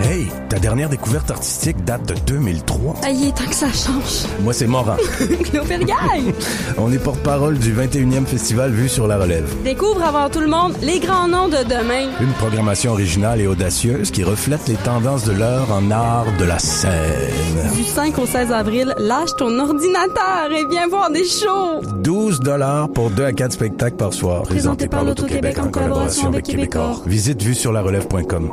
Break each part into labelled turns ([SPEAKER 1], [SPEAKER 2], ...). [SPEAKER 1] Hey, ta dernière découverte artistique date de 2003.
[SPEAKER 2] Aïe, tant que ça change.
[SPEAKER 1] Moi, c'est Morin.
[SPEAKER 2] Clopériaille!
[SPEAKER 1] On est porte-parole du 21e festival Vue sur la Relève.
[SPEAKER 2] Découvre avant tout le monde les grands noms de demain.
[SPEAKER 1] Une programmation originale et audacieuse qui reflète les tendances de l'heure en art de la scène.
[SPEAKER 2] Du 5 au 16 avril, lâche ton ordinateur et viens voir des shows.
[SPEAKER 1] 12 dollars pour 2 à 4 spectacles par soir.
[SPEAKER 2] Présenté par l'Auto-Québec en collaboration avec Québecor.
[SPEAKER 1] Visite vue sur la relève.com.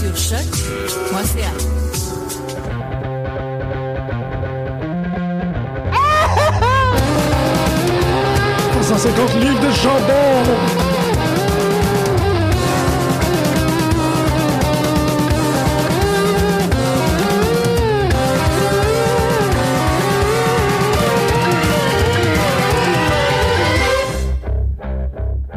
[SPEAKER 3] Sur choc.ca.
[SPEAKER 4] livres de chandelle.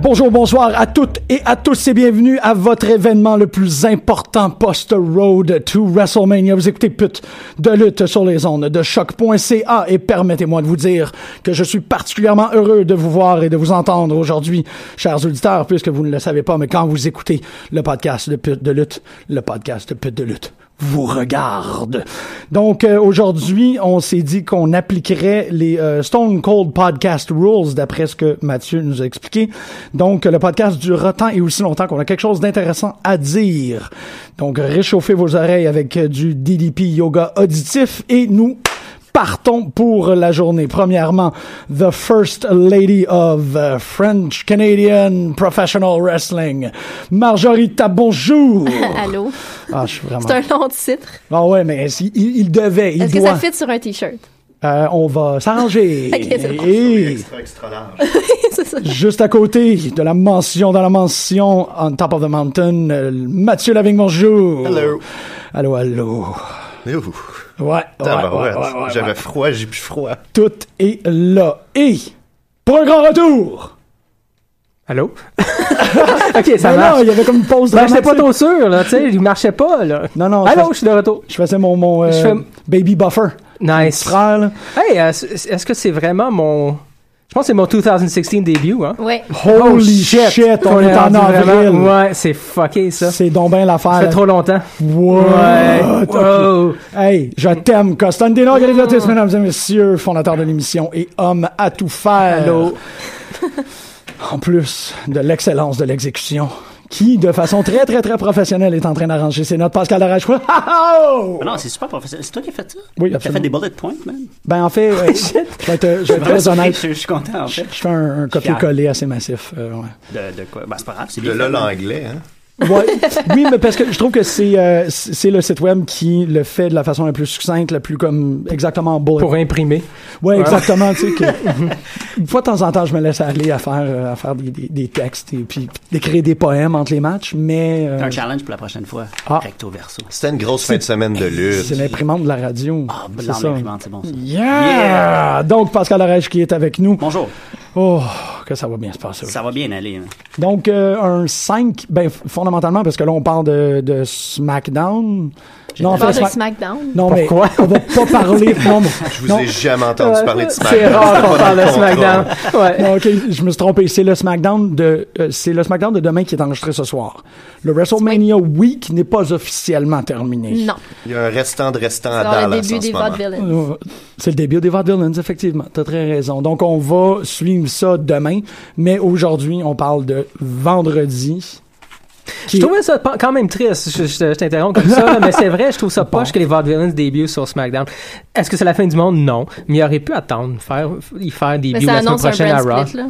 [SPEAKER 4] Bonjour, bonsoir à toutes et à tous et bienvenue à votre événement le plus important post-road to WrestleMania. Vous écoutez pute de lutte sur les ondes de choc.ca et permettez-moi de vous dire que je suis particulièrement heureux de vous voir et de vous entendre aujourd'hui, chers auditeurs, puisque vous ne le savez pas, mais quand vous écoutez le podcast de pute de lutte, le podcast de pute de lutte vous regarde. Donc euh, aujourd'hui, on s'est dit qu'on appliquerait les euh, Stone Cold Podcast Rules d'après ce que Mathieu nous a expliqué. Donc euh, le podcast durera tant et aussi longtemps qu'on a quelque chose d'intéressant à dire. Donc réchauffez vos oreilles avec euh, du DDP yoga auditif et nous partons pour la journée. Premièrement, The First Lady of euh, French Canadian Professional Wrestling, Marjorie bonjour.
[SPEAKER 5] Oh.
[SPEAKER 6] Allô?
[SPEAKER 4] Ah, je suis vraiment.
[SPEAKER 6] C'est un long titre.
[SPEAKER 4] Ah ouais, mais si- il, il devait, il
[SPEAKER 6] Est-ce que
[SPEAKER 4] doit.
[SPEAKER 6] ça fit sur un t-shirt?
[SPEAKER 4] Euh, on va s'arranger.
[SPEAKER 6] Ok, c'est bon.
[SPEAKER 4] Et
[SPEAKER 6] C'est ça.
[SPEAKER 4] juste à côté de la mention, dans la mention, on top of the mountain, euh, Mathieu Lavigne, bonjour.
[SPEAKER 7] Hello.
[SPEAKER 4] Allô, allô.
[SPEAKER 7] Mais ouh,
[SPEAKER 4] Ouais, ouais,
[SPEAKER 7] tabarouette.
[SPEAKER 4] ouais, ouais, ouais,
[SPEAKER 7] J'avais
[SPEAKER 4] ouais.
[SPEAKER 7] froid, j'ai plus froid.
[SPEAKER 4] Tout est là. Et, pour un grand retour.
[SPEAKER 5] Allô? ok, ça
[SPEAKER 4] Mais
[SPEAKER 5] marche.
[SPEAKER 4] non, ben il y avait comme une pause
[SPEAKER 5] Ben, j'étais pas
[SPEAKER 4] dramatique.
[SPEAKER 5] trop sûr, là, tu sais, il marchait pas, là.
[SPEAKER 4] Non, non,
[SPEAKER 5] Allô,
[SPEAKER 4] je-
[SPEAKER 5] je suis de retour.
[SPEAKER 4] Je faisais mon, mon euh,
[SPEAKER 5] Je fais-
[SPEAKER 4] baby buffer.
[SPEAKER 5] Nice.
[SPEAKER 4] Frère, là.
[SPEAKER 5] Hey, euh, c- est-ce que c'est vraiment mon. Je pense que c'est mon 2016 début, hein?
[SPEAKER 6] Ouais.
[SPEAKER 4] Holy shit, on est en
[SPEAKER 5] rendu
[SPEAKER 4] avril.
[SPEAKER 5] Ouais, c'est fucké, ça. Ça
[SPEAKER 4] C'est donc bien
[SPEAKER 5] fait
[SPEAKER 4] l'affaire.
[SPEAKER 5] trop longtemps. Oh,
[SPEAKER 4] What?
[SPEAKER 5] Wow.
[SPEAKER 4] Hey, je t'aime, Costantino Galilotis, mesdames et messieurs, fondateur de l'émission et homme à tout faire.
[SPEAKER 7] Euh,
[SPEAKER 5] Allô.
[SPEAKER 4] En plus de l'excellence de l'exécution, qui, de façon très, très, très professionnelle, est en train d'arranger ses notes. Pascal Darachouin.
[SPEAKER 8] Ah non, c'est super professionnel. C'est toi qui as fait ça?
[SPEAKER 4] Oui,
[SPEAKER 8] T'as fait
[SPEAKER 4] absolument.
[SPEAKER 8] des bullet points, man?
[SPEAKER 4] Ben, en fait, euh, je vais être, je vais être
[SPEAKER 8] Vraiment,
[SPEAKER 4] très honnête.
[SPEAKER 8] Je, je suis content, en
[SPEAKER 4] Je
[SPEAKER 8] fait.
[SPEAKER 4] fais un, un copier-coller assez massif. euh, ouais.
[SPEAKER 8] De, de quoi? Ben, c'est pas grave, c'est
[SPEAKER 7] De
[SPEAKER 8] bien.
[SPEAKER 7] là,
[SPEAKER 8] fait, man.
[SPEAKER 7] l'anglais, hein.
[SPEAKER 4] Ouais. Oui, mais parce que je trouve que c'est euh, c'est c'est le site web qui le fait de la façon la plus succincte, la plus comme exactement bullet.
[SPEAKER 5] Pour imprimer.
[SPEAKER 4] Ouais,
[SPEAKER 5] Ouais.
[SPEAKER 4] exactement. tu sais que une fois de temps en temps, je me laisse aller à faire euh, à faire des, des, des textes et puis d'écrire des poèmes entre les matchs, mais euh,
[SPEAKER 8] C'est un challenge pour la prochaine fois.
[SPEAKER 4] Ah.
[SPEAKER 8] Recto verso.
[SPEAKER 7] C'était une grosse fin de semaine de
[SPEAKER 4] c'est
[SPEAKER 7] lutte.
[SPEAKER 4] l'imprimante de la radio.
[SPEAKER 8] Ah,
[SPEAKER 4] c'est
[SPEAKER 8] non,
[SPEAKER 4] ça.
[SPEAKER 8] l'imprimante, c'est bon ça.
[SPEAKER 4] Yeah! Donc Pascal Arèche qui est avec nous.
[SPEAKER 8] Bonjour.
[SPEAKER 4] Oh, que ça va bien se passer.
[SPEAKER 8] Ça va bien aller. hein.
[SPEAKER 4] Donc euh, un 5 ben f- fondamentalement parce que là on parle de, de SmackDown. Non,
[SPEAKER 6] On
[SPEAKER 4] on
[SPEAKER 6] parle
[SPEAKER 4] fait
[SPEAKER 6] de
[SPEAKER 4] Smack-
[SPEAKER 6] SmackDown.
[SPEAKER 4] Non, mais
[SPEAKER 5] Pourquoi?
[SPEAKER 4] on va pas parler. non, mais-
[SPEAKER 7] Je vous
[SPEAKER 4] non.
[SPEAKER 7] ai jamais entendu
[SPEAKER 5] Euh,
[SPEAKER 7] parler de SmackDown.
[SPEAKER 5] c'est rare qu'on parle de
[SPEAKER 7] C'était pas dans le
[SPEAKER 5] SmackDown.
[SPEAKER 7] contrat.
[SPEAKER 5] Ouais.
[SPEAKER 4] Non, Ah, ok, je me suis trompé. C'est le SmackDown de, euh, c'est le SmackDown de demain qui est enregistré ce soir. Le WrestleMania Week n'est pas officiellement terminé.
[SPEAKER 6] Non.
[SPEAKER 7] Il y a un restant de restant à
[SPEAKER 6] Dans le
[SPEAKER 7] Dallas
[SPEAKER 6] début
[SPEAKER 7] en ce
[SPEAKER 6] des
[SPEAKER 7] moment.
[SPEAKER 6] vaudevillains.
[SPEAKER 4] Euh, C'est le début des Vaudevillains, effectivement. T'as très raison. Donc, on va suivre ça demain. Mais aujourd'hui, on parle de vendredi.
[SPEAKER 5] Je trouvais ça pa- quand même triste. Je, je- je t'interromps comme ça, là, mais c'est vrai, je trouve ça poche que les Vaudevillains débutent sur SmackDown. Est-ce que c'est la fin du monde? Non. Mais il aurait pu attendre, faire, y faire des
[SPEAKER 6] Mais
[SPEAKER 5] buts
[SPEAKER 6] ça
[SPEAKER 5] la semaine
[SPEAKER 6] annonce un
[SPEAKER 5] prochaine à Raw.
[SPEAKER 6] brand split, là.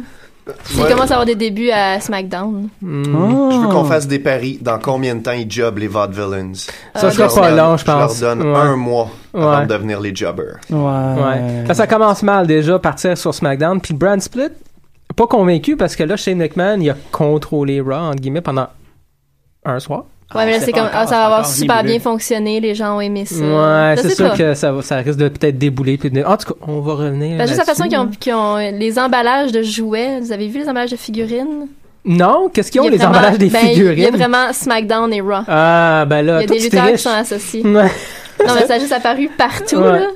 [SPEAKER 6] Il commence à avoir des débuts à SmackDown.
[SPEAKER 7] Je veux
[SPEAKER 5] Hmm.
[SPEAKER 7] qu'on fasse des paris dans combien de temps ils jobent les vaudevillains.
[SPEAKER 6] Ah,
[SPEAKER 5] Ça sera
[SPEAKER 7] Je
[SPEAKER 5] pas
[SPEAKER 7] leur
[SPEAKER 5] long,
[SPEAKER 7] donne-
[SPEAKER 5] je pense.
[SPEAKER 7] leur donne
[SPEAKER 5] Ouais.
[SPEAKER 7] un mois avant
[SPEAKER 5] Ouais.
[SPEAKER 7] de devenir les jobbers.
[SPEAKER 5] Ouais.
[SPEAKER 4] Ouais.
[SPEAKER 5] Parce que ça commence mal déjà, partir sur SmackDown. Puis le brand split, pas convaincu parce que là, Shane McMahon, il a contrôlé Raw, entre guillemets, pendant un soir.
[SPEAKER 6] Ouais, mais
[SPEAKER 8] on
[SPEAKER 6] là,
[SPEAKER 8] sait
[SPEAKER 6] c'est
[SPEAKER 8] pas
[SPEAKER 6] comme,
[SPEAKER 8] encore,
[SPEAKER 6] ah, ça
[SPEAKER 8] c'est
[SPEAKER 6] va avoir
[SPEAKER 8] encore
[SPEAKER 6] super
[SPEAKER 8] nébuleux.
[SPEAKER 6] bien fonctionné, les gens ont aimé ça.
[SPEAKER 5] ouais,
[SPEAKER 6] Hmm. Je
[SPEAKER 5] c'est
[SPEAKER 6] sais
[SPEAKER 5] sûr
[SPEAKER 6] pas.
[SPEAKER 5] que ça, va- ça risque de peut-être débouler. puis de- En tout cas, on va revenir.
[SPEAKER 6] Ben, juste la
[SPEAKER 5] là-dessus,
[SPEAKER 6] façon qu'ils ont,
[SPEAKER 5] là.
[SPEAKER 6] qu'ils ont euh, les emballages de jouets. Vous avez vu les emballages de figurines?
[SPEAKER 5] Non, qu'est-ce qu'ils ont,
[SPEAKER 6] Il y a
[SPEAKER 5] les
[SPEAKER 6] vraiment-
[SPEAKER 5] emballages des
[SPEAKER 6] ben,
[SPEAKER 5] figurines?
[SPEAKER 6] Il y a vraiment SmackDown et Raw.
[SPEAKER 5] Ah, ben
[SPEAKER 6] il
[SPEAKER 5] là,
[SPEAKER 6] y a
[SPEAKER 5] toi,
[SPEAKER 6] des
[SPEAKER 5] tu
[SPEAKER 6] lutteurs
[SPEAKER 5] t'es
[SPEAKER 6] qui
[SPEAKER 5] riche.
[SPEAKER 6] sont associés.
[SPEAKER 5] Ouais.
[SPEAKER 6] non, mais ça a juste apparu partout,
[SPEAKER 5] Ouais.
[SPEAKER 6] là.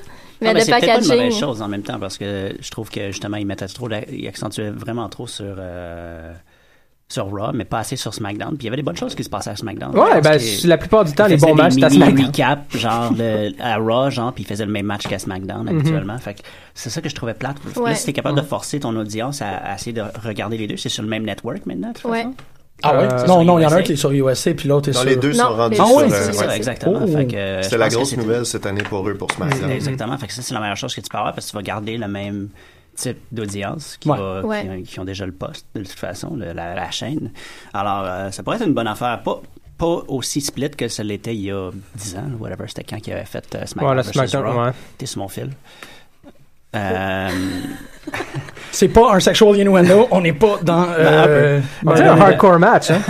[SPEAKER 6] Mais
[SPEAKER 8] Ah, mais
[SPEAKER 6] le
[SPEAKER 8] c'est peut-être pas une
[SPEAKER 6] packaging.
[SPEAKER 8] mauvaise chose en même temps parce que je trouve que justement ils mettaient trop, la- ils accentuaient vraiment trop sur euh, sur Raw, mais pas assez sur SmackDown. Puis il y avait des bonnes choses qui se passaient à SmackDown. Je
[SPEAKER 5] Ouais,
[SPEAKER 8] pense
[SPEAKER 5] ben,
[SPEAKER 8] que-
[SPEAKER 5] la plupart du temps,
[SPEAKER 8] ils
[SPEAKER 5] les bons
[SPEAKER 8] faisaient
[SPEAKER 5] matchs,
[SPEAKER 8] des
[SPEAKER 5] c'est à
[SPEAKER 8] mini
[SPEAKER 5] SmackDown.
[SPEAKER 8] recap genre le- à Raw genre puis ils faisaient le même match qu'à SmackDown habituellement. Fait que c'est ça que je trouvais plate.
[SPEAKER 6] Ouais.
[SPEAKER 8] Là, si t'es capable de forcer ton audience à, à essayer de regarder les deux, c'est sur le même network maintenant. de toute
[SPEAKER 6] Ouais.
[SPEAKER 8] façon.
[SPEAKER 4] Ah ouais?
[SPEAKER 8] Euh,
[SPEAKER 4] non,
[SPEAKER 8] sur
[SPEAKER 4] non, il y en a un
[SPEAKER 8] USA.
[SPEAKER 4] qui est sur USA, puis l'autre est
[SPEAKER 7] Dans
[SPEAKER 4] sur... Ah
[SPEAKER 7] les deux
[SPEAKER 6] Non,
[SPEAKER 7] sont rendus
[SPEAKER 6] les
[SPEAKER 7] sur
[SPEAKER 4] deux,
[SPEAKER 7] euh,
[SPEAKER 6] c'est
[SPEAKER 8] C'est
[SPEAKER 7] ouais.
[SPEAKER 8] ça, exactement.
[SPEAKER 4] Oh.
[SPEAKER 8] Fait que, euh, je
[SPEAKER 7] C'était la
[SPEAKER 8] pense que
[SPEAKER 7] grosse nouvelle cette année pour eux, pour SmackDown.
[SPEAKER 8] Exactement. Fait que ça, c'est la meilleure chose que tu peux avoir parce que tu vas garder le même type d'audience qui,
[SPEAKER 4] Ouais.
[SPEAKER 8] va- qui-
[SPEAKER 6] Ouais.
[SPEAKER 8] qui ont déjà le poste, de toute façon, le- la, la chaîne. Alors, euh, ça pourrait être une bonne affaire. Pas, pas aussi split que ça l'était il y a 10 ans, whatever. C'était quand qu'il avait fait euh, SmackDown.
[SPEAKER 5] Ouais, le
[SPEAKER 8] versus
[SPEAKER 5] SmackDown,
[SPEAKER 8] Raw.
[SPEAKER 5] ouais.
[SPEAKER 8] T'es sur mon fil. Euh,
[SPEAKER 4] C'est pas un sexual innuendo, on n'est pas dans... Euh,
[SPEAKER 5] On dirait un hardcore match, hein?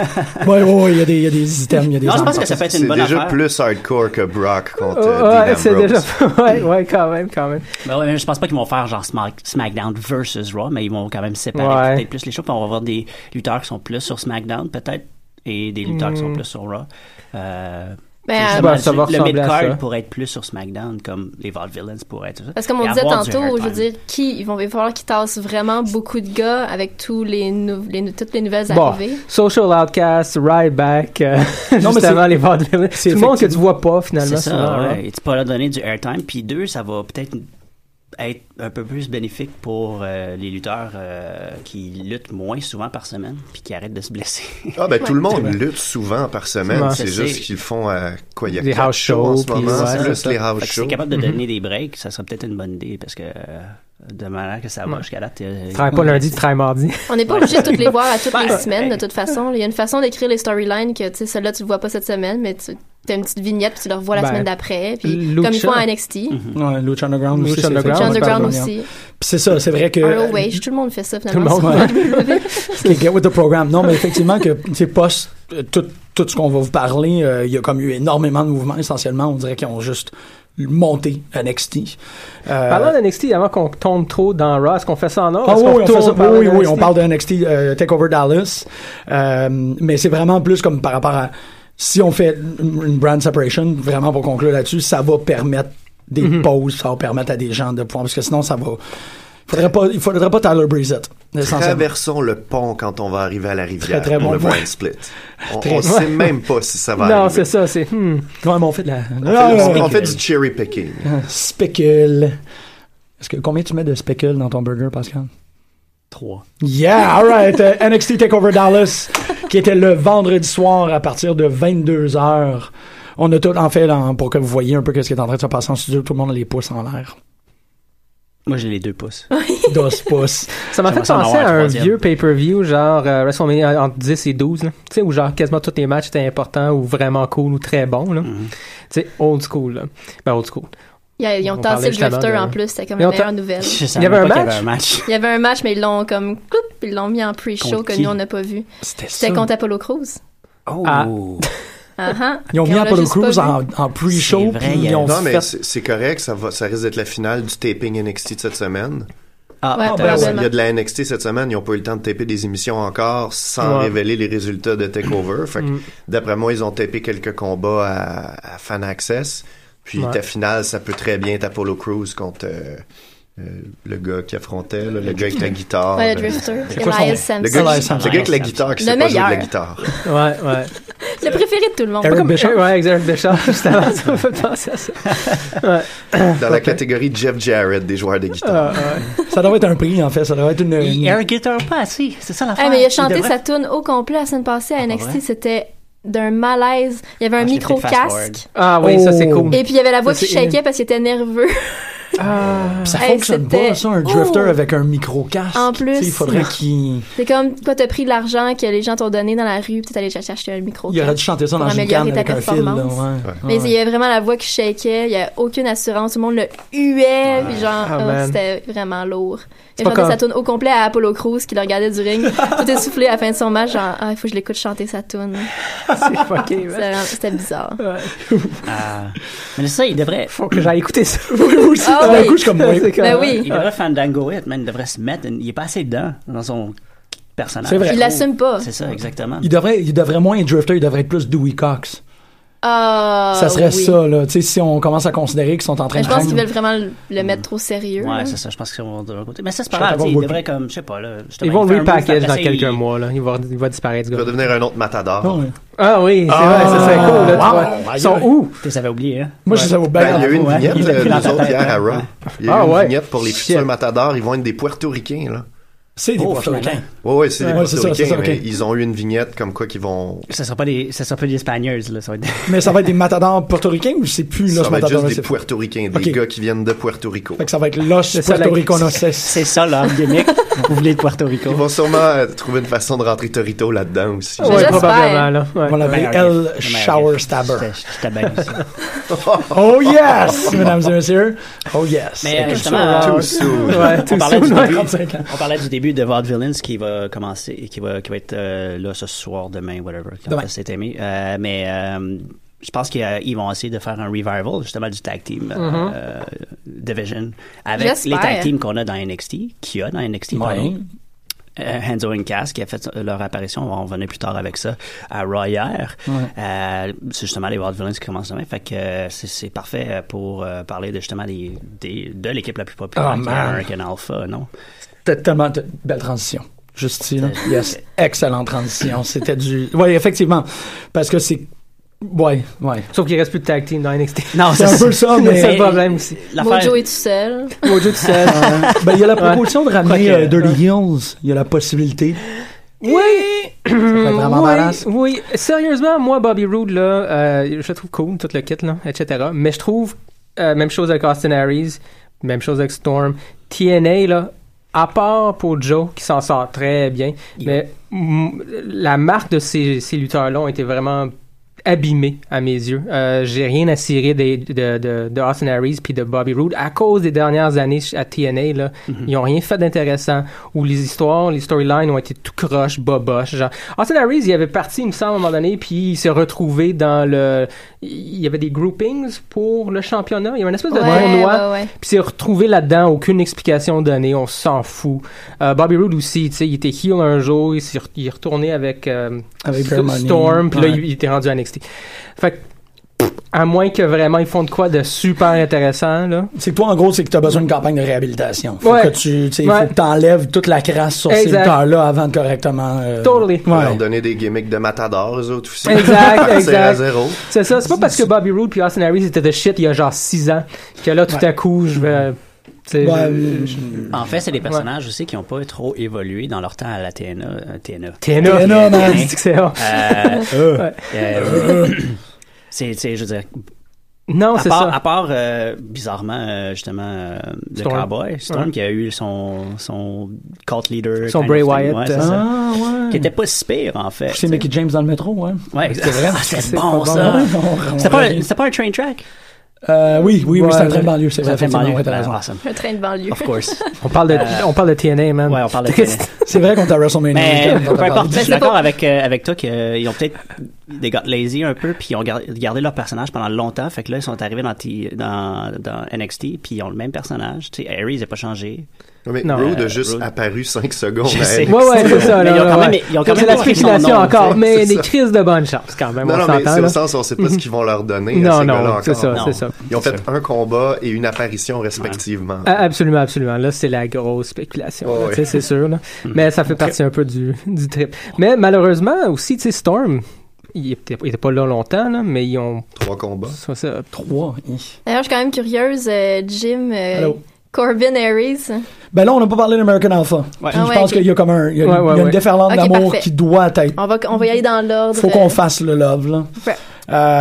[SPEAKER 4] Ouais, ouais, ouais, il y a des- il y, a des items, il y a des...
[SPEAKER 8] non, je
[SPEAKER 4] armes
[SPEAKER 8] pense que ça
[SPEAKER 4] partout.
[SPEAKER 8] peut être
[SPEAKER 7] C'est
[SPEAKER 8] une bonne
[SPEAKER 7] déjà
[SPEAKER 8] affaire.
[SPEAKER 7] plus hardcore que Brock contre euh,
[SPEAKER 5] Ouais,
[SPEAKER 7] Dean
[SPEAKER 5] c'est déjà.
[SPEAKER 7] Ambrose.
[SPEAKER 5] Ouais, ouais, quand même, quand même.
[SPEAKER 8] Ben ouais, mais je pense pas qu'ils vont faire genre Smack- SmackDown versus Raw, mais ils vont quand même séparer
[SPEAKER 5] Ouais.
[SPEAKER 8] peut-être plus les shows. Puis on va avoir des lutteurs qui sont plus sur SmackDown, peut-être, et des lutteurs qui sont plus sur Raw. Euh,
[SPEAKER 6] Ben,
[SPEAKER 8] Justement,
[SPEAKER 6] euh,
[SPEAKER 5] Ben, ça va
[SPEAKER 8] le
[SPEAKER 5] ressembler à ça.
[SPEAKER 8] mid-card pourrait être plus sur SmackDown, comme les Vaudevillains pourraient être.
[SPEAKER 6] Parce que comme
[SPEAKER 8] Et
[SPEAKER 6] on disait
[SPEAKER 8] avoir du
[SPEAKER 6] tantôt, je veux
[SPEAKER 8] airtime.
[SPEAKER 6] dire, qui, ils vont, il va falloir qu'ils tassent vraiment beaucoup de gars avec tous les, nou- les nou- toutes les nouvelles
[SPEAKER 5] Bon,
[SPEAKER 6] arrivées.
[SPEAKER 5] Social Outcast, Ryback, euh,
[SPEAKER 4] Non, mais
[SPEAKER 5] justement
[SPEAKER 4] c'est-
[SPEAKER 5] les vaudevillains. Tout
[SPEAKER 4] c'est
[SPEAKER 5] le monde que tu vois pas finalement.
[SPEAKER 8] C'est
[SPEAKER 5] sur
[SPEAKER 8] ça,
[SPEAKER 5] Raw.
[SPEAKER 8] ouais. Et tu peux leur donner du airtime. Puis deux, ça va peut-être être un peu plus bénéfique pour euh, les lutteurs euh, qui luttent moins souvent par semaine, puis qui arrêtent de se blesser.
[SPEAKER 7] Ah ben tout le monde lutte souvent par semaine,
[SPEAKER 5] Ouais.
[SPEAKER 7] c'est
[SPEAKER 8] C'est-
[SPEAKER 7] juste qu'ils font euh, quoi, il y a
[SPEAKER 5] Des
[SPEAKER 7] quatre
[SPEAKER 5] house
[SPEAKER 7] shows en
[SPEAKER 5] shows,
[SPEAKER 7] ce
[SPEAKER 5] puis
[SPEAKER 7] moment,
[SPEAKER 5] ouais,
[SPEAKER 7] plus
[SPEAKER 5] c'est ça.
[SPEAKER 7] les house
[SPEAKER 8] Fait que si
[SPEAKER 7] shows.
[SPEAKER 8] t'es capable de donner des breaks, ça serait peut-être une bonne idée, parce que euh, de manière que ça va jusqu'à date... euh,
[SPEAKER 5] Tu travailles pas lundi, tu travailles mardi.
[SPEAKER 6] On n'est pas obligé de toutes les voir à toutes les
[SPEAKER 8] Ouais.
[SPEAKER 6] semaines, de toute façon. Il y a une façon d'écrire les storylines que, tu sais, celle-là, tu le vois pas cette semaine, mais tu as une petite vignette, puis tu le revois la
[SPEAKER 5] Ben,
[SPEAKER 6] semaine d'après. Puis,
[SPEAKER 5] Lucha. Ben,
[SPEAKER 6] comme ils font à NXT,
[SPEAKER 8] Mhm.
[SPEAKER 4] Ouais, Lucha Underground aussi.
[SPEAKER 5] Lucha
[SPEAKER 4] c'est fait.
[SPEAKER 5] Underground,
[SPEAKER 6] Lucha
[SPEAKER 5] ouais,
[SPEAKER 6] Underground
[SPEAKER 4] Puis
[SPEAKER 6] aussi,
[SPEAKER 4] c'est ça, c'est vrai que...
[SPEAKER 6] ROH, tout le monde fait ça,
[SPEAKER 4] Tout le
[SPEAKER 6] finalement.
[SPEAKER 4] monde, ouais. Okay, get with the program. Non, mais effectivement, que, tu sais, post, euh, tout, tout ce qu'on va vous parler, euh, il y a comme eu énormément de mouvements, essentiellement. On dirait qu'ils ont juste monté NXT. Euh,
[SPEAKER 5] Parlant de NXT, avant qu'on tombe trop dans Raw, est-ce qu'on fait ça en or?
[SPEAKER 4] Ah
[SPEAKER 5] Est-ce
[SPEAKER 4] oui,
[SPEAKER 5] qu'on
[SPEAKER 4] oui, on fait
[SPEAKER 5] retourne
[SPEAKER 4] ça.
[SPEAKER 5] parler
[SPEAKER 4] Oui,
[SPEAKER 5] de
[SPEAKER 4] oui,
[SPEAKER 5] NXT?
[SPEAKER 4] on parle de NXT euh, Takeover Dallas, Euh, mais c'est vraiment plus comme par rapport à si on fait une une brand separation, vraiment pour conclure là-dessus, ça va permettre des pauses, ça va permettre à des gens de pouvoir, parce que sinon ça va. Faudrait pas, il faudrait pas Tyler Breezette. essentiellement.
[SPEAKER 7] Traversons le pont quand on va arriver à la
[SPEAKER 4] Très,
[SPEAKER 7] rivière
[SPEAKER 4] très
[SPEAKER 7] pour
[SPEAKER 4] bon
[SPEAKER 7] le
[SPEAKER 4] point.
[SPEAKER 7] brand split. On,
[SPEAKER 4] Très-
[SPEAKER 7] on sait même pas si ça va
[SPEAKER 5] Non, c'est
[SPEAKER 7] arriver.
[SPEAKER 5] ça, c'est. hmm.
[SPEAKER 4] Comment on fait de la.
[SPEAKER 7] On fait-
[SPEAKER 4] Ah,
[SPEAKER 7] on fait du cherry picking.
[SPEAKER 4] Spécule. Est-ce que combien tu mets de spécule dans ton burger, Pascal?
[SPEAKER 8] Trois.
[SPEAKER 4] Yeah, Euh, alright. NXT Takeover Dallas, qui était le vendredi soir à partir de 22 heures. On a tout en fait là, pour que vous voyez un peu ce qui est en train de se passer en studio. Tout le monde a les pouces en l'air.
[SPEAKER 8] Moi, j'ai les deux pouces.
[SPEAKER 4] Dos pouces.
[SPEAKER 5] Ça m'a fait
[SPEAKER 8] J'aimerais ça en
[SPEAKER 5] penser
[SPEAKER 8] avoir un
[SPEAKER 5] à un
[SPEAKER 8] troisième.
[SPEAKER 5] vieux pay-per-view, genre euh, WrestleMania entre 10 et 12, là. tu sais, où genre quasiment tous les matchs étaient importants ou vraiment cool ou très bons, là.
[SPEAKER 8] Mm-hmm.
[SPEAKER 5] Tu sais, old school, là. Ben, old school.
[SPEAKER 6] Ils, a- ils ont
[SPEAKER 5] On parlait
[SPEAKER 6] tassé le
[SPEAKER 5] justement
[SPEAKER 6] drifter
[SPEAKER 5] de-
[SPEAKER 6] en plus, c'était comme
[SPEAKER 5] Ils
[SPEAKER 6] la
[SPEAKER 5] ont
[SPEAKER 6] meilleure
[SPEAKER 5] ta-
[SPEAKER 6] nouvelle.
[SPEAKER 8] Je
[SPEAKER 5] Il y
[SPEAKER 8] savais
[SPEAKER 5] avait
[SPEAKER 8] pas
[SPEAKER 5] un
[SPEAKER 8] qu'il y avait un
[SPEAKER 5] match?
[SPEAKER 8] match.
[SPEAKER 6] Il y avait un match, mais ils l'ont comme, coupe, ils l'ont mis en pre-show
[SPEAKER 8] Contre
[SPEAKER 6] que
[SPEAKER 8] qui?
[SPEAKER 6] nous, on n'a pas vu.
[SPEAKER 4] ça.
[SPEAKER 6] C'était contre Apollo Crews.
[SPEAKER 8] Oh!
[SPEAKER 5] Ah.
[SPEAKER 6] Ah, ah.
[SPEAKER 4] Ils ont
[SPEAKER 6] Et
[SPEAKER 4] mis
[SPEAKER 6] on l'a
[SPEAKER 4] Apollo
[SPEAKER 6] juste pas
[SPEAKER 4] Crews
[SPEAKER 6] vu.
[SPEAKER 4] en, en pre-show.
[SPEAKER 8] C'est vrai,
[SPEAKER 4] puis
[SPEAKER 8] il y a-
[SPEAKER 4] ils ont
[SPEAKER 7] Non, mais
[SPEAKER 4] fait-
[SPEAKER 7] c'est c'est correct, ça, va, ça risque d'être la finale du taping NXT de cette semaine.
[SPEAKER 8] Ah,
[SPEAKER 6] Ouais,
[SPEAKER 8] attends,
[SPEAKER 4] ben
[SPEAKER 7] Il
[SPEAKER 4] ouais.
[SPEAKER 7] y a de la NXT cette semaine, ils n'ont pas eu le temps de taper des émissions encore sans
[SPEAKER 5] Ouais.
[SPEAKER 7] révéler les résultats de TakeOver. Fait que, d'après moi, ils ont tapé quelques combats à, à Fan Access. Puis
[SPEAKER 5] Ouais.
[SPEAKER 7] ta finale, ça peut très bien être Apollo Crews contre euh, euh, le gars qui affrontait, là, le gars avec la guitare.
[SPEAKER 6] Ouais,
[SPEAKER 7] le-
[SPEAKER 6] le drifter.
[SPEAKER 4] quoi son-
[SPEAKER 6] Elias
[SPEAKER 7] le gars,
[SPEAKER 6] Samson.
[SPEAKER 7] qui- le gars avec la guitare qui
[SPEAKER 6] Le
[SPEAKER 7] sait pas jouer de la
[SPEAKER 6] meilleur.
[SPEAKER 7] guitare.
[SPEAKER 5] Ouais, ouais.
[SPEAKER 6] Le préféré de tout le monde.
[SPEAKER 4] Eric
[SPEAKER 5] Comme-
[SPEAKER 4] Bischoff.
[SPEAKER 5] Ouais, avec Eric Bischoff, justement, ça m'a fait penser à ça.
[SPEAKER 7] Dans la catégorie Jeff Jarrett des joueurs de guitare.
[SPEAKER 4] Ça devrait être un prix, en fait. Ça devrait être une. une-
[SPEAKER 8] Air Guitar pas assez, c'est ça l'affaire.
[SPEAKER 6] Ah, mais il a chanté
[SPEAKER 8] devrait-
[SPEAKER 6] sa tune au complet la semaine passée
[SPEAKER 4] Ah,
[SPEAKER 6] à
[SPEAKER 8] pas
[SPEAKER 6] NXT.
[SPEAKER 8] vrai?
[SPEAKER 6] C'était d'un malaise. Il y avait un
[SPEAKER 8] Ah, je l'ai fait
[SPEAKER 6] micro-casque.
[SPEAKER 8] fast-forward.
[SPEAKER 5] Ah oui, ça c'est
[SPEAKER 4] Oh.
[SPEAKER 5] cool.
[SPEAKER 6] Et puis il y avait la voix
[SPEAKER 5] Ça,
[SPEAKER 6] qui
[SPEAKER 5] c'est-
[SPEAKER 6] shakeait parce qu'il était nerveux.
[SPEAKER 4] Puis ça
[SPEAKER 6] Hey,
[SPEAKER 4] fonctionne
[SPEAKER 6] c'était-
[SPEAKER 4] pas, ça, un drifter
[SPEAKER 6] Oh!
[SPEAKER 4] avec un micro-casque.
[SPEAKER 6] En
[SPEAKER 4] Tu
[SPEAKER 6] plus.
[SPEAKER 4] sais, Il faudrait qu'il.
[SPEAKER 6] C'est comme toi, t'as pris l'argent que les gens t'ont donné dans la rue, puis t'es allé ch- chercher un micro.
[SPEAKER 4] Il aurait dû chanter ça
[SPEAKER 6] Pour
[SPEAKER 4] dans une
[SPEAKER 6] améliorer
[SPEAKER 4] canne
[SPEAKER 6] ta
[SPEAKER 4] avec un fil, là.
[SPEAKER 6] performance.
[SPEAKER 4] ouais.
[SPEAKER 6] Mais
[SPEAKER 4] Ouais.
[SPEAKER 6] il y avait vraiment la voix qui shakeait, il y a aucune assurance, tout le monde le huait, puis genre,
[SPEAKER 5] Ah,
[SPEAKER 6] oh,
[SPEAKER 5] man.
[SPEAKER 6] c'était vraiment lourd.
[SPEAKER 5] C'est
[SPEAKER 6] Et
[SPEAKER 5] pas
[SPEAKER 6] chanter
[SPEAKER 5] comme-
[SPEAKER 6] sa tune au complet à Apollo Crews qui le regardait du ring, tout essoufflé à la fin de son match, genre, ah, il faut que je l'écoute chanter sa tune.
[SPEAKER 5] C'est fucké,
[SPEAKER 6] C'était
[SPEAKER 5] man.
[SPEAKER 6] vraiment- C'était bizarre.
[SPEAKER 5] Ouais.
[SPEAKER 8] Ah. Mais ça, il devrait.
[SPEAKER 5] Faut que j'aille écouter ça.
[SPEAKER 6] Ah
[SPEAKER 4] D'un
[SPEAKER 6] oui.
[SPEAKER 4] coup, je suis comme, ouais.
[SPEAKER 5] C'est comme-
[SPEAKER 6] Ben oui.
[SPEAKER 8] Il devrait fandango it, man. Il devrait se mettre. Il est pas assez dedans dans son personnage.
[SPEAKER 4] C'est vrai.
[SPEAKER 6] Il l'assume pas.
[SPEAKER 8] C'est ça, exactement.
[SPEAKER 4] Il devrait, il devrait moins être drifter, il devrait être plus Dewey Cox.
[SPEAKER 6] Ah,
[SPEAKER 4] ça serait
[SPEAKER 6] oui.
[SPEAKER 4] ça, là. Tu sais, si on commence à considérer qu'ils sont en train
[SPEAKER 6] Mais
[SPEAKER 4] de
[SPEAKER 6] je pense
[SPEAKER 4] prendre-
[SPEAKER 6] qu'ils veulent vraiment le, le mettre trop sérieux. là.
[SPEAKER 8] Ouais, c'est ça. Je pense qu'ils vont de leur côté. Mais ça, c'est pas
[SPEAKER 4] Je pense
[SPEAKER 8] grave. tu sais,
[SPEAKER 4] qu'on
[SPEAKER 8] Il
[SPEAKER 4] va-
[SPEAKER 8] devrait comme, je sais pas, là. justement,
[SPEAKER 5] Ils vont
[SPEAKER 8] faire un
[SPEAKER 5] le
[SPEAKER 8] move,
[SPEAKER 5] repackage dans
[SPEAKER 8] après ça,
[SPEAKER 5] quelques
[SPEAKER 8] il-
[SPEAKER 5] mois, là. Il va, il va disparaître, ce
[SPEAKER 7] Il va
[SPEAKER 5] gars.
[SPEAKER 7] devenir un autre matador. Ben,
[SPEAKER 4] Ah, ouais.
[SPEAKER 5] Ah oui, c'est vrai, ça serait cool, là. tu vois.
[SPEAKER 4] Ah,
[SPEAKER 5] Ils sont où?
[SPEAKER 8] Tu les avais oubliés, hein.
[SPEAKER 4] Moi, je les avais au
[SPEAKER 7] Ben, il y a eu une
[SPEAKER 8] ouais.
[SPEAKER 7] vignette,
[SPEAKER 8] Il l'a
[SPEAKER 7] euh,
[SPEAKER 8] pris dans
[SPEAKER 7] nous
[SPEAKER 8] sa
[SPEAKER 7] autres,
[SPEAKER 8] tête,
[SPEAKER 7] hier à
[SPEAKER 8] hein.
[SPEAKER 7] Raw. Il y a eu
[SPEAKER 5] Ah
[SPEAKER 7] une
[SPEAKER 5] ouais.
[SPEAKER 7] vignette pour les
[SPEAKER 5] Shit.
[SPEAKER 7] futurs matadors. Ils vont être des Puertoricains, là.
[SPEAKER 4] C'est des
[SPEAKER 8] Oh,
[SPEAKER 4] Puertoricains.
[SPEAKER 8] finalement.
[SPEAKER 7] Oui, oui, c'est des
[SPEAKER 4] Ouais, c'est ça, c'est
[SPEAKER 7] Puertoricains,
[SPEAKER 4] ça,
[SPEAKER 7] mais
[SPEAKER 4] ok.
[SPEAKER 7] ils ont eu une vignette comme quoi qu'ils vont...
[SPEAKER 8] Ça sera pas des, ça sera pas des Espagneuses, là. Ça va être
[SPEAKER 4] Mais ça va être des matadors portoricains ou je sais plus, là,
[SPEAKER 7] Ça
[SPEAKER 4] ce
[SPEAKER 7] va être
[SPEAKER 4] matador
[SPEAKER 7] juste des
[SPEAKER 4] c'est fait.
[SPEAKER 7] Puertoricains, des
[SPEAKER 4] Ok.
[SPEAKER 7] gars qui viennent de Puerto Rico.
[SPEAKER 4] Fait que ça va être Los
[SPEAKER 5] C'est ça, la-
[SPEAKER 4] Puerto Riconoces.
[SPEAKER 8] C'est ça leur gimmick. Vous voulez de Puerto Rico.
[SPEAKER 7] Ils vont sûrement euh, trouver une façon de rentrer Torito là-dedans aussi.
[SPEAKER 6] Ouais. J'espère.
[SPEAKER 5] probablement, là. Ouais.
[SPEAKER 4] On l'appeler
[SPEAKER 8] Meilleur
[SPEAKER 4] El
[SPEAKER 8] gif.
[SPEAKER 4] Shower Stabber.
[SPEAKER 8] Je je t'abaisse.
[SPEAKER 4] Oh yes, mesdames et messieurs. Oh yes.
[SPEAKER 8] Mais, euh,
[SPEAKER 4] Et
[SPEAKER 8] justement,
[SPEAKER 4] tout ça,
[SPEAKER 8] euh,
[SPEAKER 4] ouais.
[SPEAKER 7] Too soon.
[SPEAKER 5] Ouais, tout
[SPEAKER 8] On parlait du
[SPEAKER 5] soon, ouais.
[SPEAKER 8] début.
[SPEAKER 4] 35 ans.
[SPEAKER 8] On parlait du début de Vaudevillains qui va commencer, et qui va, qui va être euh, là ce soir, demain, whatever, quand
[SPEAKER 4] Demain.
[SPEAKER 8] c'est aimé. Euh, mais euh, je pense qu'ils vont essayer de faire un revival justement du tag team euh, euh, division avec
[SPEAKER 6] J'espère.
[SPEAKER 8] les tag teams qu'on a dans NXT, qu'il y a dans NXT. pardon.
[SPEAKER 4] Ouais.
[SPEAKER 8] Euh, Hanzo and Cass qui a fait euh, leur apparition, on va revenir plus tard avec ça, à Raw hier. Euh, c'est justement les Wild Villains qui commencent demain, fait que euh, c'est, c'est parfait pour euh, parler de, justement des, des- de l'équipe la plus populaire,
[SPEAKER 4] Ah,
[SPEAKER 8] qui est
[SPEAKER 4] man.
[SPEAKER 8] American Alpha, non?
[SPEAKER 4] T'as tellement de belle transition. Justine. Yes. Excellente transition. C'était du. Oui, effectivement. Parce que c'est. Ouais, ouais.
[SPEAKER 5] Sauf qu'il reste plus de tag team dans NXT.
[SPEAKER 8] Non,
[SPEAKER 4] C'est un peu ça,
[SPEAKER 5] C'est
[SPEAKER 4] mais. euh,
[SPEAKER 5] ça le problème aussi.
[SPEAKER 8] L'affaire,
[SPEAKER 6] Mojo est tout seul.
[SPEAKER 5] Mojo tout seul.
[SPEAKER 4] Ben, il y a la proposition de ramener
[SPEAKER 5] Quoique,
[SPEAKER 4] euh, Dirty Hills. Il y a la possibilité.
[SPEAKER 5] Oui!
[SPEAKER 4] être vraiment
[SPEAKER 5] oui,
[SPEAKER 4] badass.
[SPEAKER 5] oui. Sérieusement, moi, Bobby Roode, là, euh, je le trouve cool, tout le kit, là, etc. Mais je trouve, euh, même chose avec Austin Aries, même chose avec Storm. TNA, là, à part pour Joe, qui s'en sort très bien, mais mm, la marque de ces, ces lutteurs-là ont été vraiment abîmée à mes yeux. Euh, J'ai rien à cirer des- de, de, de Austin Aries puis de Bobby Roode à cause des dernières années à TNA. Là, Ils ont rien fait d'intéressant où les histoires, les storylines ont été tout croche, boboche. Genre. Austin Aries, il avait parti, il me semble, à un moment donné, puis il s'est retrouvé dans le... Il y avait des groupings pour le championnat. Il y avait une espèce de
[SPEAKER 6] Ouais,
[SPEAKER 5] tournoi.
[SPEAKER 6] ouais, ouais.
[SPEAKER 5] Puis s'est retrouvé là-dedans, aucune explication donnée, on s'en fout. Euh, Bobby Roode aussi, tu sais, il était heel un jour, il, s'est re- il est retourné avec, euh,
[SPEAKER 4] Avec
[SPEAKER 5] Sto-
[SPEAKER 4] Vermoney.
[SPEAKER 5] Storm, puis là,
[SPEAKER 4] Ouais.
[SPEAKER 5] il, il était rendu à NXT. Fait que, pff, à moins que vraiment ils font de quoi de super intéressant, là.
[SPEAKER 4] C'est que toi, en gros, c'est que t'as besoin d'une campagne de réhabilitation. Faut
[SPEAKER 5] Ouais.
[SPEAKER 4] que tu, tu sais,
[SPEAKER 5] Ouais.
[SPEAKER 4] faut que t'enlèves toute la crasse sur ces
[SPEAKER 5] Exact.
[SPEAKER 4] lutteurs-là avant de correctement. euh,
[SPEAKER 5] Totally.
[SPEAKER 7] Ils vont leur
[SPEAKER 4] Ouais.
[SPEAKER 7] donner des gimmicks de matadors, eux autres aussi.
[SPEAKER 5] Exact,
[SPEAKER 7] Partir à
[SPEAKER 5] exact.
[SPEAKER 7] zéro.
[SPEAKER 5] C'est ça, c'est pas parce que Bobby Roode puis Austin Aries étaient de shit il y a genre 6 ans que là, tout à coup, je vais. tu sais,
[SPEAKER 4] Ouais,
[SPEAKER 8] euh,
[SPEAKER 5] je- je-
[SPEAKER 8] en fait, c'est des personnages aussi qui n'ont pas trop évolué dans leur temps à la TNA. euh, TNA.
[SPEAKER 5] TNA,
[SPEAKER 4] TNA, man.
[SPEAKER 5] c'est que c'est hot.
[SPEAKER 8] Euh,
[SPEAKER 4] Euh,
[SPEAKER 8] euh, c'est, c'est, je veux dire,
[SPEAKER 5] Non,
[SPEAKER 8] à
[SPEAKER 5] c'est
[SPEAKER 8] part, à
[SPEAKER 5] ça.
[SPEAKER 8] part, euh, bizarrement, euh, justement, euh, le
[SPEAKER 5] Storm.
[SPEAKER 8] cowboy, Storm,
[SPEAKER 5] Ouais.
[SPEAKER 8] qui a eu son, son cult leader.
[SPEAKER 5] Son
[SPEAKER 8] kind
[SPEAKER 5] Bray
[SPEAKER 8] of thing.
[SPEAKER 5] Wyatt,
[SPEAKER 8] Ouais, c'est
[SPEAKER 5] euh,
[SPEAKER 8] ça.
[SPEAKER 4] Ah, ouais.
[SPEAKER 8] Qui était pas si pire, en fait.
[SPEAKER 4] C'est
[SPEAKER 8] tu sais.
[SPEAKER 4] Mickey James dans le métro, ouais.
[SPEAKER 8] Ouais,
[SPEAKER 4] C'est vrai.
[SPEAKER 8] Ah, c'était
[SPEAKER 4] C'est
[SPEAKER 8] bon,
[SPEAKER 4] pas
[SPEAKER 8] ça.
[SPEAKER 4] Ouais, on- on
[SPEAKER 8] C'était pas, un-
[SPEAKER 4] revient.
[SPEAKER 8] c'était pas un train track?
[SPEAKER 4] Euh, oui, oui, oui,
[SPEAKER 5] Ouais,
[SPEAKER 4] c'est un train
[SPEAKER 5] ouais.
[SPEAKER 4] de banlieue, c'est vrai.
[SPEAKER 8] Ça fait
[SPEAKER 4] effectivement,
[SPEAKER 8] mal.
[SPEAKER 4] ouais, t'as
[SPEAKER 8] Ben,
[SPEAKER 4] raison.
[SPEAKER 8] awesome.
[SPEAKER 6] Un train de banlieue.
[SPEAKER 8] Of course.
[SPEAKER 5] On parle, de,
[SPEAKER 8] Euh,
[SPEAKER 5] on parle de TNA, man.
[SPEAKER 8] Ouais, on parle de
[SPEAKER 5] Triste.
[SPEAKER 8] TNA.
[SPEAKER 4] C'est vrai qu'on t'a WrestleMania.
[SPEAKER 8] Mais
[SPEAKER 4] on t'a
[SPEAKER 8] peu
[SPEAKER 4] parlé.
[SPEAKER 8] importe, je suis
[SPEAKER 6] c'est
[SPEAKER 8] d'accord
[SPEAKER 6] pas-
[SPEAKER 8] avec, euh, avec toi qu'ils ont peut-être des got lazy un peu, puis ils ont gar- gardé leur personnage pendant longtemps. Fait que là, ils sont arrivés dans, T- dans, dans NXT, puis ils ont le même personnage. Tu sais, Aries n'a pas changé.
[SPEAKER 7] Mais
[SPEAKER 5] Non,
[SPEAKER 7] Rude
[SPEAKER 8] euh,
[SPEAKER 7] a juste
[SPEAKER 8] Rude.
[SPEAKER 7] apparu 5 secondes.
[SPEAKER 8] Je
[SPEAKER 7] à
[SPEAKER 8] sais.
[SPEAKER 7] NXT.
[SPEAKER 5] Ben, Ouais, ouais, c'est ça.
[SPEAKER 8] Mais
[SPEAKER 5] là,
[SPEAKER 8] ils ont
[SPEAKER 5] là,
[SPEAKER 8] quand
[SPEAKER 5] ouais.
[SPEAKER 8] même- ils ont quand
[SPEAKER 5] Ça,
[SPEAKER 8] même
[SPEAKER 5] C'est la
[SPEAKER 8] pas pris son
[SPEAKER 5] spéculation
[SPEAKER 8] nom,
[SPEAKER 5] encore,
[SPEAKER 7] tu sais,
[SPEAKER 5] mais
[SPEAKER 7] c'est
[SPEAKER 5] des
[SPEAKER 7] ça.
[SPEAKER 5] crises de bonne chance quand même.
[SPEAKER 7] Non,
[SPEAKER 5] on
[SPEAKER 7] non, mais
[SPEAKER 5] s'entend,
[SPEAKER 7] c'est
[SPEAKER 5] là.
[SPEAKER 7] au sens où on sait pas ce qu'ils vont leur donner à ces
[SPEAKER 5] Non,
[SPEAKER 7] gars-là
[SPEAKER 5] non,
[SPEAKER 7] encore.
[SPEAKER 5] c'est ça,
[SPEAKER 8] Non.
[SPEAKER 5] c'est ça.
[SPEAKER 7] Ils ont fait un combat et une apparition respectivement.
[SPEAKER 5] Ah, Absolument, absolument. Là, c'est la grosse spéculation. là,
[SPEAKER 7] Ouais. Hmm.
[SPEAKER 5] tu sais, C'est sûr. là. Mais ça fait partie un peu du, du trip. Mais malheureusement, aussi, tu sais, Storm, il était, il était pas là longtemps, là, mais ils ont.
[SPEAKER 7] Trois combats.
[SPEAKER 5] Ça, ça-
[SPEAKER 4] Trois. hein. hi.
[SPEAKER 6] D'ailleurs, je suis quand même curieuse, euh, Jim, euh,
[SPEAKER 4] Allô?
[SPEAKER 6] Corbin Aries.
[SPEAKER 4] Ben là, on n'a pas parlé d'American Alpha.
[SPEAKER 8] Ouais.
[SPEAKER 4] Puis
[SPEAKER 6] Ah
[SPEAKER 4] je
[SPEAKER 6] ouais,
[SPEAKER 4] pense
[SPEAKER 6] ok.
[SPEAKER 4] qu'il y a comme un, il y a,
[SPEAKER 5] Ouais,
[SPEAKER 4] il y a
[SPEAKER 5] ouais,
[SPEAKER 4] une
[SPEAKER 5] ouais.
[SPEAKER 4] déferlante
[SPEAKER 6] Ok,
[SPEAKER 4] d'amour
[SPEAKER 6] parfait.
[SPEAKER 4] qui doit être.
[SPEAKER 6] On va, on va y aller dans l'ordre.
[SPEAKER 4] Faut qu'on fasse le love là.
[SPEAKER 6] Ouais.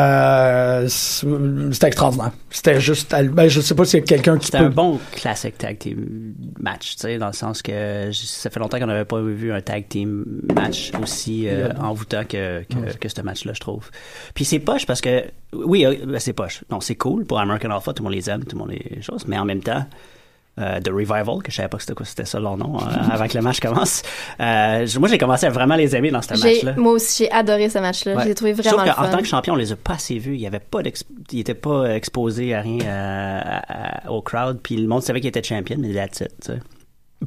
[SPEAKER 4] Euh, c'est- c'était extraordinaire. C'était juste. hallu- Ben, je sais pas s'il y a quelqu'un qui
[SPEAKER 8] C'était
[SPEAKER 4] peut.
[SPEAKER 8] un bon classic tag team match, tu sais, dans le sens que j- ça fait longtemps qu'on n'avait pas vu un tag team match aussi euh, envoûtant que, que, que ce match-là, je trouve. Puis c'est poche parce que, oui, euh, ben, c'est poche. Non, c'est cool pour American Alpha, tout le monde les aime, tout le monde les choses, mais en même temps, euh, The Revival, que je savais pas que c'était quoi, c'était ça leur nom euh, avant que le match commence. Euh, j- moi, j'ai commencé à vraiment les aimer dans ce
[SPEAKER 6] J'ai-
[SPEAKER 8] match-là.
[SPEAKER 6] Moi aussi, j'ai adoré ce match-là.
[SPEAKER 8] Ouais.
[SPEAKER 6] J'ai trouvé
[SPEAKER 8] Sauf
[SPEAKER 6] vraiment le
[SPEAKER 8] qu'en
[SPEAKER 6] fun.
[SPEAKER 8] tant que champion, on les a pas assez vus. Il y avait pas d'ex- il était pas exposé à rien euh, à- à- au crowd. Puis le monde savait qu'il était champion, mais that's it. tu sais.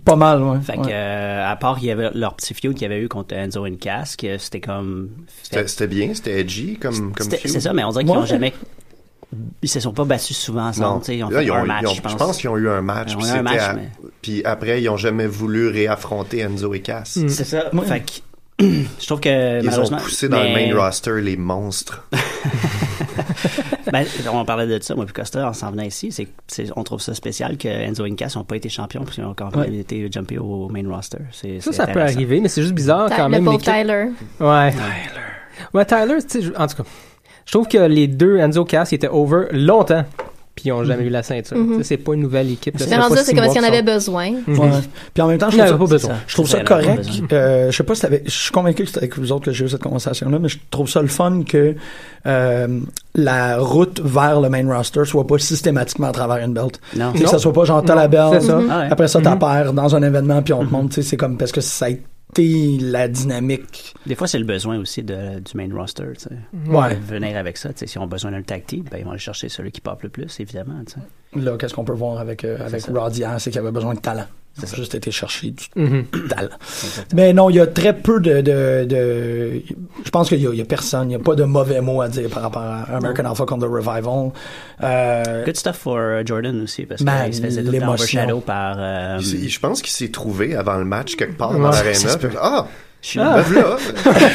[SPEAKER 4] Pas mal, ouais.
[SPEAKER 8] Fait
[SPEAKER 4] Ouais.
[SPEAKER 8] que euh, à part il y avait leur petit feud qu'il y avait eu contre Enzo et Cass, que c'était comme
[SPEAKER 7] C'était c'était bien, c'était edgy comme, comme
[SPEAKER 8] C'était-
[SPEAKER 7] feud.
[SPEAKER 8] c'est ça, mais on dirait qu'ils
[SPEAKER 4] Ouais.
[SPEAKER 8] ont jamais ils se sont pas battus souvent ensemble.
[SPEAKER 5] hmm.
[SPEAKER 7] Non.
[SPEAKER 8] tu sais, Ils ont
[SPEAKER 7] Là,
[SPEAKER 8] fait
[SPEAKER 7] ils ont-
[SPEAKER 8] un
[SPEAKER 7] ils
[SPEAKER 8] match,
[SPEAKER 7] ont-
[SPEAKER 8] je pense.
[SPEAKER 7] qu'ils ont eu un match.
[SPEAKER 8] Ils ont
[SPEAKER 7] Puis,
[SPEAKER 8] eu un
[SPEAKER 7] c'était
[SPEAKER 8] match,
[SPEAKER 7] à-
[SPEAKER 8] mais-
[SPEAKER 7] puis après, ils n'ont jamais voulu réaffronter Enzo et Cass.
[SPEAKER 5] Mm.
[SPEAKER 8] C'est ça.
[SPEAKER 4] Ouais.
[SPEAKER 8] Fait que, je trouve que
[SPEAKER 7] Euh, Ils ont
[SPEAKER 8] malheureusement.
[SPEAKER 7] poussé dans
[SPEAKER 8] mais-
[SPEAKER 7] le main roster les monstres.
[SPEAKER 8] Ben, on parlait de ça, moi puis Costa, en s'en venant ici, c'est, c'est- on trouve ça spécial que Enzo et Cass n'ont pas été champions parce qu'ils ont quand même
[SPEAKER 4] Ouais.
[SPEAKER 8] été jumpés au main roster. C'est,
[SPEAKER 5] Ça,
[SPEAKER 8] c'est
[SPEAKER 5] ça peut
[SPEAKER 8] intéressant.
[SPEAKER 5] arriver, mais c'est juste bizarre
[SPEAKER 6] Ty-
[SPEAKER 5] quand
[SPEAKER 6] le
[SPEAKER 5] même.
[SPEAKER 6] pauvre
[SPEAKER 5] l'équipe-
[SPEAKER 6] Tyler.
[SPEAKER 5] Ouais. Tyler. Ouais, Tyler, tu sais, je- en tout cas, je trouve que les deux, Enzo Cass, ils étaient over longtemps, puis ils ont
[SPEAKER 7] Hmm.
[SPEAKER 5] jamais eu la ceinture.
[SPEAKER 6] Mhm.
[SPEAKER 5] Tu sais, C'est pas une nouvelle équipe. là,
[SPEAKER 6] Je
[SPEAKER 5] ça fait
[SPEAKER 6] rendu
[SPEAKER 5] pas
[SPEAKER 6] là, c'est
[SPEAKER 5] six
[SPEAKER 6] comme
[SPEAKER 5] mois
[SPEAKER 6] si on
[SPEAKER 5] qu'ils
[SPEAKER 6] avait
[SPEAKER 5] sont-
[SPEAKER 6] besoin.
[SPEAKER 4] Ouais. Puis en même temps, je
[SPEAKER 5] Il
[SPEAKER 4] trouve
[SPEAKER 5] n'avait
[SPEAKER 4] ça,
[SPEAKER 5] Mhm. pas besoin.
[SPEAKER 4] je trouve
[SPEAKER 8] Ça,
[SPEAKER 4] ça
[SPEAKER 8] il n'avait pas
[SPEAKER 4] correct.
[SPEAKER 8] besoin.
[SPEAKER 4] Euh, je sais pas si t'avais- je suis convaincu que c'était avec vous autres que j'ai eu cette conversation-là, mais je trouve ça le fun que euh, la route vers le main roster soit pas systématiquement à travers une belt.
[SPEAKER 8] Non.
[SPEAKER 4] Tu sais, Que ça soit pas genre t'as la
[SPEAKER 5] Non,
[SPEAKER 4] belt,
[SPEAKER 5] c'est ça. Mhm.
[SPEAKER 8] Ah ouais. Mhm.
[SPEAKER 4] après ça t'as perds dans un événement puis on te montre, tu sais, c'est comme parce que ça a été la dynamique.
[SPEAKER 8] Des fois, c'est le besoin aussi de, du main roster. tu sais.
[SPEAKER 4] Ouais.
[SPEAKER 8] Venir avec ça, tu sais, si on a besoin d'un tag team, ben, ils vont aller chercher celui qui pop le plus, évidemment. tu sais.
[SPEAKER 4] Là, qu'est-ce qu'on peut voir avec, euh, avec
[SPEAKER 8] ça.
[SPEAKER 4] Rod hier, c'est qu'il avait besoin de talent. Il a juste été chercher du
[SPEAKER 5] Mhm.
[SPEAKER 4] talent. Mais non, il y a très peu de. de, de- je pense qu'il y, a- il y a personne, il n'y a pas de mauvais mots à dire par rapport à American Alpha contre The Revival. Euh,
[SPEAKER 8] Good stuff for euh, Jordan aussi, parce
[SPEAKER 4] Man,
[SPEAKER 8] qu'il se faisait tout le temps
[SPEAKER 4] l'émotion.
[SPEAKER 8] overshadow par. euh,
[SPEAKER 7] Il s'est- Je pense qu'il s'est trouvé avant le match quelque part
[SPEAKER 5] Ouais,
[SPEAKER 7] dans
[SPEAKER 5] ça
[SPEAKER 7] l'aréna. Puis, Ah,
[SPEAKER 8] je suis-
[SPEAKER 7] ben voilà.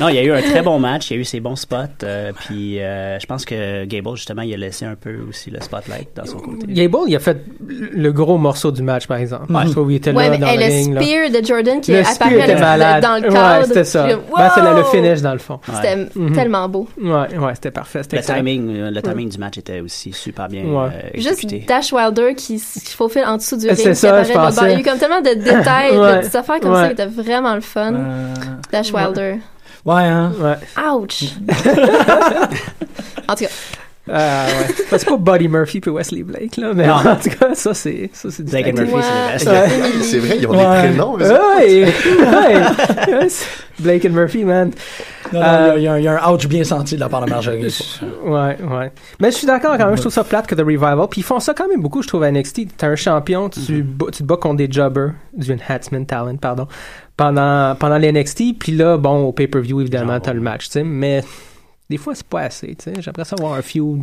[SPEAKER 8] Non, il y a eu un très bon match, il y a eu ses bons spots, euh, puis euh, je pense que Gable, justement, il a laissé un peu aussi le spotlight dans son côté.
[SPEAKER 5] Gable, il a fait le gros morceau du match, par exemple. Je trouve qu'il était
[SPEAKER 6] Ouais,
[SPEAKER 5] là
[SPEAKER 6] mais
[SPEAKER 5] dans
[SPEAKER 6] hey,
[SPEAKER 5] le ring.
[SPEAKER 6] le
[SPEAKER 5] là.
[SPEAKER 6] spear de Jordan qui
[SPEAKER 5] Le
[SPEAKER 6] est apparu
[SPEAKER 5] spear
[SPEAKER 6] à
[SPEAKER 5] était
[SPEAKER 6] la-
[SPEAKER 5] malade.
[SPEAKER 6] dans le crowd.
[SPEAKER 5] Ouais, c'était ça.
[SPEAKER 6] Puis là,
[SPEAKER 5] Ben, c'est le, le
[SPEAKER 6] wow!
[SPEAKER 5] finish, dans le fond.
[SPEAKER 6] C'était
[SPEAKER 5] Mhm.
[SPEAKER 6] tellement beau.
[SPEAKER 5] Ouais, ouais, c'était parfait. C'était
[SPEAKER 8] Le
[SPEAKER 5] excellent.
[SPEAKER 8] timing, euh, le timing du match était aussi super bien
[SPEAKER 5] Ouais.
[SPEAKER 8] euh,
[SPEAKER 6] Juste
[SPEAKER 8] exécuté.
[SPEAKER 6] Dash Wilder qui s- qui faufile en dessous du
[SPEAKER 5] C'est
[SPEAKER 6] ring. qui
[SPEAKER 5] ça,
[SPEAKER 6] apparaît
[SPEAKER 5] je
[SPEAKER 6] de bord.
[SPEAKER 5] pensais.
[SPEAKER 6] Il y a eu comme tellement de détails,
[SPEAKER 5] Ouais.
[SPEAKER 6] de petites affaires comme
[SPEAKER 5] Ouais.
[SPEAKER 6] ça qui étaient vraiment le fun.
[SPEAKER 4] euh,
[SPEAKER 6] Dash Wilder.
[SPEAKER 4] ouais, hein?
[SPEAKER 5] Ouais.
[SPEAKER 6] Ouch! en tout cas,
[SPEAKER 5] Ah, ouais. Ben, c'est pas Buddy Murphy puis Wesley Blake, là, mais
[SPEAKER 8] Non.
[SPEAKER 5] en tout cas, ça, c'est ça, c'est du
[SPEAKER 8] Blake and
[SPEAKER 5] tag team.
[SPEAKER 8] Murphy,
[SPEAKER 6] euh,
[SPEAKER 8] c'est le
[SPEAKER 5] Ouais.
[SPEAKER 8] best.
[SPEAKER 7] C'est vrai, ils ont
[SPEAKER 4] Ouais.
[SPEAKER 7] des prénoms. eux autres.
[SPEAKER 5] Ouais, Euh, ouais. Yes. Blake and Murphy, man.
[SPEAKER 4] Non, non,
[SPEAKER 5] Euh,
[SPEAKER 4] il y a- il y, a un ouch bien senti de la part de Marjorie.
[SPEAKER 5] Ouais, ouais. Mais je suis d'accord quand même, je trouve ça plate que The Revival. Puis ils font ça quand même beaucoup, je trouve, à NXT. T'es un champion,
[SPEAKER 8] Mhm.
[SPEAKER 5] tu, bo- tu te bats contre des jobbers, du enhancement talent, pardon, pendant, pendant les NXT. Puis là, bon, au pay-per-view, évidemment, t'as le match, tu sais. Mais des fois, c'est pas assez, tu sais. J'aimerais savoir un feud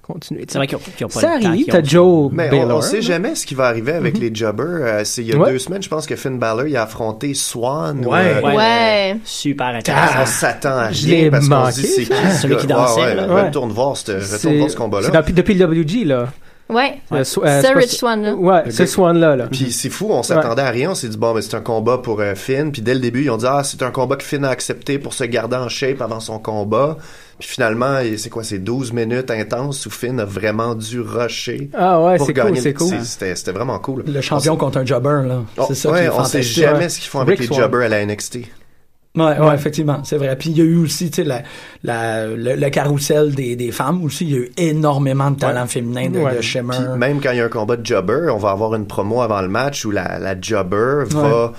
[SPEAKER 5] continuer, tu
[SPEAKER 8] C'est
[SPEAKER 5] sais.
[SPEAKER 8] vrai qu'ils ont- qu'ils ont pas
[SPEAKER 5] Ça
[SPEAKER 8] le temps
[SPEAKER 5] arrive,
[SPEAKER 8] qu'ils
[SPEAKER 5] t'as
[SPEAKER 8] ont.
[SPEAKER 5] Joe
[SPEAKER 7] Mais on- on,
[SPEAKER 5] Baylor. Mhm.
[SPEAKER 7] sait jamais ce qui va arriver avec les jobbers. Euh, c'est il y a
[SPEAKER 5] Ouais.
[SPEAKER 7] deux semaines, je pense que Finn Balor il a affronté Swan. ou,
[SPEAKER 4] Ouais.
[SPEAKER 7] euh,
[SPEAKER 8] Ouais.
[SPEAKER 6] ouais.
[SPEAKER 8] Super
[SPEAKER 7] on
[SPEAKER 8] intéressant.
[SPEAKER 7] s'attend à
[SPEAKER 5] Ah, Je
[SPEAKER 7] rien
[SPEAKER 5] l'ai
[SPEAKER 7] parce qu'on
[SPEAKER 5] manqué,
[SPEAKER 7] se dit c'est qui
[SPEAKER 8] ça.
[SPEAKER 7] ce
[SPEAKER 8] Celui
[SPEAKER 7] gars?
[SPEAKER 8] qui dansait,
[SPEAKER 7] Ouais, ouais,
[SPEAKER 8] là.
[SPEAKER 5] Ouais.
[SPEAKER 7] Retourne voir ce
[SPEAKER 5] C'est-
[SPEAKER 7] retourne voir Euh, ce combat-là.
[SPEAKER 5] C'est dans- depuis le WG, là.
[SPEAKER 6] Ouais.
[SPEAKER 5] Le sw- euh,
[SPEAKER 6] C'est
[SPEAKER 5] c'est pas-
[SPEAKER 6] Rich Swan, là.
[SPEAKER 5] Ouais, ce Swan-là, là.
[SPEAKER 7] Puis c'est fou, on s'attendait à rien, on s'est dit bon mais c'est un combat pour euh, Finn, puis dès le début ils ont dit ah c'est un combat que Finn a accepté pour se garder en shape avant son combat. Puis finalement, il- c'est quoi c'est 12 minutes intenses où Finn a vraiment dû rusher
[SPEAKER 5] Ah ouais,
[SPEAKER 7] pour
[SPEAKER 5] c'est
[SPEAKER 7] gagner.
[SPEAKER 5] cool, c'est
[SPEAKER 7] le-
[SPEAKER 5] cool.
[SPEAKER 7] C'était c'était vraiment cool.
[SPEAKER 4] Le champion contre un jobber, là.
[SPEAKER 7] On,
[SPEAKER 4] c'est ça
[SPEAKER 7] Oh, ouais,
[SPEAKER 4] qui est
[SPEAKER 7] on sait
[SPEAKER 4] fantastique.
[SPEAKER 7] jamais ce qu'ils font avec
[SPEAKER 5] Rick
[SPEAKER 7] les
[SPEAKER 5] Swan.
[SPEAKER 7] jobbers à la NXT.
[SPEAKER 4] Ouais, ouais, effectivement, c'est vrai. Puis il y a eu aussi, tu sais, la, la, le, le carrousel des, des femmes aussi. Il y a eu énormément de talent féminin de,
[SPEAKER 5] Ouais.
[SPEAKER 4] de Shimmer.
[SPEAKER 7] Puis même quand il y a un combat de jobber, on va avoir une promo avant le match où la, la jobber va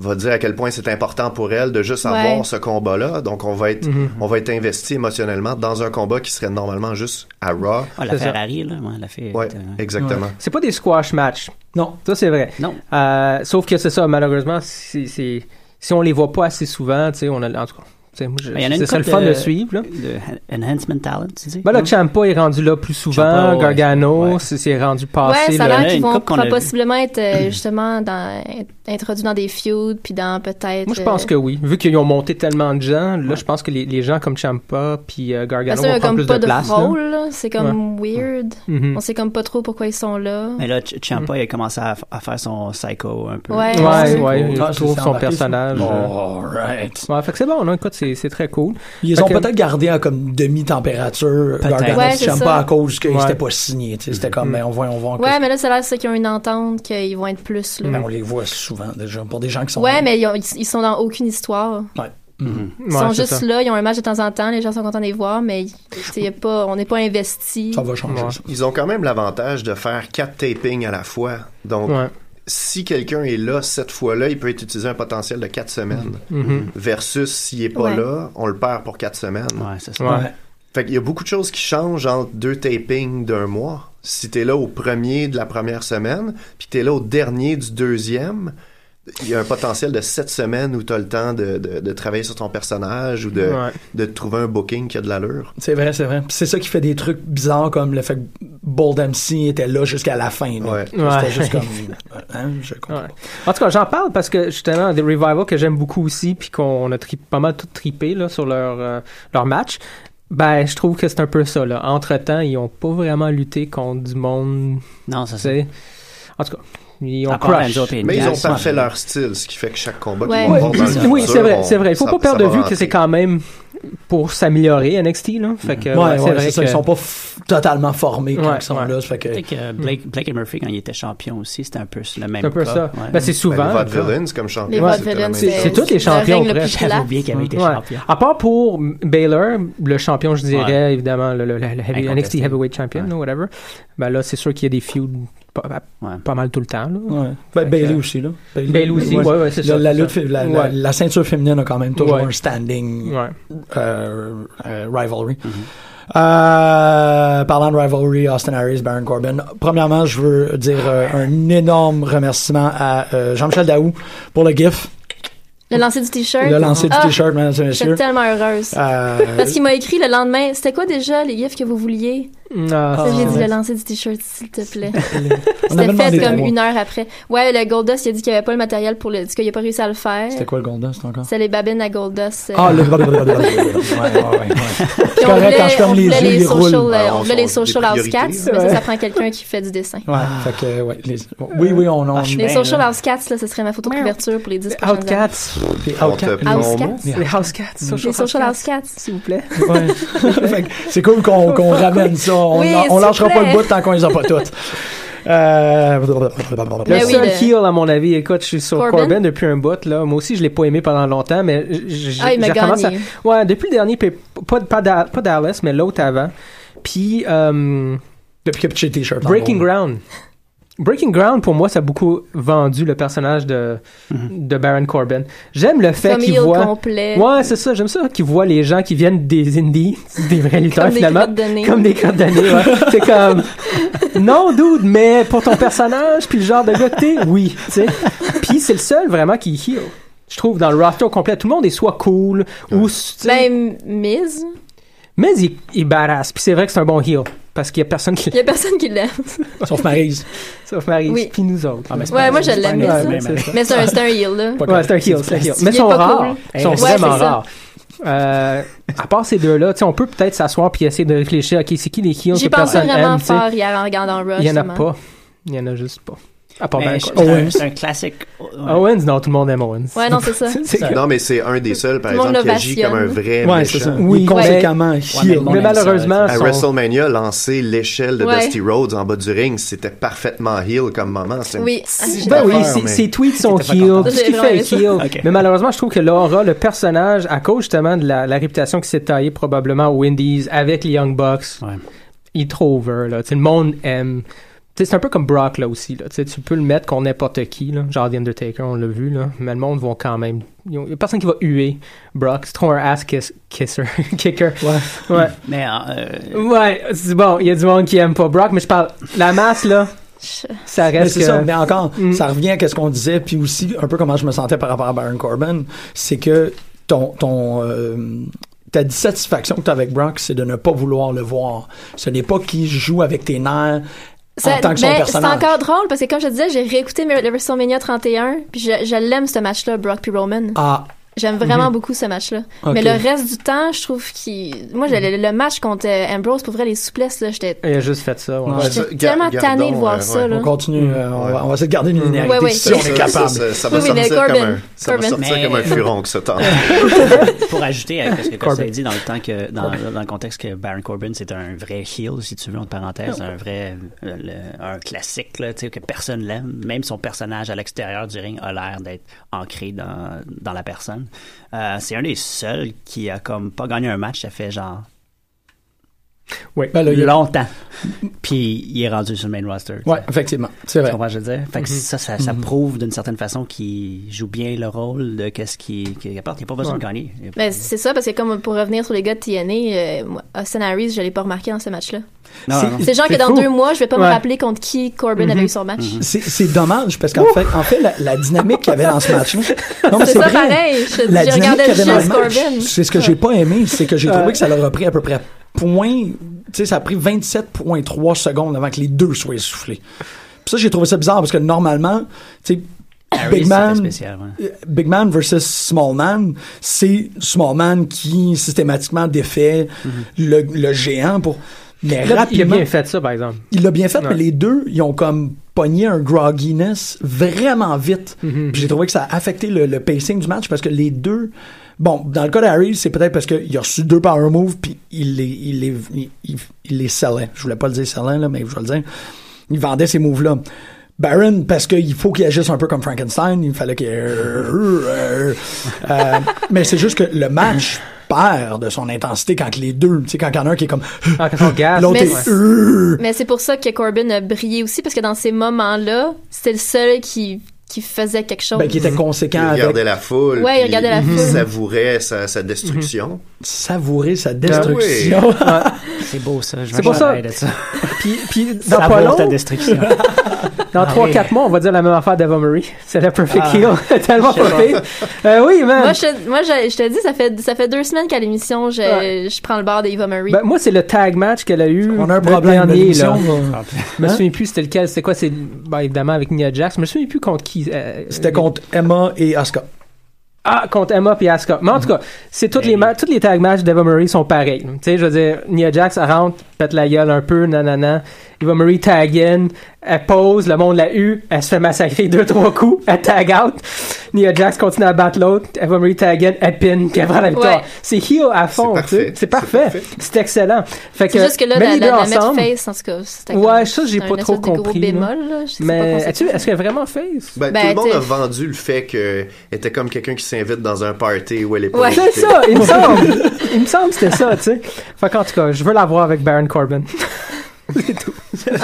[SPEAKER 7] va dire à quel point c'est important pour elle de juste
[SPEAKER 6] Ouais.
[SPEAKER 7] avoir ce combat-là. Donc on va être on va être investi émotionnellement dans un combat qui serait normalement juste à Raw.
[SPEAKER 8] Ah, la Ferrari, là. Ouais, la fait,
[SPEAKER 7] Ouais,
[SPEAKER 8] euh,
[SPEAKER 7] exactement.
[SPEAKER 5] C'est pas des squash matchs.
[SPEAKER 4] Non.
[SPEAKER 5] Ça, c'est vrai.
[SPEAKER 8] Non.
[SPEAKER 5] Euh, sauf que c'est ça, malheureusement, si, si, si on les voit pas assez souvent, tu sais, on a. En tout cas, tu sais, moi, je-
[SPEAKER 8] Mais il Ben, y en a une
[SPEAKER 5] c'est ça le
[SPEAKER 8] couple
[SPEAKER 5] fun
[SPEAKER 8] de-
[SPEAKER 5] de suivre, là.
[SPEAKER 8] de en- Enhancement Talent, tu dis?
[SPEAKER 5] Ben là,
[SPEAKER 8] Non?
[SPEAKER 5] Champa est rendu là plus souvent,
[SPEAKER 8] Ciampa, ouais.
[SPEAKER 5] Gargano,
[SPEAKER 8] Ouais.
[SPEAKER 5] c'est c'est rendu passé.
[SPEAKER 6] Ouais, ça a
[SPEAKER 5] là.
[SPEAKER 8] là,
[SPEAKER 6] l'air qu'ils
[SPEAKER 8] une
[SPEAKER 6] vont
[SPEAKER 8] coupe qu'on a
[SPEAKER 6] pro-
[SPEAKER 8] vue.
[SPEAKER 6] possiblement être euh, justement dans, être introduits dans des feuds, puis dans peut-être.
[SPEAKER 5] Moi, je pense
[SPEAKER 6] euh,
[SPEAKER 5] que oui. Vu qu'ils ont monté tellement de gens, là, je pense que les, les gens comme Champa puis euh,
[SPEAKER 6] Parce
[SPEAKER 5] Gargano
[SPEAKER 6] qu'il y
[SPEAKER 5] vont
[SPEAKER 6] a
[SPEAKER 5] prendre
[SPEAKER 6] comme
[SPEAKER 5] plus
[SPEAKER 6] pas
[SPEAKER 5] de
[SPEAKER 6] de,
[SPEAKER 5] place. là.
[SPEAKER 6] rôle, là. c'est comme weird.
[SPEAKER 5] Mhm.
[SPEAKER 6] On sait comme pas trop pourquoi ils sont là.
[SPEAKER 8] Mais là, Ch- Ciampa,
[SPEAKER 5] Hmm.
[SPEAKER 8] il a commencé à, f- à faire son psycho un peu.
[SPEAKER 6] Ouais.
[SPEAKER 5] Ouais,
[SPEAKER 6] Ouais,
[SPEAKER 5] ouais,
[SPEAKER 4] cool.
[SPEAKER 5] il
[SPEAKER 4] Ah, c'est
[SPEAKER 5] retrouve son
[SPEAKER 4] embarqué, ça.
[SPEAKER 5] personnage. euh.
[SPEAKER 4] Alright.
[SPEAKER 5] Ouais, fait que c'est bon, non? Écoute, c'est c'est c'est très cool.
[SPEAKER 4] Ils
[SPEAKER 5] Fait
[SPEAKER 4] ont
[SPEAKER 5] que-
[SPEAKER 4] peut-être gardé à comme demi-température
[SPEAKER 5] Peut-être.
[SPEAKER 4] Gargano
[SPEAKER 6] Ouais,
[SPEAKER 4] si
[SPEAKER 6] c'est
[SPEAKER 4] j'aime
[SPEAKER 6] ça.
[SPEAKER 4] pas à cause qu'ils
[SPEAKER 5] Ouais. Mm-hmm.
[SPEAKER 4] n'étaient pas signés. tu sais, C'était comme, mais on va, on va encore.
[SPEAKER 6] Ouais, mais là, ça a l'air c'est qu'ils ont une entente, qu'ils vont être plus. Là.
[SPEAKER 4] Ben, on les voit souvent déjà pour des gens qui sont.
[SPEAKER 6] Ouais, mais ils, ont- ils- ils sont dans aucune histoire.
[SPEAKER 4] Ouais.
[SPEAKER 6] Ils
[SPEAKER 5] Ouais,
[SPEAKER 6] sont
[SPEAKER 5] c'est
[SPEAKER 6] juste
[SPEAKER 5] ça.
[SPEAKER 6] là, ils ont un match de temps en temps, les gens sont contents de les voir, mais tu sais, y a pas, on n'est pas investis.
[SPEAKER 4] Ça va changer.
[SPEAKER 5] Ouais.
[SPEAKER 4] ça.
[SPEAKER 7] Ils ont quand même l'avantage de faire quatre tapings à la fois. Donc,
[SPEAKER 5] Ouais.
[SPEAKER 7] si quelqu'un est là cette fois-là, il peut être utilisé un potentiel de quatre semaines.
[SPEAKER 5] Mhm.
[SPEAKER 7] Versus s'il est pas
[SPEAKER 6] Ouais.
[SPEAKER 7] là, on le perd pour quatre semaines.
[SPEAKER 8] Ouais, c'est ça.
[SPEAKER 5] Ouais.
[SPEAKER 7] Fait qu'il y a beaucoup de choses qui changent entre deux tapings d'un mois. Si t'es là au premier de la première semaine, puis t'es là au dernier du deuxième, il y a un potentiel de sept semaines où t'as le temps de, de- de travailler sur ton personnage ou de,
[SPEAKER 5] Ouais.
[SPEAKER 7] de trouver un booking qui a de l'allure.
[SPEAKER 4] C'est vrai, c'est vrai. Puis C'est ça qui fait des trucs bizarres comme le fait que Bold MC était là jusqu'à la fin. là.
[SPEAKER 7] Ouais.
[SPEAKER 4] C'était
[SPEAKER 5] Ouais.
[SPEAKER 4] juste comme. hein, je comprends.
[SPEAKER 5] Ouais. En tout cas, j'en parle parce que justement, des Revival que j'aime beaucoup aussi, puis qu'on a tri- pas mal tout tripé là, sur leur, euh, leur match, ben, je trouve que c'est un peu ça. Là. Entre-temps, ils ont pas vraiment lutté contre du monde,
[SPEAKER 8] Non, ça
[SPEAKER 5] tu
[SPEAKER 8] c'est.
[SPEAKER 5] sais. En tout cas, ils ont
[SPEAKER 8] À part
[SPEAKER 5] crush.
[SPEAKER 8] Enzo et
[SPEAKER 7] Mais ils
[SPEAKER 8] Gas,
[SPEAKER 7] ont pas
[SPEAKER 8] ouais.
[SPEAKER 7] fait leur style, ce qui fait que chaque combat
[SPEAKER 6] Ouais.
[SPEAKER 7] qu'ils vont
[SPEAKER 5] Ouais,
[SPEAKER 7] avoir dans le
[SPEAKER 5] oui,
[SPEAKER 7] futur,
[SPEAKER 5] c'est vrai,
[SPEAKER 7] on-
[SPEAKER 5] c'est vrai. Il faut
[SPEAKER 7] ça-
[SPEAKER 5] pas perdre
[SPEAKER 7] ça
[SPEAKER 5] de
[SPEAKER 7] va
[SPEAKER 5] vue que c'est
[SPEAKER 7] rentrer.
[SPEAKER 5] quand même pour s'améliorer NXT, là. Fait que,
[SPEAKER 4] Ouais,
[SPEAKER 5] ouais,
[SPEAKER 4] ouais,
[SPEAKER 5] c'est vrai
[SPEAKER 4] c'est ça,
[SPEAKER 5] que-
[SPEAKER 4] Ils sont pas f- totalement formés quand
[SPEAKER 5] Ouais,
[SPEAKER 4] ils sont
[SPEAKER 5] ouais.
[SPEAKER 4] là. ça fait que-
[SPEAKER 8] Peut-être que Blake,
[SPEAKER 5] Hmm.
[SPEAKER 8] Blake et Murphy, quand il était champion aussi, c'était un peu le même
[SPEAKER 5] c'est un peu
[SPEAKER 8] cas.
[SPEAKER 5] ça.
[SPEAKER 8] Ouais.
[SPEAKER 5] Ben, c'est
[SPEAKER 7] Ben,
[SPEAKER 5] souvent.
[SPEAKER 7] les
[SPEAKER 5] le cas.
[SPEAKER 7] Vaudevillains, comme champion,
[SPEAKER 6] Les
[SPEAKER 7] c'était la
[SPEAKER 6] Vaudevillains,
[SPEAKER 7] même
[SPEAKER 6] c'est-
[SPEAKER 7] chose.
[SPEAKER 5] C'est tous les
[SPEAKER 6] Le
[SPEAKER 5] champions,
[SPEAKER 6] règle le
[SPEAKER 5] bref.
[SPEAKER 6] plus
[SPEAKER 8] J'avais oublié qu'il avait été
[SPEAKER 5] Hmm. Ouais.
[SPEAKER 8] champion.
[SPEAKER 5] À part pour Baylor, le champion, je dirais,
[SPEAKER 8] Ouais.
[SPEAKER 5] évidemment, le, le- le- le heavy- NXT
[SPEAKER 8] Incontesté.
[SPEAKER 5] Heavyweight Champion,
[SPEAKER 8] Ouais.
[SPEAKER 5] là, whatever. Ben là, c'est sûr qu'il y a des feuds pas,
[SPEAKER 8] Ouais.
[SPEAKER 5] pas mal tout le temps. là.
[SPEAKER 4] Ouais. Ben,
[SPEAKER 5] que-
[SPEAKER 4] Bailey aussi, là. Bailey,
[SPEAKER 5] Baylor euh, aussi,
[SPEAKER 4] ouais.
[SPEAKER 5] ouais, ouais, c'est
[SPEAKER 4] La,
[SPEAKER 5] ça.
[SPEAKER 4] la
[SPEAKER 5] c'est
[SPEAKER 4] lutte,
[SPEAKER 5] ça.
[SPEAKER 4] la, la-
[SPEAKER 5] Ouais.
[SPEAKER 4] la ceinture féminine a quand même toujours
[SPEAKER 5] Ouais.
[SPEAKER 4] un standing
[SPEAKER 5] Ouais. Mm-hmm.
[SPEAKER 4] euh, euh, rivalry. Euh, parlant de rivalry, Austin Harris, Baron Corbin. Premièrement, je veux dire euh, un énorme remerciement à euh, Jean-Michel Daou pour le GIF,
[SPEAKER 6] Le lancer du t-shirt.
[SPEAKER 4] le lancer du
[SPEAKER 6] Ah,
[SPEAKER 4] t-shirt, mesdames et
[SPEAKER 6] Je suis
[SPEAKER 4] messieurs.
[SPEAKER 6] tellement heureuse.
[SPEAKER 4] Euh,
[SPEAKER 6] Parce qu'il m'a écrit le lendemain, c'était quoi déjà les gifs que vous vouliez?
[SPEAKER 5] Ah,
[SPEAKER 6] Ça, J'ai dit
[SPEAKER 4] ouais.
[SPEAKER 6] le lancer du t-shirt, s'il te plaît.
[SPEAKER 4] on avait
[SPEAKER 6] C'était
[SPEAKER 4] demandé
[SPEAKER 6] fait comme
[SPEAKER 4] trois.
[SPEAKER 6] une heure après. Ouais, le Goldust, il a dit qu'il n'y avait pas le matériel pour le. Du coup, il n'a pas réussi à le faire.
[SPEAKER 4] C'était quoi le Goldust encore?
[SPEAKER 6] C'est les babines à Goldust. euh,
[SPEAKER 4] Ah, le. ouais, ouais, ouais, ouais.
[SPEAKER 6] puis on
[SPEAKER 4] correct,
[SPEAKER 6] voulait-
[SPEAKER 4] quand je ferme
[SPEAKER 6] on
[SPEAKER 4] les
[SPEAKER 6] voulait
[SPEAKER 4] yeux, ils roulent.
[SPEAKER 6] social, euh, on
[SPEAKER 7] Alors, Ah, on
[SPEAKER 6] voulait
[SPEAKER 7] sont
[SPEAKER 6] les
[SPEAKER 7] des
[SPEAKER 6] social house cats,
[SPEAKER 7] priorités.
[SPEAKER 6] mais ça, ça prend quelqu'un qui fait du dessin.
[SPEAKER 4] Ouais, fait que, ouais, les- oui, oui, on, on
[SPEAKER 8] Ah, je
[SPEAKER 6] Les
[SPEAKER 8] Ben,
[SPEAKER 6] social
[SPEAKER 8] là.
[SPEAKER 6] house cats, là, ce serait ma photo de couverture pour les 10 prochaines années.
[SPEAKER 5] Outcats.
[SPEAKER 4] les
[SPEAKER 7] On
[SPEAKER 4] Outcast-
[SPEAKER 7] te
[SPEAKER 4] les-
[SPEAKER 7] prend
[SPEAKER 6] House
[SPEAKER 7] au
[SPEAKER 6] Cats.
[SPEAKER 7] mot.
[SPEAKER 5] Les House Cats. Social
[SPEAKER 6] Les social
[SPEAKER 5] House
[SPEAKER 6] house cats.
[SPEAKER 5] S'il vous plaît.
[SPEAKER 4] Ouais. Fait que c'est cool qu'on qu'on ramène ça. On,
[SPEAKER 6] Oui,
[SPEAKER 4] on
[SPEAKER 6] s'il
[SPEAKER 4] lâchera
[SPEAKER 6] vous
[SPEAKER 4] pas
[SPEAKER 6] plaît.
[SPEAKER 4] le bout tant qu'on les a pas toutes. Euh,
[SPEAKER 5] Le
[SPEAKER 6] Mais Ben oui,
[SPEAKER 5] seul
[SPEAKER 6] le-
[SPEAKER 5] heel, à mon avis, écoute, je suis sur Corbin,
[SPEAKER 6] Corbin?
[SPEAKER 5] depuis un bout, là. Moi aussi, je l'ai pas aimé pendant longtemps, mais j- j-
[SPEAKER 6] Ah, il m'a
[SPEAKER 5] j'ai commencé à...
[SPEAKER 6] gagné.
[SPEAKER 5] Ouais, depuis le dernier, puis pas, pas, Da- pas Dallas, mais l'autre avant. Puis, euh,
[SPEAKER 4] Depuis que petit t-shirt. en
[SPEAKER 5] Breaking
[SPEAKER 4] gros.
[SPEAKER 5] Ground. Breaking Ground, pour moi, ça a beaucoup vendu le personnage de, de Baron Corbin. J'aime le fait
[SPEAKER 6] Comme
[SPEAKER 5] qu'il
[SPEAKER 6] il
[SPEAKER 5] voit.
[SPEAKER 6] complet.
[SPEAKER 5] Ouais, c'est ça, j'aime ça, qu'il voit les gens qui viennent des indies, des vrais lutteurs
[SPEAKER 6] Comme des
[SPEAKER 5] finalement.
[SPEAKER 6] crottes de nez.
[SPEAKER 5] Comme des crottes de nez, ouais. C'est comme, non, dude, mais pour ton personnage, puis le genre de gars que t'es, oui, tu sais. Puis c'est le seul vraiment qui heal. Je trouve dans le roster au complet, tout le monde est soit cool ou. tu sais,
[SPEAKER 6] Même Ben, Miz.
[SPEAKER 5] Mais il, il est badass, puis c'est vrai que c'est un bon heal. Parce qu'il y a personne qui.
[SPEAKER 6] Il n'y a personne qui l'aime.
[SPEAKER 4] Sauf Maryse.
[SPEAKER 5] Sauf Marie,
[SPEAKER 6] Oui.
[SPEAKER 5] puis nous autres.
[SPEAKER 4] mais
[SPEAKER 6] Ouais, moi, je l'aime,
[SPEAKER 5] Ouais,
[SPEAKER 6] Miz.
[SPEAKER 5] mais c'est ça.
[SPEAKER 6] Mais c'est un, c'est un heel, là.
[SPEAKER 4] Pas
[SPEAKER 5] Ouais,
[SPEAKER 4] correct.
[SPEAKER 5] c'est un heel, c'est un heel. Mais
[SPEAKER 6] Il
[SPEAKER 5] ils
[SPEAKER 6] est
[SPEAKER 5] sont
[SPEAKER 6] pas
[SPEAKER 5] rares.
[SPEAKER 6] cool.
[SPEAKER 5] Ils sont
[SPEAKER 6] Ouais,
[SPEAKER 5] vraiment
[SPEAKER 6] c'est ça.
[SPEAKER 5] rares. Euh, à part ces deux-là, tu sais, on peut peut-être s'asseoir puis essayer de réfléchir, OK, c'est qui les heels
[SPEAKER 6] J'ai
[SPEAKER 5] que
[SPEAKER 6] pensé
[SPEAKER 5] personne
[SPEAKER 6] vraiment
[SPEAKER 5] aime, tu sais.
[SPEAKER 6] fort hier en regardant Rush.
[SPEAKER 5] Il y en a
[SPEAKER 6] justement.
[SPEAKER 5] pas. Il y en a juste pas. À part
[SPEAKER 6] Ben,
[SPEAKER 8] Mais
[SPEAKER 5] Baron
[SPEAKER 8] Ben, je-
[SPEAKER 5] Corbin.
[SPEAKER 8] c'est
[SPEAKER 4] Owens.
[SPEAKER 8] un- c'est un classique. Ouais.
[SPEAKER 5] Owens, non, tout le monde aime Owens.
[SPEAKER 6] Ouais, non, c'est ça.
[SPEAKER 5] C'est-
[SPEAKER 7] Non, mais c'est un des seuls, par
[SPEAKER 6] Tout le monde
[SPEAKER 7] exemple, qui agit
[SPEAKER 6] l'ovationne.
[SPEAKER 7] comme un vrai
[SPEAKER 4] Ouais, c'est ça.
[SPEAKER 7] méchant.
[SPEAKER 5] Oui,
[SPEAKER 4] Oui, conséquemment,
[SPEAKER 8] mais
[SPEAKER 4] heel.
[SPEAKER 8] bon,
[SPEAKER 5] Mais
[SPEAKER 8] aime ça,
[SPEAKER 5] malheureusement,
[SPEAKER 7] À
[SPEAKER 5] son-
[SPEAKER 7] WrestleMania, lancer l'échelle de
[SPEAKER 6] Ouais.
[SPEAKER 7] Dusty Rhodes en bas du ring, c'était parfaitement heel comme moment. C'était une
[SPEAKER 6] Oui.
[SPEAKER 7] petite
[SPEAKER 5] Ben oui,
[SPEAKER 7] affaire,
[SPEAKER 5] ses,
[SPEAKER 7] mais-
[SPEAKER 5] ses tweets sont
[SPEAKER 8] J'étais pas
[SPEAKER 5] heal,
[SPEAKER 8] content.
[SPEAKER 5] tout ce qu'il
[SPEAKER 6] J'ai
[SPEAKER 5] fait
[SPEAKER 6] vraiment
[SPEAKER 5] est heal.
[SPEAKER 8] Ok.
[SPEAKER 5] Mais malheureusement, je trouve que Laura, le personnage, à cause justement de la, la réputation qui s'est taillée probablement aux Indies avec les Young Bucks,
[SPEAKER 8] Ouais.
[SPEAKER 5] il est trop over, là. Tu sais, le monde aime. Tu sais, c'est un peu comme Brock, là aussi, là. Tu sais, tu peux le mettre contre n'importe qui, là. Genre The Undertaker, on l'a vu, là. Mais le monde va quand même. Il n'y a personne qui va huer Brock. C'est trop un ass kiss- kisser. kicker. Ouais. Ouais.
[SPEAKER 8] Mais euh,
[SPEAKER 5] c'est bon, il y a du monde qui aime pas Brock, mais je parle. La masse, là, ça
[SPEAKER 4] Mais
[SPEAKER 5] reste.
[SPEAKER 4] c'est
[SPEAKER 5] que-
[SPEAKER 4] ça, mais encore,
[SPEAKER 5] Mm.
[SPEAKER 4] ça revient à ce qu'on disait, puis aussi un peu comment je me sentais par rapport à Baron Corbin, c'est que ton, ton, euh, ta dissatisfaction que tu as avec Brock, c'est de ne pas vouloir le voir. Ce n'est pas qu'il joue avec tes nerfs en
[SPEAKER 6] Ça-
[SPEAKER 4] tant que son
[SPEAKER 6] ben, c'est
[SPEAKER 4] personnage.
[SPEAKER 6] encore drôle parce que comme je te disais, j'ai réécouté le WrestleMania 31 puis je, je l'aime ce match-là, Brock puis Roman.
[SPEAKER 4] Ah,
[SPEAKER 6] J'aime
[SPEAKER 5] Mhm.
[SPEAKER 6] vraiment beaucoup ce match-là.
[SPEAKER 4] Ok.
[SPEAKER 6] Mais le reste du temps, je trouve qu'il. Moi, j'allais- le match contre euh, Ambrose, pour vrai, les souplesses, là, j'étais
[SPEAKER 5] Il a juste fait ça. ouais.
[SPEAKER 4] Ouais.
[SPEAKER 7] ça,
[SPEAKER 6] j'étais tellement
[SPEAKER 7] Gar-
[SPEAKER 6] tannée de
[SPEAKER 7] Gardon,
[SPEAKER 6] voir
[SPEAKER 7] euh,
[SPEAKER 6] ça.
[SPEAKER 7] ouais.
[SPEAKER 6] là.
[SPEAKER 4] On
[SPEAKER 8] Mm.
[SPEAKER 4] continue, euh, on, va, on va essayer de garder une linéarité
[SPEAKER 6] Ouais, ouais.
[SPEAKER 4] si on est
[SPEAKER 7] Ça,
[SPEAKER 4] capable.
[SPEAKER 7] ça, ça va
[SPEAKER 6] Oui, oui, mais
[SPEAKER 7] sortir comme
[SPEAKER 6] Corbin,
[SPEAKER 7] un- ça va
[SPEAKER 6] Corbin.
[SPEAKER 7] sortir
[SPEAKER 8] Mais-
[SPEAKER 7] comme un furon que ça tente.
[SPEAKER 8] pour ajouter à ce que
[SPEAKER 5] Corbin.
[SPEAKER 8] Costa a dit dans le temps que dans, dans le contexte que Baron Corbin c'est un vrai heel si tu veux entre parenthèses un vrai euh, le- un classique là, tu sais, que personne l'aime même son personnage à l'extérieur du ring a l'air d'être ancré dans, dans la personne Euh, c'est un des seuls qui a comme pas gagné un match ça fait genre
[SPEAKER 5] Ouais.
[SPEAKER 4] Ben là, il y a-
[SPEAKER 8] longtemps puis il est rendu sur le main roster tu sais.
[SPEAKER 4] Ouais, effectivement, c'est
[SPEAKER 8] Tu
[SPEAKER 4] vrai.
[SPEAKER 8] comprends ce que je veux dire? Fait
[SPEAKER 5] Mm-hmm.
[SPEAKER 8] que ça, ça, ça prouve d'une certaine façon qu'il joue bien le rôle de qu'est-ce qu'il qu'il apporte. Il n'y a pas besoin de gagner.
[SPEAKER 6] Mais Ben, c'est ça, parce que comme pour revenir sur les gars de TNA, euh, moi, Austin Harris, je l'ai pas remarqué dans ce match-là.
[SPEAKER 8] Non, non, non.
[SPEAKER 6] C'est genre que
[SPEAKER 4] C'est
[SPEAKER 6] dans
[SPEAKER 4] fou.
[SPEAKER 6] deux mois, je vais pas
[SPEAKER 5] Ouais. Mhm.
[SPEAKER 6] me rappeler contre qui Corbin avait eu son match.
[SPEAKER 4] C'est c'est dommage parce qu'en fait, en fait, la, la dynamique qu'il y avait dans ce match-là. Non, mais
[SPEAKER 6] C'est ça
[SPEAKER 4] vrai.
[SPEAKER 6] pareil. Je,
[SPEAKER 4] La
[SPEAKER 6] je
[SPEAKER 4] dynamique
[SPEAKER 6] regardais
[SPEAKER 4] qu'il y avait dans le
[SPEAKER 6] juste
[SPEAKER 4] match,
[SPEAKER 6] Corbin.
[SPEAKER 4] c'est ce que j'ai pas aimé, c'est que j'ai trouvé que ça leur a pris à peu près point, tu sais, ça a pris 27.3 secondes avant que les deux soient essoufflés. Puis ça, j'ai trouvé ça bizarre parce que normalement, tu sais,
[SPEAKER 8] Harris,
[SPEAKER 4] Big
[SPEAKER 8] Ah c'était
[SPEAKER 4] Man,
[SPEAKER 8] spécial, ouais.
[SPEAKER 4] euh, Big Man versus Small Man, c'est Small Man qui systématiquement défait
[SPEAKER 8] Mhm.
[SPEAKER 4] le, le géant pour. Mais
[SPEAKER 5] Il a- Il a
[SPEAKER 4] rapidement,
[SPEAKER 5] bien fait ça, par exemple.
[SPEAKER 4] il l'a bien fait, mais
[SPEAKER 5] Ouais.
[SPEAKER 4] les deux, ils ont comme pogné un grogginess vraiment vite. Puis J'ai trouvé que ça a affecté le, le pacing du match parce que les deux. Bon, dans le cas d'Harry, c'est peut-être parce qu'il a reçu deux power moves puis il les, il les, il, il- il les sellait. Je voulais pas le dire sellait, là, mais je vais le dire. Il vendait ces moves-là. Baron, parce qu'il faut qu'il agisse un peu comme Frankenstein, il fallait qu'il. Euh, mais c'est juste que le match perd de son intensité quand les deux, tu sais, quand il y en a un qui est comme.
[SPEAKER 5] Ah, quand on gasse,
[SPEAKER 4] L'autre
[SPEAKER 6] Mais
[SPEAKER 4] est.
[SPEAKER 6] c'est- Mais c'est pour ça que Corbin a brillé aussi, parce que dans ces moments-là, c'était le seul qui, qui faisait quelque chose.
[SPEAKER 4] Ben, qui était
[SPEAKER 7] Il
[SPEAKER 4] conséquent avec Mhm.
[SPEAKER 7] regardait la foule.
[SPEAKER 6] Ouais, il
[SPEAKER 7] puis
[SPEAKER 6] regardait la foule. Mhm.
[SPEAKER 7] savourait sa, sa destruction.
[SPEAKER 4] savourer sa destruction.
[SPEAKER 8] C'est beau ça. Je
[SPEAKER 5] C'est pour ça.
[SPEAKER 8] m'achèterais de ça.
[SPEAKER 5] Puis, puis dans
[SPEAKER 8] Ça
[SPEAKER 5] pas
[SPEAKER 8] vaut
[SPEAKER 5] long,
[SPEAKER 8] ta Ah, destruction.
[SPEAKER 5] dans 3-4 mois, on va dire la même affaire d'Eva Murray. C'est la perfect
[SPEAKER 8] Ah.
[SPEAKER 5] heel. Tellement pas pire. Euh, oui, man.
[SPEAKER 6] Moi, je, moi je, je te dis, ça fait, ça fait deux semaines qu'à l'émission, je,
[SPEAKER 5] Ouais.
[SPEAKER 6] je prends le bar d'Eva Murray.
[SPEAKER 5] Ben, moi, c'est le tag match qu'elle a eu.
[SPEAKER 4] On a un
[SPEAKER 5] le
[SPEAKER 4] problème de
[SPEAKER 5] dernier,
[SPEAKER 4] l'émission,
[SPEAKER 5] là.
[SPEAKER 4] là.
[SPEAKER 5] Je me
[SPEAKER 4] Hein?
[SPEAKER 5] souviens plus c'était lequel. C'était quoi C'est ben, évidemment avec Nia Jax. Je me souviens plus contre qui. euh,
[SPEAKER 4] C'était contre Emma et Asuka.
[SPEAKER 5] Ah, contre Emma puis Asuka. Mais en tout cas, c'est toutes les
[SPEAKER 7] Ben,
[SPEAKER 5] ma- tous les tag matchs d'Eva Murray sont pareils. Tu sais, je veux dire, Nia Jax elle rentre, pète la gueule un peu, nanana. Eva Murray tag in, elle pose, le monde la hue, elle se fait massacrer deux trois coups, elle tag out. Nia Jax continue à battre l'autre, Eva Murray tag in, elle pin, puis elle prend la victoire.
[SPEAKER 6] Ouais.
[SPEAKER 5] C'est heel à fond,
[SPEAKER 7] C'est
[SPEAKER 5] tu
[SPEAKER 7] parfait. C'est
[SPEAKER 5] sais. c'est parfait.
[SPEAKER 7] parfait.
[SPEAKER 5] C'est excellent. Fait
[SPEAKER 6] c'est
[SPEAKER 5] que,
[SPEAKER 6] juste que là,
[SPEAKER 5] mets
[SPEAKER 6] la,
[SPEAKER 5] les
[SPEAKER 6] la,
[SPEAKER 5] deux
[SPEAKER 6] la mettre
[SPEAKER 5] ensemble.
[SPEAKER 6] face, en tout cas, c'était
[SPEAKER 5] Ouais,
[SPEAKER 6] comme-
[SPEAKER 5] ça, j'ai
[SPEAKER 6] c'était
[SPEAKER 5] pas
[SPEAKER 6] un
[SPEAKER 5] trop
[SPEAKER 6] espèce de gros
[SPEAKER 5] compris,
[SPEAKER 6] bémol, là. Je sais
[SPEAKER 5] Mais
[SPEAKER 6] pas
[SPEAKER 5] as-tu- est-ce qu'elle est vraiment face?
[SPEAKER 7] Ben,
[SPEAKER 6] Ben,
[SPEAKER 7] tout le monde
[SPEAKER 6] t'sais-
[SPEAKER 7] a vendu le fait qu'elle était comme quelqu'un qui s'invite dans un party où elle est pas
[SPEAKER 6] Ouais.
[SPEAKER 5] C'est
[SPEAKER 7] invitée.
[SPEAKER 5] ça, il me semble. Il me semble que c'était ça, tu sais. Fait qu'en tout cas, je veux la voir avec Baron Corbin.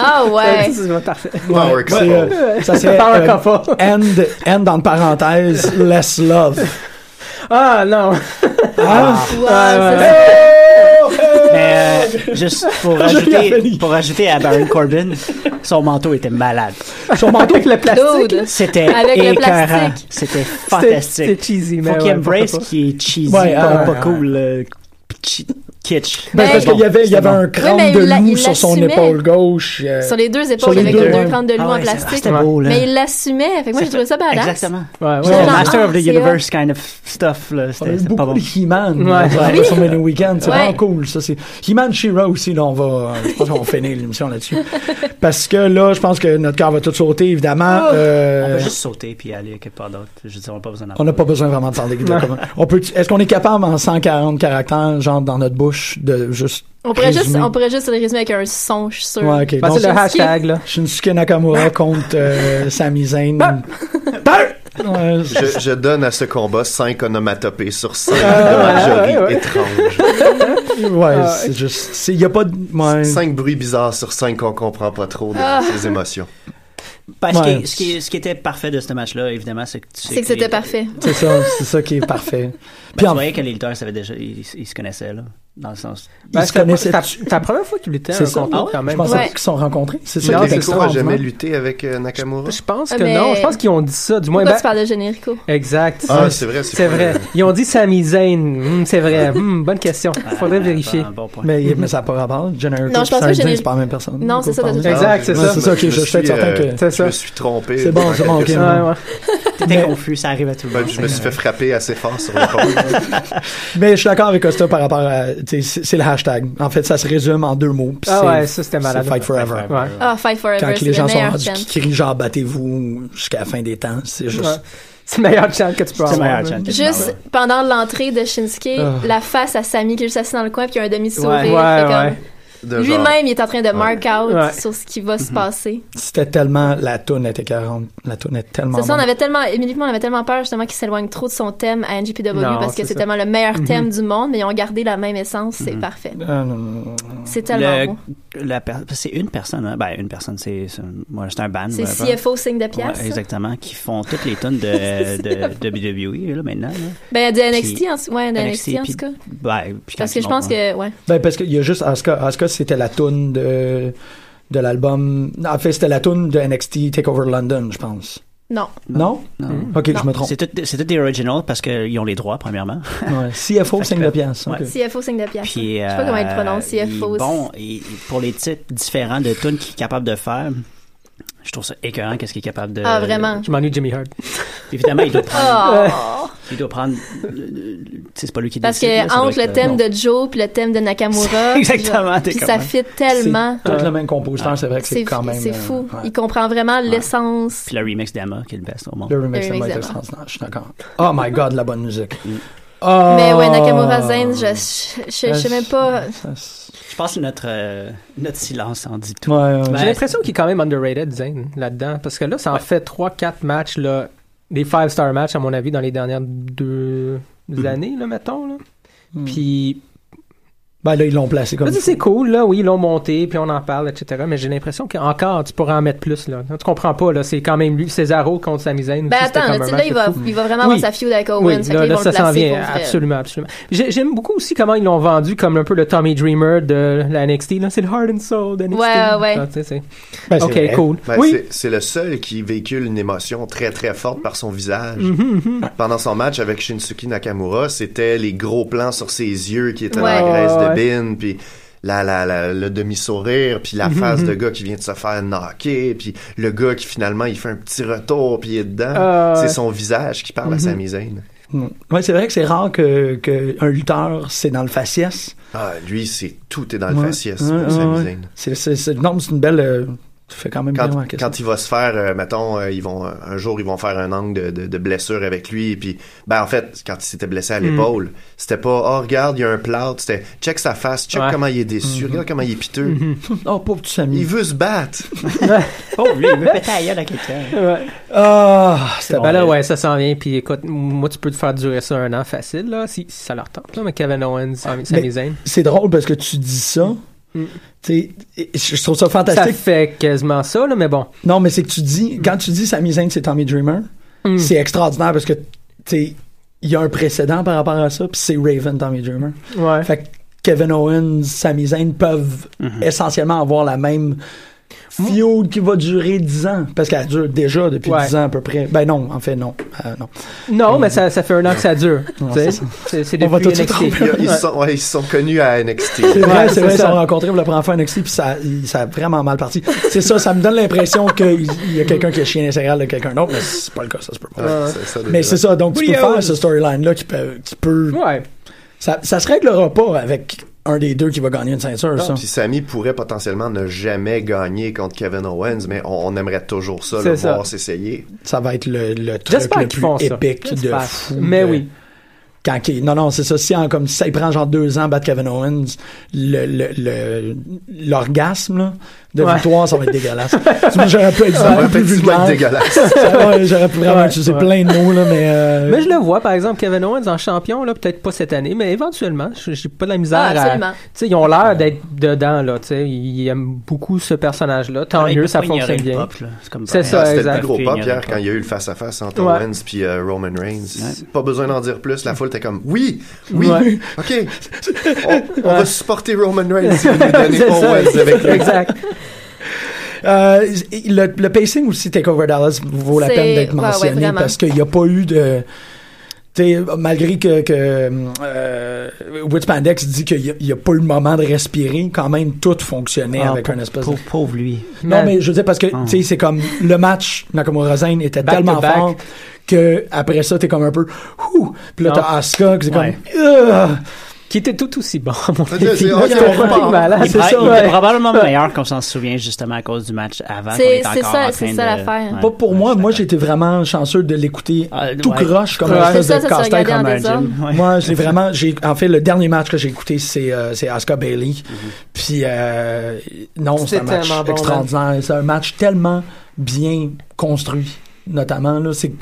[SPEAKER 6] Ah ouais.
[SPEAKER 5] C'est vraiment parfait.
[SPEAKER 7] Power
[SPEAKER 4] C'est,
[SPEAKER 7] couple.
[SPEAKER 4] euh, ça serait
[SPEAKER 5] Power
[SPEAKER 4] euh,
[SPEAKER 5] couple.
[SPEAKER 4] end, end en parenthèse, less love.
[SPEAKER 5] Ah non.
[SPEAKER 4] Ah,
[SPEAKER 6] Wow, ça, c'est-
[SPEAKER 8] Mais euh, juste pour ajouter, pour ajouter à Baron Corbin, son manteau était malade.
[SPEAKER 5] Son manteau avec le plastique.
[SPEAKER 6] Dude.
[SPEAKER 8] C'était
[SPEAKER 6] Avec le
[SPEAKER 8] écœurant.
[SPEAKER 6] plastique.
[SPEAKER 8] C'était
[SPEAKER 5] C'était
[SPEAKER 8] fantastique.
[SPEAKER 5] c'était cheesy, mais
[SPEAKER 8] Faut qu'il
[SPEAKER 5] ouais,
[SPEAKER 8] embrace
[SPEAKER 5] pourquoi
[SPEAKER 8] qui est cheesy,
[SPEAKER 4] Ouais,
[SPEAKER 8] pas,
[SPEAKER 4] ouais,
[SPEAKER 8] pas
[SPEAKER 4] ouais.
[SPEAKER 8] cool, euh, chi- kitsch.
[SPEAKER 4] ben,
[SPEAKER 6] Ben,
[SPEAKER 4] parce qu'il y avait, il y avait un cran
[SPEAKER 6] Oui, mais il
[SPEAKER 4] de
[SPEAKER 6] l'a-
[SPEAKER 4] loup
[SPEAKER 6] il
[SPEAKER 4] sur son
[SPEAKER 6] l'assumait.
[SPEAKER 4] épaule gauche. euh,
[SPEAKER 6] sur les deux
[SPEAKER 4] Sur
[SPEAKER 6] épaules,
[SPEAKER 4] les
[SPEAKER 6] il avait
[SPEAKER 4] deux,
[SPEAKER 6] comme
[SPEAKER 4] ouais.
[SPEAKER 6] deux crans de loup
[SPEAKER 8] Ah
[SPEAKER 6] en
[SPEAKER 8] ouais, c'est-
[SPEAKER 6] plastique.
[SPEAKER 8] C'était beau, là.
[SPEAKER 6] Mais il l'assumait. Fait que moi, j'ai trouvé ça badass.
[SPEAKER 8] Exactement.
[SPEAKER 5] pas. Ouais,
[SPEAKER 8] C'était
[SPEAKER 5] ouais.
[SPEAKER 6] genre,
[SPEAKER 8] Master of the
[SPEAKER 6] ah, c'est
[SPEAKER 8] Universe kind of stuff, là.
[SPEAKER 4] on a eu
[SPEAKER 8] C'était c'était pas bon.
[SPEAKER 4] beaucoup de He-Man
[SPEAKER 5] Ouais.
[SPEAKER 4] là,
[SPEAKER 5] Oui.
[SPEAKER 4] sur WrestleMania Weekend. C'est
[SPEAKER 6] Ouais.
[SPEAKER 4] vraiment cool. Ça, c'est He-Man She-Ra aussi. Là, on va, euh, je pense qu'on va finir l'émission là-dessus. Parce que là, je pense que notre corps va tout sauter, évidemment.
[SPEAKER 8] On
[SPEAKER 4] Euh,
[SPEAKER 8] peut juste sauter puis aller quelque part d'autre. Je veux dire, on n'a pas besoin d'en
[SPEAKER 4] On n'a pas
[SPEAKER 8] parler.
[SPEAKER 4] besoin vraiment de s'en déguiser. On peut, est-ce qu'on est capable en 140 caractères, genre dans notre bouche, de juste.
[SPEAKER 6] On pourrait juste,
[SPEAKER 4] résumer?
[SPEAKER 6] on pourrait juste le résumer avec un son, je suis sûre.
[SPEAKER 4] Ouais,
[SPEAKER 8] Bah,
[SPEAKER 4] ok.
[SPEAKER 5] Ben,
[SPEAKER 4] Donc,
[SPEAKER 5] c'est le
[SPEAKER 6] Shinsuke.
[SPEAKER 5] hashtag, là.
[SPEAKER 4] Shinsuke Nakamura contre euh, Sami Zayn. Bah! Ouais, c'est-
[SPEAKER 7] Je, je donne à ce combat 5 onomatopées sur 5
[SPEAKER 4] Ah,
[SPEAKER 7] de Marjorie
[SPEAKER 5] ouais, ouais.
[SPEAKER 7] étrange.
[SPEAKER 4] ouais, c'est juste. c'est- Il n'y a pas de. ouais.
[SPEAKER 7] 5 bruits bizarres sur 5 qu'on comprend pas trop de
[SPEAKER 6] Ah.
[SPEAKER 7] ses émotions.
[SPEAKER 8] Parce que
[SPEAKER 4] Ouais.
[SPEAKER 8] ce, qui, ce qui était parfait de ce match-là, évidemment, c'est que tu sais
[SPEAKER 6] C'est que
[SPEAKER 8] les-
[SPEAKER 6] c'était parfait.
[SPEAKER 4] C'est ça, c'est ça qui est parfait.
[SPEAKER 8] Ben, tu
[SPEAKER 4] Puis en-
[SPEAKER 8] voyais que les lutteurs savaient déjà, ils, ils se connaissaient, là. Dans le sens.
[SPEAKER 5] Ben,
[SPEAKER 4] se
[SPEAKER 5] c'était-
[SPEAKER 4] connaissaient-
[SPEAKER 5] c'était- C'était la première fois qu'il luttait
[SPEAKER 4] c'est
[SPEAKER 5] un Ah
[SPEAKER 4] ça.
[SPEAKER 8] Ah
[SPEAKER 5] contre l'autre, quand
[SPEAKER 4] Je
[SPEAKER 5] même.
[SPEAKER 4] pense
[SPEAKER 6] Ouais.
[SPEAKER 4] qu'ils se sont rencontrés. C'est ça qui
[SPEAKER 5] Non,
[SPEAKER 4] est
[SPEAKER 5] Ah, c'est
[SPEAKER 7] Jericho a jamais
[SPEAKER 4] extraordinaire.
[SPEAKER 7] lutté avec euh, Nakamura.
[SPEAKER 5] Je pense
[SPEAKER 6] Ah,
[SPEAKER 5] que
[SPEAKER 6] mais-
[SPEAKER 5] non. Je pense qu'ils ont dit ça, du moins.
[SPEAKER 6] Pourquoi
[SPEAKER 5] ben-
[SPEAKER 6] tu parles de Generico?
[SPEAKER 5] Exact.
[SPEAKER 7] Ah, c'est vrai.
[SPEAKER 5] C'est
[SPEAKER 7] pas-
[SPEAKER 5] vrai. Ils ont dit Sami Zayn. Hmm, c'est vrai. Hmm, bonne question. Faudrait
[SPEAKER 8] Ah,
[SPEAKER 5] vérifier.
[SPEAKER 8] un bon point.
[SPEAKER 4] Mais, mais ça n'a pas rapport. Generico,
[SPEAKER 6] Non, je pense
[SPEAKER 4] Sami
[SPEAKER 6] pas
[SPEAKER 4] Zayn,
[SPEAKER 6] Generico-
[SPEAKER 4] c'est pas la même personne.
[SPEAKER 6] Non, c'est ça, t'as
[SPEAKER 8] Ah,
[SPEAKER 4] Qu'on
[SPEAKER 6] tout
[SPEAKER 4] parle.
[SPEAKER 5] Exact, c'est
[SPEAKER 4] Ouais,
[SPEAKER 5] ça.
[SPEAKER 4] C'est ça, ok,
[SPEAKER 7] Je
[SPEAKER 4] je
[SPEAKER 7] me
[SPEAKER 4] suis
[SPEAKER 7] suis,
[SPEAKER 4] certain
[SPEAKER 7] euh,
[SPEAKER 4] que.
[SPEAKER 5] C'est
[SPEAKER 7] Je
[SPEAKER 5] ça.
[SPEAKER 7] me suis trompé.
[SPEAKER 4] C'est bon,
[SPEAKER 7] pendant
[SPEAKER 4] c'est bon,
[SPEAKER 7] quelques
[SPEAKER 4] ok.
[SPEAKER 7] secondes.
[SPEAKER 5] Ouais, ouais.
[SPEAKER 8] T'étais confus, ça arrive à tout le
[SPEAKER 7] Ben,
[SPEAKER 8] monde.
[SPEAKER 7] je me suis fait frapper assez fort sur l'épaule.
[SPEAKER 4] Mais je suis d'accord avec Costa par rapport à. tu sais, C'est c'est le hashtag. En fait, ça se résume en deux mots. puis
[SPEAKER 5] Ah
[SPEAKER 4] c'est-
[SPEAKER 5] ouais, ça, c'était malade.
[SPEAKER 4] c'est Fight Forever.
[SPEAKER 5] Ouais.
[SPEAKER 6] Ah, Fight Forever,
[SPEAKER 4] Quand
[SPEAKER 6] c'est
[SPEAKER 4] les
[SPEAKER 6] le
[SPEAKER 4] gens sont
[SPEAKER 6] meilleur
[SPEAKER 4] rendus
[SPEAKER 6] chant.
[SPEAKER 4] qui crient genre battez-vous jusqu'à la fin des temps, c'est juste.
[SPEAKER 5] Ouais. C'est le meilleur chant que tu peux
[SPEAKER 8] C'est
[SPEAKER 5] avoir.
[SPEAKER 8] le meilleur
[SPEAKER 5] là.
[SPEAKER 8] chant.
[SPEAKER 6] Juste pendant l'entrée de Shinsuke,
[SPEAKER 5] Ah.
[SPEAKER 6] la face à Sami qui est juste assis dans le coin puis il y a un demi-sourire.
[SPEAKER 5] Ouais,
[SPEAKER 6] fait
[SPEAKER 5] ouais.
[SPEAKER 6] comme-
[SPEAKER 7] de genre-
[SPEAKER 6] Lui-même, il est en train de mark out
[SPEAKER 5] Ouais. Mhm.
[SPEAKER 6] sur ce qui va se passer.
[SPEAKER 4] C'était tellement. La toune était 40. La toune est tellement.
[SPEAKER 6] C'est ça, on
[SPEAKER 4] bonne.
[SPEAKER 6] avait tellement, Émilie, on avait tellement peur justement qu'il s'éloigne trop de son thème à NGPW
[SPEAKER 5] Non,
[SPEAKER 6] parce que
[SPEAKER 5] c'est
[SPEAKER 6] c'est
[SPEAKER 5] ça.
[SPEAKER 6] tellement le meilleur
[SPEAKER 8] Mhm.
[SPEAKER 6] thème du monde, mais ils ont gardé la même essence, c'est parfait.
[SPEAKER 4] Ah, non, non, non.
[SPEAKER 6] C'est tellement
[SPEAKER 8] Le-
[SPEAKER 6] bon.
[SPEAKER 8] la per- c'est une personne, hein. ben une personne, c'est c'est- moi c'est un band.
[SPEAKER 6] C'est
[SPEAKER 8] peu importe.
[SPEAKER 6] CFO signe de pièce.
[SPEAKER 8] Ouais, exactement, qui font toutes les tonnes de, de, WWE là, maintenant. là.
[SPEAKER 6] ben, de NXT,
[SPEAKER 8] Puis-
[SPEAKER 6] en, tout- ouais, de NXT, en
[SPEAKER 8] puis-
[SPEAKER 6] tout cas.
[SPEAKER 8] ouais, puis quand
[SPEAKER 6] Parce que
[SPEAKER 8] ils
[SPEAKER 6] je
[SPEAKER 8] montent,
[SPEAKER 6] pense que, ouais.
[SPEAKER 4] Ben, parce qu'il y a juste Asuka. Asuka, c'était la toune de, de l'album. non, En fait, c'était la toune de NXT Takeover London, je pense.
[SPEAKER 6] Non.
[SPEAKER 4] Non?
[SPEAKER 8] Non.
[SPEAKER 4] Ok,
[SPEAKER 6] Non.
[SPEAKER 4] je me trompe.
[SPEAKER 8] C'est tout, c'est tout des originals parce qu'ils ont les droits, premièrement.
[SPEAKER 4] Ouais. CFO,
[SPEAKER 8] Fait que-
[SPEAKER 4] 5 de pièce. ok.
[SPEAKER 8] Ouais.
[SPEAKER 6] CFO signe de pièce. hein.
[SPEAKER 8] Puis,
[SPEAKER 6] je sais pas comment il le prononce,
[SPEAKER 8] euh,
[SPEAKER 6] CFO.
[SPEAKER 8] il- Bon, il- pour les types différents de tunes qu'il est capable de faire, je trouve ça écœurant qu'est-ce qu'il est capable de.
[SPEAKER 6] ah, vraiment.
[SPEAKER 5] Je m'ennuie de Jimmy Hart.
[SPEAKER 8] Évidemment, il doit prendre.
[SPEAKER 6] Oh.
[SPEAKER 8] Il doit prendre. euh, euh, tu sais, c'est pas lui qui
[SPEAKER 6] Parce
[SPEAKER 8] décide,
[SPEAKER 6] que
[SPEAKER 8] là, ça doit
[SPEAKER 6] entre
[SPEAKER 8] être,
[SPEAKER 6] le
[SPEAKER 8] euh,
[SPEAKER 6] thème
[SPEAKER 8] non.
[SPEAKER 6] de Joe puis le thème de Nakamura,
[SPEAKER 8] C'est exactement, t'es
[SPEAKER 6] puis
[SPEAKER 8] comme,
[SPEAKER 6] ça
[SPEAKER 8] hein.
[SPEAKER 6] fit
[SPEAKER 4] C'est
[SPEAKER 6] tellement.
[SPEAKER 4] tout le même compositeur, c'est vrai que c'est
[SPEAKER 6] C'est
[SPEAKER 4] quand même.
[SPEAKER 6] c'est
[SPEAKER 4] euh,
[SPEAKER 6] fou.
[SPEAKER 4] ouais.
[SPEAKER 6] Il comprend vraiment l'essence.
[SPEAKER 8] Puis le remix d'Ama, qui est le best au monde.
[SPEAKER 4] Le remix
[SPEAKER 6] Le
[SPEAKER 4] de
[SPEAKER 6] remix
[SPEAKER 4] Mike
[SPEAKER 6] de
[SPEAKER 4] Extraordinaire, je suis d'accord. Oh my god, la bonne musique.
[SPEAKER 8] Mm.
[SPEAKER 4] Oh.
[SPEAKER 6] Mais ouais, Nakamura Zayn, je, je, je- je sais même pas.
[SPEAKER 4] Ça, c'est-
[SPEAKER 8] Je pense que notre, euh, notre silence en dit tout.
[SPEAKER 4] Ouais, ouais.
[SPEAKER 8] Ben,
[SPEAKER 5] J'ai l'impression qu'il est quand même underrated, Zane, là-dedans. Parce que là, ça en fait 3-4 matchs, là, des 5-star matchs, à mon avis, dans les dernières deux années, là, mettons. Là.
[SPEAKER 6] Mm.
[SPEAKER 5] Puis,
[SPEAKER 4] Ben là, ils l'ont placé comme
[SPEAKER 5] là, c'est cool, là, oui, ils l'ont monté, puis on en parle, etc. Mais j'ai l'impression qu'encore, tu pourrais en mettre plus, là. Tu comprends pas, là, c'est quand même lui, Cesaro contre Sami Zayn.
[SPEAKER 6] Ben
[SPEAKER 5] aussi, c'était
[SPEAKER 6] attends,
[SPEAKER 5] comme
[SPEAKER 6] là, tu
[SPEAKER 5] un
[SPEAKER 6] sais,
[SPEAKER 5] match
[SPEAKER 6] là, il
[SPEAKER 5] de
[SPEAKER 6] va,
[SPEAKER 5] fou.
[SPEAKER 6] il va vraiment
[SPEAKER 5] Oui.
[SPEAKER 6] avoir sa feud avec Owens.
[SPEAKER 5] Oui,
[SPEAKER 6] fait que
[SPEAKER 5] là,
[SPEAKER 6] là, ils
[SPEAKER 5] là,
[SPEAKER 6] vont
[SPEAKER 5] ça
[SPEAKER 6] le
[SPEAKER 5] s'en
[SPEAKER 6] placer
[SPEAKER 5] vient,
[SPEAKER 6] pour vrai.
[SPEAKER 5] absolument, absolument. J'ai- J'aime beaucoup aussi comment ils l'ont vendu comme un peu le Tommy Dreamer de la NXT, là. C'est le Heart and Soul de NXT.
[SPEAKER 6] Ouais, ouais.
[SPEAKER 5] Ah, tu sais, c'est-
[SPEAKER 4] Ben, c'est
[SPEAKER 5] ok,
[SPEAKER 4] vrai.
[SPEAKER 5] cool.
[SPEAKER 7] Ben,
[SPEAKER 5] oui,
[SPEAKER 7] c'est- C'est le seul qui véhicule une émotion très très forte par son visage.
[SPEAKER 5] Mm-hmm,
[SPEAKER 7] Pendant son match avec Shinsuke Nakamura, c'était les gros plans sur ses yeux qui étaient dans la
[SPEAKER 6] Ouais.
[SPEAKER 7] graisse de
[SPEAKER 5] Ah, Ouais,
[SPEAKER 7] Bin, puis la, la, la- le demi-sourire, puis la face de gars qui vient de se faire knocker, puis le gars qui finalement il fait un petit retour, puis il est dedans.
[SPEAKER 5] Ah, ouais.
[SPEAKER 7] C'est son visage qui parle à sa misaine.
[SPEAKER 4] Mm. Ouais, c'est vrai que c'est rare que, que un lutteur, c'est dans le faciès.
[SPEAKER 7] Ah, lui, c'est tout est dans le
[SPEAKER 4] Ouais.
[SPEAKER 7] faciès
[SPEAKER 4] Ouais,
[SPEAKER 7] pour sa
[SPEAKER 4] ouais, ouais.
[SPEAKER 7] misaine.
[SPEAKER 4] C'est, c'est, c'est, non, mais c'est une belle. euh, tu fais quand même
[SPEAKER 7] quand,
[SPEAKER 4] bien ouais, qu'est-ce
[SPEAKER 7] quand il va se faire, euh, mettons, euh, ils vont euh, un jour ils vont faire un angle de, de- de blessure avec lui, et puis ben en fait quand il s'était blessé à l'épaule, c'était pas oh regarde il y a un plâtre, c'était check sa face, check
[SPEAKER 5] Ouais.
[SPEAKER 7] comment il est déçu, regarde comment il est piteux,
[SPEAKER 4] que- Oh, pauvre petit Samy.
[SPEAKER 7] il veut se battre.
[SPEAKER 8] Oh, lui, il me pète la gueule à quelqu'un.
[SPEAKER 4] Ah, c'était
[SPEAKER 5] Ben là, ouais, ça s'en vient. Puis écoute, m- moi, tu peux te faire durer ça un an facile, là, si, si ça leur tente, là. Mais Kevin Owens, Sami Sami
[SPEAKER 4] Mais-
[SPEAKER 5] Zayn,
[SPEAKER 4] C'est drôle parce que tu dis ça.
[SPEAKER 7] Mm.
[SPEAKER 4] Tu sais, je trouve ça
[SPEAKER 5] ça
[SPEAKER 4] fantastique.
[SPEAKER 5] fait quasiment ça, là. Mais bon,
[SPEAKER 4] Non, mais c'est que tu dis, quand tu dis Sami Zayn, c'est Tommy Dreamer,
[SPEAKER 7] Mm.
[SPEAKER 4] c'est extraordinaire parce que, tu sais, il y a un précédent par rapport à ça, puis c'est Raven, Tommy Dreamer.
[SPEAKER 5] ouais.
[SPEAKER 4] Fait que Kevin Owens, Sami Zayn peuvent
[SPEAKER 5] Mhm.
[SPEAKER 4] essentiellement avoir la même feud qui va durer 10 ans, parce qu'elle dure déjà depuis
[SPEAKER 5] Ouais.
[SPEAKER 4] 10 ans à peu près. Ben non, en fait, non. Euh, non.
[SPEAKER 5] non, mais ça, ça fait un an que ça dure. tu sais. c'est c'est
[SPEAKER 4] On va
[SPEAKER 5] depuis
[SPEAKER 4] tout de
[SPEAKER 5] NXT.
[SPEAKER 4] suite
[SPEAKER 7] Ils, ils
[SPEAKER 5] Ouais.
[SPEAKER 7] sont, ouais, ils se sont connus à NXT.
[SPEAKER 4] C'est vrai, c'est
[SPEAKER 5] c'est
[SPEAKER 4] vrai, ils
[SPEAKER 5] ça.
[SPEAKER 4] se sont rencontrés pour la première fois à NXT, puis ça, il- ça a vraiment mal parti. C'est ça, ça me donne l'impression qu'il y a quelqu'un qui est chien intégral de quelqu'un d'autre, mais c'est pas le cas, ça se peut pas.
[SPEAKER 7] Ouais, c'est ça,
[SPEAKER 4] Mais
[SPEAKER 7] déjà.
[SPEAKER 4] c'est ça, donc tu peux faire ce storyline-là qui peut. Qui peut
[SPEAKER 5] euh, Ouais.
[SPEAKER 4] ça, ça se réglera pas avec un des deux qui va gagner une ceinture, ça.
[SPEAKER 7] Puis Sami pourrait potentiellement ne jamais gagner contre Kevin Owens, mais on, on aimerait toujours ça, le
[SPEAKER 5] C'est ça.
[SPEAKER 7] voir s'essayer.
[SPEAKER 4] Ça va être le, le truc
[SPEAKER 5] J'espère
[SPEAKER 4] le
[SPEAKER 5] qu'ils font
[SPEAKER 4] plus
[SPEAKER 5] ça.
[SPEAKER 4] épique de
[SPEAKER 5] J'espère.
[SPEAKER 4] fou.
[SPEAKER 5] Mais
[SPEAKER 4] de-
[SPEAKER 5] oui.
[SPEAKER 4] Quand qu'il- non, non, c'est ça. Si en, comme, si ça il prend genre deux ans battre Kevin Owens, le, le, le- l'orgasme là, de
[SPEAKER 5] Ouais.
[SPEAKER 4] victoire, ça va être dégueulasse. Moi, j'aurais pu être vraiment plus
[SPEAKER 7] Effectivement,
[SPEAKER 4] vulgaire.
[SPEAKER 7] dégueulasse.
[SPEAKER 4] Ça, ouais, J'aurais pu vraiment
[SPEAKER 5] Ouais,
[SPEAKER 4] utiliser
[SPEAKER 5] ouais.
[SPEAKER 4] plein de mots, là, mais... euh,
[SPEAKER 5] Mais je le vois, par exemple, Kevin Owens en champion, là, peut-être pas cette année, mais éventuellement, je- j'ai pas de la misère
[SPEAKER 6] Ah, absolument.
[SPEAKER 5] à. Tu sais, ils ont l'air d'être dedans, là, tu sais. Ils aiment beaucoup ce personnage-là. Tant
[SPEAKER 8] Il peut
[SPEAKER 5] mieux, ça
[SPEAKER 8] pas ignorer
[SPEAKER 5] fonctionne
[SPEAKER 8] le
[SPEAKER 5] bien.
[SPEAKER 8] pop, là. C'est comme
[SPEAKER 5] C'est
[SPEAKER 8] pareil.
[SPEAKER 5] ça,
[SPEAKER 7] Ah, c'était
[SPEAKER 5] exact.
[SPEAKER 7] le plus gros pas,
[SPEAKER 8] Ignorer le
[SPEAKER 7] Pierre,
[SPEAKER 8] pop.
[SPEAKER 7] quand il y a eu le face-à-face entre
[SPEAKER 5] Ouais.
[SPEAKER 7] Owens puis euh, Roman Reigns. Pas besoin d'en dire plus. La foule était comme, oui, oui,
[SPEAKER 5] Ouais.
[SPEAKER 7] OK. On, on va supporter Roman Reigns si vous nous donnez
[SPEAKER 5] C'est ça,
[SPEAKER 7] Owens avec lui.
[SPEAKER 5] exact.
[SPEAKER 4] Euh, le, le pacing aussi, Takeover Dallas vaut la
[SPEAKER 6] C'est-
[SPEAKER 4] peine d'être
[SPEAKER 6] ouais, ouais,
[SPEAKER 4] mentionné
[SPEAKER 6] vraiment.
[SPEAKER 4] parce qu'il n'y a pas eu de. T'sais, malgré que, que euh, Whit Spandex dit qu'il n'y a, pas eu le moment de respirer, quand même, tout fonctionnait
[SPEAKER 8] Ah,
[SPEAKER 4] avec
[SPEAKER 8] pau-
[SPEAKER 4] un espèce de...
[SPEAKER 8] pau- Pauvre lui.
[SPEAKER 4] Non, mais
[SPEAKER 5] Mais-
[SPEAKER 4] je veux dire, parce
[SPEAKER 8] Ah.
[SPEAKER 4] que, tu sais, c'est comme le match, Nakamura Rosen était
[SPEAKER 5] Back
[SPEAKER 4] tellement
[SPEAKER 5] to back.
[SPEAKER 4] fort que après ça, t'es comme un peu, ouh, puis là,
[SPEAKER 5] Non.
[SPEAKER 4] t'as Asuka, qui c'est
[SPEAKER 8] Ouais.
[SPEAKER 4] comme, Ugh!
[SPEAKER 5] Qui était tout aussi bon, à mon
[SPEAKER 7] C'est-
[SPEAKER 5] avis.
[SPEAKER 7] c'est-
[SPEAKER 5] Là,
[SPEAKER 7] ok,
[SPEAKER 5] c'est
[SPEAKER 7] on
[SPEAKER 5] complètement
[SPEAKER 7] repart.
[SPEAKER 5] malade.
[SPEAKER 8] Il,
[SPEAKER 5] hein, C'est
[SPEAKER 8] pra-
[SPEAKER 5] ça,
[SPEAKER 8] il
[SPEAKER 5] ouais.
[SPEAKER 8] est probablement meilleur qu'on s'en souvient justement à cause du match avant. qu'on
[SPEAKER 6] C'est-
[SPEAKER 8] est
[SPEAKER 6] c'est
[SPEAKER 8] encore
[SPEAKER 6] ça-
[SPEAKER 8] en train
[SPEAKER 6] c'est
[SPEAKER 8] de-
[SPEAKER 6] ça l'affaire.
[SPEAKER 8] Ouais.
[SPEAKER 4] Pas pour
[SPEAKER 8] Ouais,
[SPEAKER 4] moi,
[SPEAKER 8] je
[SPEAKER 4] moi,
[SPEAKER 8] suis
[SPEAKER 4] j'étais vraiment chanceux de l'écouter
[SPEAKER 8] Ah,
[SPEAKER 4] tout
[SPEAKER 8] ouais.
[SPEAKER 4] croche, comme
[SPEAKER 5] Ouais.
[SPEAKER 4] un
[SPEAKER 5] C'est
[SPEAKER 4] espèce
[SPEAKER 6] ça,
[SPEAKER 4] de
[SPEAKER 6] ça se
[SPEAKER 4] casse-tête
[SPEAKER 6] regardait
[SPEAKER 4] en
[SPEAKER 6] en
[SPEAKER 4] même
[SPEAKER 6] désordre.
[SPEAKER 8] d'accord. Ouais.
[SPEAKER 4] Moi, j'ai vraiment, j'ai, en fait, le dernier match que j'ai écouté, c'est, euh, c'est Asuka Bailey.
[SPEAKER 8] Mm-hmm.
[SPEAKER 4] Puis, euh, non, c'est
[SPEAKER 5] C'était
[SPEAKER 4] un match
[SPEAKER 5] tellement bon,
[SPEAKER 4] extraordinaire. c'est un match tellement bien construit, notamment, là. C'est,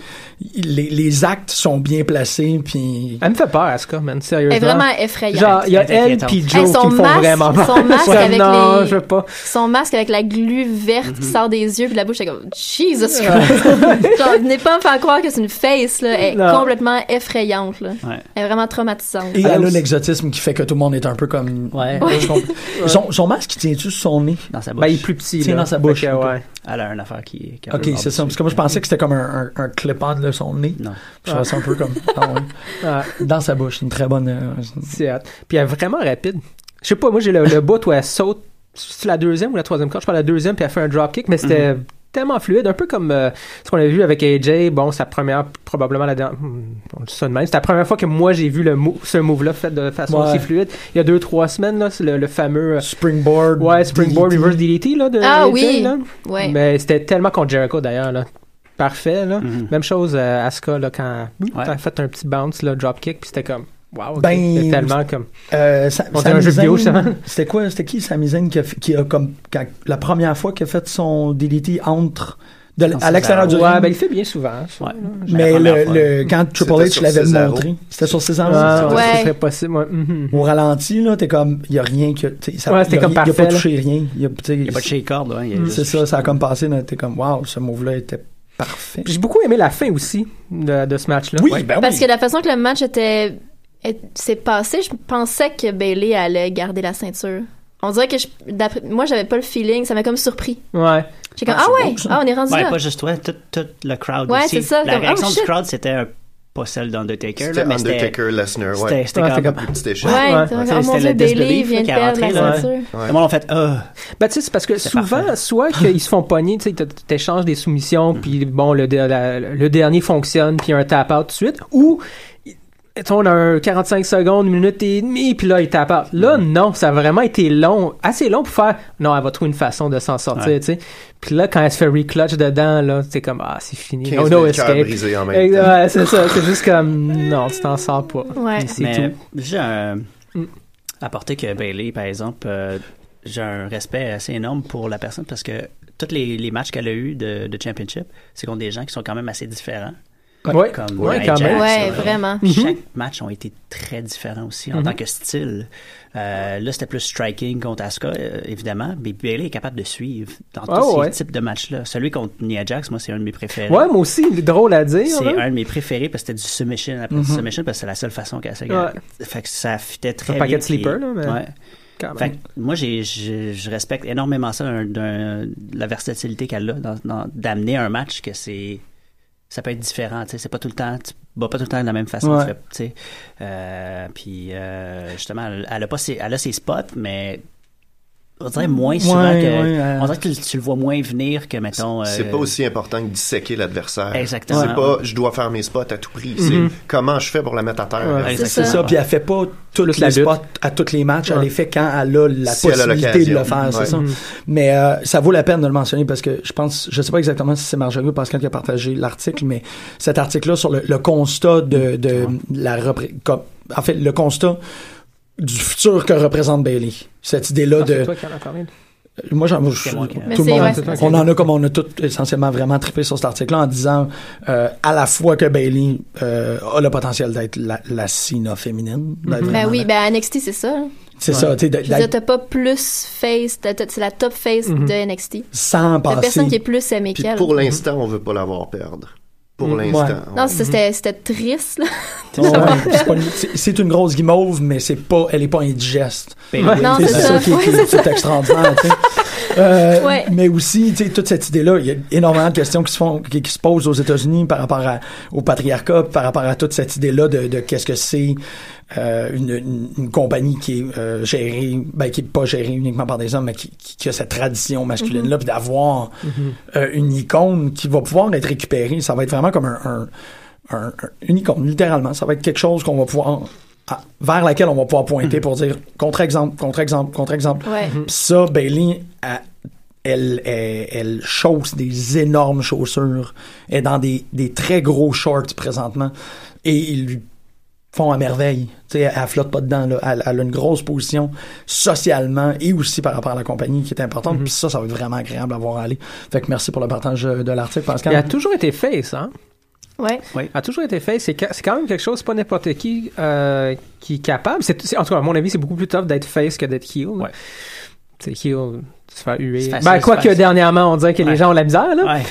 [SPEAKER 4] les, les actes sont bien placés, puis.
[SPEAKER 5] Elle me fait peur, Asuka, man,
[SPEAKER 6] Elle
[SPEAKER 5] sérieusement.
[SPEAKER 6] est vraiment effrayante.
[SPEAKER 5] Genre, il y a
[SPEAKER 8] Elle est
[SPEAKER 5] elle
[SPEAKER 8] inquiétante.
[SPEAKER 5] puis
[SPEAKER 6] Hey,
[SPEAKER 5] Joe
[SPEAKER 6] son
[SPEAKER 5] qui me font
[SPEAKER 6] masque-
[SPEAKER 5] vraiment peur.
[SPEAKER 6] son masque
[SPEAKER 5] Comme,
[SPEAKER 6] avec
[SPEAKER 5] non,
[SPEAKER 6] les-
[SPEAKER 5] je veux pas.
[SPEAKER 6] Son masque avec la glu verte qui sort des yeux puis de la bouche, c'est comme Jesus Christ. Genre, venez pas me faire croire que c'est une face là, elle est
[SPEAKER 5] Non.
[SPEAKER 6] complètement effrayante là.
[SPEAKER 8] Ouais.
[SPEAKER 6] Elle est vraiment traumatisante.
[SPEAKER 4] Et
[SPEAKER 8] Ah,
[SPEAKER 4] elle a
[SPEAKER 8] aussi.
[SPEAKER 4] l'exotisme qui fait que tout le monde est un peu comme.
[SPEAKER 8] Ouais.
[SPEAKER 4] Je comprends. Son, son masque, il tient-tu sur son nez?
[SPEAKER 8] Dans sa bouche.
[SPEAKER 5] Ben, il est plus petit.
[SPEAKER 4] Tiens,
[SPEAKER 5] là.
[SPEAKER 4] dans sa bouche,
[SPEAKER 5] Fait que,
[SPEAKER 4] un peu.
[SPEAKER 5] ouais.
[SPEAKER 8] Elle a une affaire qui. qui
[SPEAKER 4] Ok, c'est ça. Parce que moi, je pensais que c'était comme un, un, un clip-on de son nez.
[SPEAKER 8] Non.
[SPEAKER 4] Je trouvais ça un peu comme. ah ouais.
[SPEAKER 5] Ah,
[SPEAKER 4] Dans sa bouche, une très bonne. euh,
[SPEAKER 5] c'est hot. Puis elle est vraiment rapide. Je sais pas, moi, j'ai le, le bout où elle saute. C'est la deuxième ou la troisième corde? Je parle de la deuxième, puis elle fait un dropkick, mais c'était
[SPEAKER 4] Mm-hmm.
[SPEAKER 5] tellement fluide. Un peu comme euh, ce qu'on avait vu avec AJ. Bon, sa première, probablement la dernière. hmm, On dit ça de même. C'était la première fois que moi, j'ai vu le move- ce move-là fait de façon
[SPEAKER 4] Ouais.
[SPEAKER 5] aussi fluide. Il y a deux, trois semaines, là, c'est le, le fameux. euh,
[SPEAKER 4] Springboard.
[SPEAKER 5] Ouais, Springboard
[SPEAKER 4] DDT.
[SPEAKER 5] Reverse DDT, là, de
[SPEAKER 6] Ah
[SPEAKER 5] AJ,
[SPEAKER 6] oui.
[SPEAKER 5] là.
[SPEAKER 6] Ouais.
[SPEAKER 5] Mais c'était tellement contre Jericho d'ailleurs là. Parfait là.
[SPEAKER 4] Mm-hmm.
[SPEAKER 8] Mhm.
[SPEAKER 5] Même chose euh, Asuka là quand
[SPEAKER 8] Ouais.
[SPEAKER 5] t'as fait un petit bounce là, drop kick puis c'était comme wow, ok.
[SPEAKER 4] Ben,
[SPEAKER 5] C'était tellement comme
[SPEAKER 4] Euh, Sa-
[SPEAKER 5] On dirait un jeu
[SPEAKER 4] Sami
[SPEAKER 5] vidéo,
[SPEAKER 4] Zayn,
[SPEAKER 5] ça.
[SPEAKER 4] C'était quoi, c'était qui Sami Zayn qui a, fait- qui a comme, quand- la première fois qu'il a fait son DDT entre, de l-
[SPEAKER 8] Dans
[SPEAKER 4] à l'extérieur du
[SPEAKER 5] ouais,
[SPEAKER 8] César.
[SPEAKER 4] ring?
[SPEAKER 5] ben il fait bien souvent. ça.
[SPEAKER 8] Ouais.
[SPEAKER 4] mais
[SPEAKER 8] la
[SPEAKER 4] le,
[SPEAKER 8] première fois.
[SPEAKER 4] le- quand Triple
[SPEAKER 7] C'était
[SPEAKER 4] H
[SPEAKER 7] sur
[SPEAKER 4] l'avait
[SPEAKER 7] Cesaro.
[SPEAKER 4] montré, c'était sur ses ans.
[SPEAKER 5] Ah, ouais,
[SPEAKER 6] Ouais.
[SPEAKER 5] ce serait possible. Ouais,
[SPEAKER 8] Mm-hmm.
[SPEAKER 5] mhm.
[SPEAKER 4] Au ralenti, là, t'es comme, il y a rien que, t'sais, ça,
[SPEAKER 5] Ouais, c'était
[SPEAKER 4] y a
[SPEAKER 5] comme
[SPEAKER 4] rien- y a
[SPEAKER 5] parfait,
[SPEAKER 4] pas
[SPEAKER 5] là.
[SPEAKER 4] touché rien. Y a- t'sais, Mm.
[SPEAKER 8] Il n'y a pas de shake cord, ouais. il y a juste-
[SPEAKER 4] c'est ça, ça a comme passé, là, t'es comme, waouh, ce move-là était parfait.
[SPEAKER 5] Puis J'ai beaucoup aimé la fin aussi de, de ce match là.
[SPEAKER 4] ben
[SPEAKER 6] Parce que la façon que le match était est- s'est passé, je pensais que Bailey allait garder la ceinture. On dirait que je, d'après- moi j'avais pas le feeling, ça m'a comme surpris.
[SPEAKER 5] Ouais.
[SPEAKER 6] J'ai comme
[SPEAKER 4] Ah,
[SPEAKER 6] ah,
[SPEAKER 4] c'est
[SPEAKER 6] ouais,
[SPEAKER 4] bon, ça.
[SPEAKER 6] ah on est rendu
[SPEAKER 8] Ouais,
[SPEAKER 6] là.
[SPEAKER 8] pas juste toi, tout, tout le crowd
[SPEAKER 6] Ouais,
[SPEAKER 8] aussi.
[SPEAKER 6] c'est ça,
[SPEAKER 8] La
[SPEAKER 6] comme,
[SPEAKER 8] réaction
[SPEAKER 6] oh,
[SPEAKER 8] du
[SPEAKER 6] shit.
[SPEAKER 8] crowd, c'était euh, pas celle d'Undertaker,
[SPEAKER 7] C'était
[SPEAKER 8] là, mais c'était-
[SPEAKER 7] Undertaker, Lesnar, ouais.
[SPEAKER 8] c'était c'était
[SPEAKER 5] Ouais, c'était
[SPEAKER 8] comme...
[SPEAKER 5] comme-
[SPEAKER 7] Petite
[SPEAKER 6] Ouais,
[SPEAKER 7] échelle.
[SPEAKER 6] ouais.
[SPEAKER 8] Ouais,
[SPEAKER 6] oh mon
[SPEAKER 8] c'était
[SPEAKER 6] dieu,
[SPEAKER 8] le
[SPEAKER 6] Bailey
[SPEAKER 8] disbelief
[SPEAKER 6] vient de
[SPEAKER 8] qui a
[SPEAKER 6] perdre
[SPEAKER 8] rentré,
[SPEAKER 6] la
[SPEAKER 8] là.
[SPEAKER 6] ceinture.
[SPEAKER 8] Tout le monde a fait Ah!
[SPEAKER 5] Ben, tu sais, c'est parce que
[SPEAKER 8] C'est
[SPEAKER 5] souvent,
[SPEAKER 8] parfait. Mm-hmm.
[SPEAKER 5] soit qu'ils se font pogner, tu sais, t- t'échanges des soumissions, puis bon, le, de- la- le dernier fonctionne, puis il y a un tap-out tout de suite, ou tu sais, on a un 45 secondes, une minute et demie, puis là, il tape out. Là,
[SPEAKER 8] Mm-hmm.
[SPEAKER 5] non, ça a vraiment été long, assez long pour faire, non, elle va trouver une façon de s'en sortir,
[SPEAKER 8] Ouais.
[SPEAKER 5] tu sais. Puis là, quand elle se fait reclutch dedans, là, c'est comme, ah, c'est fini,
[SPEAKER 7] 15 000
[SPEAKER 5] no, no
[SPEAKER 7] cœurs
[SPEAKER 5] escape.
[SPEAKER 7] brisés en
[SPEAKER 5] Et-
[SPEAKER 7] même temps.
[SPEAKER 5] ouais, c'est ça, c'est juste comme, non, tu t'en sors pas.
[SPEAKER 6] Ouais.
[SPEAKER 5] Puis c'est
[SPEAKER 8] Mais
[SPEAKER 5] tout.
[SPEAKER 8] j'ai un-
[SPEAKER 5] Mm.
[SPEAKER 8] apporté euh, que Bailey, par exemple, euh, j'ai un respect assez énorme pour la personne parce que tous les, les matchs qu'elle a eu de, de championship, c'est contre des gens qui sont quand même assez différents.
[SPEAKER 5] Ouais.
[SPEAKER 8] Comme
[SPEAKER 5] Ouais,
[SPEAKER 8] Nia
[SPEAKER 5] quand
[SPEAKER 8] Jax,
[SPEAKER 5] même.
[SPEAKER 6] Ouais,
[SPEAKER 8] euh,
[SPEAKER 6] vraiment.
[SPEAKER 8] Puis
[SPEAKER 5] Mhm.
[SPEAKER 8] Chaque match ont été très différents aussi en
[SPEAKER 5] Mhm.
[SPEAKER 8] tant que style. Euh, là, c'était plus striking contre Asuka, euh, évidemment, mais Bailey est capable de suivre dans
[SPEAKER 5] Ah,
[SPEAKER 8] tous
[SPEAKER 5] ouais.
[SPEAKER 8] ces types de matchs-là. Celui contre Nia Jax, moi, c'est un de mes préférés.
[SPEAKER 5] Ouais, moi aussi, drôle à dire.
[SPEAKER 8] C'est
[SPEAKER 5] là.
[SPEAKER 8] un de mes préférés parce que c'était du submission après
[SPEAKER 5] Mm-hmm.
[SPEAKER 8] du submission parce que c'est la seule façon qu'elle s'est Fait que ça fitait très
[SPEAKER 5] Un
[SPEAKER 8] bien.
[SPEAKER 5] paquet de
[SPEAKER 8] puis-
[SPEAKER 5] sleeper, là, mais-
[SPEAKER 8] Ouais.
[SPEAKER 5] Quand
[SPEAKER 8] Fait
[SPEAKER 5] même.
[SPEAKER 8] que moi, j'ai, je, je respecte énormément ça, d'un- d'un- la versatilité qu'elle a dans- dans- d'amener un match que c'est. Ça peut être différent, tu sais. C'est pas tout le temps. Tu bats pas tout le temps de la même façon,
[SPEAKER 4] Ouais.
[SPEAKER 8] tu fais- tu sais. Euh, puis, euh, justement, elle, elle a pas ses, elle a ses spots, mais. On dirait moins souvent
[SPEAKER 4] Ouais,
[SPEAKER 8] que.
[SPEAKER 4] ouais, euh.
[SPEAKER 8] On dirait que tu, tu le vois moins venir que, mettons.
[SPEAKER 7] C'est
[SPEAKER 8] euh,
[SPEAKER 7] pas aussi important que disséquer l'adversaire.
[SPEAKER 8] Exactement.
[SPEAKER 7] C'est pas je dois faire mes spots à tout prix.
[SPEAKER 5] Mhm.
[SPEAKER 7] C'est comment je fais pour la mettre à terre.
[SPEAKER 5] Ouais.
[SPEAKER 8] Exactement.
[SPEAKER 4] C'est ça, puis elle fait pas tous
[SPEAKER 5] Toute
[SPEAKER 4] les
[SPEAKER 5] la lutte.
[SPEAKER 4] spots à tous les matchs, elle
[SPEAKER 5] Ouais.
[SPEAKER 4] les fait quand elle a la
[SPEAKER 7] Si elle a
[SPEAKER 4] possibilité de le
[SPEAKER 7] l'occasion.
[SPEAKER 4] faire, c'est
[SPEAKER 7] Ouais.
[SPEAKER 4] ça. Mais euh, ça vaut la peine de le mentionner parce que je pense, je sais pas exactement si c'est Marjorie ou Pascal qui a partagé l'article, mais cet article-là sur le, le constat de, de la repré- comme- en fait, le constat du futur que représente Bailey. Cette idée-là
[SPEAKER 5] Ah, c'est
[SPEAKER 4] de,
[SPEAKER 5] toi qui en as parlé.
[SPEAKER 4] moi, j'en, je-
[SPEAKER 8] C'est moi qui-
[SPEAKER 6] Mais
[SPEAKER 4] tout le
[SPEAKER 6] c'est-
[SPEAKER 4] monde,
[SPEAKER 6] ouais,
[SPEAKER 5] c'est-
[SPEAKER 4] on en a comme on a tout essentiellement vraiment trippé sur cet article-là en disant euh, à la fois que Bailey euh, a le potentiel d'être la, la Cena féminine. d'être
[SPEAKER 6] Ben
[SPEAKER 4] vraiment
[SPEAKER 6] oui,
[SPEAKER 4] la-
[SPEAKER 6] ben NXT c'est ça. là.
[SPEAKER 4] c'est ça, tu sais, d'être-
[SPEAKER 6] Je veux dire, t'as pas plus face, t'as- t'as- c'est la top
[SPEAKER 5] Mhm.
[SPEAKER 6] face de NXT.
[SPEAKER 4] sans
[SPEAKER 6] T'as
[SPEAKER 4] passer.
[SPEAKER 6] personne qui est plus aimée
[SPEAKER 7] Puis
[SPEAKER 6] qu'elle.
[SPEAKER 7] pour l'instant, on veut pas l'avoir perdre. pour
[SPEAKER 5] Mm,
[SPEAKER 7] l'instant.
[SPEAKER 5] ouais.
[SPEAKER 7] Ouais.
[SPEAKER 6] hein. Non,
[SPEAKER 5] Mhm.
[SPEAKER 6] c'était c'était triste, là.
[SPEAKER 4] Ouais, c'est pas une- c'est- C'est une grosse guimauve, mais c'est pas, elle est pas indigeste.
[SPEAKER 6] Non,
[SPEAKER 4] C'est
[SPEAKER 6] c'est
[SPEAKER 4] ça
[SPEAKER 6] ça.
[SPEAKER 4] qui est,
[SPEAKER 6] Ouais,
[SPEAKER 4] qui est-
[SPEAKER 6] c'est ça.
[SPEAKER 4] c'est extraordinaire. tu sais. Euh,
[SPEAKER 6] Ouais.
[SPEAKER 4] Mais aussi, tu sais, toute cette idée-là, il y a énormément de questions qui se font, qui, qui se posent aux États-Unis par rapport à- au patriarcat, par rapport à toute cette idée-là de, de qu'est-ce que c'est euh, une, une- une compagnie qui est euh, gérée, ben, qui est pas gérée uniquement par des hommes, mais qui, qui- qui a cette tradition masculine-là, puis d'avoir euh, une icône qui va pouvoir être récupérée, ça va être vraiment comme un, un- un- un- une icône, littéralement. Ça va être quelque chose qu'on va pouvoir à- vers laquelle on va pouvoir pointer pour dire contre-exemple, contre-exemple, contre-exemple.
[SPEAKER 6] Ouais.
[SPEAKER 5] Mhm.
[SPEAKER 4] Pis Ça, Bailey, elle, elle, elle chausse des énormes chaussures. Elle est dans des, des très gros shorts présentement. Et ils lui font à merveille. Tu sais, elle, elle flotte pas dedans. là. Elle, elle a une grosse position socialement et aussi par rapport à la compagnie qui est importante.
[SPEAKER 8] Mm-hmm.
[SPEAKER 4] Puis ça, ça va être vraiment agréable à voir aller. Fait que merci pour le partage euh, de l'article, Pascal.
[SPEAKER 5] Il a toujours été face, hein?
[SPEAKER 6] Ouais.
[SPEAKER 5] a toujours été fait. C'est, ca- c'est quand même quelque chose, c'est pas n'importe qui euh, qui est capable. C'est, c'est- en tout cas, à mon avis, c'est beaucoup plus tough d'être face que d'être heel.
[SPEAKER 8] Ouais.
[SPEAKER 5] C'est heel, se faire huer.
[SPEAKER 8] C'est facile,
[SPEAKER 5] Ben,
[SPEAKER 8] c'est
[SPEAKER 5] quoique
[SPEAKER 8] facile.
[SPEAKER 5] dernièrement, on dirait que
[SPEAKER 8] Ouais.
[SPEAKER 5] les gens ont la misère, là.
[SPEAKER 8] Ouais.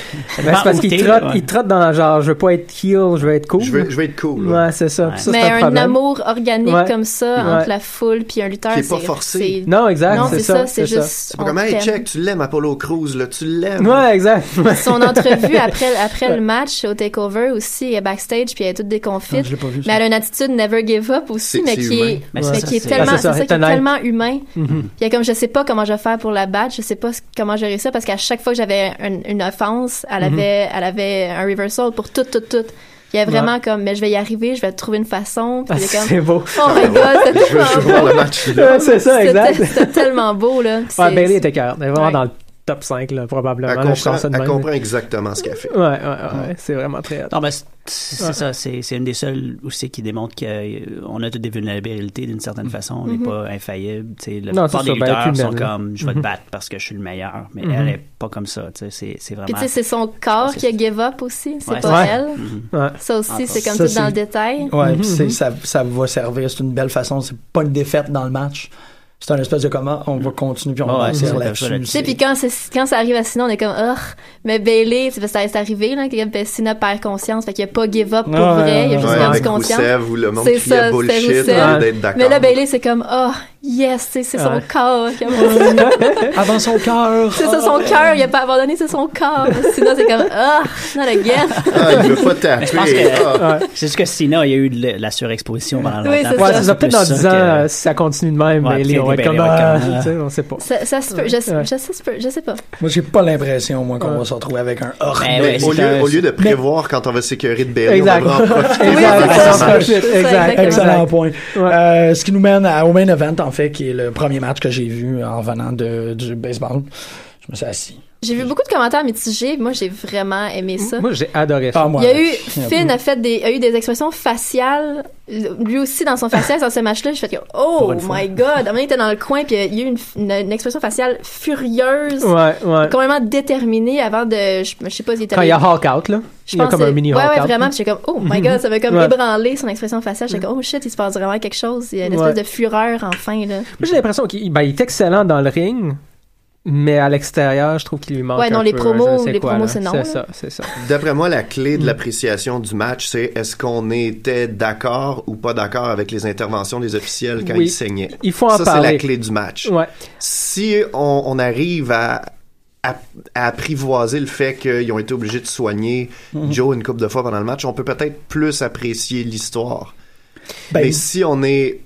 [SPEAKER 5] Ben, c'est parce qu'ils trottent, ils trottent dans genre, je veux pas être heel, je veux être cool.
[SPEAKER 7] Je, veux, je veux être cool. Oh là.
[SPEAKER 5] Ouais, c'est ça.
[SPEAKER 8] Ouais.
[SPEAKER 5] ça
[SPEAKER 6] mais
[SPEAKER 5] c'est un,
[SPEAKER 6] un,
[SPEAKER 5] problème.
[SPEAKER 6] amour organique
[SPEAKER 5] Ouais.
[SPEAKER 6] comme ça
[SPEAKER 5] Ouais.
[SPEAKER 6] entre la foule puis un lutteur,
[SPEAKER 7] Qui est
[SPEAKER 6] c'est
[SPEAKER 7] pas forcé.
[SPEAKER 6] c'est-
[SPEAKER 5] Non, exact,
[SPEAKER 6] Non,
[SPEAKER 5] c'est, ça.
[SPEAKER 6] c'est
[SPEAKER 5] ça.
[SPEAKER 6] juste.
[SPEAKER 7] C'est pas
[SPEAKER 6] on
[SPEAKER 7] comme, hey,
[SPEAKER 6] t'aime.
[SPEAKER 7] check, tu l'aimes, Apollo Crews, là, tu l'aimes.
[SPEAKER 5] Ouais, exact.
[SPEAKER 6] Son entrevue après, après le match au Takeover aussi, elle est backstage puis elle est toute déconfite.
[SPEAKER 4] je l'ai pas vu.
[SPEAKER 6] Mais elle a une attitude never give up aussi,
[SPEAKER 7] C'est-
[SPEAKER 6] mais
[SPEAKER 7] c'est
[SPEAKER 6] qui
[SPEAKER 7] humain.
[SPEAKER 6] est,
[SPEAKER 8] Mais
[SPEAKER 6] mais
[SPEAKER 8] c'est ça,
[SPEAKER 6] qui est
[SPEAKER 8] c'est-
[SPEAKER 6] tellement,
[SPEAKER 5] Ah,
[SPEAKER 6] c'est
[SPEAKER 5] c'est ça,
[SPEAKER 6] ça, qui est
[SPEAKER 5] honnête.
[SPEAKER 6] tellement humain.
[SPEAKER 5] Mhm.
[SPEAKER 6] Puis il y a comme je sais pas comment je vais faire pour la battre, je sais pas ce- comment gérer ça parce qu'à chaque fois que j'avais une, une offense, elle avait, elle avait un reversal pour tout, tout, tout. Il y a vraiment comme, mais je vais y arriver, je vais trouver une façon. Puis il est comme,
[SPEAKER 5] Ah, c'est beau.
[SPEAKER 6] oh my god, c'est
[SPEAKER 7] Je veux, je veux voir
[SPEAKER 6] tellement
[SPEAKER 7] le
[SPEAKER 6] beau.
[SPEAKER 7] match. là.
[SPEAKER 5] Ouais, c'est ça, exact.
[SPEAKER 6] C'était- C'était tellement beau, là. Puis
[SPEAKER 5] Ouais,
[SPEAKER 6] c'est-
[SPEAKER 5] Bailey était cœur. Elle est vraiment
[SPEAKER 6] Ouais.
[SPEAKER 5] dans le top 5, là, probablement.
[SPEAKER 7] Elle
[SPEAKER 5] là, je
[SPEAKER 7] comprend,
[SPEAKER 5] pense ça de
[SPEAKER 7] elle
[SPEAKER 5] même.
[SPEAKER 7] comprend exactement ce qu'elle fait.
[SPEAKER 5] Ouais, ouais, ouais, C'est vraiment très.
[SPEAKER 8] Non, mais c'est c'est ça, c'est c'est une des seules aussi qui démontre qu'on a toutes des vulnérabilités d'une certaine façon, on n'est pas infaillible. tu sais, La
[SPEAKER 5] Non,
[SPEAKER 8] plupart
[SPEAKER 5] c'est
[SPEAKER 8] des
[SPEAKER 5] ça, ben,
[SPEAKER 8] lutteurs
[SPEAKER 5] elle est
[SPEAKER 8] sont
[SPEAKER 5] humaine, là.
[SPEAKER 8] comme je vais te battre parce que je suis le meilleur, mais
[SPEAKER 5] Mhm.
[SPEAKER 8] elle est pas comme ça. tu sais, C'est c'est
[SPEAKER 6] Puis tu
[SPEAKER 8] vraiment.
[SPEAKER 6] sais, c'est son corps qui a give up aussi, c'est
[SPEAKER 8] Ouais.
[SPEAKER 6] pas
[SPEAKER 5] Ouais.
[SPEAKER 6] elle.
[SPEAKER 8] Mhm.
[SPEAKER 5] Ouais.
[SPEAKER 6] Ça aussi, c'est comme
[SPEAKER 4] Ah, Ça,
[SPEAKER 6] tout dans
[SPEAKER 4] c'est-
[SPEAKER 6] le
[SPEAKER 4] Oh,
[SPEAKER 6] détail.
[SPEAKER 8] Mm-hmm,
[SPEAKER 4] Ouais, pis c'est- ça, ça va servir. C'est une belle façon. C'est pas une défaite dans le match. C'est un espèce de comment on va continuer puis on va
[SPEAKER 8] Ouais, c'est
[SPEAKER 4] bâtir
[SPEAKER 8] ça, ça,
[SPEAKER 4] là-dessus.
[SPEAKER 8] là-dessus.
[SPEAKER 6] Tu sais, puis quand, c'est- quand ça arrive à Cena, on est comme, oh, mais Bailey, tu sais, parce que c'est arrivé, là, que ben, Cena perd conscience, fait qu'il a pas give up pour
[SPEAKER 4] Ouais,
[SPEAKER 6] vrai, il
[SPEAKER 4] ouais,
[SPEAKER 6] a
[SPEAKER 7] Ouais,
[SPEAKER 6] juste perdu
[SPEAKER 7] avec
[SPEAKER 6] conscience.
[SPEAKER 7] Rousseff, où le monde
[SPEAKER 6] C'est ça,
[SPEAKER 7] criait
[SPEAKER 6] c'était
[SPEAKER 7] bullshit, au lieu
[SPEAKER 6] Rousseff.
[SPEAKER 7] d'être d'accord.
[SPEAKER 6] Mais là, Bailey, c'est comme, oh, yes, tu sais, c'est son
[SPEAKER 5] Ouais.
[SPEAKER 6] corps. qui a-
[SPEAKER 4] Avant son cœur.
[SPEAKER 6] C'est ça, son cœur, il a pas abandonné, c'est son corps. Cena, c'est comme, oh, not again.
[SPEAKER 7] Ah, il veut pas taper.
[SPEAKER 8] que-
[SPEAKER 7] Ah.
[SPEAKER 8] C'est juste que Sina, il y a eu de la- la surexposition pendant longtemps.
[SPEAKER 6] Oui, c'est
[SPEAKER 5] Ouais,
[SPEAKER 6] ça.
[SPEAKER 5] c'est ça. Peut-être dans
[SPEAKER 8] plus
[SPEAKER 5] 10 ans,
[SPEAKER 8] que-
[SPEAKER 5] euh, si ça continue de même,
[SPEAKER 8] Ouais,
[SPEAKER 5] Bailey, on va être
[SPEAKER 8] Bailey,
[SPEAKER 5] comme.
[SPEAKER 8] on va être
[SPEAKER 5] ah,
[SPEAKER 8] comme, euh,
[SPEAKER 5] tu sais, on sait pas.
[SPEAKER 6] Ça, ça se peut, je,
[SPEAKER 5] Ouais.
[SPEAKER 6] je- ça se peut, je sais pas.
[SPEAKER 4] Moi, j'ai pas l'impression, moi, qu'on
[SPEAKER 5] Ouais.
[SPEAKER 4] va se retrouver avec Eh un or.
[SPEAKER 8] Ben
[SPEAKER 7] Mais
[SPEAKER 8] ouais,
[SPEAKER 7] au,
[SPEAKER 8] c'est
[SPEAKER 7] lieu,
[SPEAKER 8] un-
[SPEAKER 7] au lieu de prévoir quand on va s'écœurer de Berry, on va
[SPEAKER 5] Exact.
[SPEAKER 7] en profiter.
[SPEAKER 6] c'est
[SPEAKER 7] pour faire
[SPEAKER 5] Exact,
[SPEAKER 6] ça,
[SPEAKER 7] son
[SPEAKER 6] c'est
[SPEAKER 7] match.
[SPEAKER 6] ça,
[SPEAKER 5] Exact,
[SPEAKER 6] exactement.
[SPEAKER 4] Excellent
[SPEAKER 5] exact.
[SPEAKER 4] point.
[SPEAKER 5] Ouais.
[SPEAKER 4] Euh, ce qui nous mène à- au main event, en fait, qui est le premier match que j'ai vu en venant de, du baseball. Je me suis assis.
[SPEAKER 6] J'ai vu beaucoup de commentaires mitigés, moi, j'ai vraiment aimé ça.
[SPEAKER 5] Moi, j'ai adoré ça.
[SPEAKER 4] Ah, moi,
[SPEAKER 6] Il y a
[SPEAKER 4] là,
[SPEAKER 6] eu,
[SPEAKER 4] je-
[SPEAKER 6] Finn a fait des, a eu des expressions faciales. Lui aussi, dans son facial, dans ce match-là, j'ai fait que,
[SPEAKER 8] Pour
[SPEAKER 6] oh
[SPEAKER 8] une fois.
[SPEAKER 6] my god! À un moment, il était dans le coin, puis il y a eu une, une- une expression faciale furieuse,
[SPEAKER 5] Ouais, ouais.
[SPEAKER 6] complètement déterminée avant de, je, je sais pas, il était
[SPEAKER 5] Quand il y a Hulk Out, là.
[SPEAKER 6] je
[SPEAKER 5] Il y a
[SPEAKER 6] pense
[SPEAKER 5] comme
[SPEAKER 6] que-
[SPEAKER 5] un mini
[SPEAKER 6] Ouais,
[SPEAKER 5] Hulk
[SPEAKER 6] ouais,
[SPEAKER 5] Out. Mhm.
[SPEAKER 6] vraiment. Puis j'ai comme, oh my god, ça m'a comme
[SPEAKER 5] Ouais.
[SPEAKER 6] ébranlé son expression faciale. J'étais comme, oh shit, il se passe vraiment quelque chose. Il y a une espèce
[SPEAKER 5] Ouais.
[SPEAKER 6] de fureur, enfin, là.
[SPEAKER 5] Moi, j'ai l'impression qu'il ben, il est excellent dans le ring, mais à l'extérieur, je trouve qu'il lui manque.
[SPEAKER 6] Ouais, non,
[SPEAKER 5] un
[SPEAKER 6] les
[SPEAKER 5] peu,
[SPEAKER 6] promos,
[SPEAKER 5] je sais
[SPEAKER 6] les
[SPEAKER 5] quoi,
[SPEAKER 6] promos,
[SPEAKER 5] là.
[SPEAKER 6] c'est non,
[SPEAKER 5] C'est
[SPEAKER 6] là.
[SPEAKER 5] ça, c'est ça.
[SPEAKER 7] D'après moi, la clé
[SPEAKER 5] Mm.
[SPEAKER 7] de l'appréciation du match, c'est est-ce qu'on était d'accord ou pas d'accord avec les interventions des officiels quand
[SPEAKER 5] Oui.
[SPEAKER 7] ils saignaient.
[SPEAKER 5] Il faut en
[SPEAKER 7] ça, c'est
[SPEAKER 5] parler.
[SPEAKER 7] la clé du match.
[SPEAKER 5] Ouais.
[SPEAKER 7] Si on, on arrive à, à- à apprivoiser le fait qu'ils ont été obligés de soigner
[SPEAKER 5] Mm-hmm.
[SPEAKER 7] Joe une couple de fois pendant le match, on peut peut-être plus apprécier l'histoire.
[SPEAKER 4] Ben,
[SPEAKER 7] Mais si on est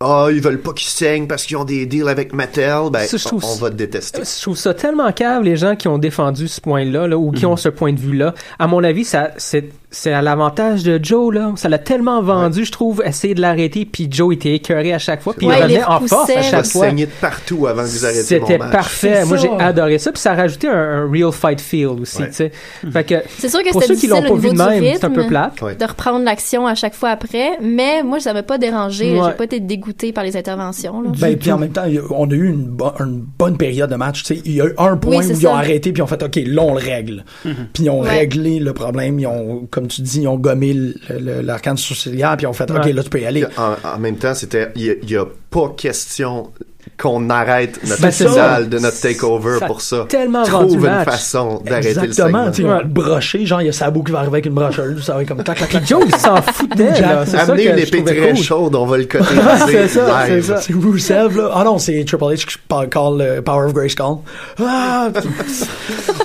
[SPEAKER 7] ah, ils veulent pas qu'ils saignent parce qu'ils ont des deals avec Mattel, ben,
[SPEAKER 5] Ça, je trouve
[SPEAKER 7] on, on va détester.
[SPEAKER 5] Je trouve ça tellement cave, les gens qui ont défendu ce point-là, là, ou qui ont ce point de vue-là. À mon avis, ça, c'est, c'est à l'avantage de Joe, là. Ça l'a tellement vendu, je trouve, essayer de l'arrêter, puis Joe était écœuré à chaque fois, puis
[SPEAKER 6] Ouais,
[SPEAKER 5] il
[SPEAKER 6] il
[SPEAKER 5] revenait
[SPEAKER 6] les
[SPEAKER 5] en force à
[SPEAKER 6] repoussait.
[SPEAKER 7] Je vais
[SPEAKER 5] chaque fois.
[SPEAKER 7] saigner de partout avant que vous arrêtiez mon
[SPEAKER 5] C'était
[SPEAKER 7] match.
[SPEAKER 5] parfait.
[SPEAKER 4] C'est
[SPEAKER 5] Moi,
[SPEAKER 4] ça.
[SPEAKER 5] j'ai adoré ça. Puis ça a rajouté un, un real fight feel aussi,
[SPEAKER 7] Ouais.
[SPEAKER 5] tu sais. Fait que,
[SPEAKER 6] Mhm. C'est sûr que
[SPEAKER 5] pour
[SPEAKER 6] c'était
[SPEAKER 5] ceux qui
[SPEAKER 6] difficile
[SPEAKER 5] l'ont
[SPEAKER 6] au
[SPEAKER 5] pas vu
[SPEAKER 6] niveau
[SPEAKER 5] de
[SPEAKER 6] du
[SPEAKER 5] même, c'est un
[SPEAKER 6] rythme.
[SPEAKER 5] peu plate.
[SPEAKER 7] Ouais.
[SPEAKER 6] de reprendre l'action à chaque fois après, mais moi, ça m'a pas dérangé.
[SPEAKER 5] Ouais.
[SPEAKER 6] J'ai pas été dégoûtée par les interventions. Là.
[SPEAKER 4] ben, puis en même temps, il y a- on a eu une, bo- une bonne période de match. tu sais. Il y a eu un point
[SPEAKER 6] Oui,
[SPEAKER 4] où
[SPEAKER 6] c'est
[SPEAKER 4] ils ont
[SPEAKER 6] ça.
[SPEAKER 4] arrêté puis ils ont fait OK, là, on le règle. Puis ils ont
[SPEAKER 6] Ouais.
[SPEAKER 4] réglé le problème. Ils ont, comme tu dis, ils ont gommé le- le- l'arcane sourcilière puis ils ont fait OK,
[SPEAKER 5] Ouais.
[SPEAKER 4] là, tu peux y aller.
[SPEAKER 7] En, en même temps, c'était il y a- il y, a pas question qu'on arrête notre
[SPEAKER 4] Ben, c'est ça.
[SPEAKER 7] finale de notre takeover
[SPEAKER 5] Ça a
[SPEAKER 7] pour ça.
[SPEAKER 5] tellement rendu
[SPEAKER 7] Trouve une
[SPEAKER 5] match.
[SPEAKER 7] façon d'arrêter le
[SPEAKER 4] Exactement,
[SPEAKER 7] segment.
[SPEAKER 4] tu sais, le brocher, genre, il y a Sabou qui va arriver avec une brocheuse, ça va être comme tac, tac, tac.
[SPEAKER 5] Joe, il s'en foutait, là. C'est ça que
[SPEAKER 7] Amener une
[SPEAKER 5] je
[SPEAKER 7] épée
[SPEAKER 5] trouvais
[SPEAKER 7] très
[SPEAKER 5] cool.
[SPEAKER 7] chaude, on va le côté
[SPEAKER 5] C'est ça, c'est ça.
[SPEAKER 4] C'est Rusev, là. Ah non, c'est Triple H qui parle- call le Power of Grace Call. Ah!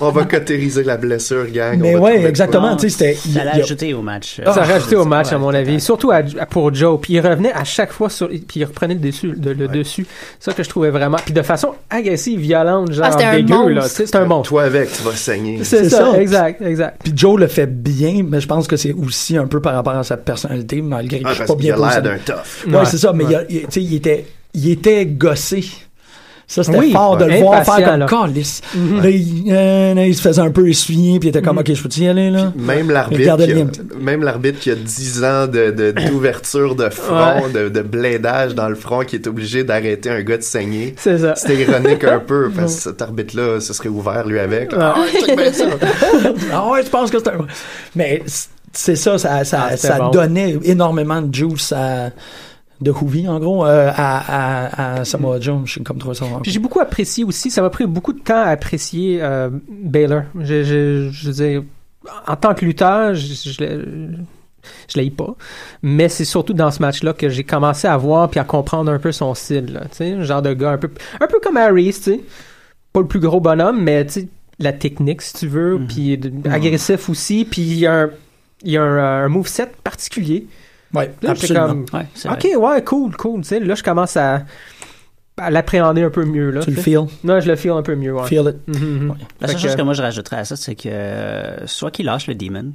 [SPEAKER 7] On va cotériser la blessure, gang.
[SPEAKER 4] Mais
[SPEAKER 7] on va
[SPEAKER 4] ouais,
[SPEAKER 7] trouver-
[SPEAKER 4] exactement, tu sais, c'était-
[SPEAKER 8] Ça l'a
[SPEAKER 4] il y a-
[SPEAKER 8] ajouté au match.
[SPEAKER 5] Ça a rajouté au match,
[SPEAKER 8] Ouais,
[SPEAKER 5] à mon
[SPEAKER 8] total.
[SPEAKER 5] avis. Surtout à- à- pour Joe. Puis il revenait à chaque fois sur. Puis il reprenait le dessus. de- le dessus. Ça que je trouvais vraiment. Puis de façon agressive, violente, genre
[SPEAKER 6] Ah, c'était un
[SPEAKER 5] dégueu, là.
[SPEAKER 6] monstre.
[SPEAKER 5] Tu sais, C'est un monstre.
[SPEAKER 7] Toi avec, tu vas saigner.
[SPEAKER 5] C'est
[SPEAKER 4] C'est
[SPEAKER 5] ça,
[SPEAKER 4] ça.
[SPEAKER 5] exact, exact.
[SPEAKER 4] Puis Joe le fait bien, mais je pense que c'est aussi un peu par rapport à sa personnalité, malgré que
[SPEAKER 7] Ah,
[SPEAKER 4] je suis
[SPEAKER 7] parce
[SPEAKER 4] pas
[SPEAKER 7] qu'il
[SPEAKER 4] bien
[SPEAKER 7] a l'air
[SPEAKER 4] positionné.
[SPEAKER 7] d'un tough.
[SPEAKER 4] Ouais,
[SPEAKER 5] Ouais.
[SPEAKER 4] c'est ça, mais il a- il, tu sais, il était, il était gossé. Ça, c'était
[SPEAKER 5] Oui,
[SPEAKER 4] fort de
[SPEAKER 5] ouais.
[SPEAKER 4] le voir
[SPEAKER 5] Impatient,
[SPEAKER 4] faire comme
[SPEAKER 5] là.
[SPEAKER 4] calice. Là, il, euh, là, il se faisait un peu essuyer, puis il était comme,
[SPEAKER 5] Mm-hmm.
[SPEAKER 4] OK, je peux y aller, là?
[SPEAKER 7] Même
[SPEAKER 4] Il
[SPEAKER 7] l'arbitre,
[SPEAKER 4] gardait
[SPEAKER 7] qui
[SPEAKER 4] le lien.
[SPEAKER 7] a- même l'arbitre qui a 10 ans de, de- d'ouverture de front, de, de blédage dans le front, qui est obligé d'arrêter un gars de saigner.
[SPEAKER 5] C'est ça.
[SPEAKER 7] C'est ironique un peu, parce que cet arbitre-là se serait ouvert, lui, avec. Ah, ouais, check bien ça.
[SPEAKER 4] Ah ouais, je pense que c'est un. Mais c- c'est ça, ça, ça,
[SPEAKER 5] Ah, c'était
[SPEAKER 4] ça
[SPEAKER 5] bon.
[SPEAKER 4] donnait énormément de juice à. de Hoovy, en gros, euh, à, à, à Samoa Joe. Je suis comme trop ça.
[SPEAKER 5] Mm. Puis j'ai beaucoup apprécié aussi, ça m'a pris beaucoup de temps à apprécier euh, Baylor. Je, je, je veux dire, en tant que lutteur, je, je, l'ai- je l'ai pas. Mais c'est surtout dans ce match-là que j'ai commencé à voir puis à comprendre un peu son style. Là, tu sais, le genre de gars un peu, un peu comme Harry, tu sais. Pas le plus gros bonhomme, mais tu sais, la technique, si tu veux,
[SPEAKER 4] Mm-hmm.
[SPEAKER 5] puis de- agressif aussi, puis il y a un, il y a un, un moveset particulier.
[SPEAKER 4] Ouais,
[SPEAKER 5] Là, j'étais
[SPEAKER 4] absolument.
[SPEAKER 5] comme,
[SPEAKER 8] Ouais, c'est
[SPEAKER 5] Ok, ouais, cool, cool. tu sais, Là, je commence à, à l'appréhender un peu mieux. Là,
[SPEAKER 4] Tu le
[SPEAKER 5] tu sais.
[SPEAKER 4] feel,
[SPEAKER 5] Non, je le feel un peu mieux. Ouais.
[SPEAKER 4] feel it.
[SPEAKER 5] Mhm, mhm.
[SPEAKER 8] La seule
[SPEAKER 5] Fait
[SPEAKER 8] chose
[SPEAKER 5] que-
[SPEAKER 8] que moi je rajouterais à ça, c'est que euh, soit qu'il lâche le demon,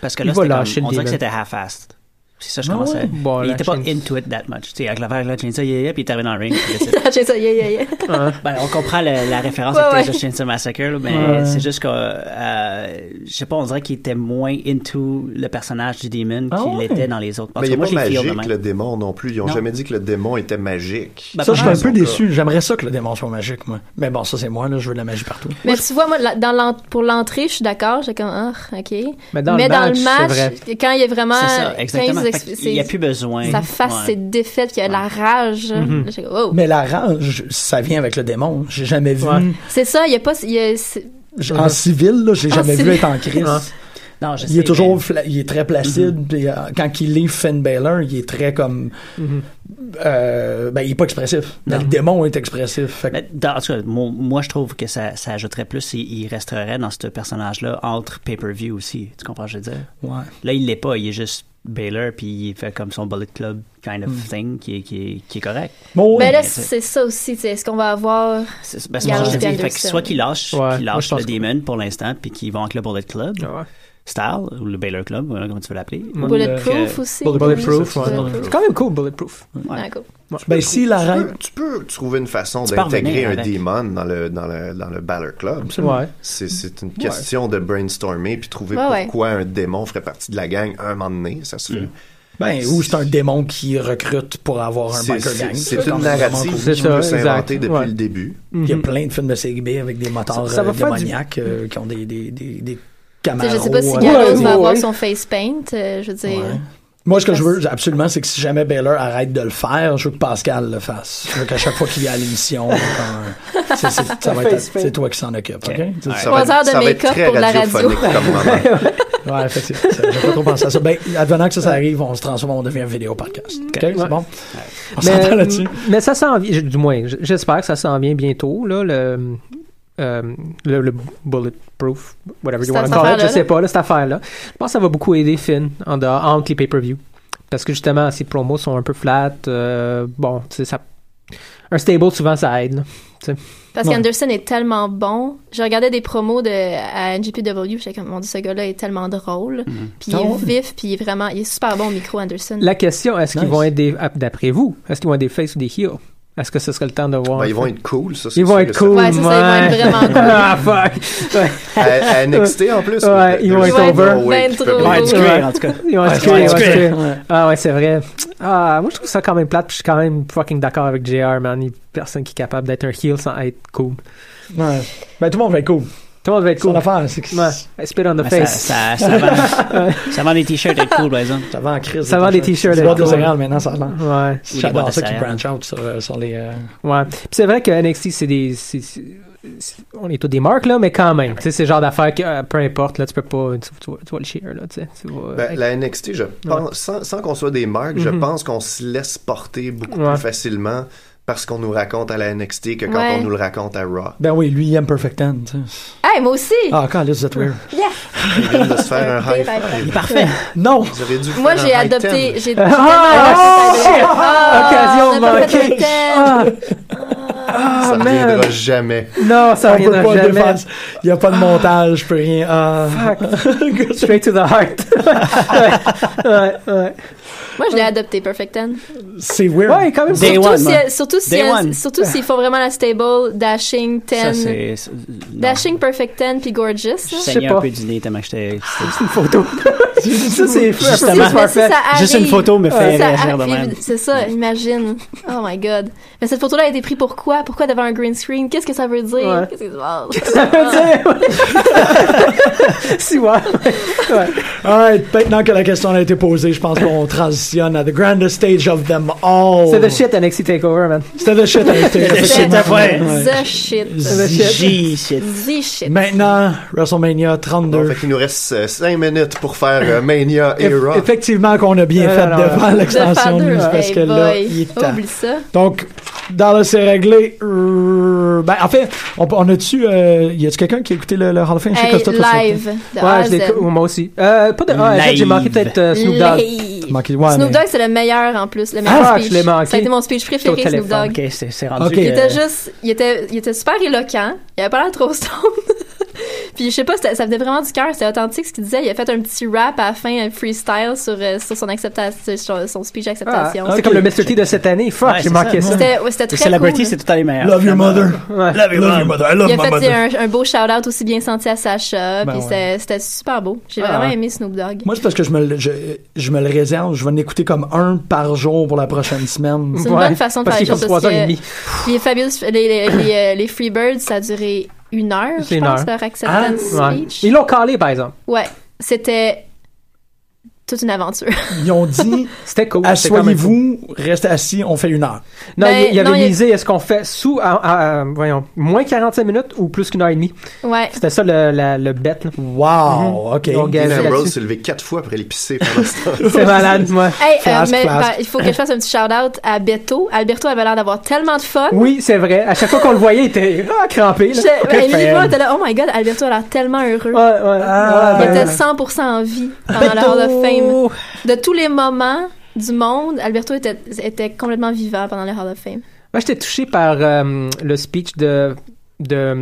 [SPEAKER 8] parce que
[SPEAKER 5] Il
[SPEAKER 8] là,
[SPEAKER 5] va
[SPEAKER 8] c'était comme-
[SPEAKER 5] lâcher le
[SPEAKER 8] on dirait que
[SPEAKER 5] Demon.
[SPEAKER 8] c'était half-assed. C'est ça, je
[SPEAKER 4] Ah
[SPEAKER 8] commence à-
[SPEAKER 4] ouais?
[SPEAKER 5] Bon,
[SPEAKER 8] il
[SPEAKER 5] la
[SPEAKER 8] était pas
[SPEAKER 5] chaîne-
[SPEAKER 8] into it that much. Tu sais, avec l'affaire avec la Chainsaw yeah, yeah, puis il est arrivé dans le ring. puis that's it.
[SPEAKER 6] J'ai Ah, ça, yeah, yeah, yeah.
[SPEAKER 8] ben, on comprend le- la référence
[SPEAKER 6] Ouais,
[SPEAKER 8] avec
[SPEAKER 6] ouais.
[SPEAKER 8] Texas Chainsaw Massacre, là, mais
[SPEAKER 4] Ouais.
[SPEAKER 8] c'est juste que, euh, je sais pas, on dirait qu'il était moins into le personnage du demon
[SPEAKER 4] Ah
[SPEAKER 8] qu'il
[SPEAKER 4] ouais?
[SPEAKER 8] était dans les autres. Parce
[SPEAKER 7] Mais
[SPEAKER 8] que
[SPEAKER 7] il est
[SPEAKER 8] moi,
[SPEAKER 7] pas
[SPEAKER 8] je l'ai feel de
[SPEAKER 7] magique,
[SPEAKER 8] même.
[SPEAKER 7] le démon, non plus. Ils ont
[SPEAKER 8] Non.
[SPEAKER 7] jamais dit que le démon était magique.
[SPEAKER 8] Ben,
[SPEAKER 4] Ça, je suis
[SPEAKER 8] pendant-
[SPEAKER 4] un peu déçu. J'aimerais ça que le démon soit magique, moi. Mais bon, ça, c'est moi, là. Je veux de la magie partout.
[SPEAKER 6] Mais tu vois, moi, la- dans l'en- pour l'entrée, je suis d'accord. J'étais comme, ah, OK.
[SPEAKER 5] Mais dans le match, c'est
[SPEAKER 6] quand il y a vraiment.
[SPEAKER 8] C'est ça,
[SPEAKER 6] quand
[SPEAKER 8] exactement.
[SPEAKER 6] ils
[SPEAKER 8] Fait
[SPEAKER 6] ex-
[SPEAKER 8] qu'il-
[SPEAKER 6] c'est-
[SPEAKER 8] Il n'y a plus besoin.
[SPEAKER 6] Sa face,
[SPEAKER 8] Ouais. Mhm.
[SPEAKER 6] c'est défaite, puis il y a de la rage. J'étais comme, wow.
[SPEAKER 4] Mais la rage, ça vient avec le démon. J'ai jamais vu.
[SPEAKER 8] Mm.
[SPEAKER 5] Ouais.
[SPEAKER 6] C'est ça, il y a pas. il y a- c'est-
[SPEAKER 4] j- En civil, là, j'ai
[SPEAKER 6] En
[SPEAKER 4] jamais vu
[SPEAKER 6] civil.
[SPEAKER 4] être en crise.
[SPEAKER 5] Ouais.
[SPEAKER 8] Non, je
[SPEAKER 4] Il
[SPEAKER 8] sais, Mhm.
[SPEAKER 4] est toujours,
[SPEAKER 8] mais-
[SPEAKER 4] fla- il est très placide. puis, euh, quand il lit Finn Balor, il est très comme, euh, ben il est pas expressif. Mais
[SPEAKER 8] Mhm. Non.
[SPEAKER 4] le démon est expressif. Fait que-
[SPEAKER 8] Mais dans- en tout cas, mo- moi, je trouve que ça, ça ajouterait plus, il, il resterait dans ce personnage-là entre pay-per-view aussi. Tu comprends, ce que je veux dire?
[SPEAKER 4] ouais.
[SPEAKER 8] Là, il l'est pas, il est juste Baylor, puis il fait comme son Bullet Club kind of
[SPEAKER 6] Hmm.
[SPEAKER 8] thing qui est, qui est, qui est correct.
[SPEAKER 4] Bon,
[SPEAKER 6] Mais là,
[SPEAKER 8] c'est-
[SPEAKER 6] c'est ça aussi, tu sais. Est-ce qu'on va avoir.
[SPEAKER 8] C'est ben,
[SPEAKER 6] Il
[SPEAKER 8] c'est pour ça que je
[SPEAKER 6] rajoute
[SPEAKER 8] te dis, fait que
[SPEAKER 6] Anderson.
[SPEAKER 8] soit qu'il lâche,
[SPEAKER 5] Ouais, moi,
[SPEAKER 8] qu'il
[SPEAKER 5] je
[SPEAKER 8] lâche
[SPEAKER 5] pense
[SPEAKER 8] le
[SPEAKER 5] que-
[SPEAKER 8] Demon pour l'instant, puis qu'il va avec le Bullet Club,
[SPEAKER 6] Ah
[SPEAKER 5] Ouais.
[SPEAKER 8] style, ou le Baylor Club, voilà, comment tu veux l'appeler.
[SPEAKER 5] Ouais.
[SPEAKER 6] Bulletproof aussi.
[SPEAKER 5] Bulletproof,
[SPEAKER 6] Oui,
[SPEAKER 5] ouais.
[SPEAKER 6] Bulletproof.
[SPEAKER 5] C'est quand même cool, Bulletproof.
[SPEAKER 6] Ouais, cool.
[SPEAKER 4] ben s'il
[SPEAKER 7] tu,
[SPEAKER 4] arrête,
[SPEAKER 7] peux, tu peux trouver une façon
[SPEAKER 8] Tu peux
[SPEAKER 7] d'intégrer
[SPEAKER 8] revenir
[SPEAKER 7] un
[SPEAKER 8] avec.
[SPEAKER 7] démon dans le, dans le, dans le Baller Club.
[SPEAKER 5] Ouais.
[SPEAKER 7] C'est, c'est une question de brainstormer puis trouver
[SPEAKER 6] Ouais, ouais.
[SPEAKER 7] pourquoi un démon ferait partie de la gang un moment donné. Ça se fait.
[SPEAKER 4] ben ou c'est un démon qui recrute pour avoir un
[SPEAKER 7] C'est,
[SPEAKER 4] biker
[SPEAKER 7] c'est-
[SPEAKER 4] gang.
[SPEAKER 7] c'est
[SPEAKER 4] comme
[SPEAKER 7] une
[SPEAKER 4] vraiment
[SPEAKER 7] narrative
[SPEAKER 4] cool.
[SPEAKER 5] C'est
[SPEAKER 7] qui
[SPEAKER 5] ça,
[SPEAKER 7] peut
[SPEAKER 5] exact.
[SPEAKER 7] s'inventer depuis
[SPEAKER 5] Ouais.
[SPEAKER 7] le début.
[SPEAKER 6] Mm.
[SPEAKER 4] Il y
[SPEAKER 8] Mhm.
[SPEAKER 4] a plein de films de série B avec des motards
[SPEAKER 5] Ça- ça va
[SPEAKER 4] euh,
[SPEAKER 5] faire du-
[SPEAKER 4] démoniaques euh, qui ont des des des, des
[SPEAKER 6] Tu sais,
[SPEAKER 4] Camaro,
[SPEAKER 6] je sais pas si
[SPEAKER 4] euh,
[SPEAKER 6] Gallows
[SPEAKER 5] ouais,
[SPEAKER 6] va avoir
[SPEAKER 5] ouais.
[SPEAKER 6] son face paint. euh, je veux dire.
[SPEAKER 4] Ouais. Moi, ce que je veux absolument, c'est que si jamais Baylor arrête de le faire, je veux que Pascal le fasse. Je veux qu'à chaque fois qu'il y a à l'émission, là, quand, euh, c'est- c'est- ça va être- c'est toi qui s'en occupe. OK? C'est ça.
[SPEAKER 6] Trois heures de
[SPEAKER 7] ça va être
[SPEAKER 6] make-up
[SPEAKER 7] très
[SPEAKER 6] pour la radio.
[SPEAKER 7] radiophonique comme moment.
[SPEAKER 4] Ouais, effectivement. Ça, J'ai pas trop pensé à ça. Ben, advenant que ça, ça arrive, on se transforme, on devient un vidéo podcast. OK? C'est bon? On s'entend
[SPEAKER 5] Mais, euh, mm,
[SPEAKER 4] là-dessus.
[SPEAKER 5] mais ça s'en vient, j- du moins, j- j'espère que ça s'en vient bientôt, là, le, euh, le, le Bulletproof, whatever you
[SPEAKER 6] Cette
[SPEAKER 5] want to call it,
[SPEAKER 6] affaire-là,
[SPEAKER 5] je sais
[SPEAKER 6] là.
[SPEAKER 5] pas, là, cette affaire-là. Je pense que ça va beaucoup aider Finn en dehors, entre les pay-per-view. Parce que justement, ses promos sont un peu flat, euh, bon, tu sais, ça. Un stable, souvent, ça aide, là.
[SPEAKER 6] Parce
[SPEAKER 4] Ouais.
[SPEAKER 6] qu'Anderson est tellement bon. Je regardais des promos de, à NGPW, j'étais comme, mon dieu, ce gars-là est tellement drôle. Puis
[SPEAKER 4] Ah
[SPEAKER 6] il
[SPEAKER 4] ouais.
[SPEAKER 6] est vif, puis il est vraiment, il est super bon au micro, Anderson.
[SPEAKER 5] La question, est-ce qu'ils
[SPEAKER 4] Nice.
[SPEAKER 5] vont être des, ap- d'après vous, est-ce qu'ils vont être des faces ou des heels? Est-ce que ce serait le temps de voir?
[SPEAKER 7] Ben, ils vont être cool, ça. c'est
[SPEAKER 5] Ils vont
[SPEAKER 7] sûr
[SPEAKER 5] être
[SPEAKER 7] que
[SPEAKER 5] cool,
[SPEAKER 6] Ouais, ça, ça, ils vont être vraiment
[SPEAKER 5] ah, fuck! Ouais.
[SPEAKER 7] ça- À, à NXT en plus.
[SPEAKER 5] Ouais, ils vont
[SPEAKER 7] There's
[SPEAKER 5] être
[SPEAKER 7] no
[SPEAKER 5] over.
[SPEAKER 7] way
[SPEAKER 6] Ben
[SPEAKER 7] tu peux
[SPEAKER 6] trop.
[SPEAKER 7] pas-
[SPEAKER 6] Ouais,
[SPEAKER 8] du
[SPEAKER 5] Ouais.
[SPEAKER 8] cuir, en tout cas.
[SPEAKER 5] Ils vont
[SPEAKER 4] Ouais,
[SPEAKER 5] se tuer, ils vont
[SPEAKER 4] ouais,
[SPEAKER 5] se tuer.
[SPEAKER 4] ouais.
[SPEAKER 5] Ah ouais, c'est vrai. Ah, moi je trouve ça quand même plate, puis je suis quand même fucking d'accord avec JR, man. Il y a personne qui est capable d'être un heel sans être cool.
[SPEAKER 4] Ouais. Ben, tout le monde va être cool.
[SPEAKER 5] Tout le monde va être
[SPEAKER 4] Son
[SPEAKER 5] cool.
[SPEAKER 4] affaire, c'est que
[SPEAKER 5] Ouais. Spit on the
[SPEAKER 8] Ça,
[SPEAKER 5] face.
[SPEAKER 8] ça, ça vend, ça vend des t-shirts avec cool, par exemple.
[SPEAKER 4] ça vend en crise.
[SPEAKER 5] Ça vend des t-shirts,
[SPEAKER 4] C'est
[SPEAKER 5] des
[SPEAKER 4] boîtes de
[SPEAKER 5] cool.
[SPEAKER 4] céréales maintenant, ça vend.
[SPEAKER 5] Ouais.
[SPEAKER 8] Ou des boîtes
[SPEAKER 4] J'adore
[SPEAKER 8] à
[SPEAKER 4] ça qui
[SPEAKER 8] céréales.
[SPEAKER 4] branch out sur, euh, sur les. euh,
[SPEAKER 5] Ouais. Puis c'est vrai que NXT, c'est des. c'est- c'est- c'est- on est tous des marques, là, mais quand même. Tu sais, c'est le genre d'affaires que, euh, peu importe, là, tu peux pas. Tu, tu vas, tu vas le share, là, tu sais. Tu vas-
[SPEAKER 7] Ben, la NXT, je pense, sans, sans qu'on soit des marques, je pense qu'on se laisse porter beaucoup
[SPEAKER 5] Mhm. Ouais.
[SPEAKER 7] plus facilement parce qu'on nous raconte à la NXT que quand
[SPEAKER 6] Ouais.
[SPEAKER 7] on nous le raconte à Raw.
[SPEAKER 4] Ben oui, lui, il aime Perfect Ten. tu sais.
[SPEAKER 6] Hey, moi aussi!
[SPEAKER 4] Ah, quand vous êtes weird.
[SPEAKER 7] Ils viennent de se faire un
[SPEAKER 6] Des
[SPEAKER 7] high
[SPEAKER 6] high
[SPEAKER 7] five.
[SPEAKER 6] five.
[SPEAKER 8] Parfait.
[SPEAKER 4] Non!
[SPEAKER 7] Vous avez dû
[SPEAKER 6] Moi,
[SPEAKER 7] faire un
[SPEAKER 6] j'ai
[SPEAKER 7] high
[SPEAKER 6] adopté.
[SPEAKER 7] ten.
[SPEAKER 6] J'ai
[SPEAKER 5] Ah, oh, shit! Occasion
[SPEAKER 6] on a pas fait
[SPEAKER 5] manquée.
[SPEAKER 6] le thème.
[SPEAKER 5] Ah,
[SPEAKER 7] Ça ne
[SPEAKER 5] man.
[SPEAKER 7] reviendra jamais.
[SPEAKER 5] non, ça
[SPEAKER 4] On peut
[SPEAKER 5] reviendra
[SPEAKER 4] pas le
[SPEAKER 5] jamais.
[SPEAKER 4] défendre. Il n'y a pas de montage, je peux rien. Ah.
[SPEAKER 5] Straight to the heart. ouais, ouais, ouais.
[SPEAKER 6] Moi, je l'ai adopté, Perfect Ten.
[SPEAKER 4] C'est weird.
[SPEAKER 5] Ouais, quand même.
[SPEAKER 8] Day
[SPEAKER 5] surtout-
[SPEAKER 8] one,
[SPEAKER 6] Surtout
[SPEAKER 8] moi.
[SPEAKER 6] si- Surtout si-
[SPEAKER 8] Day one.
[SPEAKER 6] surtout s'ils font vraiment la stable, Dashing,
[SPEAKER 8] Ça,
[SPEAKER 6] Ten.
[SPEAKER 8] c'est. c'est- non.
[SPEAKER 6] Dashing, Perfect Ten, puis Gorgeous.
[SPEAKER 8] Je
[SPEAKER 6] là.
[SPEAKER 8] saignais
[SPEAKER 5] pas.
[SPEAKER 8] un peu du nez tellement que j'étais.
[SPEAKER 5] C'est une photo. ça, c'est fou, un
[SPEAKER 6] Si-
[SPEAKER 5] peu
[SPEAKER 8] Justement.
[SPEAKER 5] plus
[SPEAKER 6] mais si
[SPEAKER 5] parfait.
[SPEAKER 6] ça
[SPEAKER 8] Juste
[SPEAKER 6] arrive-
[SPEAKER 8] une photo me
[SPEAKER 6] si
[SPEAKER 8] fait
[SPEAKER 6] ça
[SPEAKER 8] réagir de
[SPEAKER 6] arrive-
[SPEAKER 8] même.
[SPEAKER 6] C'est ça, imagine. Oh my god. Mais cette photo-là a été prise pourquoi? Pourquoi devant un green screen? Qu'est-ce que ça veut dire?
[SPEAKER 5] Ouais.
[SPEAKER 6] Qu'est-ce que ça veut dire?
[SPEAKER 5] Ça veut dire. ouais. si, ouais.
[SPEAKER 4] Alright, maintenant que la question a été posée, je pense qu'on transitionne à the grandest stage of them
[SPEAKER 8] Oh.
[SPEAKER 4] all.
[SPEAKER 5] C'est the shit, NXT Takeover, man.
[SPEAKER 4] C'était the shit. avec- effectivement.
[SPEAKER 8] shit, ouais.
[SPEAKER 4] Ouais.
[SPEAKER 6] The shit.
[SPEAKER 8] J, shit.
[SPEAKER 6] The shit.
[SPEAKER 4] Maintenant, WrestleMania
[SPEAKER 7] Bon,
[SPEAKER 4] 32.
[SPEAKER 7] fait qu'il nous reste 5 minutes pour faire euh, Mania et
[SPEAKER 4] Eff-
[SPEAKER 7] Raw.
[SPEAKER 4] Effectivement qu'on a bien
[SPEAKER 5] Euh,
[SPEAKER 4] fait
[SPEAKER 5] non,
[SPEAKER 4] devant
[SPEAKER 6] The
[SPEAKER 4] l'extension
[SPEAKER 6] Father,
[SPEAKER 4] news parce
[SPEAKER 6] hey
[SPEAKER 4] que là,
[SPEAKER 6] boy.
[SPEAKER 4] il est temps.
[SPEAKER 6] Oublie ça.
[SPEAKER 4] Donc, dans le c'est réglé. euh, ben, en fait, on, on a-tu. euh, y a-tu quelqu'un qui a écouté le, le Hall of Fame? Je sais que
[SPEAKER 6] Hey,
[SPEAKER 4] Costa, toi, ça-
[SPEAKER 6] live. de A à
[SPEAKER 5] Ouais, je l'ai.
[SPEAKER 6] Z.
[SPEAKER 5] Moi aussi. Euh, pas de. Ah, j'ai- j'ai manqué peut-être euh, Snoop Dogg.
[SPEAKER 6] Live.
[SPEAKER 4] Manqué- ouais,
[SPEAKER 6] Snoop
[SPEAKER 4] mais-
[SPEAKER 6] Dogg, c'est le meilleur en plus. Le meilleur
[SPEAKER 5] fuck,
[SPEAKER 6] speech.
[SPEAKER 5] je l'ai manqué.
[SPEAKER 6] Ça a été mon speech préféré,
[SPEAKER 5] J'étais au
[SPEAKER 6] Snoop Dogg.
[SPEAKER 8] Ok, c'est c'est
[SPEAKER 5] Ah,
[SPEAKER 8] rendu.
[SPEAKER 4] Ok.
[SPEAKER 8] que-
[SPEAKER 4] Il
[SPEAKER 6] Il était juste, il était, il était super éloquent. Il avait pas l'air trop stone. Puis je sais pas, c'était- ça venait vraiment du cœur, c'était authentique ce qu'il disait. Il a fait un petit rap à la fin, un freestyle sur, euh, sur son acceptation, sur son speech
[SPEAKER 5] Ah,
[SPEAKER 6] d'acceptation.
[SPEAKER 5] C'est
[SPEAKER 4] ok.
[SPEAKER 5] comme le Mr. T de cette année. Fuck,
[SPEAKER 8] Ouais,
[SPEAKER 5] j'ai
[SPEAKER 8] c'est
[SPEAKER 5] manqué ça.
[SPEAKER 8] ça.
[SPEAKER 6] C'était ouais, c'était
[SPEAKER 8] Les
[SPEAKER 6] très
[SPEAKER 8] celebrities,
[SPEAKER 6] cool.
[SPEAKER 8] c'est tout à les meilleurs.
[SPEAKER 4] Love your mother.
[SPEAKER 5] Ouais.
[SPEAKER 8] Love your
[SPEAKER 1] Love your
[SPEAKER 8] mom.
[SPEAKER 1] mother. I love
[SPEAKER 6] Il a
[SPEAKER 1] my
[SPEAKER 6] fait tu sais,
[SPEAKER 1] mother.
[SPEAKER 6] un, un beau shout-out aussi bien senti à Sacha.
[SPEAKER 4] Ben
[SPEAKER 6] puis
[SPEAKER 4] ouais.
[SPEAKER 6] c'était- c'était super beau. J'ai
[SPEAKER 5] Ah.
[SPEAKER 6] vraiment aimé Snoop Dogg.
[SPEAKER 4] Moi, c'est parce que je me, le- je, je me le réserve. Je vais en écouter comme un par jour pour la prochaine semaine.
[SPEAKER 6] C'est une bonne façon de
[SPEAKER 5] parce
[SPEAKER 6] faire
[SPEAKER 5] qu'il
[SPEAKER 6] les choses,
[SPEAKER 5] faut trois
[SPEAKER 6] parce
[SPEAKER 5] heures et
[SPEAKER 6] que-
[SPEAKER 5] demie.
[SPEAKER 6] Les Fabulous, les, les, les, euh, les Freebirds, ça a duré une heure, je
[SPEAKER 5] C'est une
[SPEAKER 6] pense,
[SPEAKER 5] heure. Ah,
[SPEAKER 6] leur acceptance
[SPEAKER 5] Ouais.
[SPEAKER 6] speech.
[SPEAKER 5] Ils l'ont calé, par exemple.
[SPEAKER 6] Ouais, c'était toute une aventure.
[SPEAKER 4] Ils ont dit
[SPEAKER 5] C'était cool. c'était Oh, quand même cool.
[SPEAKER 4] Asseyez-vous, restez assis, on fait une heure.
[SPEAKER 5] Non,
[SPEAKER 6] Ben,
[SPEAKER 5] il y avait
[SPEAKER 6] non, il-
[SPEAKER 5] misé, est-ce qu'on fait sous, à- à- à- voyons, moins 45 minutes ou plus qu'une heure et demie?
[SPEAKER 6] Ouais.
[SPEAKER 5] C'était ça le, la- le bet, là.
[SPEAKER 4] Wow, OK.
[SPEAKER 5] Mm-hmm. Ils ont gagné.
[SPEAKER 7] Dean Ambrose
[SPEAKER 5] là-dessus.
[SPEAKER 7] s'est levé 4 fois après les pisser pendant ce temps.
[SPEAKER 5] C'est malade, moi.
[SPEAKER 6] Hey, euh,
[SPEAKER 4] Flasque,
[SPEAKER 6] mais,
[SPEAKER 4] flasque.
[SPEAKER 6] ben, il faut que je fasse un petit shout-out à Beto. Alberto avait l'air d'avoir tellement de fun.
[SPEAKER 5] Oui, c'est vrai. À chaque fois qu'on le voyait, il était ah, crampé. Là.
[SPEAKER 6] ben,
[SPEAKER 5] euh,
[SPEAKER 6] Je- ben, immédiatement, on était là, oh my god, Alberto a l'air tellement heureux.
[SPEAKER 5] Ouais, ouais.
[SPEAKER 4] Ah,
[SPEAKER 6] il
[SPEAKER 5] Ouais,
[SPEAKER 6] était
[SPEAKER 5] ben,
[SPEAKER 6] 100% en vie pendant la Hall of Fame.
[SPEAKER 4] Oh!
[SPEAKER 6] De tous les moments du monde, Alberto était, était complètement vivant pendant la Hall of Fame.
[SPEAKER 5] Moi, j'étais touché par euh, le speech de, de euh,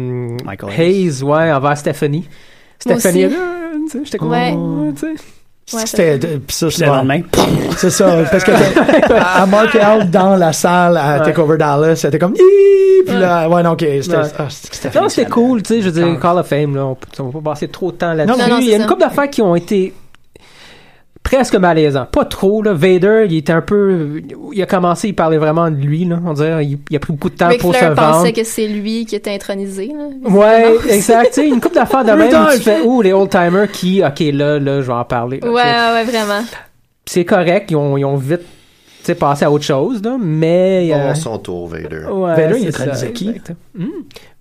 [SPEAKER 8] Michael Hayes.
[SPEAKER 5] Hayes, ouais, envers Stephanie.
[SPEAKER 6] Moi
[SPEAKER 5] Stephanie,
[SPEAKER 6] aussi.
[SPEAKER 5] euh, tu sais, j'étais comme,
[SPEAKER 6] Ouais.
[SPEAKER 5] euh, tu sais.
[SPEAKER 6] Ouais,
[SPEAKER 4] C'était. de- pis ça,
[SPEAKER 8] Puis le
[SPEAKER 4] ouais.
[SPEAKER 8] lendemain,
[SPEAKER 4] C'est ça, parce que t'as- à à Mark Out dans la salle à
[SPEAKER 5] Ouais.
[SPEAKER 4] Takeover Dallas, c'était comme Ih! puis là, ouais, non, ok, c'était.
[SPEAKER 5] Ouais.
[SPEAKER 4] ah, c'était- c'était-
[SPEAKER 5] Non, c'était cool, tu sais, je veux dire,
[SPEAKER 4] Quand-
[SPEAKER 5] Call of Fame, là, on, peut- on va pas passer trop de temps là-dessus.
[SPEAKER 6] Non, non,
[SPEAKER 5] il y
[SPEAKER 6] c'est
[SPEAKER 5] a une
[SPEAKER 6] ça.
[SPEAKER 5] couple d'affaires qui ont été presque malaisants. Pas trop, là. Vader, il était un peu... Il a commencé, il parlait vraiment de lui, là. On dirait, il, il a pris beaucoup de temps
[SPEAKER 6] Ric
[SPEAKER 5] pour se
[SPEAKER 6] Flair
[SPEAKER 5] vendre.
[SPEAKER 6] pensait que c'est lui qui était intronisé. là.
[SPEAKER 5] Ouais,
[SPEAKER 6] Non,
[SPEAKER 5] exact. Tu sais, une couple d'affaires de
[SPEAKER 4] Plus
[SPEAKER 5] même où
[SPEAKER 4] tard,
[SPEAKER 5] tu fais, ouh, les old-timers qui, OK, là, là, je vais en parler. là,
[SPEAKER 6] Ouais,
[SPEAKER 5] tu sais.
[SPEAKER 6] ouais, ouais, vraiment.
[SPEAKER 5] C'est correct, ils ont, ils ont vite, tu sais, passé à autre chose, là, mais... euh,
[SPEAKER 7] Bon, son tour, Vader.
[SPEAKER 5] ouais,
[SPEAKER 4] Vader, il
[SPEAKER 5] c'est
[SPEAKER 4] est
[SPEAKER 5] ça,
[SPEAKER 4] traduit à qui?
[SPEAKER 5] exact. Hmm.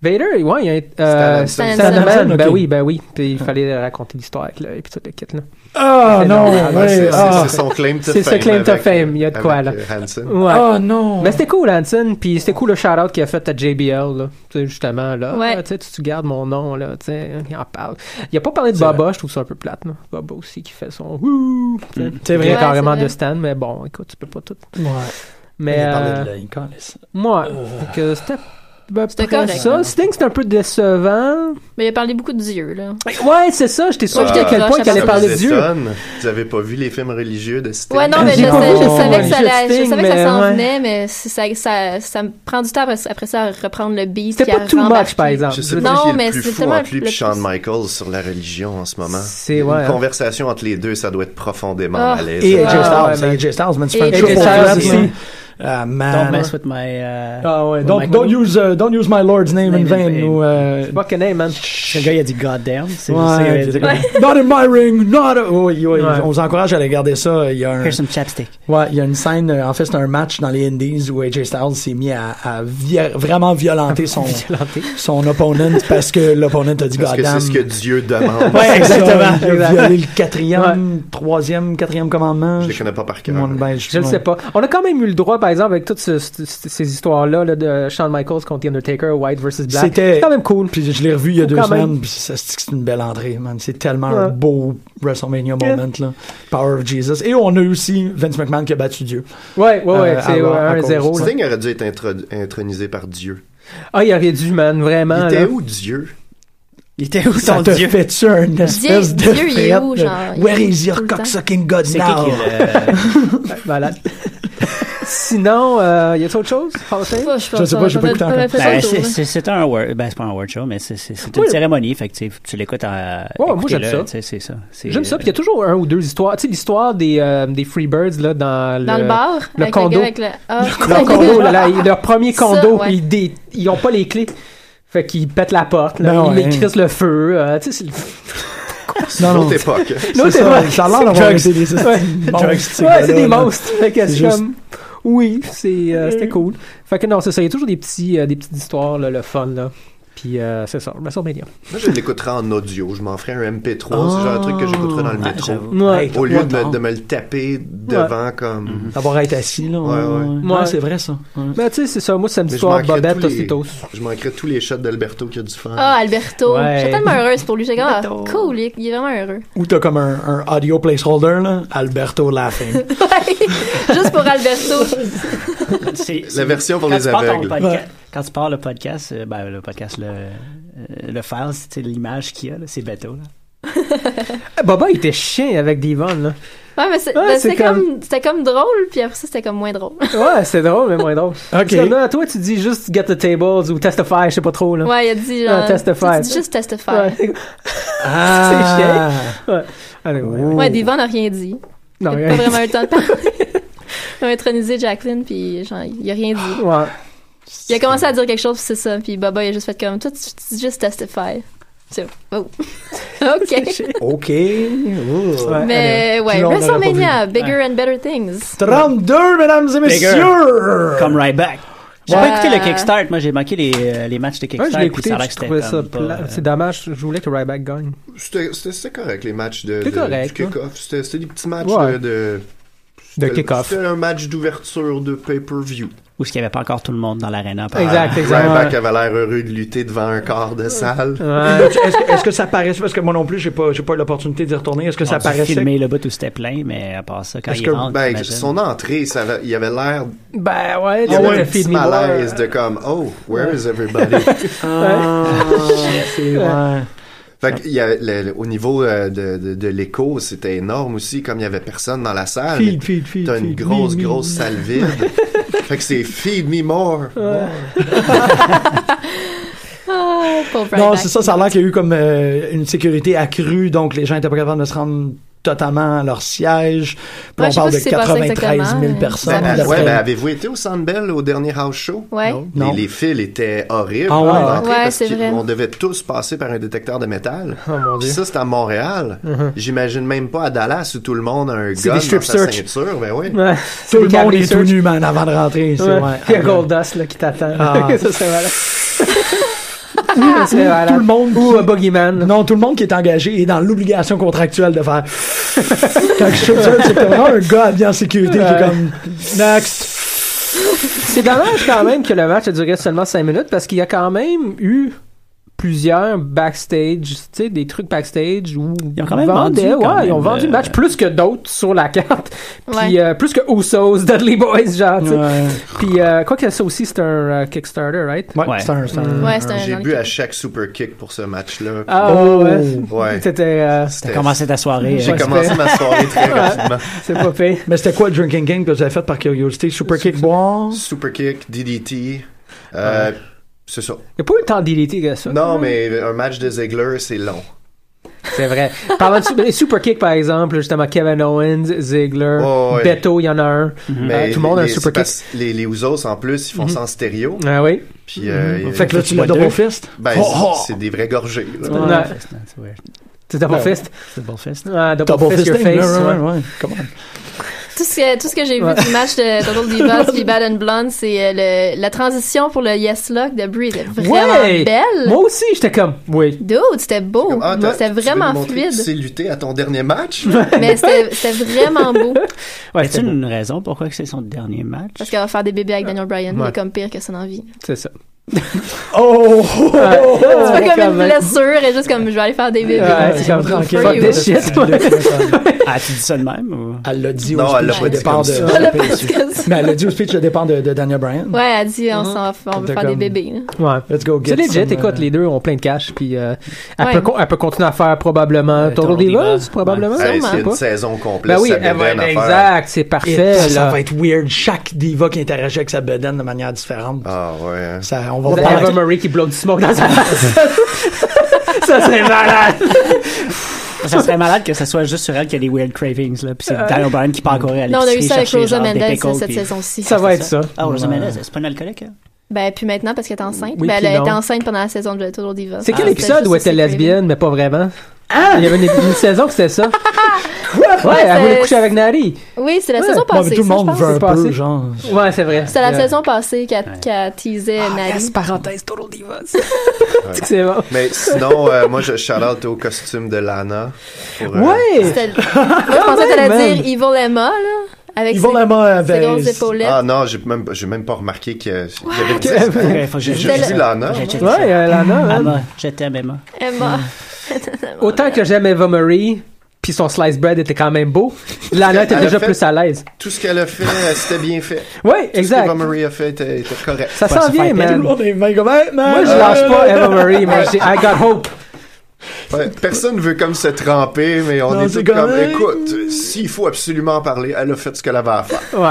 [SPEAKER 5] Vader, ouais, il a...
[SPEAKER 7] Stan
[SPEAKER 5] Euh,
[SPEAKER 7] Hansen.
[SPEAKER 6] Stan
[SPEAKER 5] Stan
[SPEAKER 6] Hansen.
[SPEAKER 5] Hansen,
[SPEAKER 4] Hansen,
[SPEAKER 5] ben
[SPEAKER 4] ok.
[SPEAKER 5] oui, ben oui. Puis il fallait raconter l'histoire avec le, et puis tout le kit, là.
[SPEAKER 4] Ah
[SPEAKER 5] C'est
[SPEAKER 4] non,
[SPEAKER 5] normal,
[SPEAKER 7] Ouais,
[SPEAKER 4] ouais,
[SPEAKER 7] c'est-
[SPEAKER 4] ah.
[SPEAKER 7] c'est- c'est son claim to fame.
[SPEAKER 5] C'est ce claim to
[SPEAKER 7] avec-
[SPEAKER 5] fame, il y a de quoi,
[SPEAKER 7] avec,
[SPEAKER 5] là.
[SPEAKER 7] euh, Hanson.
[SPEAKER 5] Ouais.
[SPEAKER 4] Ah non.
[SPEAKER 5] Mais Ben, c'était cool, Hanson, puis c'était cool le shout-out qu'il a fait à JBL, là. Tu sais, justement, là.
[SPEAKER 6] Ouais.
[SPEAKER 5] Ah, tu sais, tu tu gardes mon nom, là, tu sais, il en parle. Il a pas parlé de
[SPEAKER 4] C'est
[SPEAKER 5] Baba, je trouve ça un peu plate, là. Baba aussi qui fait son wouh, tu sais.
[SPEAKER 4] Mm. C'est vrai.
[SPEAKER 5] Il y a
[SPEAKER 6] Ouais,
[SPEAKER 5] carrément
[SPEAKER 6] c'est vrai.
[SPEAKER 5] de Stan, mais bon, écoute, tu peux pas tout.
[SPEAKER 4] Ouais.
[SPEAKER 5] Mais,
[SPEAKER 4] Il a parlé
[SPEAKER 5] euh,
[SPEAKER 4] de l'œil, câlisse.
[SPEAKER 5] moi, que c'était. ben,
[SPEAKER 6] C'était
[SPEAKER 5] après
[SPEAKER 6] correct.
[SPEAKER 5] Ça, Sting, c'était un peu décevant.
[SPEAKER 6] Mais il a parlé beaucoup de Dieu, là.
[SPEAKER 5] Ouais, c'est ça, j'étais sûr
[SPEAKER 6] Ouais,
[SPEAKER 5] à quel
[SPEAKER 6] j'étais
[SPEAKER 5] point il allait
[SPEAKER 6] croche à
[SPEAKER 5] parler de
[SPEAKER 7] Ça vous
[SPEAKER 5] Dieu.
[SPEAKER 7] étonne? Vous avez pas vu les films religieux de Sting?
[SPEAKER 6] Ouais, non, mais je,
[SPEAKER 5] J'ai
[SPEAKER 6] sais,
[SPEAKER 5] pas vu
[SPEAKER 6] je
[SPEAKER 5] le
[SPEAKER 6] savais que
[SPEAKER 5] film,
[SPEAKER 6] ça, allait-
[SPEAKER 5] Sting,
[SPEAKER 6] je savais que ça
[SPEAKER 5] mais
[SPEAKER 6] s'en
[SPEAKER 5] ouais.
[SPEAKER 6] venait, mais c'est- ça, ça, ça me prend du temps après, après ça à reprendre le beat.
[SPEAKER 5] C'était
[SPEAKER 6] puis à
[SPEAKER 5] pas too much,
[SPEAKER 6] rembarquer.
[SPEAKER 5] par exemple.
[SPEAKER 7] Je sais
[SPEAKER 6] Non,
[SPEAKER 7] pas qui est
[SPEAKER 6] mais
[SPEAKER 7] le plus
[SPEAKER 6] c'est
[SPEAKER 7] fou
[SPEAKER 6] tellement
[SPEAKER 7] entre lui
[SPEAKER 6] le
[SPEAKER 7] et Shawn
[SPEAKER 6] plus-
[SPEAKER 7] Michaels sur la religion en ce moment.
[SPEAKER 5] C'est-
[SPEAKER 7] Une
[SPEAKER 5] ouais, hein.
[SPEAKER 7] conversation entre les deux, ça doit être profondément
[SPEAKER 6] Ah.
[SPEAKER 7] malaisant.
[SPEAKER 4] Et
[SPEAKER 5] Ah,
[SPEAKER 4] AJ
[SPEAKER 5] ouais,
[SPEAKER 4] Styles,
[SPEAKER 5] mais-
[SPEAKER 4] AJ Styles, man, tu fais
[SPEAKER 6] Et
[SPEAKER 4] un
[SPEAKER 6] AJ
[SPEAKER 4] triple
[SPEAKER 5] Styles
[SPEAKER 4] threat
[SPEAKER 5] aussi.
[SPEAKER 4] ici. Ah,
[SPEAKER 8] Don't
[SPEAKER 4] man.
[SPEAKER 8] mess with my. euh,
[SPEAKER 4] ah ouais.
[SPEAKER 8] with
[SPEAKER 4] Don't,
[SPEAKER 8] my-
[SPEAKER 4] don't use, euh, don't use my lord's name in
[SPEAKER 8] Name in
[SPEAKER 4] vain.
[SPEAKER 8] vain.
[SPEAKER 4] Ou, euh,
[SPEAKER 5] Fucking hey, man.
[SPEAKER 8] Le gars, il a dit goddamn. C'est
[SPEAKER 4] ouais,
[SPEAKER 8] c'est-
[SPEAKER 4] c'est comme, Not in my ring, not. a- Oui, oui,
[SPEAKER 5] Ouais.
[SPEAKER 4] On vous encourage à aller regarder ça. Il y a un,
[SPEAKER 8] Here's some chapstick.
[SPEAKER 4] Ouais, il y a une scène, euh, en fait, c'est un match dans les Indies où AJ Styles s'est mis à, à vi- vraiment violenter son, son opponent parce que l'opponent a dit "Bah,
[SPEAKER 7] Parce que
[SPEAKER 4] Goddamn.
[SPEAKER 7] c'est ce que Dieu demande.
[SPEAKER 4] Ouais,
[SPEAKER 5] exactement,
[SPEAKER 4] Il a
[SPEAKER 5] exact.
[SPEAKER 4] violé le quatrième, troisième, quatrième commandement.
[SPEAKER 7] Je les connais pas par cœur.
[SPEAKER 4] Moi, ben,
[SPEAKER 5] Ah, Je ne
[SPEAKER 4] ouais.
[SPEAKER 5] sais pas. On a quand même eu le droit, par exemple, avec toutes ce- ce- ces histoires-là là, de Shawn Michaels contre The Undertaker, White versus Black.
[SPEAKER 4] C'était-
[SPEAKER 5] C'est quand même cool.
[SPEAKER 4] Puis je l'ai revu il y a
[SPEAKER 5] Ou
[SPEAKER 4] deux
[SPEAKER 5] quand même.
[SPEAKER 4] semaines, puis ça, c'est c'est une belle entrée, man. C'est tellement un
[SPEAKER 5] Ouais.
[SPEAKER 4] beau WrestleMania
[SPEAKER 5] Yeah.
[SPEAKER 4] moment, là. Power of Jesus. Et on a eu aussi Vince McMahon qui a battu Dieu.
[SPEAKER 5] Ouais, ouais, ouais.
[SPEAKER 4] Euh,
[SPEAKER 5] c'est
[SPEAKER 4] alors, à cause-
[SPEAKER 5] 1-0. là.
[SPEAKER 7] Sting aurait dû être intro- intronisé par Dieu.
[SPEAKER 5] Ah, il aurait dû, man,
[SPEAKER 7] Il
[SPEAKER 5] vraiment.
[SPEAKER 7] était
[SPEAKER 5] là.
[SPEAKER 7] où Dieu
[SPEAKER 8] Il était où
[SPEAKER 4] Ça
[SPEAKER 8] son
[SPEAKER 4] te
[SPEAKER 8] dieu?
[SPEAKER 4] fait-tu une espèce de
[SPEAKER 6] Dieu, il est où,
[SPEAKER 4] fête de-
[SPEAKER 6] genre, il
[SPEAKER 4] Where
[SPEAKER 6] est
[SPEAKER 4] is
[SPEAKER 6] tout
[SPEAKER 4] your
[SPEAKER 6] le temps?
[SPEAKER 4] cocksucking God
[SPEAKER 8] C'est qui
[SPEAKER 4] now?
[SPEAKER 8] qui le.
[SPEAKER 5] Malade. Sinon, euh, y a-t-il autre chose? Hall of Fame?
[SPEAKER 6] pas, je,
[SPEAKER 4] sais pas, j'ai pas écouté encore.
[SPEAKER 8] Ben, c'est- c'est c'est un word, ben, c'est pas un word show, mais c'est c'est- c'est une
[SPEAKER 5] Oui.
[SPEAKER 8] cérémonie, fait que tu sais, tu l'écoutes en.
[SPEAKER 5] Ouais, moi, j'aime
[SPEAKER 8] écoutez-le,
[SPEAKER 5] ça.
[SPEAKER 8] tu sais, C'est ça. C'est-
[SPEAKER 5] J'aime ça, puis il y a toujours un ou deux histoires. Tu sais, l'histoire des, euh, des Freebirds, là, dans le...
[SPEAKER 6] Dans le bar,
[SPEAKER 5] le
[SPEAKER 6] avec
[SPEAKER 5] condo.
[SPEAKER 6] le gars avec le... Ah.
[SPEAKER 5] Leur condo, là, là, leur premier
[SPEAKER 6] Ça,
[SPEAKER 5] condo,
[SPEAKER 6] ouais.
[SPEAKER 5] ils, dé- ils ont pas les clés. Fait qu'ils pètent la porte, là,
[SPEAKER 4] Ben
[SPEAKER 5] ils
[SPEAKER 4] ouais.
[SPEAKER 5] maîtrisent le feu. euh, tu sais, c'est
[SPEAKER 4] Non, non.
[SPEAKER 7] Autre époque.
[SPEAKER 5] Non,
[SPEAKER 4] C'est
[SPEAKER 5] c'est
[SPEAKER 4] ça,
[SPEAKER 5] vrai.
[SPEAKER 4] ça a l'air d'avoir
[SPEAKER 5] Drugs.
[SPEAKER 4] été des
[SPEAKER 5] Ouais.
[SPEAKER 4] monstres,
[SPEAKER 5] Ouais,
[SPEAKER 4] ces
[SPEAKER 5] c'est
[SPEAKER 4] gars-là,
[SPEAKER 5] des
[SPEAKER 4] là.
[SPEAKER 5] monstres. Fait que
[SPEAKER 4] C'est
[SPEAKER 5] c'est
[SPEAKER 4] juste-
[SPEAKER 5] comme... Oui, c'est, euh,
[SPEAKER 6] Mm.
[SPEAKER 5] c'était cool. Fait que non, c'est ça. Il y a toujours des, petits, euh, des petites histoires, là, le fun, là. Puis euh, c'est ça, WrestleMania.
[SPEAKER 7] Moi, je l'écouterais en audio. Je m'en ferais un MP3. C'est le genre de truc que j'écouterais dans le
[SPEAKER 5] Ah,
[SPEAKER 8] Ouais,
[SPEAKER 7] métro.
[SPEAKER 8] j'avoue.
[SPEAKER 5] Ouais.
[SPEAKER 7] Au lieu de
[SPEAKER 4] Ouais, non.
[SPEAKER 7] me, de me le taper devant comme.
[SPEAKER 4] D'avoir à être assis, là.
[SPEAKER 7] Ouais, ouais.
[SPEAKER 4] Ouais,
[SPEAKER 5] Ouais.
[SPEAKER 4] c'est vrai, ça. Ouais.
[SPEAKER 5] Mais tu sais, c'est ça. Moi, samedi
[SPEAKER 7] Mais je
[SPEAKER 5] soir,
[SPEAKER 7] manquerais
[SPEAKER 5] Bobette,
[SPEAKER 7] tous les-
[SPEAKER 5] Tostitos.
[SPEAKER 7] Je manquerais tous les shots d'Alberto qui a dû faire.
[SPEAKER 6] Ah, Alberto.
[SPEAKER 5] Ouais.
[SPEAKER 6] J'étais tellement heureuse pour lui. J'étais comme, ah, cool, il est- il est vraiment heureux.
[SPEAKER 4] Ou t'as comme un, un audio placeholder, là. Alberto laughing.
[SPEAKER 6] Ouais. Juste pour Alberto.
[SPEAKER 8] C'est-
[SPEAKER 7] La
[SPEAKER 8] c'est-
[SPEAKER 7] version pour
[SPEAKER 8] quand
[SPEAKER 7] les
[SPEAKER 8] tu pars ton
[SPEAKER 7] aveugles.
[SPEAKER 8] podca- Quand tu pars le podcast, euh, ben, le podcast, le, euh, le file, c'est l'image qu'il y a, là, c'est bateau. Là.
[SPEAKER 5] Eh, Baba, il était chien avec Devon, là.
[SPEAKER 6] Ouais, mais c'est
[SPEAKER 5] Ouais,
[SPEAKER 6] ben,
[SPEAKER 5] c'est
[SPEAKER 6] c'était comme... c'était comme drôle, puis après ça, c'était comme moins drôle.
[SPEAKER 5] Ouais, c'est drôle, mais moins drôle. Finalement, toi, tu dis juste get the tables ou testify, je sais pas trop, là.
[SPEAKER 6] Ouais, il a dit,
[SPEAKER 5] Ah,
[SPEAKER 6] genre...
[SPEAKER 5] testify.
[SPEAKER 6] tu dis juste testify. Ouais,
[SPEAKER 5] Ouais.
[SPEAKER 4] Ah!
[SPEAKER 5] Allez, ouais, ouais.
[SPEAKER 6] Devon n'a rien dit. Il
[SPEAKER 5] Oh. Non,
[SPEAKER 6] a pas
[SPEAKER 5] ouais.
[SPEAKER 6] vraiment eu le temps de parler. Ils ont intronisé Jacqueline, puis genre, il a rien dit.
[SPEAKER 5] Ouais.
[SPEAKER 6] Il a commencé à dire quelque chose, puis c'est ça. Puis Baba, il a juste fait comme, toi, tu tu dis juste testify. C'est oh. OK.
[SPEAKER 4] OK.
[SPEAKER 5] Ouais.
[SPEAKER 6] Mais
[SPEAKER 4] Puis
[SPEAKER 6] ouais,
[SPEAKER 4] là, on n'aurait pas
[SPEAKER 6] WrestleMania, bigger and better things.
[SPEAKER 4] 32, mesdames et messieurs!
[SPEAKER 8] Comme right back. J'ai
[SPEAKER 6] Ouais.
[SPEAKER 8] pas écouté
[SPEAKER 6] Euh,
[SPEAKER 8] le Kickstart, moi j'ai manqué les, euh, les matchs de
[SPEAKER 5] Ouais,
[SPEAKER 8] Kickstart.
[SPEAKER 5] je l'ai
[SPEAKER 8] puis
[SPEAKER 5] écouté,
[SPEAKER 8] ça a l'air
[SPEAKER 5] je
[SPEAKER 8] que c'était
[SPEAKER 5] trouvais ça
[SPEAKER 8] comme pas,
[SPEAKER 5] plat.
[SPEAKER 8] euh,
[SPEAKER 5] C'est dommage, je voulais que Ryback gagne.
[SPEAKER 7] C'était c'était- c'était correct, les matchs de,
[SPEAKER 5] C'était
[SPEAKER 7] de-
[SPEAKER 5] correct, hein.
[SPEAKER 7] du kick-off. C'était c'était des petits matchs
[SPEAKER 5] Ouais.
[SPEAKER 7] de- de.
[SPEAKER 5] De
[SPEAKER 7] c'était-
[SPEAKER 5] kick-off.
[SPEAKER 7] C'était un match d'ouverture de pay-per-view. Ah,
[SPEAKER 8] Où est-ce qu'il y avait pas encore tout le monde dans l'aréna. par-
[SPEAKER 5] Exact,
[SPEAKER 7] Ryback
[SPEAKER 5] exact.
[SPEAKER 7] avait l'air heureux de lutter devant un quart de salle.
[SPEAKER 5] Ouais.
[SPEAKER 4] Est-ce que, est-ce que ça paraissait, parce que moi non plus, j'ai pas, j'ai pas eu l'opportunité d'y retourner, est-ce que
[SPEAKER 5] Ah,
[SPEAKER 4] ça
[SPEAKER 8] On a
[SPEAKER 4] paraissait?
[SPEAKER 8] filmé le bout où c'était plein, mais à part ça, quand
[SPEAKER 4] Est-ce
[SPEAKER 8] il
[SPEAKER 4] que-
[SPEAKER 8] rentre,
[SPEAKER 7] Ben,
[SPEAKER 8] t'imagines.
[SPEAKER 7] son entrée, ça avait- il avait l'air.
[SPEAKER 5] Ben ouais,
[SPEAKER 7] Il
[SPEAKER 5] tu
[SPEAKER 7] y avait
[SPEAKER 5] vois,
[SPEAKER 7] Ah un
[SPEAKER 5] le
[SPEAKER 7] petit
[SPEAKER 5] feed me
[SPEAKER 7] malaise
[SPEAKER 5] more.
[SPEAKER 7] de comme, oh, where is everybody?
[SPEAKER 4] Ah, c'est ouais.
[SPEAKER 7] Fait qu'il y a le- le- au niveau euh, de, de- de l'écho, c'était énorme aussi, comme il y avait personne dans la salle. mais
[SPEAKER 4] Feed, feed, feed,
[SPEAKER 7] T'as une
[SPEAKER 4] feed,
[SPEAKER 7] grosse,
[SPEAKER 4] me, me.
[SPEAKER 7] grosse salle vide. fait que c'est feed me more.
[SPEAKER 6] Ah, pauvre Ryback.
[SPEAKER 4] Non, c'est ça, ça a l'air qu'il y a eu comme euh, une sécurité accrue, donc les gens étaient pas capables de se rendre totalement à leur siège. Puis
[SPEAKER 6] Ouais,
[SPEAKER 4] on
[SPEAKER 6] je sais
[SPEAKER 4] parle
[SPEAKER 6] pas ce
[SPEAKER 4] de
[SPEAKER 6] qui s'est passé
[SPEAKER 4] 93 000
[SPEAKER 6] exactement, euh,
[SPEAKER 4] personnes.
[SPEAKER 6] Ça
[SPEAKER 7] Ben,
[SPEAKER 6] me
[SPEAKER 4] d'après-
[SPEAKER 7] ouais, ben, avez-vous été au Sandbell au dernier house show?
[SPEAKER 6] Ouais.
[SPEAKER 7] Non.
[SPEAKER 4] Non.
[SPEAKER 7] Les, les fils étaient horribles.
[SPEAKER 4] Ah ouais,
[SPEAKER 7] à
[SPEAKER 4] ouais.
[SPEAKER 5] hein?
[SPEAKER 7] l'entrée
[SPEAKER 6] Ouais,
[SPEAKER 7] parce
[SPEAKER 6] c'est
[SPEAKER 7] qu'ils-
[SPEAKER 6] vrai.
[SPEAKER 7] On devait tous passer par un détecteur de métal.
[SPEAKER 5] Oh mon
[SPEAKER 7] Puis
[SPEAKER 5] dieu. Mm-hmm.
[SPEAKER 7] ça, c'est à Montréal. J'imagine même pas à Dallas où tout le monde a un
[SPEAKER 5] C'est
[SPEAKER 7] gun
[SPEAKER 5] des strip
[SPEAKER 7] dans sa
[SPEAKER 5] search.
[SPEAKER 7] ceinture. Ben oui.
[SPEAKER 5] Ouais.
[SPEAKER 4] Tout le monde
[SPEAKER 5] Des
[SPEAKER 4] est tout
[SPEAKER 5] search.
[SPEAKER 4] nu, man, avant de rentrer. c'est
[SPEAKER 5] Ouais.
[SPEAKER 4] ouais.
[SPEAKER 5] Puis il y a Goldust là, qui t'attend.
[SPEAKER 4] Ah.
[SPEAKER 5] ça, c'est malade. C'est malade.
[SPEAKER 4] Tout le monde
[SPEAKER 5] Ou
[SPEAKER 4] qui-
[SPEAKER 5] un Boogeyman. là.
[SPEAKER 4] Non, tout le monde qui est engagé est dans l'obligation contractuelle de faire. Quand je suis sûr, c'est que t'as vraiment un gars habillé en sécurité qui est comme next.
[SPEAKER 5] C'est dommage quand même que le match a duré seulement 5 minutes parce qu'il y a quand même eu plusieurs backstage, tu sais, des trucs backstage où
[SPEAKER 8] Ils ont quand même
[SPEAKER 5] vendaient,
[SPEAKER 8] vendu, quand
[SPEAKER 5] ouais, ils ont
[SPEAKER 8] même,
[SPEAKER 5] vendu le
[SPEAKER 8] euh,
[SPEAKER 5] match plus que d'autres sur la carte, puis
[SPEAKER 6] Ouais.
[SPEAKER 5] euh, plus que Usos, Dudley Boys, genre, tu sais.
[SPEAKER 4] Ouais,
[SPEAKER 5] Puis euh, quoi que ça aussi, c'est un euh, Kickstarter, right?
[SPEAKER 4] Ouais,
[SPEAKER 8] Ouais.
[SPEAKER 4] c'est un. c'est un-
[SPEAKER 6] Ouais, c'était un
[SPEAKER 7] Euh, J'ai
[SPEAKER 6] dans le
[SPEAKER 7] bu
[SPEAKER 6] cas.
[SPEAKER 7] à chaque super kick pour ce match-là.
[SPEAKER 5] Ah
[SPEAKER 4] Oh.
[SPEAKER 5] ouais.
[SPEAKER 7] Ouais.
[SPEAKER 5] C'était euh,
[SPEAKER 8] T'as
[SPEAKER 7] C'était-
[SPEAKER 8] commencé ta soirée.
[SPEAKER 5] J'ai
[SPEAKER 8] euh,
[SPEAKER 7] J'ai commencé ma soirée très rapidement.
[SPEAKER 5] c'est pas fait.
[SPEAKER 4] Mais c'était quoi le drinking game que vous avez fait par curiosité? Super kick boire?
[SPEAKER 7] Super kick, DDT. euh, C'est ça.
[SPEAKER 5] Il n'y a pas eu tant d'ilité que ça. Ah,
[SPEAKER 7] Non, mais un match de Ziegler, c'est long.
[SPEAKER 5] C'est vrai. Parlant de super, super Kick, par exemple, justement, Kevin Owens, Ziggler,
[SPEAKER 7] Oh, ouais.
[SPEAKER 5] Beto, il y en a
[SPEAKER 8] Mhm.
[SPEAKER 5] un. Euh, tout le monde a un
[SPEAKER 7] les- c'est
[SPEAKER 5] super kick.
[SPEAKER 7] parce- Les, les Usos, en plus, ils font ça en stéréo.
[SPEAKER 5] Ah oui.
[SPEAKER 7] Puis, euh, ils-
[SPEAKER 4] Mhm. Fait que là, tu l'as
[SPEAKER 8] Moi,
[SPEAKER 4] double
[SPEAKER 8] deux.
[SPEAKER 4] fist.
[SPEAKER 7] ben,
[SPEAKER 4] Oh, oh.
[SPEAKER 7] c'est- c'est des vrais gorgés. là.
[SPEAKER 5] Ouais.
[SPEAKER 8] Double fist, non, c'est weird.
[SPEAKER 5] C'est double
[SPEAKER 4] Ouais.
[SPEAKER 5] fist.
[SPEAKER 8] Double fist.
[SPEAKER 5] Ah, double,
[SPEAKER 4] Double
[SPEAKER 5] fist, your
[SPEAKER 4] fisting,
[SPEAKER 5] face.
[SPEAKER 4] ouais,
[SPEAKER 5] ouais.
[SPEAKER 4] ouais, ouais. Come on.
[SPEAKER 6] Tout ce que, tout ce que j'ai
[SPEAKER 5] Ouais.
[SPEAKER 6] vu du match de Total Divas puis Bad and Blonde, c'est euh, le- la transition pour le Yes Lock de Brie. Elle est vraiment
[SPEAKER 5] Ouais.
[SPEAKER 6] belle.
[SPEAKER 5] Moi aussi, j'étais comme, oui.
[SPEAKER 6] Dude, c'était beau.
[SPEAKER 7] Comme, ah, t'as-
[SPEAKER 6] c'était
[SPEAKER 7] tu veux
[SPEAKER 6] Oh, vraiment
[SPEAKER 7] nous montrer que Tu sais
[SPEAKER 6] fluide.
[SPEAKER 7] lutter à ton dernier match?
[SPEAKER 6] Mais c'était c'était vraiment beau.
[SPEAKER 5] Ouais,
[SPEAKER 8] As-tu
[SPEAKER 5] c'était beau.
[SPEAKER 8] une raison pourquoi que c'est son dernier match?
[SPEAKER 6] Parce qu'elle va faire des bébés avec Daniel Bryan.
[SPEAKER 5] Ouais.
[SPEAKER 6] C'est comme pire que son envie.
[SPEAKER 5] C'est ça.
[SPEAKER 4] Oh!
[SPEAKER 5] Ouais.
[SPEAKER 6] C'est pas comme une
[SPEAKER 5] Ouais.
[SPEAKER 6] blessure. Elle est juste comme, je vais aller faire des bébés.
[SPEAKER 5] Ouais, c'est comme
[SPEAKER 4] Tranquille.
[SPEAKER 5] Fuck this shit. ouais.
[SPEAKER 8] Ah, tu dis ça de même? Ou...
[SPEAKER 4] Elle l'a dit
[SPEAKER 7] Non,
[SPEAKER 4] au
[SPEAKER 7] elle l'a
[SPEAKER 4] speech
[SPEAKER 7] pas
[SPEAKER 4] de
[SPEAKER 7] dit
[SPEAKER 4] départ
[SPEAKER 7] comme
[SPEAKER 4] de...
[SPEAKER 7] ça.
[SPEAKER 6] Là, parce que c'est-
[SPEAKER 4] Mais elle l'a dit au speech de départ de, de Daniel Bryan.
[SPEAKER 6] Ouais, elle dit, on s'en va, on
[SPEAKER 4] T'as
[SPEAKER 6] veut faire des
[SPEAKER 4] comme-
[SPEAKER 6] bébés. là.
[SPEAKER 5] Ouais.
[SPEAKER 4] Let's go
[SPEAKER 5] C'est
[SPEAKER 4] get
[SPEAKER 5] legit,
[SPEAKER 4] some,
[SPEAKER 5] écoute,
[SPEAKER 4] euh,
[SPEAKER 5] les deux ont plein de cash, puis euh, elle,
[SPEAKER 6] Ouais.
[SPEAKER 5] peut, con- elle peut continuer à faire probablement Total
[SPEAKER 8] Total
[SPEAKER 5] Divas,
[SPEAKER 8] Divas,
[SPEAKER 5] probablement.
[SPEAKER 7] Hey,
[SPEAKER 5] je
[SPEAKER 7] c'est
[SPEAKER 5] sais
[SPEAKER 7] une
[SPEAKER 5] pas.
[SPEAKER 7] saison complète.
[SPEAKER 5] Ben oui,
[SPEAKER 7] ça
[SPEAKER 5] elle va
[SPEAKER 7] devait une
[SPEAKER 5] être
[SPEAKER 7] affaire.
[SPEAKER 5] exact, c'est
[SPEAKER 4] Et
[SPEAKER 5] parfait.
[SPEAKER 4] ça
[SPEAKER 5] là.
[SPEAKER 4] va être weird. Chaque diva qui interagit avec sa bedaine de manière différente.
[SPEAKER 7] Ah ouais. hein.
[SPEAKER 4] Ça, on
[SPEAKER 5] Vous
[SPEAKER 4] va
[SPEAKER 5] avez Eva
[SPEAKER 4] parler-
[SPEAKER 5] Marie qui bloque du smoke dans sa face. ça, c'est malade.
[SPEAKER 8] Ça serait malade que ce soit juste sur elle qu'il y a des weird cravings, là. Puis c'est Daniel Bryan qui part courir à
[SPEAKER 6] Euh, Non, on a eu
[SPEAKER 8] l'épicerie
[SPEAKER 6] ça avec
[SPEAKER 8] chercher,
[SPEAKER 6] Rosa
[SPEAKER 8] genre, des
[SPEAKER 6] Mendez
[SPEAKER 8] pickles,
[SPEAKER 6] cette
[SPEAKER 8] puis-
[SPEAKER 6] saison-ci.
[SPEAKER 5] Ça va être ça.
[SPEAKER 8] Ah, Rosa Mendes, c'est pas une alcoolique, elle?
[SPEAKER 6] Ben, puis maintenant, parce qu'elle est enceinte.
[SPEAKER 5] Oui,
[SPEAKER 6] ben,
[SPEAKER 5] puis
[SPEAKER 6] elle
[SPEAKER 5] non.
[SPEAKER 6] était enceinte pendant la saison de Total Divas.
[SPEAKER 5] C'est quel
[SPEAKER 6] Ah,
[SPEAKER 5] épisode
[SPEAKER 6] c'était
[SPEAKER 5] où elle
[SPEAKER 6] juste
[SPEAKER 5] était
[SPEAKER 6] ses cravings.
[SPEAKER 5] lesbienne, mais pas vraiment? Il y avait une, une saison que c'était ça. Ouais, elle
[SPEAKER 6] c'est-
[SPEAKER 5] voulait coucher avec Nari.
[SPEAKER 6] Oui, c'est la
[SPEAKER 5] Ouais.
[SPEAKER 6] saison
[SPEAKER 4] Ouais,
[SPEAKER 5] Ouais,
[SPEAKER 4] mais tout le
[SPEAKER 6] passée. ça, je
[SPEAKER 4] monde
[SPEAKER 6] pense.
[SPEAKER 4] veut un
[SPEAKER 5] pense.
[SPEAKER 4] peu, genre.
[SPEAKER 5] Ouais, Ah, c'est vrai.
[SPEAKER 6] C'était la
[SPEAKER 5] Euh,
[SPEAKER 6] saison passée qu'elle qu'elle teasait Nali.
[SPEAKER 4] parenthèse, Total Divas.
[SPEAKER 5] C'est bon.
[SPEAKER 7] Mais sinon, euh, moi, je shout out au costume de Lana. pour, euh,
[SPEAKER 5] Ouais!
[SPEAKER 6] C'était- Je
[SPEAKER 5] Oh,
[SPEAKER 6] pensais que t'allais dire Evil Emma, là. Avec
[SPEAKER 4] Ils vont
[SPEAKER 6] ses-
[SPEAKER 4] la main
[SPEAKER 6] ses
[SPEAKER 4] avec.
[SPEAKER 6] grosses épaulettes.
[SPEAKER 7] Ah non, j'ai même, j'ai même pas remarqué que. il y avait-
[SPEAKER 8] Ouais, faut que je-
[SPEAKER 7] J'ai
[SPEAKER 6] C'était
[SPEAKER 7] vu
[SPEAKER 6] le-
[SPEAKER 7] Lana.
[SPEAKER 8] J'ai- j'ai-
[SPEAKER 5] Ouais, euh, Lana. hein.
[SPEAKER 8] Emma, je t'aime, Emma.
[SPEAKER 6] Emma.
[SPEAKER 5] Mm. Autant que j'aime Eva Marie, puis son slice bread était quand même beau, Lana était
[SPEAKER 7] Elle a
[SPEAKER 5] déjà
[SPEAKER 7] fait-
[SPEAKER 5] plus à l'aise.
[SPEAKER 7] Tout ce qu'elle a fait, euh, c'était bien fait.
[SPEAKER 5] Ouais,
[SPEAKER 7] Tout
[SPEAKER 5] exact.
[SPEAKER 7] ce que Eva Marie a fait était, était correct.
[SPEAKER 5] Ça s'en vient,
[SPEAKER 4] Tout le
[SPEAKER 5] man.
[SPEAKER 4] monde est bien comme, hey, man,
[SPEAKER 5] Moi, je
[SPEAKER 4] euh,
[SPEAKER 5] lâche pas Eva Marie, mais j'ai- I got hope.
[SPEAKER 7] Ouais, personne veut comme se tremper, mais on
[SPEAKER 4] Non,
[SPEAKER 7] est
[SPEAKER 4] c'est
[SPEAKER 7] tous comme,
[SPEAKER 4] correct.
[SPEAKER 7] écoute, s'il faut absolument en parler, elle a fait ce qu'elle avait à faire.
[SPEAKER 5] Ouais.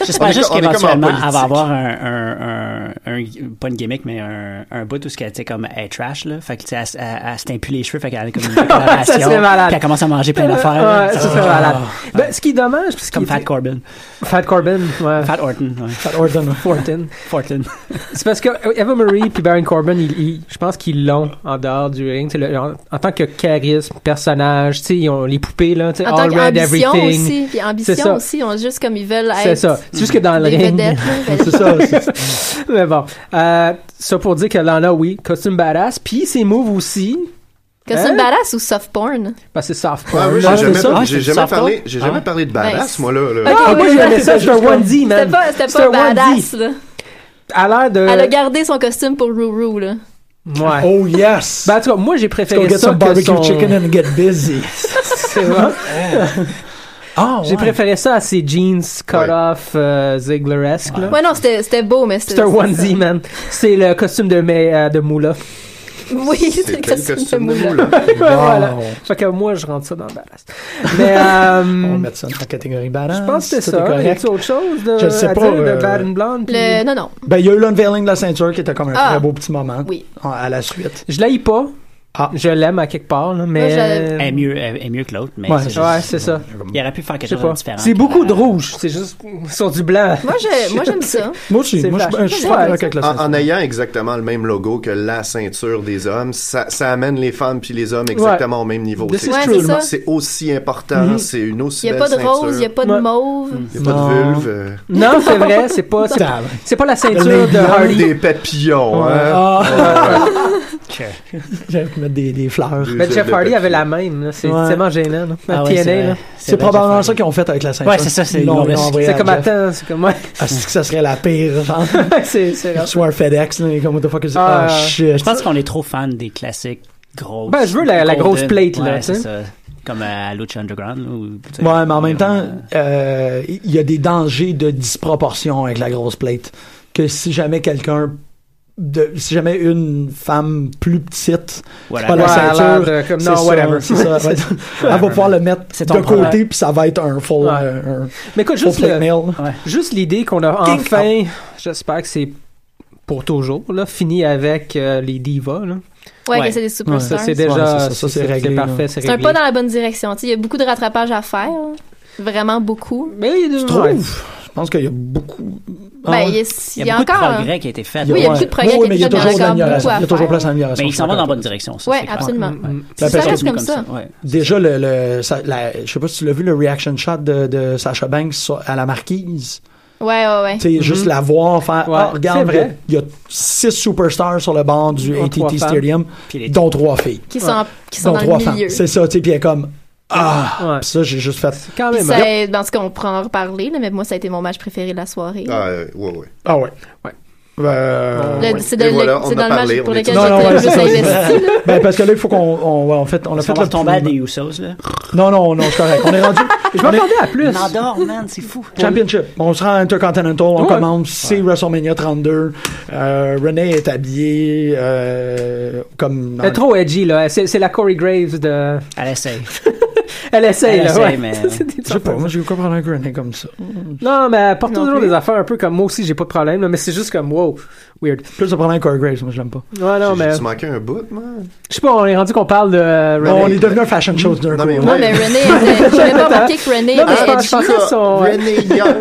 [SPEAKER 7] On
[SPEAKER 8] J'espère
[SPEAKER 7] est
[SPEAKER 8] juste
[SPEAKER 7] co- on est comme en
[SPEAKER 8] qu'éventuellement, elle
[SPEAKER 7] politique.
[SPEAKER 8] va avoir Ah, un, un, un, un- pas une gimmick, mais un, un bout où ce qu'elle, tu sais, comme, elle est trash, là. Fait que, tu sais, elle, s- elle, elle se teint plus les cheveux, fait qu'elle a comme une
[SPEAKER 5] Ça
[SPEAKER 8] décoloration.
[SPEAKER 5] serait malade.
[SPEAKER 8] Puis elle commence à manger plein d'affaires, là.
[SPEAKER 5] Euh, Ouais, ça serait malade. Ben, ce qui est dommage, parce
[SPEAKER 8] C'est comme
[SPEAKER 5] qu'il-
[SPEAKER 8] Fat Corbin.
[SPEAKER 5] Fat Corbin, ouais.
[SPEAKER 8] Fat Orton, ouais.
[SPEAKER 4] Fat Orton, ouais.
[SPEAKER 5] Fortin.
[SPEAKER 8] Fortin.
[SPEAKER 5] C'est parce que euh, Eva Marie puis Baron Corbin, ils- ils- je pense qu'ils l'ont en dehors du ring. tu sais, le- en, en tant que charisme, personnage, tu sais, ils ont les poupées, là, tu sais,
[SPEAKER 6] En tant
[SPEAKER 5] all red,
[SPEAKER 6] qu'ambition
[SPEAKER 5] everything.
[SPEAKER 6] aussi. Puis
[SPEAKER 5] C'est ça.
[SPEAKER 6] ambition aussi. On juste comme ils veulent être.
[SPEAKER 5] C'est ça. C'est juste que dans le
[SPEAKER 6] des
[SPEAKER 5] ring.
[SPEAKER 6] vedettes, là,
[SPEAKER 5] C'est ça. Mais bon. Euh, ça pour dire que Lana, oui, costume badass. Puis ses moves aussi.
[SPEAKER 6] Que c'est
[SPEAKER 5] Hein?
[SPEAKER 6] une badass ou soft porn?
[SPEAKER 5] Parce que c'est soft.
[SPEAKER 7] Ah oui,
[SPEAKER 5] Ouais,
[SPEAKER 7] j'ai
[SPEAKER 5] c'est
[SPEAKER 7] jamais,
[SPEAKER 5] ça.
[SPEAKER 7] j'ai
[SPEAKER 8] c'est
[SPEAKER 7] jamais
[SPEAKER 8] ça,
[SPEAKER 7] parlé,
[SPEAKER 8] toi?
[SPEAKER 7] j'ai
[SPEAKER 8] Ah
[SPEAKER 7] jamais
[SPEAKER 8] ouais.
[SPEAKER 7] parlé de badass,
[SPEAKER 6] Nice.
[SPEAKER 7] moi, là. là.
[SPEAKER 5] Ah,
[SPEAKER 6] Ok,
[SPEAKER 5] moi,
[SPEAKER 6] ouais.
[SPEAKER 5] j'aimais ça. C'était un onesie,
[SPEAKER 6] C'était
[SPEAKER 5] man.
[SPEAKER 6] pas, c'était pas
[SPEAKER 5] C'est un Euh.
[SPEAKER 6] badass,
[SPEAKER 5] onesie.
[SPEAKER 6] là.
[SPEAKER 5] À l'air de.
[SPEAKER 6] Elle a gardé son costume pour Ruru, là.
[SPEAKER 5] Ouais.
[SPEAKER 4] Oh, yes.
[SPEAKER 5] Ben, en tout cas, moi, j'ai
[SPEAKER 4] Let's go
[SPEAKER 5] préféré
[SPEAKER 4] get
[SPEAKER 5] ça
[SPEAKER 4] some
[SPEAKER 5] que
[SPEAKER 4] barbecue
[SPEAKER 5] son...
[SPEAKER 4] chicken and get busy.
[SPEAKER 5] C'est vrai.
[SPEAKER 4] Ah,
[SPEAKER 5] J'ai préféré ça à ses jeans
[SPEAKER 7] Ouais.
[SPEAKER 5] cut-off euh, Ziggler-esque. là.
[SPEAKER 6] Ouais, non, c'était c'était beau, mais c'était.
[SPEAKER 5] C'est un onesie, man. C'est le costume de, mais, euh, de Moula.
[SPEAKER 6] Oui, c'est le
[SPEAKER 7] C'était le
[SPEAKER 6] costume de
[SPEAKER 7] costume de
[SPEAKER 6] Moula.
[SPEAKER 7] moule.
[SPEAKER 4] ben
[SPEAKER 5] voilà. Fait que moi, je rentre ça dans le ballast. Mais
[SPEAKER 4] On va
[SPEAKER 5] euh,
[SPEAKER 4] mettre ça dans la catégorie badass.
[SPEAKER 5] je pense que c'est
[SPEAKER 4] Tout est
[SPEAKER 5] ça. Y
[SPEAKER 4] correct.
[SPEAKER 5] a-tu autre chose de,
[SPEAKER 4] Je sais
[SPEAKER 5] à
[SPEAKER 4] pas,
[SPEAKER 5] dire
[SPEAKER 4] euh,
[SPEAKER 5] de Bad and Blonde? puis-
[SPEAKER 6] Le... Non, non.
[SPEAKER 4] Ben, il y a eu l'unveiling de la ceinture qui était comme un
[SPEAKER 6] Ah.
[SPEAKER 4] très beau petit moment.
[SPEAKER 6] Oui.
[SPEAKER 4] En- À la suite.
[SPEAKER 5] Je l'ai pas.
[SPEAKER 4] Ah.
[SPEAKER 5] Je l'aime à quelque part, là, mais...
[SPEAKER 6] Moi, je-
[SPEAKER 8] Elle est mieux, elle est mieux que l'autre, mais
[SPEAKER 4] Ouais.
[SPEAKER 8] c'est juste-
[SPEAKER 5] Ouais, c'est ça.
[SPEAKER 8] Il aurait pu faire quelque
[SPEAKER 5] Je sais
[SPEAKER 8] chose
[SPEAKER 5] pas.
[SPEAKER 8] de différent.
[SPEAKER 5] C'est
[SPEAKER 8] que
[SPEAKER 5] beaucoup
[SPEAKER 8] la-
[SPEAKER 5] de rouge. C'est juste sur du blanc.
[SPEAKER 6] Moi, je- moi, j'aime ça.
[SPEAKER 4] Moi aussi.
[SPEAKER 5] C'est
[SPEAKER 4] Moi,
[SPEAKER 5] flash.
[SPEAKER 4] je- je suis
[SPEAKER 5] Ouais.
[SPEAKER 4] pas d'accord avec la
[SPEAKER 7] En,
[SPEAKER 4] ceinture.
[SPEAKER 7] en ayant exactement le même logo que la ceinture des hommes, ça, ça amène les femmes puis les hommes exactement au même niveau.
[SPEAKER 5] This
[SPEAKER 7] C'est
[SPEAKER 5] is
[SPEAKER 6] Ouais,
[SPEAKER 5] true.
[SPEAKER 6] c'est ça.
[SPEAKER 7] c'est aussi important, c'est une aussi
[SPEAKER 6] Il n'y a
[SPEAKER 7] belle
[SPEAKER 6] pas de
[SPEAKER 7] ceinture. Mm.
[SPEAKER 6] rose, il n'y a pas de
[SPEAKER 5] Ouais.
[SPEAKER 6] mauve.
[SPEAKER 7] Il y a pas de
[SPEAKER 4] Non.
[SPEAKER 7] vulve. euh,
[SPEAKER 5] Non, c'est vrai. C'est pas, c'est,
[SPEAKER 4] Putain,
[SPEAKER 5] c'est pas la ceinture
[SPEAKER 4] Les
[SPEAKER 5] de Hardy.
[SPEAKER 7] Des papillons, hein.
[SPEAKER 4] Ah. J'aime mettre des, des fleurs.
[SPEAKER 7] Des-
[SPEAKER 5] Mais Ben, Jeff
[SPEAKER 7] des
[SPEAKER 5] Hardy
[SPEAKER 7] papillons.
[SPEAKER 5] avait la même. là. C'est
[SPEAKER 4] Ouais.
[SPEAKER 5] tellement gênant. là.
[SPEAKER 8] Ah
[SPEAKER 5] La
[SPEAKER 8] ouais,
[SPEAKER 5] TNA,
[SPEAKER 8] vrai.
[SPEAKER 5] là.
[SPEAKER 4] C'est
[SPEAKER 8] vrai,
[SPEAKER 4] probablement
[SPEAKER 8] Jeff
[SPEAKER 4] ça
[SPEAKER 8] Hardy.
[SPEAKER 4] qu'ils ont fait avec la ceinture.
[SPEAKER 8] Ouais, c'est ça, c'est
[SPEAKER 4] Ils l'ont-
[SPEAKER 8] long
[SPEAKER 4] l'ont
[SPEAKER 8] risque.
[SPEAKER 4] envoyé
[SPEAKER 5] C'est
[SPEAKER 4] à
[SPEAKER 5] comme
[SPEAKER 4] Jeff.
[SPEAKER 5] attends, c'est comme ouais,
[SPEAKER 4] Ah, c'est que ça serait la pire, genre.
[SPEAKER 5] c'est c'est
[SPEAKER 4] Il reçoit un FedEx, là, il est comme, what the fuck is
[SPEAKER 5] Ah,
[SPEAKER 4] Ah, shit.
[SPEAKER 8] Je pense qu'on est trop fan des classiques grosses.
[SPEAKER 5] Ben, je veux la- la grosse plate, là,
[SPEAKER 8] Ouais,
[SPEAKER 5] tu sais.
[SPEAKER 8] c'est ça. Comme euh, à Lucha Underground. Ou, tu sais,
[SPEAKER 4] Ouais, mais en même temps,
[SPEAKER 8] euh,
[SPEAKER 4] euh, il y a des dangers de disproportion avec la grosse plate. Que si jamais quelqu'un, de- si jamais une femme plus petite,
[SPEAKER 8] voilà.
[SPEAKER 4] pas la
[SPEAKER 5] Ouais,
[SPEAKER 4] ceinture,
[SPEAKER 5] elle a l'air de- comme-
[SPEAKER 4] c'est
[SPEAKER 5] non,
[SPEAKER 4] ça,
[SPEAKER 5] whatever. Ah,
[SPEAKER 4] c'est ça, ouais. elle va pouvoir le mettre
[SPEAKER 8] C'est
[SPEAKER 4] de
[SPEAKER 8] ton problème.
[SPEAKER 4] côté, puis ça va être un full,
[SPEAKER 5] Ouais.
[SPEAKER 4] euh, un
[SPEAKER 5] Mais écoute,
[SPEAKER 4] full
[SPEAKER 5] juste,
[SPEAKER 4] plate
[SPEAKER 5] le-
[SPEAKER 4] meal.
[SPEAKER 5] juste l'idée qu'on a
[SPEAKER 4] Kick
[SPEAKER 5] enfin, j'espère que c'est pour toujours, là, fini avec euh, les divas. Là.
[SPEAKER 6] Ouais,
[SPEAKER 5] Ouais.
[SPEAKER 6] que c'est des
[SPEAKER 5] Ça,
[SPEAKER 6] superstars.
[SPEAKER 5] c'est
[SPEAKER 6] c'est
[SPEAKER 5] déjà
[SPEAKER 4] Ouais, c'est ça,
[SPEAKER 5] c'est-
[SPEAKER 4] ça, c'est
[SPEAKER 5] c'est
[SPEAKER 4] réglé,
[SPEAKER 5] parfait, c'est
[SPEAKER 6] un
[SPEAKER 5] réglé.
[SPEAKER 6] pas dans la bonne direction. tu sais. Il y a beaucoup de rattrapage à faire. là. Vraiment beaucoup.
[SPEAKER 5] Mais il y a
[SPEAKER 4] Je
[SPEAKER 5] des-
[SPEAKER 4] trouve.
[SPEAKER 5] ouais.
[SPEAKER 4] Je pense qu'il y a beaucoup. Ah
[SPEAKER 6] Ben,
[SPEAKER 4] ouais.
[SPEAKER 6] il y a,
[SPEAKER 8] Il
[SPEAKER 6] il
[SPEAKER 8] y a beaucoup
[SPEAKER 6] encore.
[SPEAKER 8] de
[SPEAKER 6] un-
[SPEAKER 8] progrès qui a été fait.
[SPEAKER 6] Oui, il y a
[SPEAKER 4] Ouais.
[SPEAKER 6] beaucoup de progrès
[SPEAKER 4] Oui, oui,
[SPEAKER 6] qui
[SPEAKER 4] mais
[SPEAKER 6] est
[SPEAKER 4] il y a
[SPEAKER 6] fait, mais
[SPEAKER 4] toujours de
[SPEAKER 6] encore
[SPEAKER 4] l'amélioration.
[SPEAKER 6] beaucoup à
[SPEAKER 4] Il y a toujours
[SPEAKER 6] faire.
[SPEAKER 4] place à l'amélioration.
[SPEAKER 8] Mais ils s'en vont dans la bonne
[SPEAKER 4] votre
[SPEAKER 8] direction. ça,
[SPEAKER 6] Ouais,
[SPEAKER 8] c'est clair.
[SPEAKER 7] Mm.
[SPEAKER 6] absolument.
[SPEAKER 8] Ouais,
[SPEAKER 5] Mm.
[SPEAKER 8] ouais.
[SPEAKER 4] La
[SPEAKER 6] Ça
[SPEAKER 4] personne-
[SPEAKER 6] reste comme ça.
[SPEAKER 8] ouais.
[SPEAKER 4] Déjà, le, le, ça- la- je sais pas si tu l'as vu, le reaction shot de, de Sacha Banks sur- à la marquise.
[SPEAKER 6] Ouais, ouais, ouais.
[SPEAKER 4] Tu sais, juste la voir faire.
[SPEAKER 5] Mhm. Ouais,
[SPEAKER 4] ah,
[SPEAKER 5] c'est
[SPEAKER 4] regarde, il y a-
[SPEAKER 5] vrai.
[SPEAKER 4] il y, a six superstars sur le banc du
[SPEAKER 5] Dont trois
[SPEAKER 4] ATT
[SPEAKER 5] femmes.
[SPEAKER 4] Stadium,
[SPEAKER 8] Puis les-
[SPEAKER 4] dont trois filles.
[SPEAKER 6] Qui sont, qui sont
[SPEAKER 4] dont
[SPEAKER 6] dans
[SPEAKER 4] trois
[SPEAKER 6] le
[SPEAKER 4] femmes.
[SPEAKER 6] milieu.
[SPEAKER 4] C'est ça, tu sais, puis elle est comme. Ah!
[SPEAKER 5] Ouais.
[SPEAKER 4] Puis ça, j'ai juste fait.
[SPEAKER 5] C'est quand
[SPEAKER 6] Puis
[SPEAKER 5] même.
[SPEAKER 6] ça, a- dans ce qu'on pourra en reparler, là, mais moi, ça a été mon match préféré de la soirée.
[SPEAKER 7] Ah, euh, ouais, ouais.
[SPEAKER 4] Ah ouais.
[SPEAKER 5] Ouais.
[SPEAKER 4] Euh,
[SPEAKER 6] Le- C'est
[SPEAKER 7] Et
[SPEAKER 6] dans, le-
[SPEAKER 7] voilà, on
[SPEAKER 6] c'est
[SPEAKER 7] en
[SPEAKER 6] dans
[SPEAKER 7] a
[SPEAKER 6] le match
[SPEAKER 7] parlé, on
[SPEAKER 6] pour
[SPEAKER 7] est
[SPEAKER 6] lequel
[SPEAKER 4] tous- Non, non, ouais,
[SPEAKER 6] j'étais le
[SPEAKER 4] c'est
[SPEAKER 6] plus
[SPEAKER 4] ça.
[SPEAKER 6] investi. là.
[SPEAKER 4] ben, parce que là, il faut qu'on. on- ouais, en fait, on a
[SPEAKER 8] Est-ce
[SPEAKER 4] fait
[SPEAKER 8] qu'on va
[SPEAKER 4] le
[SPEAKER 8] retomber à
[SPEAKER 4] tour.
[SPEAKER 8] des Usos, là.
[SPEAKER 4] Non, non, non, c'est correct. On est rendu.
[SPEAKER 5] Je m'attendais à plus.
[SPEAKER 8] Nandor, man, c'est fou.
[SPEAKER 4] Championship. On se rend à Intercontinental, on
[SPEAKER 5] Ouais.
[SPEAKER 4] commence, c'est WrestleMania 32. Euh, Renee est habillée euh, comme...
[SPEAKER 5] Elle est trop edgy, là. C'est c'est la Corey Graves de.
[SPEAKER 8] À l'essai.
[SPEAKER 5] Elle essaye,
[SPEAKER 8] Elle
[SPEAKER 5] là.
[SPEAKER 8] essaye,
[SPEAKER 5] ouais.
[SPEAKER 8] mais-
[SPEAKER 5] C'est des
[SPEAKER 4] Je sais pas, moi j'ai pas problème avec Renee comme ça.
[SPEAKER 5] Non, mais elle porte
[SPEAKER 6] Non
[SPEAKER 5] toujours
[SPEAKER 6] plus.
[SPEAKER 5] des affaires un peu comme moi aussi, j'ai pas de problème, là, mais c'est juste comme wow, weird.
[SPEAKER 4] Plus de problème avec Corey Graves, moi je l'aime pas.
[SPEAKER 5] Ouais, non, mais.
[SPEAKER 7] J'ai- Tu manquais un bout, moi.
[SPEAKER 5] Je sais pas, on est rendu qu'on parle de. euh,
[SPEAKER 4] on
[SPEAKER 5] Renee.
[SPEAKER 4] est devenu un fashion show d'un
[SPEAKER 7] Non,
[SPEAKER 4] coup.
[SPEAKER 7] mais
[SPEAKER 6] Non,
[SPEAKER 7] Ouais.
[SPEAKER 6] mais René, était- j'avais pas remarqué que René
[SPEAKER 5] Non, mais je
[SPEAKER 6] était
[SPEAKER 5] pense- je pensais à son. ouais.
[SPEAKER 7] René Young.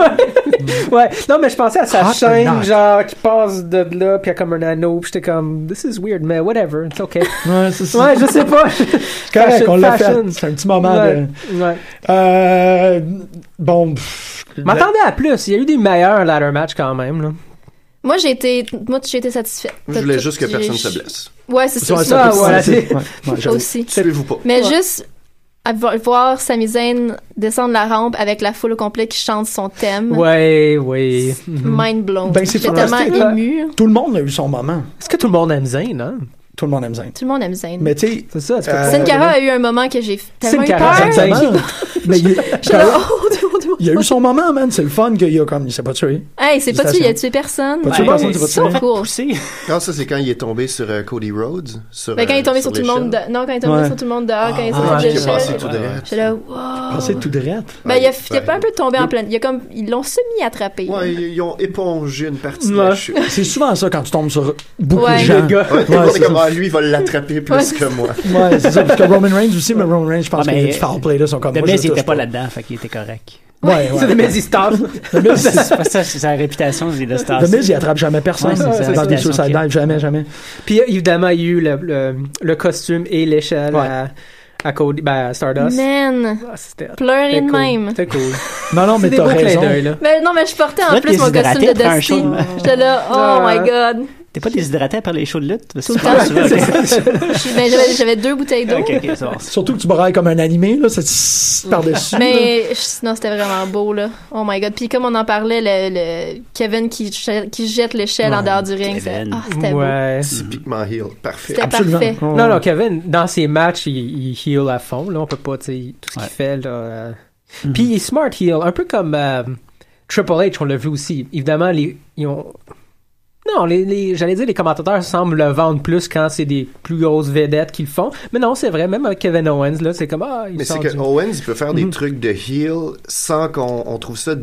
[SPEAKER 5] Ouais. Non, mais je pensais à sa
[SPEAKER 4] Hot or
[SPEAKER 5] chaîne,
[SPEAKER 4] not.
[SPEAKER 5] genre, qui passe de là, puis elle a comme un anneau, puis j'étais comme, this is weird, mais whatever, it's okay.
[SPEAKER 4] Ouais, c'est ça.
[SPEAKER 5] ouais, je sais pas.
[SPEAKER 4] C'est correct,
[SPEAKER 5] fashion,
[SPEAKER 4] on l'a
[SPEAKER 5] fashion.
[SPEAKER 4] fait. C'est un petit moment
[SPEAKER 5] ouais.
[SPEAKER 4] de...
[SPEAKER 5] ouais.
[SPEAKER 4] Euh, bon... pff,
[SPEAKER 5] Je M'attendais à plus, il y a eu des meilleurs ladder match quand même, là.
[SPEAKER 6] Moi, j'ai été, moi, j'ai été satisfaite.
[SPEAKER 7] Je voulais juste que
[SPEAKER 6] J'ai-
[SPEAKER 7] personne se blesse.
[SPEAKER 6] Ouais, c'est
[SPEAKER 4] c'est-
[SPEAKER 6] ça.
[SPEAKER 4] c'est-
[SPEAKER 5] Ah,
[SPEAKER 4] c'est-
[SPEAKER 5] voilà,
[SPEAKER 4] c'est-
[SPEAKER 5] c'est-
[SPEAKER 4] ouais, ouais, j'avoue.
[SPEAKER 6] aussi.
[SPEAKER 7] Suivez-vous pas.
[SPEAKER 6] Mais
[SPEAKER 5] Ouais.
[SPEAKER 6] juste à vo- voir Sami Zayn descendre la rampe avec la foule au complet qui chante son thème.
[SPEAKER 5] Ouais, ouais.
[SPEAKER 7] Mhm.
[SPEAKER 6] Mind blown.
[SPEAKER 4] Ben, c'est
[SPEAKER 6] J'étais tellement
[SPEAKER 4] fantastique, là.
[SPEAKER 6] émue.
[SPEAKER 4] Tout le monde a eu son moment.
[SPEAKER 5] Est-ce que tout le monde aime Zayn, hein?
[SPEAKER 4] Tout le monde aime Zayn.
[SPEAKER 6] Tout le monde aime Zayn.
[SPEAKER 4] Mais tu sais...
[SPEAKER 5] C'est ça, tu peux-
[SPEAKER 4] Euh,
[SPEAKER 6] Sin Cara a eu un moment que j'ai tellement eu
[SPEAKER 5] Cara,
[SPEAKER 6] peur.
[SPEAKER 5] Zayn.
[SPEAKER 4] Exactement. mais il,
[SPEAKER 6] J'étais là, oh, Dieu, oh, Dieu.
[SPEAKER 4] il y a eu son moment, man. C'est le fun qu'il y a comme... Il s'est pas tué.
[SPEAKER 6] Hey, c'est pas tu, il a
[SPEAKER 4] Félicitations.
[SPEAKER 6] tué personne.
[SPEAKER 4] Pas tué
[SPEAKER 8] Ben,
[SPEAKER 4] personne, c'est pas
[SPEAKER 8] ils sont
[SPEAKER 4] tué.
[SPEAKER 8] fait
[SPEAKER 6] Cool.
[SPEAKER 8] pousser.
[SPEAKER 7] Non, Ah, ça, c'est quand il est tombé sur euh, Cody Rhodes. Sur,
[SPEAKER 6] Ben, quand il est tombé
[SPEAKER 7] euh,
[SPEAKER 6] sur tout le monde,
[SPEAKER 7] l'échelle.
[SPEAKER 6] de- non, quand il est tombé
[SPEAKER 4] Ouais.
[SPEAKER 6] sur tout le monde dehors, quand il est
[SPEAKER 4] Ah,
[SPEAKER 6] sorti
[SPEAKER 7] j'ai
[SPEAKER 6] de
[SPEAKER 7] passé
[SPEAKER 6] l'échelle,
[SPEAKER 7] tout derrière.
[SPEAKER 6] j'étais là, wow.
[SPEAKER 4] Passer Ah, tout droite.
[SPEAKER 6] Ben, il a, il a
[SPEAKER 7] Ouais.
[SPEAKER 6] pas un peu tombé en pleine. Il a comme, ils l'ont semi-attrapé.
[SPEAKER 7] Ouais, ils ils ont épongé une partie de la
[SPEAKER 5] Ouais.
[SPEAKER 7] chute.
[SPEAKER 4] C'est souvent ça quand tu tombes sur beaucoup
[SPEAKER 6] Ouais.
[SPEAKER 4] de gens.
[SPEAKER 5] Le gars.
[SPEAKER 7] Ouais, tout le
[SPEAKER 4] Ouais,
[SPEAKER 7] monde
[SPEAKER 4] c'est
[SPEAKER 7] est comme, ah, lui, il va l'attraper plus
[SPEAKER 6] Ouais.
[SPEAKER 7] que moi.
[SPEAKER 4] Ouais, c'est ça. Parce que Roman Reigns aussi, mais Roman Reigns, je pense
[SPEAKER 8] Ah,
[SPEAKER 4] que
[SPEAKER 8] mais-
[SPEAKER 4] les foul play là sont comme
[SPEAKER 8] The
[SPEAKER 4] moi, je
[SPEAKER 8] Miz, il
[SPEAKER 4] touche
[SPEAKER 8] était pas là-dedans, fait qu'il était correct.
[SPEAKER 4] Ouais,
[SPEAKER 5] C'est
[SPEAKER 4] ouais.
[SPEAKER 5] des Mezzy Stars.
[SPEAKER 4] The Miz,
[SPEAKER 8] C'est pas ça, c'est sa réputation, Ah, c'est de star.
[SPEAKER 4] The Miz, il attrape jamais personne.
[SPEAKER 8] Ouais, c'est ça,
[SPEAKER 4] c'est
[SPEAKER 8] c'est
[SPEAKER 4] dans des
[SPEAKER 8] ça.
[SPEAKER 4] suicide dive, jamais, jamais.
[SPEAKER 5] Puis euh, évidemment, il y a eu le, le, le costume et l'échelle
[SPEAKER 4] Ouais.
[SPEAKER 5] à, à Cody, ben, à Stardust.
[SPEAKER 6] Man,
[SPEAKER 5] Ah, c'était
[SPEAKER 6] pleurer
[SPEAKER 5] c'était
[SPEAKER 6] de
[SPEAKER 5] cool.
[SPEAKER 6] même.
[SPEAKER 5] C'était cool.
[SPEAKER 4] Non, non, mais
[SPEAKER 5] C'est des
[SPEAKER 4] t'as
[SPEAKER 5] beaux clins
[SPEAKER 4] raison.
[SPEAKER 5] d'œil, là.
[SPEAKER 6] Mais non, mais je portais
[SPEAKER 8] Tu
[SPEAKER 6] en
[SPEAKER 8] vas
[SPEAKER 6] plus
[SPEAKER 8] te
[SPEAKER 6] mon costume de
[SPEAKER 8] déshydrater après un
[SPEAKER 6] Dusty.
[SPEAKER 8] show, là.
[SPEAKER 6] J'étais là, oh
[SPEAKER 5] Ah.
[SPEAKER 6] my god.
[SPEAKER 8] T'es pas déshydraté après les shows de lutte? Parce que
[SPEAKER 6] Tout
[SPEAKER 8] tu
[SPEAKER 6] le
[SPEAKER 8] parles souvent,
[SPEAKER 5] C'est
[SPEAKER 8] ok.
[SPEAKER 5] ça, c'est-
[SPEAKER 6] Mais j'avais- j'avais deux bouteilles d'eau.
[SPEAKER 8] Ok, ok, ça va.
[SPEAKER 4] Surtout que tu brailles comme un animé, là, c'est par-dessus. là.
[SPEAKER 6] Mais je- non, c'était vraiment beau là. Oh my god. Puis comme on en parlait, le, le Kevin qui, ch- qui jette l'échelle en dehors du ring, c'est-
[SPEAKER 8] Kevin.
[SPEAKER 6] ah, c'était beau.
[SPEAKER 5] Ouais.
[SPEAKER 7] Typiquement heel. Parfait.
[SPEAKER 6] C'était
[SPEAKER 4] Absolument.
[SPEAKER 6] parfait.
[SPEAKER 4] Ouais.
[SPEAKER 5] Non, non, Kevin, dans ses matchs, il, il heal à fond. Là, on peut pas, tu sais, tout ce
[SPEAKER 8] Ouais.
[SPEAKER 5] qu'il fait. Là, euh. Puis il est smart heal, un peu comme euh, Triple H, on l'a vu aussi. Évidemment, les, ils ont. Non, les, les- j'allais dire, les commentateurs semblent le vendre plus quand c'est des plus grosses vedettes qu'ils font. Mais non, c'est vrai, même avec Kevin Owens, là, c'est comme. Ah, il
[SPEAKER 7] Mais c'est
[SPEAKER 5] sort
[SPEAKER 7] que
[SPEAKER 5] du-
[SPEAKER 7] Owens, il peut faire des trucs de heel sans qu'on on trouve ça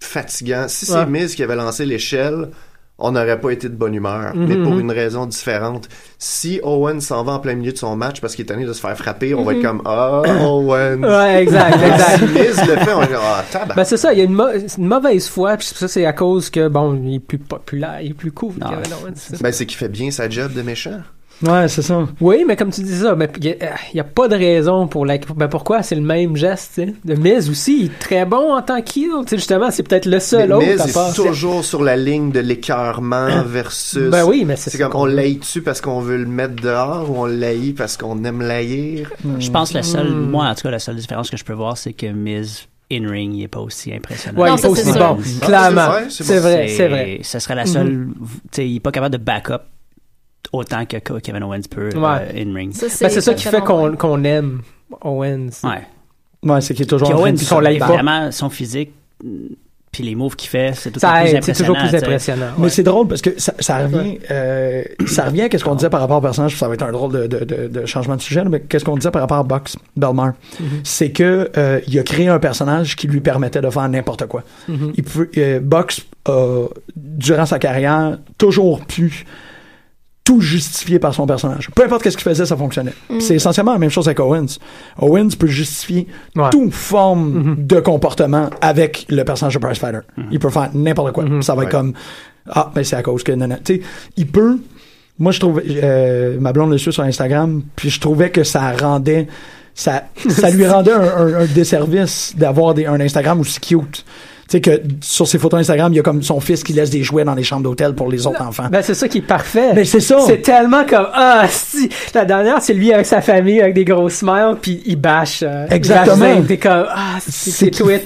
[SPEAKER 7] fatigant. Si
[SPEAKER 5] Ouais.
[SPEAKER 7] c'est Miz qui avait lancé l'échelle, on n'aurait pas été de bonne humeur, mais pour une raison différente. Si Owens s'en va en plein milieu de son match parce qu'il est tanné de se faire frapper, on va
[SPEAKER 6] Mhm.
[SPEAKER 7] être comme Ah, Owens.
[SPEAKER 5] Ouais, exact, exact.
[SPEAKER 7] Si Miz le fait, on va dire Ah, tabac.
[SPEAKER 5] Ben c'est ça, il y a une, mau- c'est une mauvaise foi, puis ça c'est à cause que bon, il est plus populaire, il est plus cool.
[SPEAKER 8] Non,
[SPEAKER 5] Kevin Owens, c'est ça.
[SPEAKER 7] Ben, c'est qu'il fait bien sa job de méchant.
[SPEAKER 4] Ouais, c'est ça.
[SPEAKER 5] Oui, mais comme tu dis ça, mais il y a- euh, il y a, pas de raison pour la. Ben pourquoi c'est le même geste, tu sais. Le Miz aussi, il est très bon en tant qu'il, tu sais, justement, c'est peut-être le seul
[SPEAKER 7] mais
[SPEAKER 5] autre
[SPEAKER 7] Miz
[SPEAKER 5] à part.
[SPEAKER 7] est toujours sur la ligne de l'écœurement versus.
[SPEAKER 5] Ben oui, mais c'est
[SPEAKER 7] C'est
[SPEAKER 5] ça
[SPEAKER 7] comme
[SPEAKER 5] qu'on
[SPEAKER 7] on
[SPEAKER 5] veut.
[SPEAKER 7] l'aïe-tu parce qu'on veut le mettre dehors ou on l'aïe parce qu'on aime l'haïr?
[SPEAKER 5] Ah,
[SPEAKER 8] Je pense que la seule,
[SPEAKER 6] Mm.
[SPEAKER 8] moi en tout cas, la seule différence que je peux voir, c'est que Miz in-ring, il est pas aussi impressionnant.
[SPEAKER 5] Ouais,
[SPEAKER 6] Non,
[SPEAKER 5] il est pas
[SPEAKER 6] ça,
[SPEAKER 5] aussi
[SPEAKER 6] c'est
[SPEAKER 5] bon,
[SPEAKER 7] sûr.
[SPEAKER 5] clairement.
[SPEAKER 7] Ah, c'est vrai, c'est bon.
[SPEAKER 5] C'est vrai, c'est vrai.
[SPEAKER 8] Ce serait la seule. Tu sais, il est pas capable de back-up autant que Kevin Owens peut euh,
[SPEAKER 5] Ouais.
[SPEAKER 8] in-ring.
[SPEAKER 6] Ça,
[SPEAKER 5] Ben c'est ça qui fait
[SPEAKER 6] vraiment
[SPEAKER 5] qu'on
[SPEAKER 6] bon.
[SPEAKER 5] qu'on aime Owens.
[SPEAKER 8] Ouais.
[SPEAKER 4] Ouais, c'est qu'il est toujours
[SPEAKER 8] Puis
[SPEAKER 4] en train
[SPEAKER 8] Owens,
[SPEAKER 4] de
[SPEAKER 8] son,
[SPEAKER 4] se battre.
[SPEAKER 8] évidemment, son physique, mm, puis les moves qu'il fait, c'est tout
[SPEAKER 5] Ça
[SPEAKER 8] plus
[SPEAKER 5] aide, c'est toujours
[SPEAKER 8] impressionnant.
[SPEAKER 5] plus
[SPEAKER 8] tu sais.
[SPEAKER 5] impressionnant.
[SPEAKER 4] Mais
[SPEAKER 5] ouais.
[SPEAKER 4] c'est drôle parce que ça, ça revient, euh, ça revient à qu'est-ce qu'on disait par rapport au personnage. puis Ça va être un drôle de, de- de- de changement de sujet, là, mais qu'est-ce qu'on disait par rapport à Box Belmar,
[SPEAKER 5] Mm-hmm.
[SPEAKER 4] c'est que euh, il a créé un personnage qui lui permettait de faire n'importe quoi.
[SPEAKER 5] Mm-hmm.
[SPEAKER 4] Il peut, euh, Box a, durant sa carrière, toujours pu tout justifier par son personnage. Peu importe qu'est-ce qu'il faisait, ça fonctionnait.
[SPEAKER 5] Mm.
[SPEAKER 4] Puis C'est essentiellement la même chose avec Owens. Owens peut justifier
[SPEAKER 5] Ouais.
[SPEAKER 4] toute forme de comportement avec le personnage de Price Fighter. Il peut faire n'importe quoi. Ça va être comme ah, mais c'est à cause que non, non. Tu sais, il peut. Moi, je trouve euh, ma blonde le suit sur Instagram, puis je trouvais que ça rendait ça, ça lui rendait un, un, un desservice d'avoir des, un Instagram aussi cute. Tu sais que sur ses photos Instagram, il y a comme son fils qui laisse des jouets dans les chambres d'hôtel pour les autres enfants.
[SPEAKER 5] Ben, c'est ça qui est parfait.
[SPEAKER 4] Mais c'est ça.
[SPEAKER 5] C'est tellement comme, ah, si. La dernière, c'est lui avec sa famille, avec des gros smiles, puis il bâche. euh,
[SPEAKER 4] Exactement.
[SPEAKER 5] il bâche Zane. T'es comme, ah, si, c'est
[SPEAKER 4] qu'il-
[SPEAKER 5] tweet.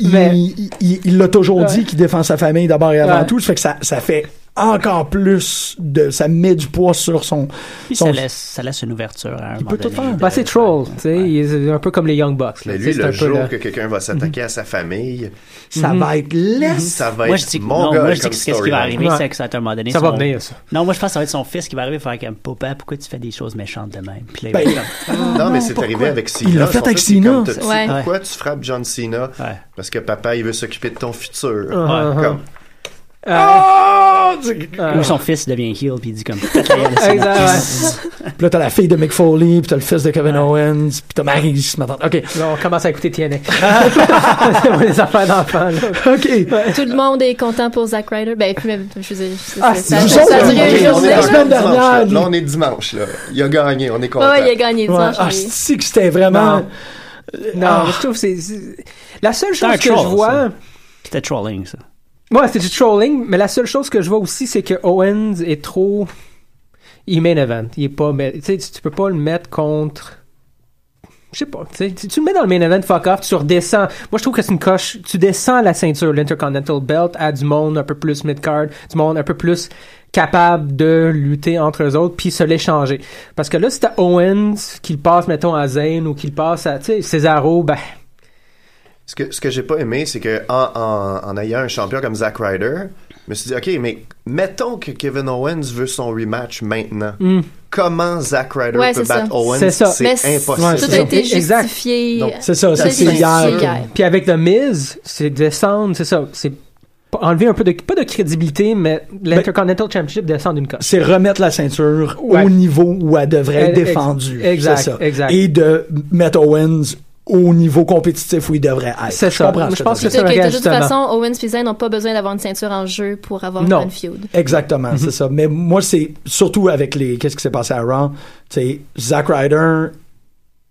[SPEAKER 4] Il
[SPEAKER 5] Mais-
[SPEAKER 4] il- il- il l'a toujours
[SPEAKER 5] Ouais.
[SPEAKER 4] dit qu'il défend sa famille d'abord et avant
[SPEAKER 5] Ouais.
[SPEAKER 4] tout. Ça fait que ça, ça fait encore plus de. Ça met du poids sur son.
[SPEAKER 8] Puis
[SPEAKER 4] son
[SPEAKER 8] ça laisse, ça laisse une ouverture à un
[SPEAKER 4] Il
[SPEAKER 8] moment
[SPEAKER 4] peut tout
[SPEAKER 8] donné
[SPEAKER 4] faire.
[SPEAKER 8] de-
[SPEAKER 5] Ben, c'est troll, tu sais. il est Un peu comme les Young Bucks. là,
[SPEAKER 7] Mais
[SPEAKER 5] Mhm. tu
[SPEAKER 7] lui,
[SPEAKER 5] sais, c'est
[SPEAKER 7] le
[SPEAKER 5] un peu
[SPEAKER 7] jour
[SPEAKER 5] le-
[SPEAKER 7] que quelqu'un va s'attaquer à sa famille,
[SPEAKER 5] Mhm.
[SPEAKER 4] ça va être laisse.
[SPEAKER 7] ça va
[SPEAKER 8] Moi, je
[SPEAKER 7] être
[SPEAKER 8] dis que,
[SPEAKER 7] mon
[SPEAKER 8] non,
[SPEAKER 7] gars.
[SPEAKER 8] moi, je dis que ce qui va arriver,
[SPEAKER 5] Ouais.
[SPEAKER 8] c'est que ça va être un moment donné.
[SPEAKER 5] Ça va
[SPEAKER 8] son-
[SPEAKER 5] venir, ça.
[SPEAKER 8] Non, moi, je pense que ça va être son fils qui va arriver et faire comme Papa, pourquoi tu fais des choses méchantes de même Puis là, il va
[SPEAKER 4] Ben,
[SPEAKER 8] être
[SPEAKER 7] Non, mais c'est arrivé avec Cena.
[SPEAKER 4] Il l'a fait
[SPEAKER 7] Son
[SPEAKER 4] avec
[SPEAKER 7] fils, il est
[SPEAKER 4] Cena.
[SPEAKER 7] comme, T'as-tu-
[SPEAKER 6] Ouais.
[SPEAKER 7] Pourquoi tu frappes John Cena?
[SPEAKER 8] comme- Ouais.
[SPEAKER 7] Parce que papa, il veut s'occuper de ton futur.
[SPEAKER 5] Uh-huh.
[SPEAKER 7] Comme,
[SPEAKER 4] Ah! Tu-
[SPEAKER 5] Ah.
[SPEAKER 8] Ou son fils devient heel puis il dit comme Faites la gueule, c'est
[SPEAKER 5] Exact,
[SPEAKER 8] bon.
[SPEAKER 5] ouais.
[SPEAKER 4] Puis là, t'as la fille de Mick Foley, puis t'as le fils de Kevin Owens, puis t'as Marie, ce matin. OK.
[SPEAKER 5] Là, on commence à écouter TNA. c'est bon, les affaires d'enfants, là.
[SPEAKER 4] OK.
[SPEAKER 6] Tout le monde est content pour Zack Ryder. Ben, puis même, je veux dire, c'est-
[SPEAKER 4] Ah,
[SPEAKER 6] ça,
[SPEAKER 4] c'est
[SPEAKER 6] ça,
[SPEAKER 4] vous
[SPEAKER 6] ça a
[SPEAKER 4] autres,
[SPEAKER 6] duré une
[SPEAKER 4] là.
[SPEAKER 7] on
[SPEAKER 6] journée.
[SPEAKER 7] est
[SPEAKER 4] La
[SPEAKER 7] rendu
[SPEAKER 4] semaine
[SPEAKER 7] dimanche,
[SPEAKER 4] dernière,
[SPEAKER 7] là.
[SPEAKER 4] lui.
[SPEAKER 7] Là, on est dimanche. Là. Il a gagné, on est
[SPEAKER 6] Ouais,
[SPEAKER 7] content.
[SPEAKER 6] ouais, il a gagné
[SPEAKER 4] Ouais.
[SPEAKER 6] dimanche.
[SPEAKER 4] Ah,
[SPEAKER 6] oui.
[SPEAKER 4] si que c'était vraiment.
[SPEAKER 5] Non. Non, je trouve que c'est- c'est. La seule
[SPEAKER 8] C'est euh, ah. un
[SPEAKER 5] chose que
[SPEAKER 8] troll,
[SPEAKER 5] je vois.
[SPEAKER 8] ça. C'était trolling, ça.
[SPEAKER 5] Ouais, c'est du trolling, mais la seule chose que je vois aussi, c'est que Owens est trop. Il est main event. Il est pas. mais- Tu sais, tu tu peux pas le mettre contre. Je sais pas. tu sais, Tu, tu le mets dans le main event, fuck off, tu redescends. Moi, je trouve que c'est une coche. Tu descends la ceinture, l'Intercontinental Belt, à du monde un peu plus mid-card, du monde un peu plus capable de lutter entre eux autres, puis se l'échanger. Parce que là, si t'as Owens qui le passe, mettons, à Zayn ou qui le passe à. Tu sais, Cesaro, ben.
[SPEAKER 7] Ce que, ce que j'ai pas aimé, c'est que en, en- en ayant un champion comme Zack Ryder, je me suis dit, OK, mais mettons que Kevin Owens veut son rematch maintenant. Comment Zack Ryder
[SPEAKER 6] Hmm. Ouais,
[SPEAKER 7] peut
[SPEAKER 6] c'est ça.
[SPEAKER 7] battre Owens?
[SPEAKER 5] C'est ça.
[SPEAKER 6] Mais
[SPEAKER 7] C'est impossible.
[SPEAKER 5] Ouais,
[SPEAKER 6] Tout
[SPEAKER 5] c'est
[SPEAKER 6] a
[SPEAKER 5] ça.
[SPEAKER 6] été
[SPEAKER 5] Exact.
[SPEAKER 6] justifié.
[SPEAKER 7] Donc,
[SPEAKER 4] C'est ça,
[SPEAKER 6] Ça,
[SPEAKER 4] c'est
[SPEAKER 6] c'est
[SPEAKER 4] c'est
[SPEAKER 6] hier.
[SPEAKER 4] hier.
[SPEAKER 5] Puis avec The Miz, c'est descendre, c'est ça, c'est p- enlever un peu de, pas de crédibilité, mais l'Intercontinental Championship descend d'une coche.
[SPEAKER 4] C'est remettre la ceinture
[SPEAKER 5] Ouais.
[SPEAKER 4] au niveau où elle devrait être
[SPEAKER 5] Ex-
[SPEAKER 4] défendue.
[SPEAKER 5] exact,
[SPEAKER 4] C'est ça.
[SPEAKER 5] exact.
[SPEAKER 4] Et de mettre Owens au niveau compétitif où il devrait être.
[SPEAKER 5] C'est
[SPEAKER 4] Je
[SPEAKER 5] ça.
[SPEAKER 4] comprends
[SPEAKER 5] Moi,
[SPEAKER 4] ce
[SPEAKER 5] je pense
[SPEAKER 4] t'as
[SPEAKER 5] que
[SPEAKER 4] dit.
[SPEAKER 5] c'est un
[SPEAKER 6] C'est-à-dire que de toute
[SPEAKER 5] réajustement.
[SPEAKER 6] façon, Owens et Zayn n'ont pas besoin d'avoir une ceinture en jeu pour avoir
[SPEAKER 5] Non.
[SPEAKER 6] une feud.
[SPEAKER 5] Mm-hmm.
[SPEAKER 4] Exactement, c'est ça. Mais moi, c'est surtout avec les. Qu'est-ce qui s'est passé à Raw? Tu sais, Zack Ryder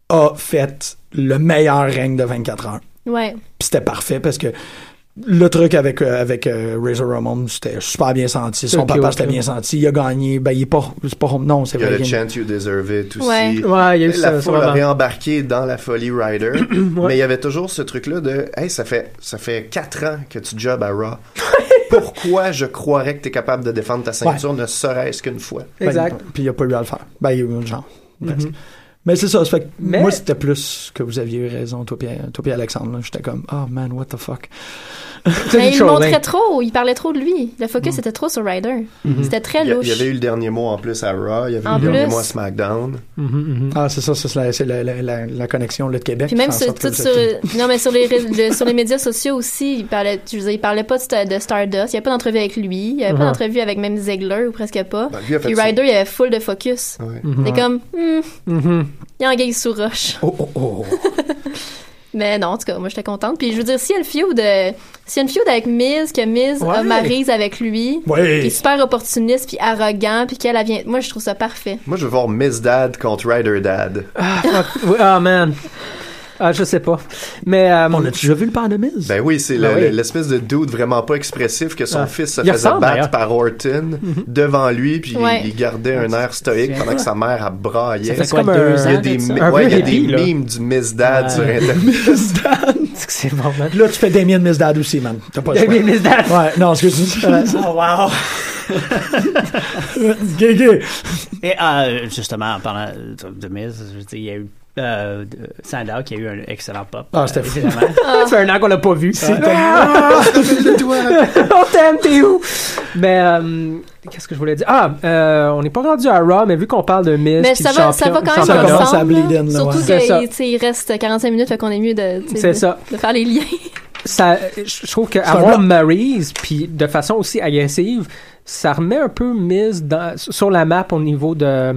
[SPEAKER 4] a fait le meilleur règne de 24 heures.
[SPEAKER 6] Ouais.
[SPEAKER 4] Puis c'était parfait parce que le truc avec, euh, avec euh, Razor Ramon, c'était super bien senti. Son
[SPEAKER 5] Ok,
[SPEAKER 4] papa,
[SPEAKER 5] ok.
[SPEAKER 4] c'était bien senti. Il a gagné. Ben, il est pas. c'est pas non, c'est
[SPEAKER 7] Il y a
[SPEAKER 4] vrai.
[SPEAKER 7] le
[SPEAKER 4] il-
[SPEAKER 7] chant You Deserve It aussi.
[SPEAKER 6] Ouais.
[SPEAKER 5] Ouais, il y a eu ça,
[SPEAKER 7] la foule
[SPEAKER 5] vraiment.
[SPEAKER 7] aurait embarqué dans la folie Rider, mais il y avait toujours ce truc-là de Hey, ça fait, ça fait 4 ans que tu jobs à Raw. Pourquoi je croirais que tu es capable de défendre ta ceinture, ne serait-ce qu'une fois?
[SPEAKER 4] ben,
[SPEAKER 5] Exact.
[SPEAKER 4] Puis il a pas eu à le faire. Ben, il y a eu une genre. presque. Mais c'est ça. ça fait que
[SPEAKER 5] Mais-
[SPEAKER 4] Moi, c'était plus que vous aviez eu raison, toi et toi puis Alexandre. là. J'étais comme, oh man, what the fuck.
[SPEAKER 5] C'est hein.
[SPEAKER 6] Mais
[SPEAKER 5] du
[SPEAKER 6] il le
[SPEAKER 5] trolling.
[SPEAKER 6] montrait trop, il parlait trop de lui. Le focus était trop sur Ryder. C'était très
[SPEAKER 7] Il y, a-
[SPEAKER 6] louche.
[SPEAKER 7] il y avait eu le dernier mot en plus à Raw, il y avait
[SPEAKER 6] En
[SPEAKER 7] eu le dernier
[SPEAKER 6] plus.
[SPEAKER 7] mot à SmackDown.
[SPEAKER 5] Mhm, Mm.
[SPEAKER 4] Ah, c'est ça, ça, c'est la, c'est la, la, la, la connexion là, de Québec.
[SPEAKER 6] Puis même
[SPEAKER 4] qui fait
[SPEAKER 6] sur,
[SPEAKER 4] en sorte que
[SPEAKER 6] tout
[SPEAKER 4] vous êtes-
[SPEAKER 6] sur- non mais sur les ré- le- sur les médias sociaux aussi, il parlait je veux dire, il parlait pas de, Sta- de Stardust, il y avait pas d'entrevue avec lui, il y avait pas d'entrevue avec même Ziegler ou presque pas.
[SPEAKER 7] Ben, lui a fait
[SPEAKER 6] Puis
[SPEAKER 7] ça.
[SPEAKER 6] Ryder, il y avait full de focus.
[SPEAKER 7] Ouais.
[SPEAKER 5] mhm, Mm-hmm.
[SPEAKER 6] C'est comme hmm, il y a un gay sous roche.
[SPEAKER 4] Oh, oh, oh.
[SPEAKER 6] Mais non, en tout cas, moi j'étais contente. Puis je veux dire si elle feud de si une feud avec Miz que Miz
[SPEAKER 5] Ouais.
[SPEAKER 6] a Maryse avec lui,
[SPEAKER 4] Ouais.
[SPEAKER 6] qui est super opportuniste puis arrogant puis qu'elle elle vient moi je trouve ça parfait.
[SPEAKER 7] Moi, je veux voir Miss Dad contre Rider Dad.
[SPEAKER 5] Ah, oui, ah, man. Ah, je sais pas. Mais euh,
[SPEAKER 4] On a déjà vu le père de Miz?
[SPEAKER 7] Ben oui, c'est le-
[SPEAKER 5] Ben oui.
[SPEAKER 7] le- l'espèce de dude vraiment pas expressif que son
[SPEAKER 5] Ouais.
[SPEAKER 7] fils se
[SPEAKER 5] Il
[SPEAKER 7] faisait
[SPEAKER 5] ressemble,
[SPEAKER 7] battre
[SPEAKER 5] d'ailleurs. Mhm.
[SPEAKER 7] par Orton devant lui, puis
[SPEAKER 6] Ouais.
[SPEAKER 7] il, il gardait un air stoïque pendant que sa mère a braillé.
[SPEAKER 8] Ça fait
[SPEAKER 5] c'est
[SPEAKER 8] quoi,
[SPEAKER 5] comme
[SPEAKER 8] deux
[SPEAKER 5] un-
[SPEAKER 7] Il y a
[SPEAKER 8] ans
[SPEAKER 7] des,
[SPEAKER 8] de ça?
[SPEAKER 7] mi-
[SPEAKER 5] Un
[SPEAKER 7] ouais,
[SPEAKER 5] vieux
[SPEAKER 7] il y a des
[SPEAKER 5] hippie, là.
[SPEAKER 7] mimes du Miss Dad sur
[SPEAKER 5] Ouais.
[SPEAKER 7] Internet.
[SPEAKER 4] Miz Dad.
[SPEAKER 5] c'est que c'est bon, man.
[SPEAKER 4] Là, tu fais Damien Miss Dad aussi, man. T'as pas le choix.
[SPEAKER 5] Damien Miss Dad.
[SPEAKER 4] Ouais, non, excuse-moi. oh, wow. gay, gay.
[SPEAKER 8] Et euh, justement, en parlant de de Miz, je veux dire, il y a eu euh, de- Sandow qui a eu un excellent pop.
[SPEAKER 4] Ah, c'était fou.
[SPEAKER 8] évidemment.
[SPEAKER 5] Ça fait un an qu'on l'a pas vu. Ah! on t'aime, t'es où? Mais euh, qu'est-ce que je voulais dire? Ah, euh, on n'est pas rendu à Raw, mais vu qu'on parle de Miz,
[SPEAKER 6] Mais
[SPEAKER 5] puis
[SPEAKER 6] ça
[SPEAKER 5] du
[SPEAKER 6] va, ça va
[SPEAKER 5] champion-
[SPEAKER 6] quand même
[SPEAKER 4] Ça
[SPEAKER 5] championnat-
[SPEAKER 4] commence
[SPEAKER 6] ensemble,
[SPEAKER 4] à bleed in, là,
[SPEAKER 6] Surtout
[SPEAKER 4] ouais.
[SPEAKER 5] C'est ça.
[SPEAKER 6] qu'il il reste 45 minutes, fait qu'on est mieux de, tu sais,
[SPEAKER 5] C'est
[SPEAKER 6] de-
[SPEAKER 5] ça.
[SPEAKER 6] de faire les liens.
[SPEAKER 5] ça, je je trouve que
[SPEAKER 4] un
[SPEAKER 5] avoir
[SPEAKER 4] bloc.
[SPEAKER 5] Maryse, puis de façon aussi agressive, ça remet un peu mise dans- sur la map au niveau de.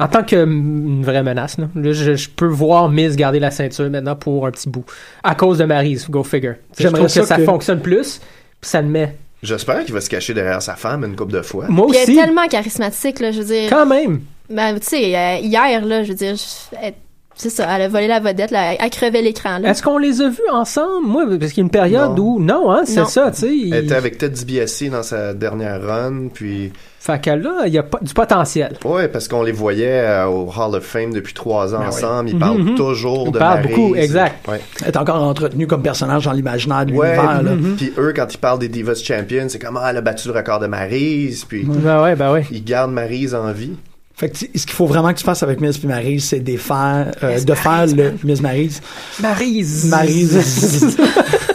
[SPEAKER 5] En tant que mm, une vraie menace, là, Là, je, je peux voir Miz garder la ceinture maintenant pour un petit bout. À cause de Maryse, go figure. Je
[SPEAKER 4] J'aimerais
[SPEAKER 5] trouve que
[SPEAKER 4] ça
[SPEAKER 5] ça,
[SPEAKER 4] que-
[SPEAKER 5] fonctionne plus, puis ça le met.
[SPEAKER 7] J'espère qu'il va se cacher derrière sa femme une couple de fois.
[SPEAKER 5] Moi
[SPEAKER 6] Puis elle
[SPEAKER 5] aussi,
[SPEAKER 6] est tellement charismatique, là, je veux dire.
[SPEAKER 5] quand même.
[SPEAKER 6] Ben, tu sais, euh, hier, là, je veux dire, je- elle- c'est ça, elle a volé la vedette, là, elle crevait l'écran, là.
[SPEAKER 5] Est-ce qu'on les a vus ensemble? Moi, parce qu'il y a une période
[SPEAKER 7] Non.
[SPEAKER 5] où. Non, hein, c'est
[SPEAKER 6] Non.
[SPEAKER 5] ça, tu sais. il-
[SPEAKER 7] Elle était avec Ted DiBiase dans sa dernière run, puis
[SPEAKER 5] Fait que là, il y a pas- du potentiel.
[SPEAKER 7] ouais parce qu'on les voyait euh, au Hall of Fame depuis trois ans
[SPEAKER 5] Ben oui.
[SPEAKER 7] ensemble. Ils
[SPEAKER 5] Mhm,
[SPEAKER 7] parlent
[SPEAKER 5] mhm.
[SPEAKER 7] toujours
[SPEAKER 5] Ils
[SPEAKER 7] de
[SPEAKER 5] parlent
[SPEAKER 7] Maryse.
[SPEAKER 5] beaucoup, exact.
[SPEAKER 7] Ouais.
[SPEAKER 4] Elle est encore entretenue comme personnage dans l'imaginaire de
[SPEAKER 7] Ouais,
[SPEAKER 4] l'univers. là.
[SPEAKER 7] mhm. puis eux, quand ils parlent des Divas Champions, c'est comme, ah, elle a battu le record de Maryse, puis
[SPEAKER 5] Ben ouais, ben ouais.
[SPEAKER 7] ils gardent Maryse en vie.
[SPEAKER 4] Fait que tu- ce qu'il faut vraiment que tu fasses avec Miss puis Maryse, c'est défaire, euh,
[SPEAKER 5] Miss
[SPEAKER 4] de faire
[SPEAKER 5] Maryse,
[SPEAKER 4] le Miss Maryse.
[SPEAKER 5] Maryse.
[SPEAKER 4] Maryse.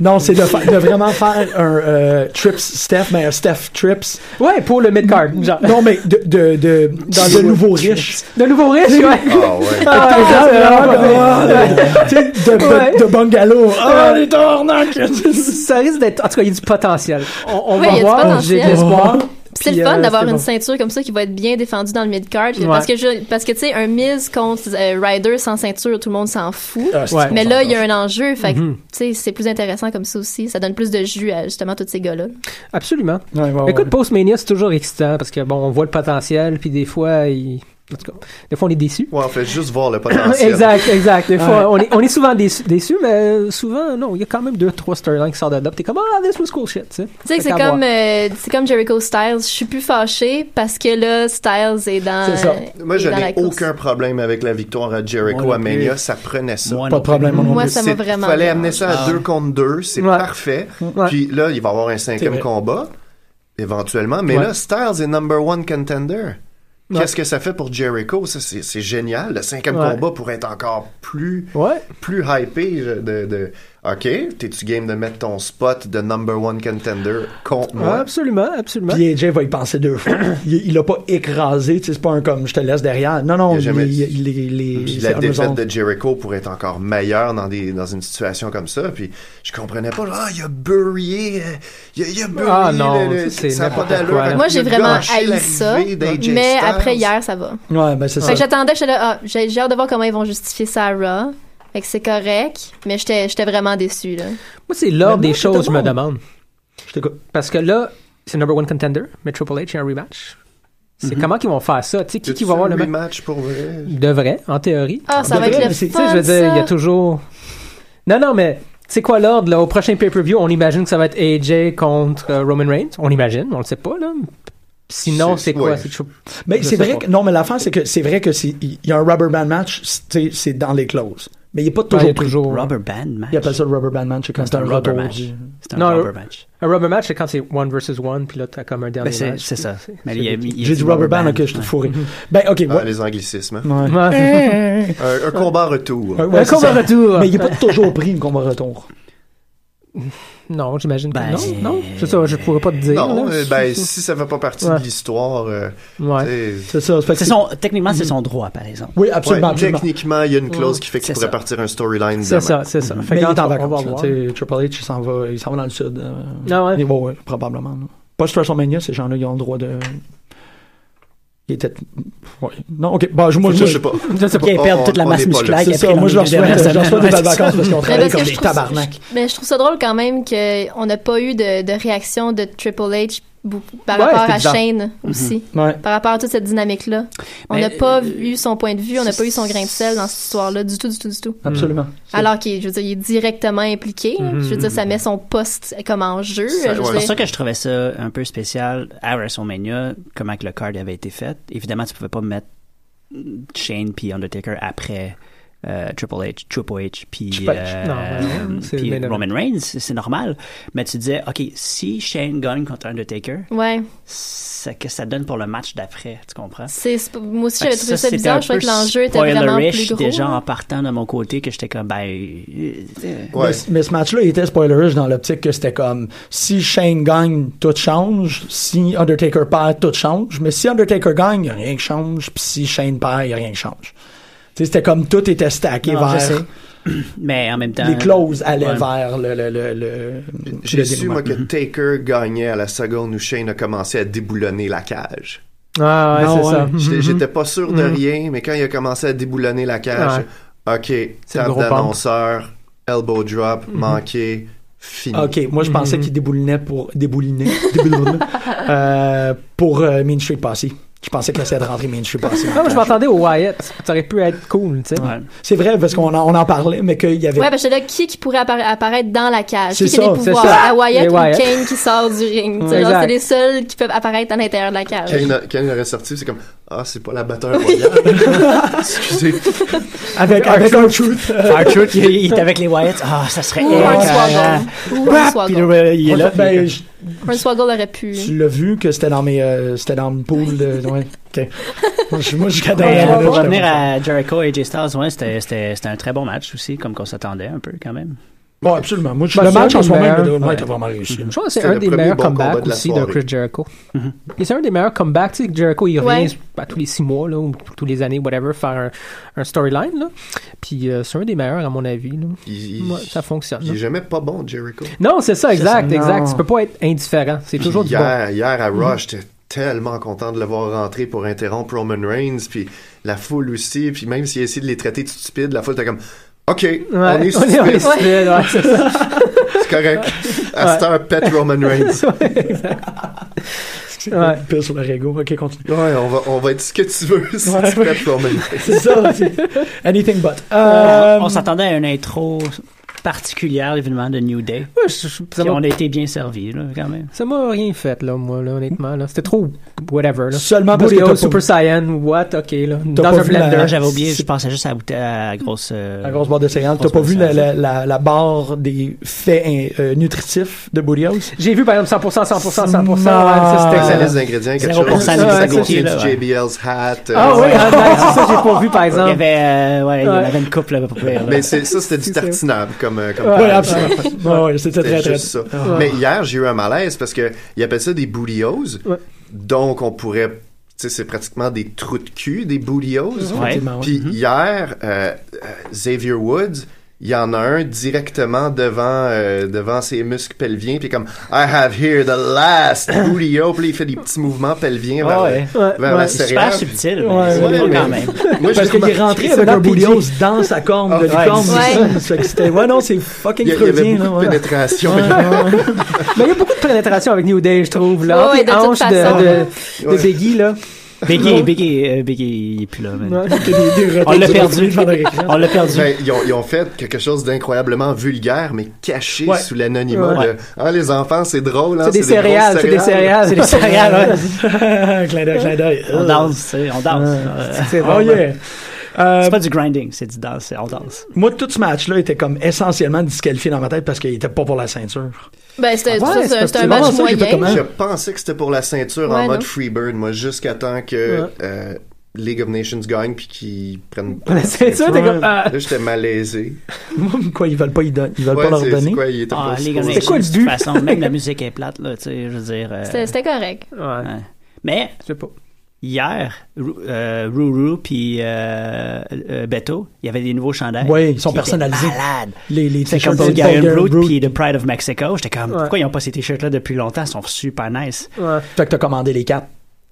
[SPEAKER 4] non, c'est de, fa- de vraiment faire un euh, Trips Steph, mais un Steph Trips.
[SPEAKER 5] ouais, pour le mid-card. Genre.
[SPEAKER 4] Non, mais de, de, de, dans le nouveau riche.
[SPEAKER 5] De nouveau riche, ouais.
[SPEAKER 7] Ah ouais.
[SPEAKER 5] Ah, ouais, ça, c'est vraiment pas bien.
[SPEAKER 4] Tu sais, de,
[SPEAKER 5] Ouais.
[SPEAKER 4] de, de bungalow. Ah, les tornacs!
[SPEAKER 5] ça risque d'être. En tout cas, il y a du potentiel. On, on
[SPEAKER 6] Oui, il y a
[SPEAKER 5] va
[SPEAKER 6] du
[SPEAKER 5] voir.
[SPEAKER 6] potentiel.
[SPEAKER 5] J'ai de l'espoir.
[SPEAKER 6] Puis C'est
[SPEAKER 5] Puis,
[SPEAKER 6] le fun
[SPEAKER 5] euh,
[SPEAKER 6] d'avoir
[SPEAKER 5] c'est
[SPEAKER 6] une
[SPEAKER 5] bon.
[SPEAKER 6] ceinture comme ça qui va être bien défendue dans le mid-card.
[SPEAKER 5] Ouais.
[SPEAKER 6] Parce que, je- parce que tu sais, un Miz contre euh, Ryder sans ceinture, tout le monde s'en fout.
[SPEAKER 5] Euh,
[SPEAKER 4] Ah,
[SPEAKER 5] Ouais.
[SPEAKER 6] Mais là, il y a un enjeu. Fait que,
[SPEAKER 5] Mm-hmm.
[SPEAKER 6] tu sais, c'est plus intéressant comme ça aussi. Ça donne plus de jus à justement tous ces gars-là.
[SPEAKER 5] Absolument.
[SPEAKER 4] Ouais, ouais, ouais.
[SPEAKER 5] Écoute, Postmania, c'est toujours excitant parce que, bon, on voit le potentiel, puis des fois, il... en tout cas, des fois, on est déçu.
[SPEAKER 7] Ouais, on fait juste voir le potentiel.
[SPEAKER 5] Exact, exact. Des fois, on, est, on est souvent déçu, déçu, mais souvent, non, il y a quand même deux, trois storylines qui sortent de là, puis T'es comme, ah, this was cool shit, tu sais.
[SPEAKER 6] Tu sais, que
[SPEAKER 5] Fait
[SPEAKER 6] c'est
[SPEAKER 5] qu'à
[SPEAKER 6] comme,
[SPEAKER 5] voir.
[SPEAKER 6] euh, c'est comme Jericho Styles. Je suis plus fâchée parce que là, Styles est dans.
[SPEAKER 4] C'est ça.
[SPEAKER 6] est
[SPEAKER 7] Moi, je
[SPEAKER 6] dans la
[SPEAKER 7] n'ai
[SPEAKER 6] course.
[SPEAKER 7] aucun problème avec la victoire à Jericho
[SPEAKER 8] Moi
[SPEAKER 7] à
[SPEAKER 8] non plus.
[SPEAKER 7] Mania. Ça prenait ça.
[SPEAKER 8] Moi,
[SPEAKER 4] Pas de problème, mon
[SPEAKER 6] Moi,
[SPEAKER 4] nom.
[SPEAKER 6] ça m'a
[SPEAKER 7] C'est-
[SPEAKER 6] vraiment.
[SPEAKER 7] fallait amener ça à
[SPEAKER 8] Ah.
[SPEAKER 7] deux contre deux. C'est
[SPEAKER 5] Ouais.
[SPEAKER 7] parfait.
[SPEAKER 5] Ouais.
[SPEAKER 7] Puis là, il va y avoir un
[SPEAKER 4] vrai.
[SPEAKER 7] cinquième combat, éventuellement. Mais
[SPEAKER 5] Ouais.
[SPEAKER 7] là, Styles est number one contender.
[SPEAKER 5] Ouais.
[SPEAKER 7] Qu'est-ce que ça fait pour Jericho? Ça, c'est c'est génial. Le cinquième
[SPEAKER 5] Ouais.
[SPEAKER 7] combat pourrait être encore plus,
[SPEAKER 5] Ouais.
[SPEAKER 7] plus hypé. je- De, de- OK, t'es-tu game de mettre ton spot de number one contender contre
[SPEAKER 5] Ouais,
[SPEAKER 7] moi?
[SPEAKER 5] absolument, absolument.
[SPEAKER 4] Puis AJ va y penser deux fois. Il il l'a pas écrasé, tu sais, c'est pas un comme je te laisse derrière. Non, non,
[SPEAKER 7] Il a
[SPEAKER 4] il,
[SPEAKER 7] jamais
[SPEAKER 4] il,
[SPEAKER 7] dit.
[SPEAKER 4] il, il- il-
[SPEAKER 7] Puis
[SPEAKER 4] c'est
[SPEAKER 7] la
[SPEAKER 4] un
[SPEAKER 7] défaite
[SPEAKER 4] zone.
[SPEAKER 7] de Jericho pourrait être encore meilleure dans, des, dans une situation comme ça. Puis je comprenais pas. Ah, il a burié. euh, Il a, il a burié.
[SPEAKER 5] Ah
[SPEAKER 7] le-
[SPEAKER 5] non,
[SPEAKER 7] le-
[SPEAKER 5] ça, c'est
[SPEAKER 7] ça a pas
[SPEAKER 5] n'importe
[SPEAKER 7] d'allure.
[SPEAKER 5] quoi, là.
[SPEAKER 7] Il
[SPEAKER 6] Moi,
[SPEAKER 7] a
[SPEAKER 6] j'ai vraiment
[SPEAKER 7] gâché
[SPEAKER 6] haï
[SPEAKER 7] l'arrivée
[SPEAKER 6] ça. Mais
[SPEAKER 7] d'AJ Styles.
[SPEAKER 6] après hier, ça va.
[SPEAKER 4] Ouais, ben c'est ça.
[SPEAKER 6] Fait que j'attendais, j'étais là, ah, j'ai j'ai hâte de voir comment ils vont justifier ça à Raw. Fait que c'est correct, mais j'étais j'étais vraiment déçue, là.
[SPEAKER 5] Moi, c'est l'ordre
[SPEAKER 4] Mais
[SPEAKER 5] des
[SPEAKER 4] moi, je te
[SPEAKER 5] choses, je me
[SPEAKER 4] demande.
[SPEAKER 5] demande.
[SPEAKER 4] Je t'écoute.
[SPEAKER 5] Parce que là, c'est number one contender, mais Triple H a un rematch. C'est
[SPEAKER 7] Mhm.
[SPEAKER 5] comment qu'ils vont faire ça? Tu sais, qui, qui va avoir le match?
[SPEAKER 7] match pour vrai?
[SPEAKER 5] Devrait, en théorie.
[SPEAKER 6] Ah, ça
[SPEAKER 4] De
[SPEAKER 6] va
[SPEAKER 4] vrai,
[SPEAKER 6] être le
[SPEAKER 4] mais c'est-
[SPEAKER 5] Tu sais,
[SPEAKER 6] fun,
[SPEAKER 5] je veux dire, il y a
[SPEAKER 6] ça.
[SPEAKER 5] toujours. Non, non, mais c'est quoi l'ordre, là? Au prochain pay-per-view, on imagine que ça va être AJ contre euh, Roman Reigns. On imagine, on le sait pas, là. Sinon, c'est
[SPEAKER 7] C'est-
[SPEAKER 5] quoi?
[SPEAKER 7] ouais.
[SPEAKER 5] C'est chou-
[SPEAKER 4] Mais
[SPEAKER 5] Je
[SPEAKER 4] c'est
[SPEAKER 5] sais
[SPEAKER 4] vrai
[SPEAKER 5] pas.
[SPEAKER 4] que,
[SPEAKER 5] Ben,
[SPEAKER 4] non, mais l'affaire, c'est que c'est vrai que c'est, il y a un rubber band match, c'est- tu sais, c'est dans les clauses. Mais il n'est pas
[SPEAKER 5] Ouais, il y
[SPEAKER 4] toujours
[SPEAKER 5] a
[SPEAKER 4] pris.
[SPEAKER 5] toujours.
[SPEAKER 8] Rubber band match.
[SPEAKER 4] Il appelle ça le rubber band match, c'est quand c'est un
[SPEAKER 8] rubber
[SPEAKER 4] retour.
[SPEAKER 8] match.
[SPEAKER 4] du-
[SPEAKER 8] C'est un
[SPEAKER 5] Non,
[SPEAKER 8] rubber
[SPEAKER 5] le-
[SPEAKER 8] match.
[SPEAKER 5] Un rubber match, c'est quand c'est one versus one, puis là, t'as comme un dernier
[SPEAKER 8] Ben, c'est
[SPEAKER 5] match.
[SPEAKER 8] c'est ça.
[SPEAKER 5] C'est-
[SPEAKER 8] Mais
[SPEAKER 5] c'est
[SPEAKER 8] il y a-
[SPEAKER 5] des-
[SPEAKER 8] il y a
[SPEAKER 4] J'ai
[SPEAKER 8] du
[SPEAKER 4] du rubber band, ok,
[SPEAKER 8] match,
[SPEAKER 4] je suis
[SPEAKER 8] ouais.
[SPEAKER 4] fourré. Ben, ok,
[SPEAKER 7] Ah,
[SPEAKER 4] ouais.
[SPEAKER 7] les anglicismes. Euh,
[SPEAKER 4] Ouais.
[SPEAKER 5] Ouais.
[SPEAKER 7] Un, un combat retour.
[SPEAKER 4] Ouais, ouais,
[SPEAKER 5] Un
[SPEAKER 4] c'est
[SPEAKER 5] combat
[SPEAKER 4] ça.
[SPEAKER 5] retour.
[SPEAKER 4] Mais il n'est pas toujours pris, le combat retour.
[SPEAKER 5] Non, j'imagine que
[SPEAKER 8] Ben,
[SPEAKER 5] non,
[SPEAKER 8] c'est-
[SPEAKER 5] non. C'est ça, je pourrais pas te dire.
[SPEAKER 7] Non,
[SPEAKER 5] là.
[SPEAKER 7] euh, ben, si ça fait pas partie
[SPEAKER 5] Ouais.
[SPEAKER 7] de l'histoire, euh,
[SPEAKER 5] Ouais.
[SPEAKER 7] tu sais,
[SPEAKER 4] C'est ça. Fait que
[SPEAKER 8] C'est son, techniquement, c'est son droit, par exemple.
[SPEAKER 4] Oui, absolument.
[SPEAKER 7] ouais,
[SPEAKER 4] absolument.
[SPEAKER 7] techniquement, il y a une clause qui fait qu'il
[SPEAKER 8] C'est
[SPEAKER 7] pourrait
[SPEAKER 8] ça.
[SPEAKER 7] partir un storyline
[SPEAKER 5] C'est
[SPEAKER 7] demain.
[SPEAKER 5] ça, c'est ça. Fait
[SPEAKER 4] Mhm. Mais il
[SPEAKER 5] que
[SPEAKER 4] est en
[SPEAKER 5] on va
[SPEAKER 4] vacances. là,
[SPEAKER 5] voir.
[SPEAKER 4] tu sais, Triple H, il s'en va, il s'en va dans le sud. euh,
[SPEAKER 5] Ah ouais.
[SPEAKER 4] et ouais, ouais, probablement. là. Post-WrestleMania, ces gens-là, ils ont le droit de. Ils étaient. ouais. Non, ok. Bon, je- moi,
[SPEAKER 7] Ça, je sais pas.
[SPEAKER 5] Je sais pas.
[SPEAKER 8] Qui a perdu
[SPEAKER 7] Oh, on-
[SPEAKER 8] toute la
[SPEAKER 7] on
[SPEAKER 8] masse
[SPEAKER 7] est pas là.
[SPEAKER 8] musculaire.
[SPEAKER 7] C'est
[SPEAKER 8] qu'il a
[SPEAKER 4] ça,
[SPEAKER 8] pris dans
[SPEAKER 4] moi, je
[SPEAKER 8] les
[SPEAKER 4] leur
[SPEAKER 8] deux
[SPEAKER 4] souhaite-
[SPEAKER 8] dernières
[SPEAKER 4] je leur souhaite des
[SPEAKER 8] semaines.
[SPEAKER 4] belles vacances parce qu'on
[SPEAKER 6] Mais
[SPEAKER 4] travaille
[SPEAKER 6] parce que
[SPEAKER 4] comme
[SPEAKER 6] je
[SPEAKER 4] des
[SPEAKER 6] trouve ça-
[SPEAKER 4] tabarnak.
[SPEAKER 6] Mais je trouve ça drôle quand même qu'on n'a pas eu de, de réaction de Triple H bou- par
[SPEAKER 5] Ouais,
[SPEAKER 6] rapport
[SPEAKER 5] c'était
[SPEAKER 6] à
[SPEAKER 5] bizarre. Mhm.
[SPEAKER 6] Shane aussi.
[SPEAKER 4] Ouais.
[SPEAKER 6] Par rapport à toute cette dynamique-là. On
[SPEAKER 8] Mais,
[SPEAKER 6] n'a pas
[SPEAKER 8] euh,
[SPEAKER 6] vu son point de vue, on n'a pas eu son grain de sel dans cette histoire-là, du tout, du tout, du tout.
[SPEAKER 4] Absolument.
[SPEAKER 6] Alors qu'il je veux dire, il est directement impliqué.
[SPEAKER 5] Mhm.
[SPEAKER 6] Je veux dire, ça met son poste comme en jeu.
[SPEAKER 7] Ça-
[SPEAKER 6] je veux
[SPEAKER 7] ouais.
[SPEAKER 8] C'est
[SPEAKER 6] dire.
[SPEAKER 8] pour ça que je trouvais ça un peu spécial à WrestleMania, comment que le card avait été fait. Évidemment, tu pouvais pas mettre Shane puis Undertaker après euh, Triple H, Triple H puis
[SPEAKER 5] Triple H.
[SPEAKER 8] euh,
[SPEAKER 5] Non, ouais, c'est
[SPEAKER 8] puis
[SPEAKER 5] le main event.
[SPEAKER 8] Roman Reigns, c'est c'est normal. Mais tu disais, ok, si Shane gagne contre Undertaker,
[SPEAKER 6] Ouais,
[SPEAKER 8] ça, que ça donne pour le match d'après, tu comprends?
[SPEAKER 6] c'est c'est- moi aussi j'avais trouvé ça,
[SPEAKER 8] c'était
[SPEAKER 6] bizarre.
[SPEAKER 8] un
[SPEAKER 6] Je trouvais
[SPEAKER 8] peu
[SPEAKER 6] que l'enjeu était vraiment plus
[SPEAKER 8] spoilerish,
[SPEAKER 6] gros. hein?
[SPEAKER 8] déjà en partant de mon côté que j'étais comme ben euh, euh,
[SPEAKER 7] Ouais.
[SPEAKER 4] Mais, c- mais ce match-là, il était spoilerish dans l'optique que c'était comme si Shane gagne, tout change. Si Undertaker perd, tout change. Mais si Undertaker gagne, il a rien qui change. Puis si Shane perd, il a rien qui change. Tu sais, C'était comme tout était stacké
[SPEAKER 8] Non, je
[SPEAKER 4] vers.
[SPEAKER 8] sais. Mais en même temps.
[SPEAKER 4] Les clauses allaient
[SPEAKER 8] ouais.
[SPEAKER 4] vers le. le, le, le
[SPEAKER 7] J'ai
[SPEAKER 4] le
[SPEAKER 7] su,
[SPEAKER 4] dénouement.
[SPEAKER 7] moi, que Taker gagnait à la seconde où Shane a commencé à déboulonner la cage.
[SPEAKER 5] Ah, ouais,
[SPEAKER 4] Non,
[SPEAKER 5] c'est
[SPEAKER 4] ouais.
[SPEAKER 5] ça.
[SPEAKER 7] J'étais-
[SPEAKER 5] Mhm.
[SPEAKER 7] J'étais pas sûr de rien, mais quand il a commencé à déboulonner la cage, OK,
[SPEAKER 5] le
[SPEAKER 7] table
[SPEAKER 5] gros
[SPEAKER 7] d'annonceur, elbow drop, manqué, fini.
[SPEAKER 4] Mm-hmm. OK, moi, je pensais qu'il déboulonnait pour. Déboulinait. déboulonnait, euh, pour euh, Main Street Posse. Je pensais qu'il essayait de rentrer Main Street Posse.
[SPEAKER 5] Non, mais Ah, je m'attendais au Wyatt. Ça aurait pu être cool, tu sais.
[SPEAKER 8] Ouais.
[SPEAKER 4] C'est vrai, parce qu'on en, on en parlait, mais qu'il y avait.
[SPEAKER 6] Ouais, parce que là, qui qui pourrait appara- apparaître dans la cage?
[SPEAKER 4] C'est
[SPEAKER 6] Qui qui a
[SPEAKER 4] ça,
[SPEAKER 6] des
[SPEAKER 5] c'est
[SPEAKER 6] pouvoirs?
[SPEAKER 5] ça.
[SPEAKER 6] À Wyatt
[SPEAKER 5] Les
[SPEAKER 6] ou
[SPEAKER 5] Wyatt.
[SPEAKER 6] Kane qui sort du ring. Tu sais,
[SPEAKER 5] Exact.
[SPEAKER 6] genre, C'est les seuls qui peuvent apparaître à l'intérieur de la cage.
[SPEAKER 7] Quand il, a- quand il aurait sorti, c'est comme Ah, c'est pas la batteur royale. Excusez.
[SPEAKER 4] Avec, avec un truth.
[SPEAKER 8] Arthur, il, il est avec les Wyatts. Ah, ça serait
[SPEAKER 6] Ou
[SPEAKER 8] écœurant.
[SPEAKER 6] Hornswoggle. Ou
[SPEAKER 8] Puis
[SPEAKER 6] Hornswoggle.
[SPEAKER 8] le- il est là. puis-
[SPEAKER 4] Ben, je-
[SPEAKER 6] Hornswoggle aurait pu...
[SPEAKER 4] tu l'as vu que c'était dans mes. euh, c'était dans mon pool de. Ouais. OK. Moi, je- Moi, je regardais.
[SPEAKER 8] Mais,
[SPEAKER 4] là,
[SPEAKER 8] euh, pour
[SPEAKER 4] j'étais
[SPEAKER 8] revenir
[SPEAKER 4] comme ça.
[SPEAKER 8] à Jericho et AJ Styles, ouais, c'était- c'était c'était un très bon match aussi, comme qu'on s'attendait un peu quand même.
[SPEAKER 4] Bon, absolument. Moi, je-
[SPEAKER 5] Ben,
[SPEAKER 4] le match
[SPEAKER 5] c'est
[SPEAKER 4] en ce moment,
[SPEAKER 5] meilleur.
[SPEAKER 4] le Dynamite
[SPEAKER 8] Ouais.
[SPEAKER 4] a vraiment réussi.
[SPEAKER 5] Je pense que c'est
[SPEAKER 7] C'était
[SPEAKER 5] un
[SPEAKER 7] le
[SPEAKER 5] des
[SPEAKER 7] premier
[SPEAKER 5] meilleurs
[SPEAKER 7] bon combat
[SPEAKER 5] comebacks
[SPEAKER 7] de la
[SPEAKER 5] aussi de
[SPEAKER 7] soirée.
[SPEAKER 5] Chris Jericho.
[SPEAKER 8] Mhm.
[SPEAKER 5] Et c'est un des meilleurs comebacks, tu sais, que Jericho, il
[SPEAKER 6] Ouais.
[SPEAKER 5] revient à tous les six mois, là, ou tous les années, whatever, faire un, un storyline, là. Puis euh, c'est un des meilleurs, à mon avis, là.
[SPEAKER 7] Il, il-
[SPEAKER 5] Ouais, ça fonctionne.
[SPEAKER 7] il
[SPEAKER 5] là.
[SPEAKER 7] est jamais pas bon, Jericho.
[SPEAKER 5] Non, c'est ça, exact,
[SPEAKER 4] ça.
[SPEAKER 5] exact.
[SPEAKER 4] Non.
[SPEAKER 5] Tu peux pas être indifférent. C'est toujours
[SPEAKER 7] Puis
[SPEAKER 5] du bon.
[SPEAKER 7] hier, hier à Raw, j'étais tellement content de le voir rentrer pour interrompre Roman Reigns, puis la foule aussi, puis même s'il a essayé de les traiter de stupides, la foule était comme OK, on est
[SPEAKER 5] on est
[SPEAKER 7] stupides,
[SPEAKER 5] stupide, ouais, c'est ça.
[SPEAKER 7] c'est correct. À cette heure, pète Roman Reigns.
[SPEAKER 5] Ouais.
[SPEAKER 4] Pile sur le régo. OK, continue.
[SPEAKER 7] Ouais, on va, on va être ce que tu veux si
[SPEAKER 4] Ouais.
[SPEAKER 7] tu pètes Roman Reigns.
[SPEAKER 4] C'est ça. c'est- Anything but.
[SPEAKER 8] On-
[SPEAKER 4] Euh,
[SPEAKER 8] on s'attendait à une intro particulière, évidemment, de New Day.
[SPEAKER 5] Ouais, je- je- Ça
[SPEAKER 8] Puis on
[SPEAKER 5] m'a-
[SPEAKER 8] a été bien servis, là, quand même.
[SPEAKER 5] ça m'a rien fait, là, moi, là, honnêtement. là. C'était trop whatever. Là.
[SPEAKER 4] Seulement parce que
[SPEAKER 5] Booty-o,
[SPEAKER 4] t'as pas
[SPEAKER 5] Super Saiyan, what, ok, là.
[SPEAKER 4] T'as
[SPEAKER 5] Dans
[SPEAKER 4] pas
[SPEAKER 5] un
[SPEAKER 4] vu la-
[SPEAKER 5] blender.
[SPEAKER 8] Là, j'avais oublié, je pensais juste à la, bouteille- à la grosse. euh,
[SPEAKER 4] La grosse barre de céréales. T'as
[SPEAKER 8] grosse
[SPEAKER 4] pas vu la,
[SPEAKER 8] barre de
[SPEAKER 4] la, la, la barre des faits hein, euh, nutritifs de Booty House?
[SPEAKER 5] J'ai vu, par exemple, 100%, 100%, 100%. ouais, ça, c'était
[SPEAKER 4] Ah.
[SPEAKER 7] la
[SPEAKER 5] excellent.
[SPEAKER 7] liste d'ingrédients, quelque
[SPEAKER 8] 0%
[SPEAKER 7] chose.
[SPEAKER 8] de
[SPEAKER 7] Ça
[SPEAKER 5] sucre
[SPEAKER 7] contient
[SPEAKER 8] là,
[SPEAKER 7] du
[SPEAKER 8] ouais.
[SPEAKER 7] JBL's hat. euh,
[SPEAKER 5] Ah oui,
[SPEAKER 7] ouais.
[SPEAKER 5] ah, nice, ça, j'ai pas vu, par
[SPEAKER 8] Il y
[SPEAKER 5] exemple.
[SPEAKER 8] avait, euh, ouais, il y en
[SPEAKER 5] Ouais.
[SPEAKER 8] avait une couple, là, pour pire, là.
[SPEAKER 7] Mais c'est- ça, c'était du tartinable comme, euh, comme
[SPEAKER 4] Ouais, absolument. Ouais, ouais, c'était
[SPEAKER 7] C'était
[SPEAKER 4] très, très.
[SPEAKER 7] juste ça. Mais hier, j'ai eu un malaise parce que ils appellent ça des boulioses.
[SPEAKER 5] Ouais.
[SPEAKER 7] Donc, on pourrait. Tu sais, c'est pratiquement des trous de cul, des boulioses.
[SPEAKER 8] Ouais.
[SPEAKER 4] effectivement, ouais. Mhm.
[SPEAKER 7] Puis hier, euh, euh, Xavier Woods, il y en a un directement devant, euh, devant ses muscles pelviens. Puis comme, I have here the last boulio. Puis il fait des petits mouvements pelviens vers,
[SPEAKER 8] ouais.
[SPEAKER 7] le- vers
[SPEAKER 5] ouais.
[SPEAKER 7] la
[SPEAKER 8] C'est super
[SPEAKER 7] céréale.
[SPEAKER 8] subtil,
[SPEAKER 4] Ouais,
[SPEAKER 8] mais c'est
[SPEAKER 7] ouais,
[SPEAKER 8] drôle quand
[SPEAKER 7] mais-
[SPEAKER 8] même.
[SPEAKER 7] Moi, j'ai
[SPEAKER 4] Parce qu'il est
[SPEAKER 7] remarqué-
[SPEAKER 4] rentré avec un Booty House dans Ah, sa corne de
[SPEAKER 8] Ouais.
[SPEAKER 4] licorne. c'est
[SPEAKER 6] Ouais.
[SPEAKER 4] ça. Fait que c'était- Ouais, non, c'est fucking
[SPEAKER 7] Il y, a- il y avait
[SPEAKER 4] freudien,
[SPEAKER 7] beaucoup
[SPEAKER 4] là.
[SPEAKER 7] de
[SPEAKER 4] ouais.
[SPEAKER 7] pénétration.
[SPEAKER 4] Ouais, ouais, ouais.
[SPEAKER 5] Mais il y a beaucoup de pénétration avec New Day, je trouve. Là,
[SPEAKER 6] Ouais, ouais,
[SPEAKER 5] Entre les
[SPEAKER 6] de toute
[SPEAKER 5] hanches
[SPEAKER 6] façon.
[SPEAKER 5] de, de, de
[SPEAKER 7] Ouais.
[SPEAKER 5] Biggie, là.
[SPEAKER 8] Biggie, Biggie, euh, Biggie, il est plus là, man. On
[SPEAKER 4] Des
[SPEAKER 8] l'a
[SPEAKER 4] retours
[SPEAKER 8] perdu.
[SPEAKER 4] devant leur écran.
[SPEAKER 8] On l'a perdu.
[SPEAKER 7] Ben, ils, ont, ils ont fait quelque chose d'incroyablement vulgaire, mais caché
[SPEAKER 4] Ouais.
[SPEAKER 7] sous l'anonymat
[SPEAKER 8] Ouais.
[SPEAKER 7] de Ah, les enfants, c'est drôle. Hein,
[SPEAKER 5] C'est des
[SPEAKER 7] grosses
[SPEAKER 5] céréales, c'est des céréales.
[SPEAKER 8] C'est des céréales, ouais.
[SPEAKER 4] clin d'œil, clin d'œil.
[SPEAKER 8] On danse, tu sais, on danse. Euh,
[SPEAKER 5] C'est
[SPEAKER 4] Oh
[SPEAKER 5] vraiment-
[SPEAKER 4] yeah. Euh,
[SPEAKER 8] C'est pas du grinding, c'est du danse, c'est- on danse.
[SPEAKER 4] moi, tout ce match-là était comme essentiellement disqualifié dans ma tête parce qu'il était pas pour la ceinture.
[SPEAKER 6] Ben, c'était
[SPEAKER 4] Ouais,
[SPEAKER 6] c'est-
[SPEAKER 4] c'est
[SPEAKER 6] c'est
[SPEAKER 4] parce
[SPEAKER 6] un
[SPEAKER 4] que
[SPEAKER 6] match
[SPEAKER 4] vraiment ça, j'ai fait comment-
[SPEAKER 6] moyen.
[SPEAKER 7] Je pensais que c'était pour la ceinture en
[SPEAKER 6] Ouais,
[SPEAKER 7] mode
[SPEAKER 6] non.
[SPEAKER 7] Freebird, moi, jusqu'à temps que
[SPEAKER 5] Ouais.
[SPEAKER 7] euh, League of Nations gagne puis qu'ils prennent.
[SPEAKER 5] La ceinture, t'es comme. ah.
[SPEAKER 7] Là, j'étais malaisé.
[SPEAKER 4] quoi, ils veulent pas, ils don- ils veulent
[SPEAKER 7] Ouais,
[SPEAKER 4] pas leur
[SPEAKER 7] c'est-
[SPEAKER 4] donner.
[SPEAKER 7] c'est quoi, il était
[SPEAKER 8] Ah,
[SPEAKER 7] pas
[SPEAKER 8] les
[SPEAKER 7] supposé-
[SPEAKER 8] Nations,
[SPEAKER 5] quoi le
[SPEAKER 8] de
[SPEAKER 5] but?
[SPEAKER 8] toute façon, même la musique est plate, là, tu sais, je veux dire. euh,
[SPEAKER 6] C'était c'était correct.
[SPEAKER 5] Ouais,
[SPEAKER 8] ouais. Mais
[SPEAKER 5] je sais pas.
[SPEAKER 8] hier, Ru- euh, Ruru puis euh, euh, Beto, il y avait des nouveaux chandails.
[SPEAKER 4] Ouais, ils sont
[SPEAKER 8] Qui étaient
[SPEAKER 4] personnalisés.
[SPEAKER 8] malades.
[SPEAKER 4] Les, les
[SPEAKER 8] C'est comme
[SPEAKER 4] t-shirts
[SPEAKER 8] Bulgarian
[SPEAKER 4] Tiger
[SPEAKER 8] Brute
[SPEAKER 4] Brute.
[SPEAKER 8] puis The Pride of Mexico. J'étais comme,
[SPEAKER 5] Ouais.
[SPEAKER 8] pourquoi ils n'ont pas ces t-shirts-là depuis longtemps? Ils sont super nice.
[SPEAKER 5] Ouais.
[SPEAKER 4] Fait que t'as commandé les quatre.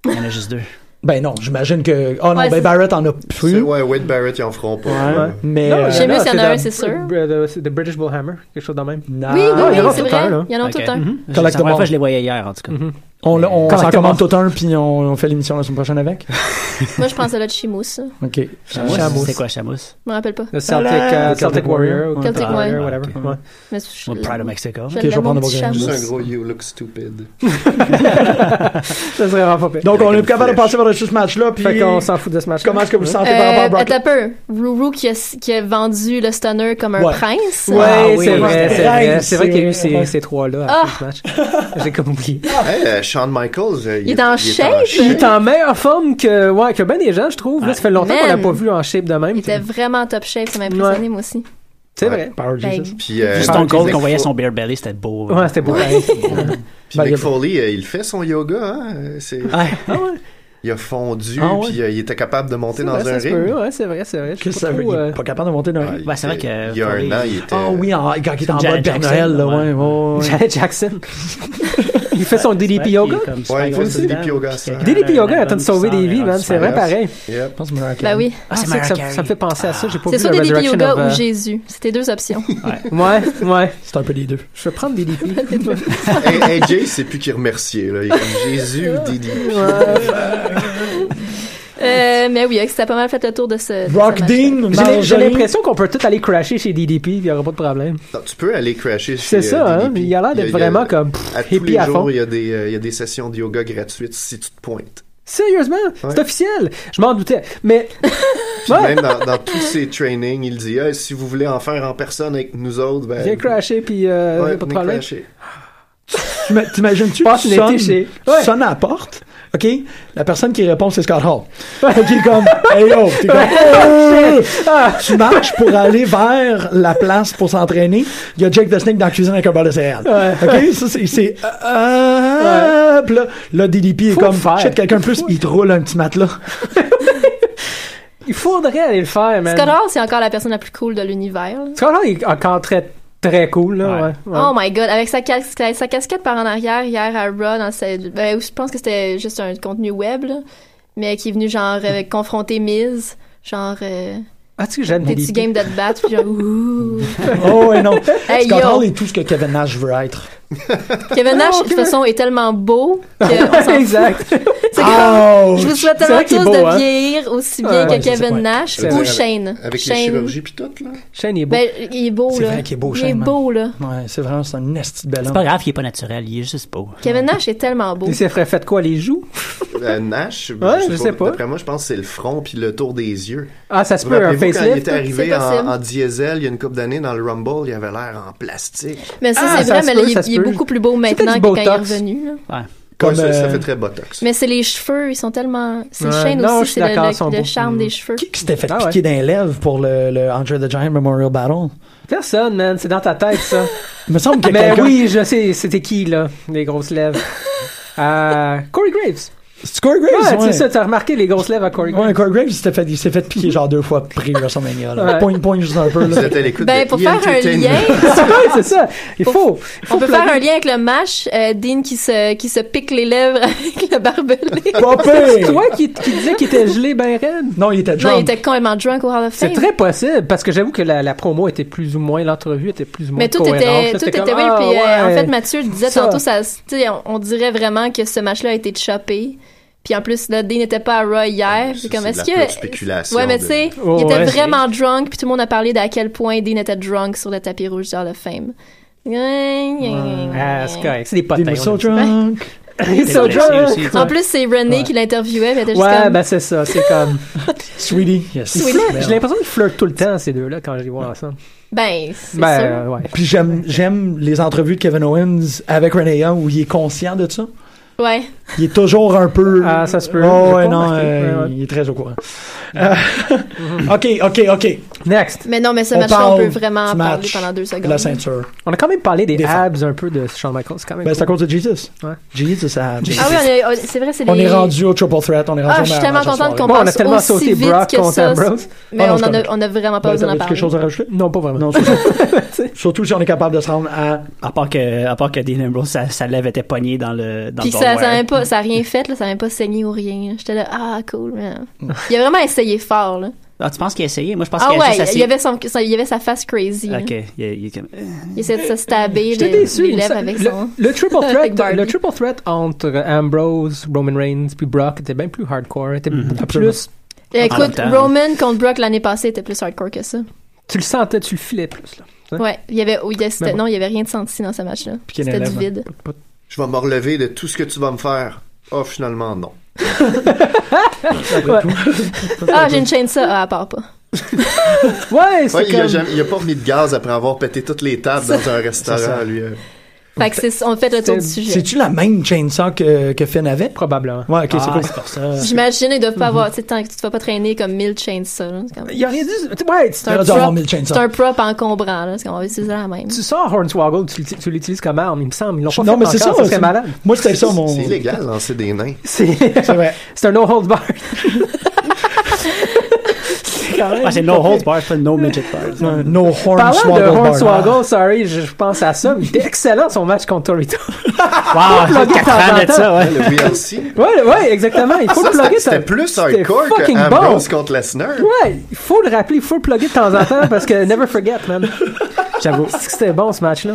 [SPEAKER 8] Il y en a juste deux.
[SPEAKER 4] Ben non, j'imagine que. Oh non,
[SPEAKER 6] Ouais,
[SPEAKER 4] ben
[SPEAKER 6] c'est-
[SPEAKER 4] Barrett en a
[SPEAKER 7] C'est-
[SPEAKER 4] plus.
[SPEAKER 7] Ouais, Wade Barrett, ils en feront pas.
[SPEAKER 5] Ouais.
[SPEAKER 4] Mais.
[SPEAKER 5] Non,
[SPEAKER 4] euh,
[SPEAKER 6] Chez
[SPEAKER 5] non,
[SPEAKER 6] nous, s'il y en a
[SPEAKER 5] dans-
[SPEAKER 6] un, c'est sûr.
[SPEAKER 5] Br- The the British Bullhammer, quelque chose de même.
[SPEAKER 4] non.
[SPEAKER 6] Oui, oui,
[SPEAKER 5] Ah, il y
[SPEAKER 6] oui,
[SPEAKER 5] en a
[SPEAKER 6] c'est
[SPEAKER 5] tout
[SPEAKER 6] vrai.
[SPEAKER 5] un, là.
[SPEAKER 6] Il y en a
[SPEAKER 8] Ok.
[SPEAKER 6] tout un.
[SPEAKER 8] Mhm. C'est la
[SPEAKER 4] Collectement.
[SPEAKER 8] première fois que je les voyais hier, en tout cas.
[SPEAKER 5] Mhm.
[SPEAKER 4] On, l'a- on s'en
[SPEAKER 5] Correctement.
[SPEAKER 4] commande tout un, puis on, on fait l'émission la semaine prochaine avec.
[SPEAKER 6] Moi, je pense à l'autre Chimus. Je
[SPEAKER 4] OK.
[SPEAKER 8] Chamus,
[SPEAKER 5] Chamus.
[SPEAKER 8] C'est quoi Chamus?
[SPEAKER 6] me rappelle pas.
[SPEAKER 5] Le Celtic,
[SPEAKER 4] Voilà.
[SPEAKER 5] euh, Celtic Warrior. ou
[SPEAKER 6] Celtic
[SPEAKER 5] Celtic
[SPEAKER 6] Warrior.
[SPEAKER 5] Warrior, whatever.
[SPEAKER 8] Ok.
[SPEAKER 5] Ouais.
[SPEAKER 6] Mais je-
[SPEAKER 8] Ou Pride of Mexico?
[SPEAKER 4] je
[SPEAKER 6] je
[SPEAKER 4] vais
[SPEAKER 6] l'aime,
[SPEAKER 4] prendre
[SPEAKER 6] mon
[SPEAKER 4] le
[SPEAKER 6] petit
[SPEAKER 4] Bulgarian
[SPEAKER 7] Juste un
[SPEAKER 6] Chamus.
[SPEAKER 7] gros You look stupid.
[SPEAKER 5] Ça serait vraiment pas pire.
[SPEAKER 4] Donc, on
[SPEAKER 7] Avec
[SPEAKER 4] est
[SPEAKER 7] une
[SPEAKER 4] plus capable de
[SPEAKER 7] flèche.
[SPEAKER 4] passer par-dessus ce match-là, puis.
[SPEAKER 5] Fait qu'on s'en fout de ce match.
[SPEAKER 4] Comment est-ce que vous sentez Ah, par rapport à
[SPEAKER 6] Euh,
[SPEAKER 4] Brock?
[SPEAKER 6] attends un peu. Ruru qui a, qui a vendu le stunner comme un
[SPEAKER 4] Ouais.
[SPEAKER 6] prince.
[SPEAKER 5] Ouais, Ah.
[SPEAKER 4] Ah oui,
[SPEAKER 5] c'est
[SPEAKER 4] c'était
[SPEAKER 5] vrai, c'est vrai.
[SPEAKER 4] vrai,
[SPEAKER 5] C'est vrai qu'il y a eu
[SPEAKER 4] c'est-
[SPEAKER 5] ces, ces trois-là à la fin du match. J'ai comme oublié.
[SPEAKER 7] Hey, euh, Shawn Michaels, euh,
[SPEAKER 6] Ah. Il est en shape.
[SPEAKER 5] Ah, Il est en meilleure forme que, ouais, que ben des gens, je trouve. Là, ça fait longtemps qu'on l'a
[SPEAKER 6] Man.
[SPEAKER 5] pas vu en shape de même.
[SPEAKER 6] Il était
[SPEAKER 5] C'est
[SPEAKER 6] vraiment top shape, ça m'a impressionné moi aussi.
[SPEAKER 5] vrai.
[SPEAKER 4] Power
[SPEAKER 6] Ben,
[SPEAKER 4] Jesus.
[SPEAKER 7] Puis, euh,
[SPEAKER 8] Juste ton Cold,
[SPEAKER 7] Mick
[SPEAKER 8] qu'on voyait
[SPEAKER 7] Fo-
[SPEAKER 8] son beer belly, c'était beau.
[SPEAKER 5] Ouais, c'était beau.
[SPEAKER 7] Puis
[SPEAKER 4] Ben, il y
[SPEAKER 7] Mick
[SPEAKER 4] a-
[SPEAKER 7] Foley, euh, il fait son yoga. Hein? euh, C'est
[SPEAKER 8] Ah Ouais.
[SPEAKER 7] il a fondu,
[SPEAKER 5] Ah ouais?
[SPEAKER 7] puis euh, il était capable de monter
[SPEAKER 5] C'est
[SPEAKER 7] dans
[SPEAKER 5] vrai,
[SPEAKER 7] un
[SPEAKER 5] ça se
[SPEAKER 7] ring.
[SPEAKER 5] peut, ouais, c'est vrai, c'est vrai. Je
[SPEAKER 4] Qu'est-ce que
[SPEAKER 5] sais
[SPEAKER 4] ça
[SPEAKER 5] pas
[SPEAKER 4] veut?
[SPEAKER 5] trop,
[SPEAKER 4] Il
[SPEAKER 5] euh,
[SPEAKER 4] est pas capable de monter dans
[SPEAKER 7] Ah,
[SPEAKER 4] un.
[SPEAKER 7] il
[SPEAKER 8] Ouais, Ben, c'est vrai
[SPEAKER 7] était-
[SPEAKER 8] que
[SPEAKER 7] Il y a
[SPEAKER 8] pour
[SPEAKER 7] un
[SPEAKER 8] les-
[SPEAKER 7] an, il était.
[SPEAKER 4] Ah oui, en- quand il est en bas de
[SPEAKER 8] Janet
[SPEAKER 4] Bernal,
[SPEAKER 8] Jackson,
[SPEAKER 4] là,
[SPEAKER 8] ouais.
[SPEAKER 4] ouais, ouais, ouais.
[SPEAKER 5] Janet Jackson. il fait son DDP yoga.
[SPEAKER 7] Ouais, il fait son DDP yoga, ça.
[SPEAKER 5] DDP yoga est en train de sauver des vies, man. hein, C'est vrai,
[SPEAKER 7] Yes.
[SPEAKER 5] pareil.
[SPEAKER 7] Yep.
[SPEAKER 4] Je pense que Mariah
[SPEAKER 6] Bah
[SPEAKER 4] Carey.
[SPEAKER 6] oui.
[SPEAKER 5] Ah, c'est vrai que ça, ça me fait penser à ça. J'ai pas vu
[SPEAKER 6] C'est soit
[SPEAKER 5] le
[SPEAKER 6] des DDP
[SPEAKER 5] Resurrection
[SPEAKER 6] yoga
[SPEAKER 5] of, euh,
[SPEAKER 6] ou Jésus. C'était deux options.
[SPEAKER 5] Ouais, ouais.
[SPEAKER 4] C'est un peu les deux.
[SPEAKER 5] Je vais prendre DDP.
[SPEAKER 7] Hey, hey, Jay, c'est plus qui remercier, là. Il est comme Jésus, Didi.
[SPEAKER 6] Euh, mais oui, c'était pas mal fait le tour de ce. de ce
[SPEAKER 4] Rock
[SPEAKER 6] match-là.
[SPEAKER 4] Dean,
[SPEAKER 5] J'ai l'im- J'ai
[SPEAKER 4] Marjorie.
[SPEAKER 5] l'impression qu'on peut tout aller crasher chez DDP, il n'y aura pas de problème.
[SPEAKER 7] Non, tu peux aller crasher chez
[SPEAKER 5] C'est ça,
[SPEAKER 7] euh,
[SPEAKER 5] hein.
[SPEAKER 7] DDP.
[SPEAKER 5] Il a l'air d'être
[SPEAKER 7] y a-
[SPEAKER 5] vraiment comme pff,
[SPEAKER 7] À tous
[SPEAKER 5] hippie
[SPEAKER 7] les
[SPEAKER 5] à fond.
[SPEAKER 7] jours, il y, a des, euh, il y a des sessions de yoga gratuites si tu te pointes.
[SPEAKER 5] Sérieusement, c'est
[SPEAKER 7] Ouais.
[SPEAKER 5] officiel. Je m'en doutais. Mais
[SPEAKER 7] Puis
[SPEAKER 5] Ouais.
[SPEAKER 7] même dans, dans tous ces trainings, il dit Ah, si vous voulez en faire en personne avec nous autres, ben.
[SPEAKER 5] viens crasher, puis
[SPEAKER 7] ouais,
[SPEAKER 5] euh, y a pas de
[SPEAKER 7] venez
[SPEAKER 5] problème.
[SPEAKER 7] crasher.
[SPEAKER 4] T'ima- T'imagines-tu?
[SPEAKER 5] Passe
[SPEAKER 4] Tu
[SPEAKER 5] l'été
[SPEAKER 4] sonnes,
[SPEAKER 5] chez-
[SPEAKER 4] tu
[SPEAKER 5] Ouais.
[SPEAKER 4] sonnes à la porte, OK? La personne qui répond, c'est Scott Hall. Donc, il est comme, hey yo, t'es comme,
[SPEAKER 5] Oh,
[SPEAKER 4] Hey!
[SPEAKER 5] Ah.
[SPEAKER 4] tu marches pour aller vers la place pour s'entraîner. Il y a Jake the Snake dans la cuisine avec un bol de céréales. OK? Ça, c'est, c'est, euh, euh, puis là, là, DDP est
[SPEAKER 5] Faut
[SPEAKER 4] comme,
[SPEAKER 5] le faire.
[SPEAKER 4] shit, quelqu'un de plus, il te roule un petit matelas.
[SPEAKER 5] Il faudrait aller le faire, man.
[SPEAKER 6] Scott Hall, c'est encore la personne la plus cool de l'univers. là.
[SPEAKER 5] Scott Hall est encore très, très cool, là. Ouais. ouais.
[SPEAKER 6] Oh my god, avec sa, cas- sa casquette par en arrière hier à Raw, dans sa- ben, je pense que c'était juste un contenu web, là, mais qui est venu genre euh, confronter Miz, genre euh,
[SPEAKER 5] Ah, tu sais, j'aime
[SPEAKER 6] t'es-tu
[SPEAKER 5] DDP.
[SPEAKER 6] game de te battre, puis genre ouh.
[SPEAKER 4] Oh, et non.
[SPEAKER 6] Hey,
[SPEAKER 4] Scott
[SPEAKER 6] yo.
[SPEAKER 4] Hall est tout ce que Kevin Nash veut être.
[SPEAKER 6] Kevin Nash, de toute façon, est tellement beau que on s'en fout.
[SPEAKER 5] exact.
[SPEAKER 6] C'est
[SPEAKER 4] Ouch.
[SPEAKER 5] Ah.
[SPEAKER 6] comme- Je vous souhaite
[SPEAKER 5] C'est
[SPEAKER 6] tellement
[SPEAKER 5] Ah, vrai
[SPEAKER 6] tous
[SPEAKER 5] qu'il est beau,
[SPEAKER 6] de
[SPEAKER 5] hein.
[SPEAKER 6] vieillir aussi bien
[SPEAKER 5] Ouais,
[SPEAKER 6] que
[SPEAKER 4] je sais pas.
[SPEAKER 6] Kevin Nash
[SPEAKER 7] Je veux
[SPEAKER 6] ou
[SPEAKER 7] dire,
[SPEAKER 6] Shane.
[SPEAKER 7] Avec
[SPEAKER 6] Shane.
[SPEAKER 7] les chirurgies puis tout, là.
[SPEAKER 5] Shane est beau.
[SPEAKER 6] Ben, il est beau,
[SPEAKER 4] C'est
[SPEAKER 6] là.
[SPEAKER 4] vrai qu'il est beau,
[SPEAKER 6] Il
[SPEAKER 4] Shane, hein.
[SPEAKER 6] est
[SPEAKER 4] man.
[SPEAKER 6] beau, là.
[SPEAKER 4] Ouais, c'est vraiment, c'est un esti de bel
[SPEAKER 8] C'est
[SPEAKER 4] homme.
[SPEAKER 8] pas grave, il est pas naturel, il est juste beau.
[SPEAKER 6] Kevin Nash est tellement beau.
[SPEAKER 5] Il s'est fait faire quoi, les joues?
[SPEAKER 7] Euh, Nash,
[SPEAKER 5] Ouais, je sais pas.
[SPEAKER 7] D'après moi, je pense que c'est le front puis le tour des yeux.
[SPEAKER 5] Ah, ça se
[SPEAKER 7] Vous
[SPEAKER 5] peut, un
[SPEAKER 7] rappelez-vous quand il
[SPEAKER 5] facelift.
[SPEAKER 7] était arrivé
[SPEAKER 6] C'est
[SPEAKER 7] en,
[SPEAKER 6] possible.
[SPEAKER 7] en diesel il y a une couple d'années dans le Rumble, il avait l'air en plastique.
[SPEAKER 6] Mais ça,
[SPEAKER 5] Ah,
[SPEAKER 6] c'est
[SPEAKER 5] ça
[SPEAKER 6] vrai,
[SPEAKER 5] se
[SPEAKER 6] mais
[SPEAKER 5] peut,
[SPEAKER 6] là, il,
[SPEAKER 5] ça se
[SPEAKER 6] il est
[SPEAKER 5] peut.
[SPEAKER 6] beaucoup plus beau
[SPEAKER 5] peut-être
[SPEAKER 6] maintenant
[SPEAKER 5] du
[SPEAKER 6] que quand il est
[SPEAKER 5] Botox.
[SPEAKER 6] revenu. là.
[SPEAKER 7] Ouais, ça, ça
[SPEAKER 4] euh,
[SPEAKER 7] fait très botox.
[SPEAKER 6] Mais c'est les cheveux, ils sont tellement. C'est
[SPEAKER 5] Ouais,
[SPEAKER 6] Shane
[SPEAKER 5] non, je
[SPEAKER 6] aussi,
[SPEAKER 5] suis
[SPEAKER 6] c'est le,
[SPEAKER 5] d'accord, ils sont
[SPEAKER 6] le- le
[SPEAKER 5] beaux.
[SPEAKER 6] charme
[SPEAKER 5] Mm.
[SPEAKER 6] des cheveux.
[SPEAKER 4] Qui, qui s'était fait
[SPEAKER 5] Ah ouais.
[SPEAKER 4] piquer d'un lèvre pour le, le Andre the Giant Memorial Battle?
[SPEAKER 5] Personne, man. C'est dans ta tête, ça.
[SPEAKER 4] Il me semble que
[SPEAKER 5] Mais
[SPEAKER 4] quelqu'un...
[SPEAKER 5] Ah, ben oui, je sais, c'était qui, là, les grosses lèvres? Euh, Corey Graves.
[SPEAKER 4] C'est Corey Graves,
[SPEAKER 5] Ouais,
[SPEAKER 4] ouais.
[SPEAKER 5] c'est ça, t'as remarqué les grosses lèvres à Corey Graves.
[SPEAKER 4] Ouais, Corey Graves, il s'était fait, il s'est fait piquer genre deux fois pré-WrestleMania. là.
[SPEAKER 5] Ouais.
[SPEAKER 4] Point, point, juste un peu.
[SPEAKER 7] Vous
[SPEAKER 4] Là.
[SPEAKER 7] êtes à l'écoute
[SPEAKER 6] Ben,
[SPEAKER 7] de
[SPEAKER 6] pour faire un
[SPEAKER 7] E-Entertainment.
[SPEAKER 6] lien,
[SPEAKER 5] c'est vrai, c'est ça. Il faut. il faut
[SPEAKER 6] on peut
[SPEAKER 5] plugger.
[SPEAKER 6] faire un lien avec le match. euh, Dean qui se, qui se pique les lèvres avec le barbelé.
[SPEAKER 4] Pas
[SPEAKER 5] C'est
[SPEAKER 4] pire!
[SPEAKER 5] toi qui, qui disais qu'il était gelé ben raide.
[SPEAKER 4] Non, il était
[SPEAKER 6] non, il
[SPEAKER 4] drunk.
[SPEAKER 6] était complètement drunk au Hall of Fame.
[SPEAKER 5] C'est très possible, parce que j'avoue que la, la promo était plus ou moins, l'entrevue était plus ou moins
[SPEAKER 6] Mais tout
[SPEAKER 5] cohérente.
[SPEAKER 6] était,
[SPEAKER 5] Là,
[SPEAKER 6] tout
[SPEAKER 5] c'était
[SPEAKER 6] était,
[SPEAKER 5] comme,
[SPEAKER 6] oui,
[SPEAKER 5] ah,
[SPEAKER 6] puis euh, en
[SPEAKER 5] ouais.
[SPEAKER 6] fait, Mathieu disait
[SPEAKER 5] Ça.
[SPEAKER 6] tantôt, ça, tu sais, on, on dirait vraiment que ce match-là a été chopé. Puis en plus, là, Dean n'était pas à Raw hier.
[SPEAKER 7] Ah, Ça,
[SPEAKER 6] C'est comme,
[SPEAKER 7] c'est
[SPEAKER 6] est-ce
[SPEAKER 7] de la pure
[SPEAKER 6] que.
[SPEAKER 7] spéculation
[SPEAKER 6] Ouais, mais
[SPEAKER 7] de-
[SPEAKER 6] tu sais,
[SPEAKER 5] Oh,
[SPEAKER 6] il était
[SPEAKER 5] ouais.
[SPEAKER 6] vraiment drunk, puis tout le monde a parlé d'à quel point Dean était drunk sur le tapis rouge du Hall of Fame.
[SPEAKER 5] Ah, c'est correct. C'est des potins.
[SPEAKER 4] They were
[SPEAKER 5] on
[SPEAKER 4] so
[SPEAKER 5] est-
[SPEAKER 4] drunk.
[SPEAKER 5] He's so
[SPEAKER 8] blessé
[SPEAKER 5] drunk.
[SPEAKER 8] aussi, tu sais.
[SPEAKER 6] En plus, c'est René qui l'interviewait, puis elle était juste
[SPEAKER 5] Ouais,
[SPEAKER 6] comme.
[SPEAKER 5] ben c'est ça, c'est comme... ben,
[SPEAKER 4] Sweetie. Yes.
[SPEAKER 5] J'ai l'impression qu'ils flirtent tout le temps, ces deux-là, quand je les vois ensemble.
[SPEAKER 6] ben, c'est
[SPEAKER 5] Ben,
[SPEAKER 6] sûr.
[SPEAKER 5] euh, ouais.
[SPEAKER 4] Puis j'aime, j'aime les entrevues de Kevin Owens avec Renee Young où il est conscient de ça.
[SPEAKER 6] Ouais.
[SPEAKER 4] Il est toujours un peu.
[SPEAKER 5] Ah, ça se peut.
[SPEAKER 4] Oh, ouais,
[SPEAKER 5] J'ai pas
[SPEAKER 4] non,
[SPEAKER 5] remarqué.
[SPEAKER 4] euh,
[SPEAKER 5] Ouais, ouais.
[SPEAKER 4] il est très au courant. Euh, ok, ok, ok.
[SPEAKER 5] Next.
[SPEAKER 6] Mais non, mais ce
[SPEAKER 4] On
[SPEAKER 6] match-là, on peut
[SPEAKER 4] parle
[SPEAKER 6] vraiment
[SPEAKER 4] du
[SPEAKER 6] en
[SPEAKER 4] match.
[SPEAKER 6] parler pendant deux secondes.
[SPEAKER 4] La ceinture.
[SPEAKER 5] On a quand même parlé des,
[SPEAKER 4] Des femmes.
[SPEAKER 5] abs un peu de Shawn Michaels, c'est quand même
[SPEAKER 4] Ben, c'est à
[SPEAKER 5] cool.
[SPEAKER 4] cause de Jesus.
[SPEAKER 5] Ouais.
[SPEAKER 4] Jesus a.
[SPEAKER 6] Ah oui, on est- on- c'est vrai, c'est
[SPEAKER 4] On
[SPEAKER 6] les-
[SPEAKER 4] est rendu au Triple Threat, on est rendu
[SPEAKER 6] Ah,
[SPEAKER 4] au
[SPEAKER 6] je suis
[SPEAKER 4] mariage
[SPEAKER 6] tellement
[SPEAKER 4] à soirée.
[SPEAKER 6] contente qu'on
[SPEAKER 5] Bon, on a
[SPEAKER 6] passe
[SPEAKER 5] tellement
[SPEAKER 6] aussi
[SPEAKER 5] sauté
[SPEAKER 6] vite
[SPEAKER 5] Brock
[SPEAKER 6] que
[SPEAKER 5] contre
[SPEAKER 6] ça.
[SPEAKER 5] Ambrose.
[SPEAKER 6] Mais
[SPEAKER 4] Ah non,
[SPEAKER 6] on,
[SPEAKER 4] c'est
[SPEAKER 6] en
[SPEAKER 4] correct.
[SPEAKER 6] a, on a vraiment pas
[SPEAKER 4] Ben,
[SPEAKER 6] besoin
[SPEAKER 4] t'avais-tu
[SPEAKER 6] d'en parler.
[SPEAKER 4] quelque chose à rajouter?
[SPEAKER 5] Non, pas vraiment.
[SPEAKER 4] Non, c'est ça. Surtout si on est capable de se rendre à.
[SPEAKER 8] À part que, à part que Dean Ambrose, sa, sa lèvre était poignée dans le, dans
[SPEAKER 6] Puis
[SPEAKER 8] le
[SPEAKER 6] que ça, ça, a
[SPEAKER 8] doorway.
[SPEAKER 6] même pas, ça a rien fait, là, ça a même pas saigné ou rien. là. J'étais là, ah, cool, man. Il a vraiment essayé fort, là.
[SPEAKER 8] Ah, tu penses qu'il a essayé? Moi, je pense
[SPEAKER 6] ah
[SPEAKER 8] Mm. qu'il a
[SPEAKER 6] ouais,
[SPEAKER 8] juste essayé.
[SPEAKER 6] il, avait son, son- il avait sa face crazy. là.
[SPEAKER 8] Ok, il, il est comme...
[SPEAKER 6] Il essayait de se stabber
[SPEAKER 5] J'étais
[SPEAKER 6] les,
[SPEAKER 5] déçu.
[SPEAKER 6] les
[SPEAKER 5] il me
[SPEAKER 6] lèvres
[SPEAKER 5] semble-
[SPEAKER 6] avec
[SPEAKER 5] le,
[SPEAKER 6] son...
[SPEAKER 5] le triple
[SPEAKER 6] Avec
[SPEAKER 5] threat,
[SPEAKER 6] Barbie.
[SPEAKER 5] le triple threat entre Ambrose, Roman Reigns puis Brock était bien plus hardcore, était beaucoup
[SPEAKER 4] Mm-hmm. Absolument.
[SPEAKER 5] plus.
[SPEAKER 8] même
[SPEAKER 6] Écoute,
[SPEAKER 8] temps.
[SPEAKER 6] Roman contre Brock l'année passée était plus hardcore que ça.
[SPEAKER 5] Tu le sentais, tu le filais plus là. Hein?
[SPEAKER 6] Ouais, il y avait, oui, c'était-
[SPEAKER 5] Mais bon.
[SPEAKER 6] non, il y avait rien de senti dans ce match-là.
[SPEAKER 4] Puis qu'il y en a
[SPEAKER 6] C'était du
[SPEAKER 4] là,
[SPEAKER 6] vide.
[SPEAKER 7] Je vais me relever de tout ce que tu vas me faire. Oh, finalement, non.
[SPEAKER 6] Ah, j'ai une chaîne ça, ah, à part pas.
[SPEAKER 5] Ouais, c'est
[SPEAKER 7] Ouais, il, a
[SPEAKER 5] comme.
[SPEAKER 7] jamais- il a pas remis de gaz après avoir pété toutes les tables dans un restaurant, lui. euh.
[SPEAKER 6] Fait que c'est, on fait le tour du sujet.
[SPEAKER 4] C'est-tu la même chainsaw que, que Finn avait?
[SPEAKER 5] Probablement.
[SPEAKER 4] Ouais, ok, c'est
[SPEAKER 8] Ah,
[SPEAKER 4] cool.
[SPEAKER 8] c'est pour ça.
[SPEAKER 6] J'imagine, ils doivent pas
[SPEAKER 8] Mhm.
[SPEAKER 6] avoir, tu sais, tant que tu te vas pas traîner comme 1000 chainsaws. là, c'est comme-
[SPEAKER 5] Il y a rien dit. tu- Ouais, tu,
[SPEAKER 6] C'est un,
[SPEAKER 4] aurait dû avoir
[SPEAKER 6] prop-
[SPEAKER 4] 1000 chainsaws.
[SPEAKER 6] c'est un prop encombrant, là, parce qu'on va utiliser la même.
[SPEAKER 5] tu sors Hornswoggle, tu, l'uti- tu l'utilises comme arme, il me semble. Ils l'ont pas
[SPEAKER 4] Non,
[SPEAKER 5] fait
[SPEAKER 4] mais c'est
[SPEAKER 5] encore,
[SPEAKER 4] ça,
[SPEAKER 5] serait
[SPEAKER 4] c'est-
[SPEAKER 5] malade.
[SPEAKER 4] Moi, c'était ça, mon.
[SPEAKER 7] C'est illégal de lancer des nains.
[SPEAKER 5] C'est
[SPEAKER 4] vrai.
[SPEAKER 5] c'est un no hold bar. Ah, c'est quand même.
[SPEAKER 8] Ouais, Ah, c'est no hold bars, pas no midget bars.
[SPEAKER 4] No horn
[SPEAKER 5] Parlant de
[SPEAKER 4] swaggle bar.
[SPEAKER 5] Hornswoggle, sorry, je, je pense à ça, mais il était excellent son match contre Torito.
[SPEAKER 8] Wow,
[SPEAKER 5] Faut le
[SPEAKER 8] quatre
[SPEAKER 5] plugger
[SPEAKER 8] ans
[SPEAKER 5] de
[SPEAKER 8] de ça, ouais.
[SPEAKER 7] Le VLC.
[SPEAKER 5] Ouais, ouais, exactement. Il faut le plugger.
[SPEAKER 7] C'était
[SPEAKER 5] ça-
[SPEAKER 7] plus
[SPEAKER 5] c'était
[SPEAKER 7] hardcore
[SPEAKER 5] fucking
[SPEAKER 7] que Ambrose
[SPEAKER 5] bon.
[SPEAKER 7] contre Lesnar.
[SPEAKER 5] Ouais, il faut le rappeler, il faut le plugger de temps en temps parce que never forget, man. J'avoue. C'est que C'était bon ce match-là.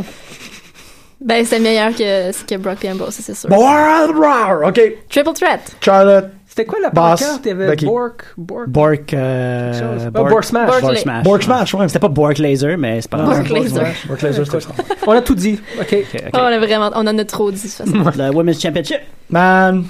[SPEAKER 6] Ben, c'est meilleur que, que Brock et Ambrose, c'est sûr.
[SPEAKER 4] Bar- bar- OK.
[SPEAKER 6] Triple threat.
[SPEAKER 4] Charlotte.
[SPEAKER 5] C'était quoi la
[SPEAKER 4] Boss,
[SPEAKER 5] pancarte? Il y avait
[SPEAKER 4] Becky.
[SPEAKER 5] Bork, Bork,
[SPEAKER 8] Bork,
[SPEAKER 5] quelque chose.
[SPEAKER 8] euh,
[SPEAKER 5] Ah, Bork Smash.
[SPEAKER 6] Bork-
[SPEAKER 8] Bork Smash.
[SPEAKER 4] Bork Smash, ouais.
[SPEAKER 8] C'était pas Bork Laser, mais c'est pas grave.
[SPEAKER 6] Bork Laser.
[SPEAKER 4] Bork Laser, c'était ça.
[SPEAKER 5] On a tout dit. OK.
[SPEAKER 8] Ok, ok.
[SPEAKER 6] Oh, on a vraiment, on en a trop dit, de toute façon.
[SPEAKER 8] Le Women's Championship.
[SPEAKER 4] Man.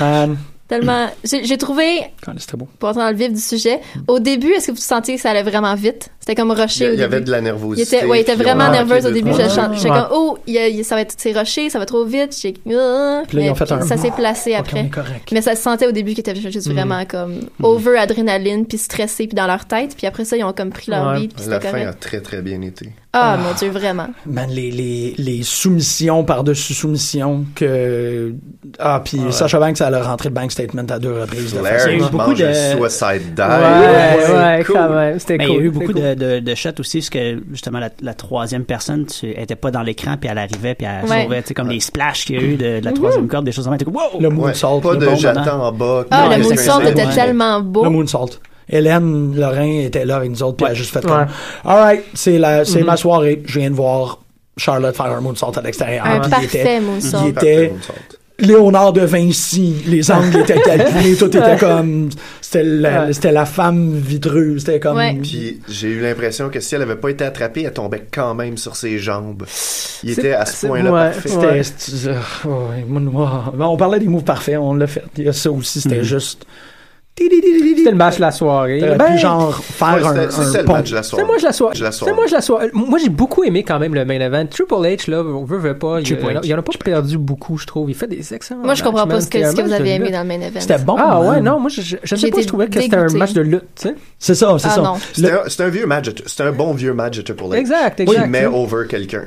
[SPEAKER 4] Man.
[SPEAKER 6] Tellement, j'ai j'ai trouvé,
[SPEAKER 4] God, C'était beau.
[SPEAKER 6] pour entrer dans le vif du sujet, au début, est-ce que vous sentiez que ça allait vraiment vite? C'était comme
[SPEAKER 7] Il y,
[SPEAKER 6] rusher au
[SPEAKER 7] il y
[SPEAKER 6] début.
[SPEAKER 7] avait de la
[SPEAKER 6] Il
[SPEAKER 7] nervosité.
[SPEAKER 6] était, ouais, il était
[SPEAKER 7] puis
[SPEAKER 6] vraiment
[SPEAKER 7] on manquait
[SPEAKER 6] nerveuse au
[SPEAKER 7] de
[SPEAKER 6] début.
[SPEAKER 7] temps.
[SPEAKER 6] J'étais chan- j'étais
[SPEAKER 5] Ouais.
[SPEAKER 6] comme, oh, il y a- il- ça va être, c'est rushé, ça va trop vite. J'ai, ah,
[SPEAKER 4] Puis là, ils
[SPEAKER 6] mais
[SPEAKER 4] ont fait un-
[SPEAKER 6] ça s'est placé
[SPEAKER 4] OK, on
[SPEAKER 6] après.
[SPEAKER 4] est correct. Hmm.
[SPEAKER 6] Mais ça se sentait au début qu'ils étaient juste vraiment comme over adrénaline, puis stressés, puis dans leur tête. Puis après ça, ils ont comme pris leur
[SPEAKER 5] Ouais.
[SPEAKER 6] lead, puis
[SPEAKER 7] La
[SPEAKER 6] c'était
[SPEAKER 7] fin a
[SPEAKER 6] correct.
[SPEAKER 7] très très bien été.
[SPEAKER 6] Ah, mon Dieu, vraiment.
[SPEAKER 4] Man, les, les, les soumissions par-dessus soumissions que. Ah, puis Sacha Banks, elle a rentré le bank statement à deux reprises. là.
[SPEAKER 8] il y a eu
[SPEAKER 7] Flair
[SPEAKER 8] beaucoup
[SPEAKER 7] mange
[SPEAKER 8] de-
[SPEAKER 7] de... suicide dive.
[SPEAKER 5] Ouais, ouais,
[SPEAKER 7] cool.
[SPEAKER 5] quand même. C'était
[SPEAKER 8] Mais
[SPEAKER 5] cool.
[SPEAKER 8] il y a eu
[SPEAKER 5] c'était
[SPEAKER 8] beaucoup
[SPEAKER 5] cool.
[SPEAKER 8] de, de, de shots aussi, parce que justement, la, la troisième personne, tu n'étais pas dans l'écran, puis elle arrivait, puis
[SPEAKER 4] Ah,
[SPEAKER 8] elle
[SPEAKER 6] Ouais.
[SPEAKER 8] sauvait, tu sais, comme des splashs qu'il y a eu de, de la troisième corde, des choses comme ça. Wow!
[SPEAKER 4] Le
[SPEAKER 7] Ouais,
[SPEAKER 4] moonsault.
[SPEAKER 7] pas
[SPEAKER 4] le
[SPEAKER 7] de
[SPEAKER 4] bon
[SPEAKER 8] j'attends
[SPEAKER 7] j'attends en bas.
[SPEAKER 6] Ah,
[SPEAKER 8] Non,
[SPEAKER 6] le
[SPEAKER 8] mais
[SPEAKER 7] Qu'est-ce que
[SPEAKER 6] moonsault
[SPEAKER 7] c'est?
[SPEAKER 6] était
[SPEAKER 8] ouais.
[SPEAKER 6] tellement beau.
[SPEAKER 4] Le moonsault. Hélène Lorrain était là avec nous autres, puis elle a juste fait comme
[SPEAKER 5] Ouais.
[SPEAKER 4] All right, c'est la-
[SPEAKER 6] Mm-hmm.
[SPEAKER 4] c'est ma soirée, je viens de voir Charlotte faire un moonsault à l'extérieur. Puis
[SPEAKER 6] Un
[SPEAKER 4] il
[SPEAKER 6] Ah, parfait
[SPEAKER 4] était-
[SPEAKER 6] moonsault.
[SPEAKER 4] Il
[SPEAKER 7] Parfait,
[SPEAKER 4] était
[SPEAKER 7] moonsault.
[SPEAKER 4] Léonard de Vinci, les angles étaient calculés, tout était comme. C'était la,
[SPEAKER 5] Ouais.
[SPEAKER 4] c'était la femme vitreuse, c'était comme.
[SPEAKER 6] Ouais.
[SPEAKER 7] Puis j'ai eu l'impression que si elle avait pas été attrapée, elle tombait quand même sur ses jambes. Il
[SPEAKER 5] C'est-
[SPEAKER 7] était à ce
[SPEAKER 5] c'est-
[SPEAKER 7] point-là
[SPEAKER 5] ouais,
[SPEAKER 7] parfait.
[SPEAKER 4] C'était-
[SPEAKER 5] Ouais.
[SPEAKER 4] c'était- euh, ouais, moi, moi, ben, on parlait des moves parfaits, on l'a fait. Il y a ça aussi,
[SPEAKER 7] Mm-hmm.
[SPEAKER 4] c'était juste.
[SPEAKER 5] C'était le match de la soirée.
[SPEAKER 4] T'aurais
[SPEAKER 5] Ben,
[SPEAKER 4] pu genre faire
[SPEAKER 7] Ouais, c'était-
[SPEAKER 4] un,
[SPEAKER 7] c'était
[SPEAKER 4] un
[SPEAKER 7] le
[SPEAKER 4] pont.
[SPEAKER 7] match de la soirée.
[SPEAKER 5] C'est moi je la soirée.
[SPEAKER 7] Je la soirée.
[SPEAKER 5] C'est moi je la soirée. Euh, Moi j'ai beaucoup aimé quand même le main event. Triple H là, on veut veut pas. Il,
[SPEAKER 8] Triple H.
[SPEAKER 5] il y en a pas perdu beaucoup, je trouve. Il fait des excellents.
[SPEAKER 6] Moi, je comprends
[SPEAKER 5] matchs,
[SPEAKER 6] pas ce que, ce
[SPEAKER 5] man.
[SPEAKER 6] que
[SPEAKER 5] C'était un
[SPEAKER 6] vous
[SPEAKER 5] match
[SPEAKER 6] avez
[SPEAKER 5] de
[SPEAKER 6] aimé
[SPEAKER 5] lutte.
[SPEAKER 6] dans le main event.
[SPEAKER 4] C'était bon.
[SPEAKER 5] Ah ouais
[SPEAKER 4] man.
[SPEAKER 5] non, moi je, je,
[SPEAKER 6] J'ai
[SPEAKER 5] je sais pas,
[SPEAKER 6] été
[SPEAKER 5] je trouvais que c'était un
[SPEAKER 6] dégoûtée.
[SPEAKER 5] match de lutte. tu sais.
[SPEAKER 4] C'est ça, c'est
[SPEAKER 6] Ah
[SPEAKER 4] ça.
[SPEAKER 6] non.
[SPEAKER 7] C'était un- C'était un vieux match. de- C'était un bon vieux match de Triple H.
[SPEAKER 5] Exact,
[SPEAKER 7] Qui
[SPEAKER 5] exact.
[SPEAKER 7] met over quelqu'un.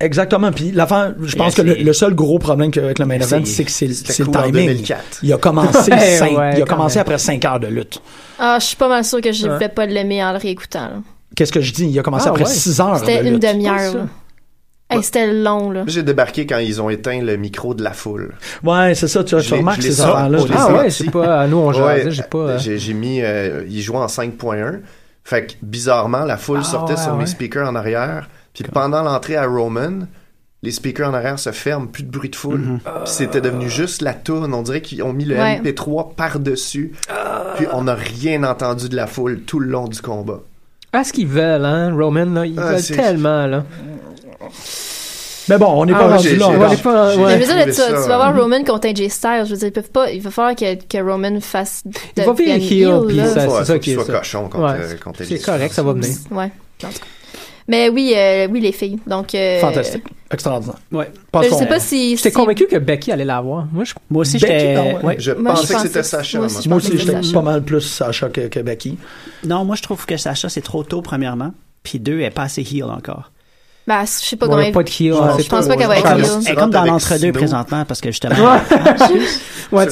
[SPEAKER 4] Exactement. Puis l'affaire, je pense que
[SPEAKER 8] c'est-
[SPEAKER 4] le, le seul gros problème qu'il y a avec le main event,
[SPEAKER 8] C'est-
[SPEAKER 4] c'est que c'est c'est le
[SPEAKER 7] cool en
[SPEAKER 4] timing.
[SPEAKER 7] 2004.
[SPEAKER 4] Il a commencé,
[SPEAKER 5] Ouais,
[SPEAKER 4] cinq-
[SPEAKER 5] ouais,
[SPEAKER 4] il a
[SPEAKER 5] quand
[SPEAKER 4] commencé
[SPEAKER 5] même.
[SPEAKER 4] après 5 heures de lutte.
[SPEAKER 6] Ah, je suis pas mal sûre que je voulais pas l'aimer en le réécoutant. là.
[SPEAKER 4] Qu'est-ce que je dis? Il a commencé
[SPEAKER 5] Ah,
[SPEAKER 4] après
[SPEAKER 5] ouais.
[SPEAKER 4] 6 heures
[SPEAKER 6] C'était
[SPEAKER 4] de
[SPEAKER 6] une
[SPEAKER 4] lutte.
[SPEAKER 6] demi-heure.
[SPEAKER 5] ça.
[SPEAKER 6] là. Hey, C'était long, là.
[SPEAKER 7] Moi, J'ai débarqué quand ils ont éteint le micro de la foule.
[SPEAKER 4] Ouais, c'est ça. Tu, tu
[SPEAKER 7] l'ai-
[SPEAKER 4] remarques
[SPEAKER 7] je l'ai
[SPEAKER 4] ces affaires-là.
[SPEAKER 7] sorti.
[SPEAKER 5] Ah
[SPEAKER 7] les
[SPEAKER 5] ouais,
[SPEAKER 7] sorties.
[SPEAKER 5] j'ai pas. Nous on jasait,
[SPEAKER 7] Ouais,
[SPEAKER 5] j'ai pas. euh,
[SPEAKER 7] J'ai j'ai mis. euh, il jouait en 5.1. Fait que bizarrement, la foule
[SPEAKER 5] Ah,
[SPEAKER 7] sortait
[SPEAKER 5] ouais,
[SPEAKER 7] sur
[SPEAKER 5] ouais.
[SPEAKER 7] mes speakers en arrière. Puis pendant l'entrée à Roman, les speakers en arrière se ferment, plus de bruit de foule.
[SPEAKER 5] Mm-hmm.
[SPEAKER 7] Puis c'était devenu juste la tourne. On dirait qu'ils ont mis le
[SPEAKER 6] Ouais.
[SPEAKER 7] MP3 par-dessus. Puis on n'a rien entendu de la foule tout le long du combat.
[SPEAKER 5] À ce qu'ils veulent, hein, Roman là, ils
[SPEAKER 7] Ah,
[SPEAKER 5] veulent
[SPEAKER 7] c'est-
[SPEAKER 5] tellement là.
[SPEAKER 4] Mais bon, on n'est
[SPEAKER 5] Ah,
[SPEAKER 4] pas
[SPEAKER 5] ouais,
[SPEAKER 4] rendu
[SPEAKER 7] j'ai-
[SPEAKER 4] là
[SPEAKER 7] j'ai-
[SPEAKER 4] encore.
[SPEAKER 5] On est pas-
[SPEAKER 7] j'ai-
[SPEAKER 5] ouais.
[SPEAKER 7] j'ai
[SPEAKER 6] Mais je veux dire,
[SPEAKER 7] trouvé
[SPEAKER 6] tu, vas-
[SPEAKER 7] ça,
[SPEAKER 6] tu vas voir Roman contre AJ Styles. Je veux dire, ils peuvent pas, il va falloir que, que Roman fasse. de-
[SPEAKER 5] Il va faire
[SPEAKER 6] devienne
[SPEAKER 5] heel, puis
[SPEAKER 6] là.
[SPEAKER 5] ça,
[SPEAKER 7] Ouais,
[SPEAKER 5] c'est
[SPEAKER 7] faut
[SPEAKER 5] ça
[SPEAKER 7] qu'il
[SPEAKER 5] qui est
[SPEAKER 7] soit
[SPEAKER 5] ça.
[SPEAKER 7] cochon quand,
[SPEAKER 5] Ouais,
[SPEAKER 7] euh, quand elle
[SPEAKER 5] C'est
[SPEAKER 7] est-
[SPEAKER 5] correct, ça va venir.
[SPEAKER 6] Ouais. En tout cas. Mais oui, euh, oui, les filles. Donc, euh,
[SPEAKER 4] Fantastique. Extraordinaire.
[SPEAKER 8] Ouais.
[SPEAKER 4] Pense
[SPEAKER 6] je
[SPEAKER 4] qu'on-
[SPEAKER 6] sais pas si.
[SPEAKER 5] J'étais
[SPEAKER 6] si-
[SPEAKER 5] convaincu que Becky allait l'avoir. Moi je
[SPEAKER 8] Moi aussi,
[SPEAKER 4] Becky,
[SPEAKER 8] j'étais.
[SPEAKER 4] ah ouais.
[SPEAKER 8] ouais.
[SPEAKER 7] Je
[SPEAKER 6] Moi, je
[SPEAKER 7] pensais que
[SPEAKER 6] pensais
[SPEAKER 7] c'était
[SPEAKER 6] que-
[SPEAKER 7] Sacha.
[SPEAKER 6] moi
[SPEAKER 7] moi.
[SPEAKER 6] aussi,
[SPEAKER 4] Moi aussi,
[SPEAKER 6] Parler de
[SPEAKER 4] j'étais
[SPEAKER 6] Sacha.
[SPEAKER 4] pas mal plus euh, Sacha que, que Becky.
[SPEAKER 8] Non, moi, je trouve que Sacha, c'est trop tôt, premièrement. Puis deux, elle est pas assez heal encore.
[SPEAKER 6] Bah, je sais pas
[SPEAKER 5] on
[SPEAKER 6] combien.
[SPEAKER 5] a pas de heel.
[SPEAKER 7] pense
[SPEAKER 5] Ah, c'est
[SPEAKER 6] Je pense pas qu'elle va
[SPEAKER 7] Ouais,
[SPEAKER 8] Elle est comme-
[SPEAKER 6] être
[SPEAKER 7] ouais.
[SPEAKER 6] heel.
[SPEAKER 8] elle est comme dans
[SPEAKER 7] Avec
[SPEAKER 8] l'entre-deux
[SPEAKER 7] Snoop.
[SPEAKER 8] présentement, parce que justement.
[SPEAKER 5] Ouais,
[SPEAKER 7] tu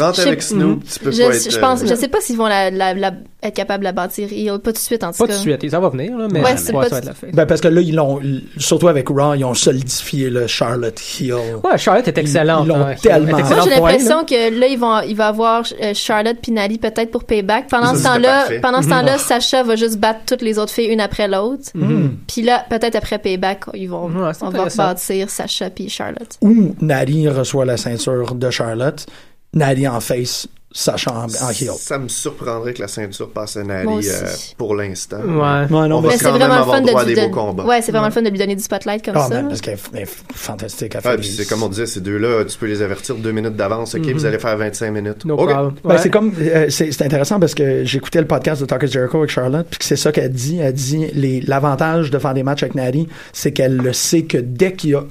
[SPEAKER 7] rentres
[SPEAKER 6] je- Mhm.
[SPEAKER 7] avec Snoop, tu peux
[SPEAKER 6] Je,
[SPEAKER 7] pas être.
[SPEAKER 6] je pense,
[SPEAKER 7] euh,
[SPEAKER 6] je sais pas s'ils vont la, la, la- être capables de la bâtir heel. Pas tout de suite, en tout
[SPEAKER 5] Pas
[SPEAKER 6] cas.
[SPEAKER 5] de suite, ça va venir, là, mais
[SPEAKER 6] Ouais, c'est pas
[SPEAKER 5] ça va
[SPEAKER 6] de-
[SPEAKER 5] être la fête.
[SPEAKER 4] Ben, parce que là, ils l'ont, surtout avec Raw, ils ont solidifié le Charlotte Hill.
[SPEAKER 5] Ouais, Charlotte est excellente.
[SPEAKER 4] Ils l'ont
[SPEAKER 5] hein.
[SPEAKER 4] tellement-
[SPEAKER 5] Elle est
[SPEAKER 6] Moi,
[SPEAKER 5] excellente
[SPEAKER 6] j'ai
[SPEAKER 5] pour elle,
[SPEAKER 6] l'impression que là, ils vont, il va avoir euh, Charlotte puis Nally peut-être pour payback. Pendant
[SPEAKER 7] Ça,
[SPEAKER 6] ce
[SPEAKER 7] c'était
[SPEAKER 6] temps-là,
[SPEAKER 7] parfait.
[SPEAKER 6] pendant ce temps-là, Sacha va juste battre toutes les autres filles une après l'autre.
[SPEAKER 7] Mhm.
[SPEAKER 6] Puis là, peut-être après payback, ils vont,
[SPEAKER 5] Ouais, c'est
[SPEAKER 6] on va
[SPEAKER 5] intéressant.
[SPEAKER 6] rebâtir Sacha puis Charlotte.
[SPEAKER 4] Où Nari reçoit la ceinture de Charlotte, Nari en face Sacha en, Ah, ben, en heel.
[SPEAKER 7] Ça me surprendrait que la ceinture passe à Nari
[SPEAKER 6] Moi aussi.
[SPEAKER 7] euh, pour l'instant. Ah,
[SPEAKER 5] Ouais.
[SPEAKER 4] Ouais, non,
[SPEAKER 7] On
[SPEAKER 4] mais-
[SPEAKER 7] va
[SPEAKER 6] Mais c'est
[SPEAKER 7] quand même
[SPEAKER 6] vraiment le fun
[SPEAKER 7] avoir
[SPEAKER 6] de,
[SPEAKER 7] droit à
[SPEAKER 6] lui
[SPEAKER 7] des beaux
[SPEAKER 6] donner-
[SPEAKER 7] combats.
[SPEAKER 6] Ouais, c'est vraiment le fun de lui donner du spotlight comme
[SPEAKER 4] Ah,
[SPEAKER 6] ça.
[SPEAKER 4] man,
[SPEAKER 6] là.
[SPEAKER 4] parce qu'elle est- elle est fantastique. Elle
[SPEAKER 7] Ouais,
[SPEAKER 4] fait
[SPEAKER 7] puis
[SPEAKER 4] des-
[SPEAKER 7] c'est comme on disait, ces deux-là, tu peux les avertir de deux minutes d'avance. OK, vous allez faire 25 minutes.
[SPEAKER 5] Mm-hmm. No
[SPEAKER 7] OK.
[SPEAKER 5] problem.
[SPEAKER 4] Ben,
[SPEAKER 5] Ouais.
[SPEAKER 4] c'est comme euh, c'est c'est intéressant parce que j'écoutais le podcast de Talk is Jericho avec Charlotte puis que c'est ça qu'elle dit elle dit les- l'avantage de faire des matchs avec Nari c'est qu'elle le sait que dès qu'il y a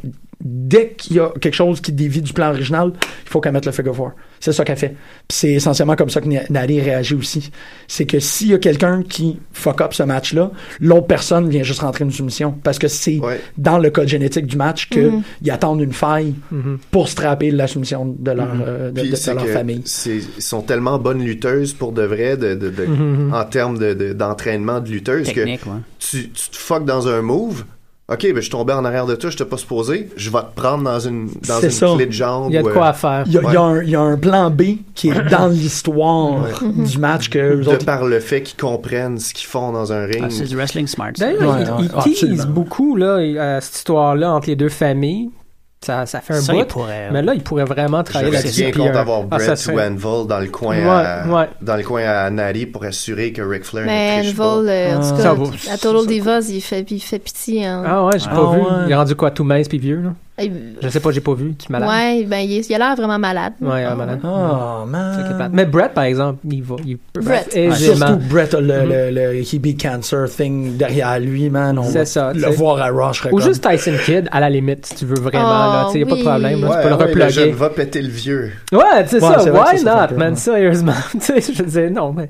[SPEAKER 4] dès qu'il y a quelque chose qui dévie du plan original il faut qu'elle mette le figure four c'est ça qu'elle fait Puis c'est essentiellement comme ça que Na- Nari réagit aussi c'est que s'il y a quelqu'un qui fuck up ce match là l'autre personne vient juste rentrer une soumission parce que c'est
[SPEAKER 7] Ouais.
[SPEAKER 4] dans le code génétique du match que ils attendent une faille pour strapper la soumission de leur euh, de,
[SPEAKER 7] Mm-hmm. Puis
[SPEAKER 4] de- de
[SPEAKER 7] c'est
[SPEAKER 4] leur
[SPEAKER 7] que
[SPEAKER 4] famille
[SPEAKER 7] c'est- Ils sont tellement bonnes lutteuses pour de vrai de, de- de-
[SPEAKER 5] Mm-hmm.
[SPEAKER 7] en termes de- de- d'entraînement de, lutteuse
[SPEAKER 8] Technique,
[SPEAKER 7] que
[SPEAKER 8] ouais.
[SPEAKER 7] tu, tu te fuck dans un move. OK, ben, je suis tombé en arrière de toi, je t'ai pas supposé. Je vais te prendre dans une, dans
[SPEAKER 4] C'est
[SPEAKER 7] une
[SPEAKER 4] ça.
[SPEAKER 7] clé de jambe.
[SPEAKER 5] Il y a de
[SPEAKER 7] ou,
[SPEAKER 5] quoi
[SPEAKER 7] euh,
[SPEAKER 5] à faire.
[SPEAKER 4] Il y, a, il y a
[SPEAKER 7] Ouais.
[SPEAKER 4] un, il y a un plan B qui est dans l'histoire du match que eux
[SPEAKER 7] de
[SPEAKER 4] autres.
[SPEAKER 7] par le fait qu'ils comprennent ce qu'ils font dans un ring.
[SPEAKER 8] Ah, c'est du wrestling smart. ça.
[SPEAKER 5] D'ailleurs,
[SPEAKER 4] Ouais,
[SPEAKER 5] il,
[SPEAKER 4] ouais,
[SPEAKER 5] il tease
[SPEAKER 4] absolument.
[SPEAKER 5] beaucoup là, il- à cette histoire-là entre les deux familles. Ça, ça fait un
[SPEAKER 8] Ça,
[SPEAKER 5] bout.
[SPEAKER 8] il pourrait,
[SPEAKER 5] Mais là, il pourrait vraiment travailler
[SPEAKER 7] J'aurais
[SPEAKER 5] là-dessus.
[SPEAKER 7] bien
[SPEAKER 5] puis,
[SPEAKER 7] content
[SPEAKER 5] euh,
[SPEAKER 7] d'avoir
[SPEAKER 5] ah, ça
[SPEAKER 7] Brett
[SPEAKER 5] serait-
[SPEAKER 7] ou Anvil dans le coin
[SPEAKER 5] Ouais,
[SPEAKER 7] à,
[SPEAKER 5] ouais.
[SPEAKER 7] dans le coin à Nari pour assurer que Ric Flair
[SPEAKER 6] Mais
[SPEAKER 7] ne triche pas.
[SPEAKER 6] Anvil, euh, en
[SPEAKER 4] Ah.
[SPEAKER 6] tout
[SPEAKER 5] Ça
[SPEAKER 6] cas,
[SPEAKER 5] va.
[SPEAKER 6] à Total Divas, il fait, il fait pitié. hein.
[SPEAKER 5] Ah ouais, j'ai
[SPEAKER 8] Ah
[SPEAKER 5] pas vu.
[SPEAKER 4] ouais.
[SPEAKER 5] Il est rendu quoi, tout mince puis vieux là?
[SPEAKER 6] Il-
[SPEAKER 5] Je sais pas, j'ai pas vu. Tu es malade.
[SPEAKER 6] Ouais, Ah, ben, il, est- il a l'air vraiment malade.
[SPEAKER 5] Ouais, ouais, malade.
[SPEAKER 4] Oh
[SPEAKER 5] Ça qui est plate.
[SPEAKER 4] man.
[SPEAKER 5] Mais Brett, par exemple, il va. Il peut
[SPEAKER 6] Brett.
[SPEAKER 5] faire aisément. Mm-hmm.
[SPEAKER 4] Surtout Brett a le, le, le Hebe Cancer thing derrière lui, man. On
[SPEAKER 5] C'est
[SPEAKER 4] va
[SPEAKER 5] ça, tu
[SPEAKER 4] le
[SPEAKER 5] sais.
[SPEAKER 4] voir à Rush.
[SPEAKER 5] Ou juste Tyson Kidd, à la limite, si tu veux vraiment. là,
[SPEAKER 6] Oh,
[SPEAKER 5] tu sais, y a pas de
[SPEAKER 6] oui.
[SPEAKER 5] problème. Là,
[SPEAKER 7] Ouais,
[SPEAKER 5] tu peux le
[SPEAKER 7] ouais, le
[SPEAKER 5] reploguer.
[SPEAKER 7] jeune va péter le vieux.
[SPEAKER 5] Ouais, c'est
[SPEAKER 4] Ouais,
[SPEAKER 5] ça.
[SPEAKER 4] c'est vrai que
[SPEAKER 5] Why
[SPEAKER 4] ça, ça fait un peu,
[SPEAKER 5] not, man?
[SPEAKER 4] ouais.
[SPEAKER 5] Sérieusement. tu sais, je disais non, mais.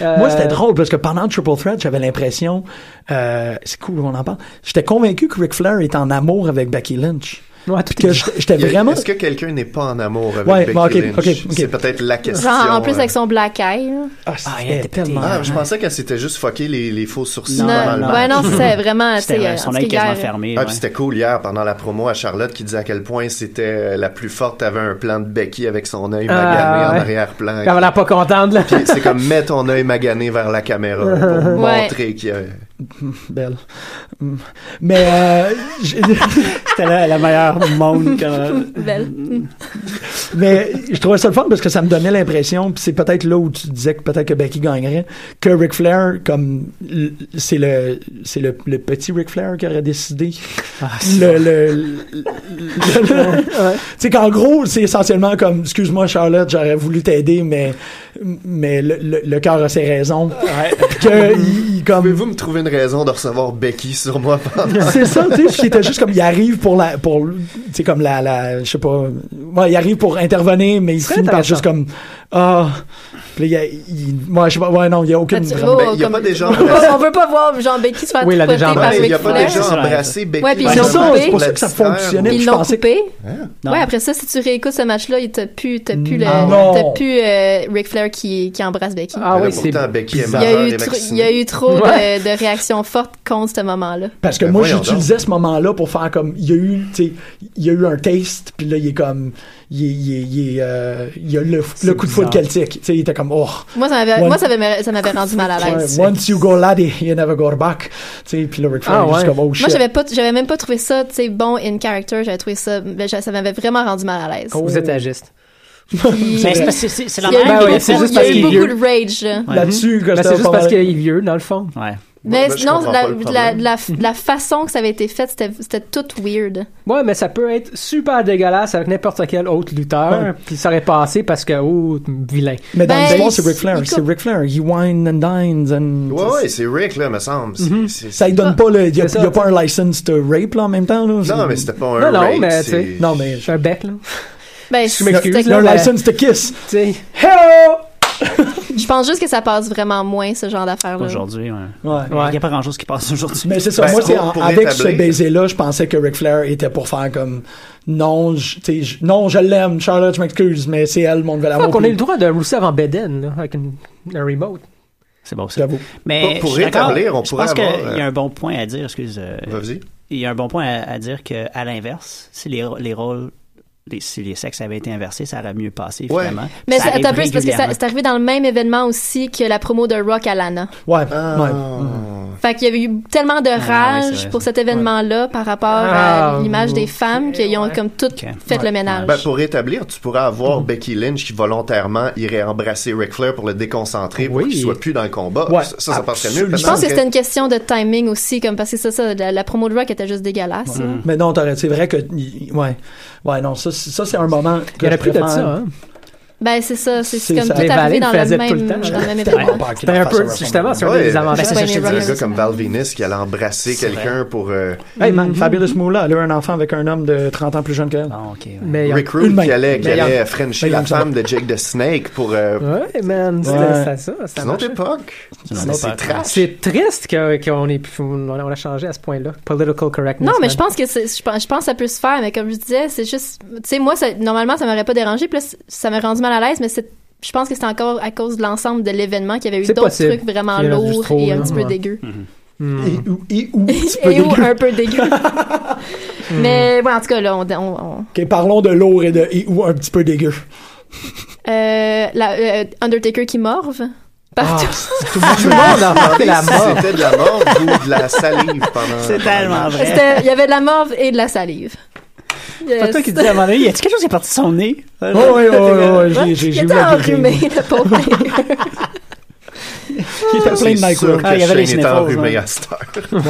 [SPEAKER 5] euh,
[SPEAKER 4] Moi, c'était drôle parce que pendant le Triple Threat, j'avais l'impression, euh, c'est cool, on en parle. J'étais convaincu que Ric Flair est en amour avec Becky Lynch.
[SPEAKER 5] Ouais, tout
[SPEAKER 4] Puis que
[SPEAKER 5] est-
[SPEAKER 4] j'étais j'étais
[SPEAKER 7] Il y a-
[SPEAKER 4] vraiment.
[SPEAKER 7] Est-ce que quelqu'un n'est pas en amour avec
[SPEAKER 4] Ouais,
[SPEAKER 7] Becky
[SPEAKER 4] bon, ok,
[SPEAKER 7] Lynch?
[SPEAKER 4] ok, ok.
[SPEAKER 7] C'est peut-être la question.
[SPEAKER 6] Genre, en plus,
[SPEAKER 7] euh.
[SPEAKER 6] avec son black eye. là.
[SPEAKER 8] Ah,
[SPEAKER 4] Ah,
[SPEAKER 8] il
[SPEAKER 4] c'était
[SPEAKER 8] était pété.
[SPEAKER 4] tellement.
[SPEAKER 7] Ah, je pensais qu'elle s'était juste fucké les, les faux sourcils.
[SPEAKER 8] Non,
[SPEAKER 7] pendant le
[SPEAKER 8] non,
[SPEAKER 7] match.
[SPEAKER 6] ouais, non, c'est vraiment. tu sais, euh,
[SPEAKER 8] C'était
[SPEAKER 6] en
[SPEAKER 8] euh, son
[SPEAKER 6] tout
[SPEAKER 8] œil
[SPEAKER 6] cas,
[SPEAKER 8] quasiment
[SPEAKER 6] hier,
[SPEAKER 8] fermé.
[SPEAKER 7] Ah,
[SPEAKER 8] ouais.
[SPEAKER 7] puis c'était cool hier pendant la promo à Charlotte qui disait à quel point c'était la plus forte avait un plan de Becky avec son œil magané
[SPEAKER 5] Ah, ouais.
[SPEAKER 7] en arrière-plan.
[SPEAKER 5] Elle a l'air pas contente, là.
[SPEAKER 7] Puis c'est comme mets ton œil magané vers la caméra pour
[SPEAKER 6] Ouais.
[SPEAKER 7] montrer qu'il y a.
[SPEAKER 4] Belle. Mm. Mais, euh, j'ai-
[SPEAKER 8] C'était la, la meilleure monde que.
[SPEAKER 6] euh, Belle.
[SPEAKER 4] Mais je trouvais ça le fun parce que ça me donnait l'impression, puis c'est peut-être là où tu disais que peut-être que Becky gagnerait, que Ric Flair, comme l- c'est le c'est le, le petit Ric Flair qui aurait décidé. le, le, le- le- le- C'est qu'en gros, c'est essentiellement comme excuse-moi Charlotte, j'aurais voulu t'aider, mais mais le, le, le cœur a ses raisons. Puis que il- il, comme
[SPEAKER 7] Pouvez-vous me trouver une raison de recevoir Becky sur moi pendant
[SPEAKER 4] c'est ça, tu sais, puis il était juste comme, il arrive pour la, pour, tu sais, comme la, la, je sais pas, ouais, il arrive pour intervenir, mais il
[SPEAKER 5] Très
[SPEAKER 4] finit par
[SPEAKER 5] intéressant.
[SPEAKER 4] juste comme, ah, puis là, il, il- ouais, je sais pas, ouais, non, il y a aucune
[SPEAKER 6] Ah, tu-
[SPEAKER 4] vraie-
[SPEAKER 6] oh,
[SPEAKER 7] Ben, il y a
[SPEAKER 6] comme-
[SPEAKER 7] pas des gens-
[SPEAKER 6] On veut pas- on veut pas voir genre Becky se faire
[SPEAKER 5] Oui, là, des
[SPEAKER 6] tripoter
[SPEAKER 5] gens-
[SPEAKER 6] par
[SPEAKER 7] Ouais, Il n'y
[SPEAKER 6] Ric
[SPEAKER 7] Ben, a pas
[SPEAKER 6] Flair.
[SPEAKER 7] déjà embrassé Becky.
[SPEAKER 6] Ouais, puis ils
[SPEAKER 7] Ben,
[SPEAKER 6] l'ont
[SPEAKER 7] c'est ça,
[SPEAKER 6] coupé.
[SPEAKER 7] c'est pour ça que
[SPEAKER 4] ça fonctionnait,
[SPEAKER 7] Ouais.
[SPEAKER 4] puis
[SPEAKER 6] Ils
[SPEAKER 4] je
[SPEAKER 6] l'ont
[SPEAKER 4] pensais que-
[SPEAKER 6] coupé.
[SPEAKER 8] Non.
[SPEAKER 6] Ouais, après ça, si tu réécoutes ce match-là, il t'a plus, t'as plus le,
[SPEAKER 4] Non.
[SPEAKER 6] t'as plus euh, Ric Flair qui, qui embrasse Becky.
[SPEAKER 5] Ah
[SPEAKER 7] Mais
[SPEAKER 5] oui, c'est.
[SPEAKER 7] pourtant, Becky
[SPEAKER 6] il,
[SPEAKER 7] est
[SPEAKER 6] y a
[SPEAKER 7] majeure
[SPEAKER 6] eu
[SPEAKER 7] et
[SPEAKER 6] tr-
[SPEAKER 7] vaccinée.
[SPEAKER 6] il y a eu trop
[SPEAKER 5] Ouais.
[SPEAKER 6] de, de réactions fortes contre ce moment-là.
[SPEAKER 4] Parce que
[SPEAKER 7] Ben,
[SPEAKER 4] moi,
[SPEAKER 7] voyons
[SPEAKER 4] j'utilisais ce moment-là pour faire comme, il y a eu, tu sais, il y a eu un taste, puis là, il est comme, il est, il est, il est, euh, il y a le, le coup de foot
[SPEAKER 5] bizarre.
[SPEAKER 4] celtique, tu sais, il était comme, oh,
[SPEAKER 6] Moi, ça m'avait,
[SPEAKER 4] One-
[SPEAKER 6] moi, ça m'avait, ça m'avait rendu
[SPEAKER 5] Ah,
[SPEAKER 6] mal à
[SPEAKER 5] ben,
[SPEAKER 4] ouais,
[SPEAKER 6] l'aise.
[SPEAKER 4] once you go laddie, you never go back, tu sais, puis le Ric Flair
[SPEAKER 5] Ah,
[SPEAKER 4] est juste
[SPEAKER 5] ouais.
[SPEAKER 4] comme, oh shit.
[SPEAKER 6] Moi, j'avais pas, j'avais même pas trouvé ça, tu sais, bon in character. J'avais trouvé ça, ben, j'a- ça m'avait vraiment rendu mal à l'aise.
[SPEAKER 4] Oh.
[SPEAKER 5] Vous êtes agiste.
[SPEAKER 6] Puis-
[SPEAKER 8] Mais c'est parce que c'est- c'est la
[SPEAKER 6] il y a eu,
[SPEAKER 8] même
[SPEAKER 5] Ben oui,
[SPEAKER 6] beaucoup,
[SPEAKER 5] c'est juste
[SPEAKER 6] il y a eu
[SPEAKER 5] parce qu'il est
[SPEAKER 6] beaucoup
[SPEAKER 5] vieux.
[SPEAKER 6] de rage. là.
[SPEAKER 4] là-dessus, que
[SPEAKER 5] Mais
[SPEAKER 4] c'était
[SPEAKER 5] Mm-hmm. Ben, c'est juste
[SPEAKER 4] pas
[SPEAKER 5] parce qu'il
[SPEAKER 4] mal.
[SPEAKER 5] est vieux, dans le fond.
[SPEAKER 8] Ouais.
[SPEAKER 6] Mais
[SPEAKER 7] Moi, ben, je
[SPEAKER 6] non,
[SPEAKER 7] comprends
[SPEAKER 6] la,
[SPEAKER 7] pas le
[SPEAKER 6] la,
[SPEAKER 7] problème.
[SPEAKER 6] la, la façon que ça avait été fait, c'était, c'était tout weird.
[SPEAKER 5] Ouais, mais ça peut être super dégueulasse avec n'importe quel autre lutteur, puis ça aurait passé parce que, oh, vilain.
[SPEAKER 4] Mais dans
[SPEAKER 6] Ben,
[SPEAKER 4] le fond,
[SPEAKER 6] il-
[SPEAKER 4] c'est Ric Flair.
[SPEAKER 6] il
[SPEAKER 4] C'est
[SPEAKER 6] coupe.
[SPEAKER 4] Ric Flair. He wine and dines and.
[SPEAKER 7] Ouais, ouais, c'est Rick, là, me semble. C'est- c'est-
[SPEAKER 4] Ça lui donne pas le. Il y a,
[SPEAKER 5] C'est ça,
[SPEAKER 4] y a pas un license to rape, là, en même temps, là.
[SPEAKER 7] Non, mais c'était pas un
[SPEAKER 5] Non, non,
[SPEAKER 7] rape,
[SPEAKER 5] mais,
[SPEAKER 7] c'est-
[SPEAKER 5] tu sais,
[SPEAKER 4] Non, mais.
[SPEAKER 5] J'ai un bec, là.
[SPEAKER 6] Ben,
[SPEAKER 5] Je m'excuse,
[SPEAKER 6] c'était-
[SPEAKER 4] Il y a un
[SPEAKER 5] mais-
[SPEAKER 4] license to kiss.
[SPEAKER 5] Tu sais,
[SPEAKER 4] Hello!
[SPEAKER 6] Je pense juste que ça passe vraiment moins, ce genre d'affaires-là.
[SPEAKER 8] Aujourd'hui, ouais.
[SPEAKER 4] Ouais.
[SPEAKER 8] Il n'y a pas grand chose qui passe aujourd'hui.
[SPEAKER 4] Mais c'est ça.
[SPEAKER 7] Ben,
[SPEAKER 4] moi, c'est
[SPEAKER 7] pour-
[SPEAKER 4] en-
[SPEAKER 7] pour
[SPEAKER 4] avec ce
[SPEAKER 7] rétablir-
[SPEAKER 4] baiser-là, je pensais que Ric Flair était pour faire comme. Non, je, tu sais, je- non, je l'aime, Charlotte, je m'excuse, mais c'est elle, mon nouvel amour.
[SPEAKER 5] qu'on a
[SPEAKER 4] puis-
[SPEAKER 5] le droit d'un Rousseff en Beden, là, avec une, un remote.
[SPEAKER 8] C'est bon, ça.
[SPEAKER 4] J'avoue.
[SPEAKER 8] Mais
[SPEAKER 7] Pour- pour
[SPEAKER 8] je suis d'accord.
[SPEAKER 7] rétablir, on
[SPEAKER 8] Je
[SPEAKER 7] pourrait
[SPEAKER 8] pense qu'il
[SPEAKER 7] avoir, euh,
[SPEAKER 8] y a un bon point à dire, excuse. euh,
[SPEAKER 7] Vas-y.
[SPEAKER 8] Il y a un bon point à, à dire que, à l'inverse, si les, les rôles les- si les sexes avaient été inversés, ça aurait mieux passé,
[SPEAKER 7] Ouais.
[SPEAKER 8] finalement.
[SPEAKER 6] Mais
[SPEAKER 8] Ça
[SPEAKER 6] c'est-
[SPEAKER 8] arrive
[SPEAKER 6] attends un peu, c'est parce que ça-
[SPEAKER 8] régulièrement.
[SPEAKER 6] c'est arrivé dans le même événement aussi que la promo de Rock à Lana.
[SPEAKER 4] Ouais,
[SPEAKER 7] Ah.
[SPEAKER 4] ouais.
[SPEAKER 6] Fait qu'il y avait eu tellement de
[SPEAKER 8] Ah, ouais,
[SPEAKER 6] rage
[SPEAKER 8] c'est vrai,
[SPEAKER 6] pour
[SPEAKER 8] ça.
[SPEAKER 6] cet événement-là par rapport
[SPEAKER 5] Ah,
[SPEAKER 6] à l'image des femmes qu'ils ont comme toutes
[SPEAKER 8] Ok.
[SPEAKER 6] fait le ménage.
[SPEAKER 7] Ben, pour rétablir, tu pourrais avoir Becky Lynch qui volontairement irait embrasser Ric Flair pour le déconcentrer pour
[SPEAKER 5] Oui.
[SPEAKER 7] qu'il soit plus dans le combat.
[SPEAKER 4] Ouais,
[SPEAKER 7] ça, ça, ça passerait mieux.
[SPEAKER 4] absolument.
[SPEAKER 6] je pense que
[SPEAKER 7] parce
[SPEAKER 6] c'était une question de timing aussi, comme parce que ça, ça, la, la promo de Rock était juste dégueulasse. là.
[SPEAKER 5] Mm.
[SPEAKER 4] Mais non, t'aurais- c'est vrai que. Ouais. Ouais, non, ça, c'est- ça, c'est un moment.
[SPEAKER 5] Il y en a plus de
[SPEAKER 4] préfère-
[SPEAKER 5] ça, hein?
[SPEAKER 6] Ben c'est ça, c'est
[SPEAKER 4] C'est
[SPEAKER 6] c'est comme
[SPEAKER 4] ça.
[SPEAKER 6] tout
[SPEAKER 5] Les valets
[SPEAKER 6] arrivé dans
[SPEAKER 5] faisaient
[SPEAKER 6] le
[SPEAKER 5] tout le
[SPEAKER 6] même,
[SPEAKER 5] temps.
[SPEAKER 6] dans le même
[SPEAKER 8] Ouais.
[SPEAKER 6] événement.
[SPEAKER 7] Ben,
[SPEAKER 4] Pas qu'il
[SPEAKER 5] C'était Ben, un
[SPEAKER 4] en fasse
[SPEAKER 5] peu,
[SPEAKER 4] WrestleMania.
[SPEAKER 5] justement, c'est un
[SPEAKER 7] Ouais,
[SPEAKER 5] des avantages.
[SPEAKER 8] ben, c'est
[SPEAKER 6] Ouais,
[SPEAKER 8] ça,
[SPEAKER 6] mais
[SPEAKER 8] je te
[SPEAKER 7] Un
[SPEAKER 6] Rock-
[SPEAKER 8] dis.
[SPEAKER 7] gars comme Val Venis qui allait embrasser quelqu'un pour euh,
[SPEAKER 4] Hey
[SPEAKER 8] Mhm.
[SPEAKER 4] man, Fabulous Moolah, elle a eu un enfant avec un homme de 30 ans plus jeune qu'elle.
[SPEAKER 8] Bon, ok, ouais.
[SPEAKER 5] Mais il y a-
[SPEAKER 7] Rick Rude
[SPEAKER 4] main.
[SPEAKER 7] qui allait, qui
[SPEAKER 5] Mais il y en-
[SPEAKER 7] allait frencher
[SPEAKER 4] mais il y en
[SPEAKER 7] la
[SPEAKER 4] a-
[SPEAKER 7] femme de Jake the Snake pour euh,
[SPEAKER 5] Ouais, man, c'était
[SPEAKER 4] Ouais.
[SPEAKER 5] ça, ça, ça
[SPEAKER 7] c'est une autre
[SPEAKER 5] marchait.
[SPEAKER 7] époque.
[SPEAKER 8] C'est une
[SPEAKER 7] C'est
[SPEAKER 8] autre
[SPEAKER 7] c'est
[SPEAKER 8] époque.
[SPEAKER 7] trash.
[SPEAKER 5] C'est triste que- qu'on ait pu- on l'a changé à ce point-là. Political correctness.
[SPEAKER 6] Non, mais
[SPEAKER 5] man.
[SPEAKER 6] je pense que c'est- je pense, je pense que ça peut se faire, mais comme je disais, c'est juste, tu sais, moi, ça, normalement, ça m'aurait pas dérangé, puis là, c- ça m'a rendu mal à l'aise, mais c'est, je pense que c'est encore à cause de l'ensemble de l'événement qu'il y avait eu
[SPEAKER 5] C'est
[SPEAKER 6] d'autres
[SPEAKER 5] possible.
[SPEAKER 6] trucs vraiment
[SPEAKER 5] Il y en a juste
[SPEAKER 6] lourds
[SPEAKER 5] trop,
[SPEAKER 6] et un
[SPEAKER 5] là,
[SPEAKER 6] petit peu
[SPEAKER 5] ouais.
[SPEAKER 6] dégueux.
[SPEAKER 4] Et ou, et ou, petit peu
[SPEAKER 6] et ou
[SPEAKER 4] dégueu.
[SPEAKER 6] un peu dégueu. Mm. mais ouais, en tout cas, là, on. on-
[SPEAKER 4] Ok, parlons de lourd et de et ou un petit peu dégueu.
[SPEAKER 6] on- Euh, la- euh, Undertaker qui morve partout.
[SPEAKER 5] Tout le monde a apporté la
[SPEAKER 7] Si
[SPEAKER 5] mort.
[SPEAKER 7] C'était de la mort ou de la salive pendant.
[SPEAKER 8] C'est tellement vrai.
[SPEAKER 6] C'était- Il y avait de la morve et de la salive.
[SPEAKER 8] C'est
[SPEAKER 6] Yes.
[SPEAKER 8] toi qui disais à un moment donné, y a-t-il quelque chose qui est parti de son nez?
[SPEAKER 4] Oh, ouais, ouais, ouais, ouais, j'ai- j'ai
[SPEAKER 6] Il
[SPEAKER 4] j'ai eu
[SPEAKER 6] était
[SPEAKER 4] la dégueu.
[SPEAKER 6] enrhumé, le pauvre.
[SPEAKER 4] Qui était plein de
[SPEAKER 7] C'est sûr
[SPEAKER 4] Nyquil.
[SPEAKER 7] que
[SPEAKER 8] Ah, il y avait les
[SPEAKER 7] Shane est
[SPEAKER 8] sniffles,
[SPEAKER 7] enrhumé hein.
[SPEAKER 8] ouais.
[SPEAKER 7] à cette heure.
[SPEAKER 4] Ouais.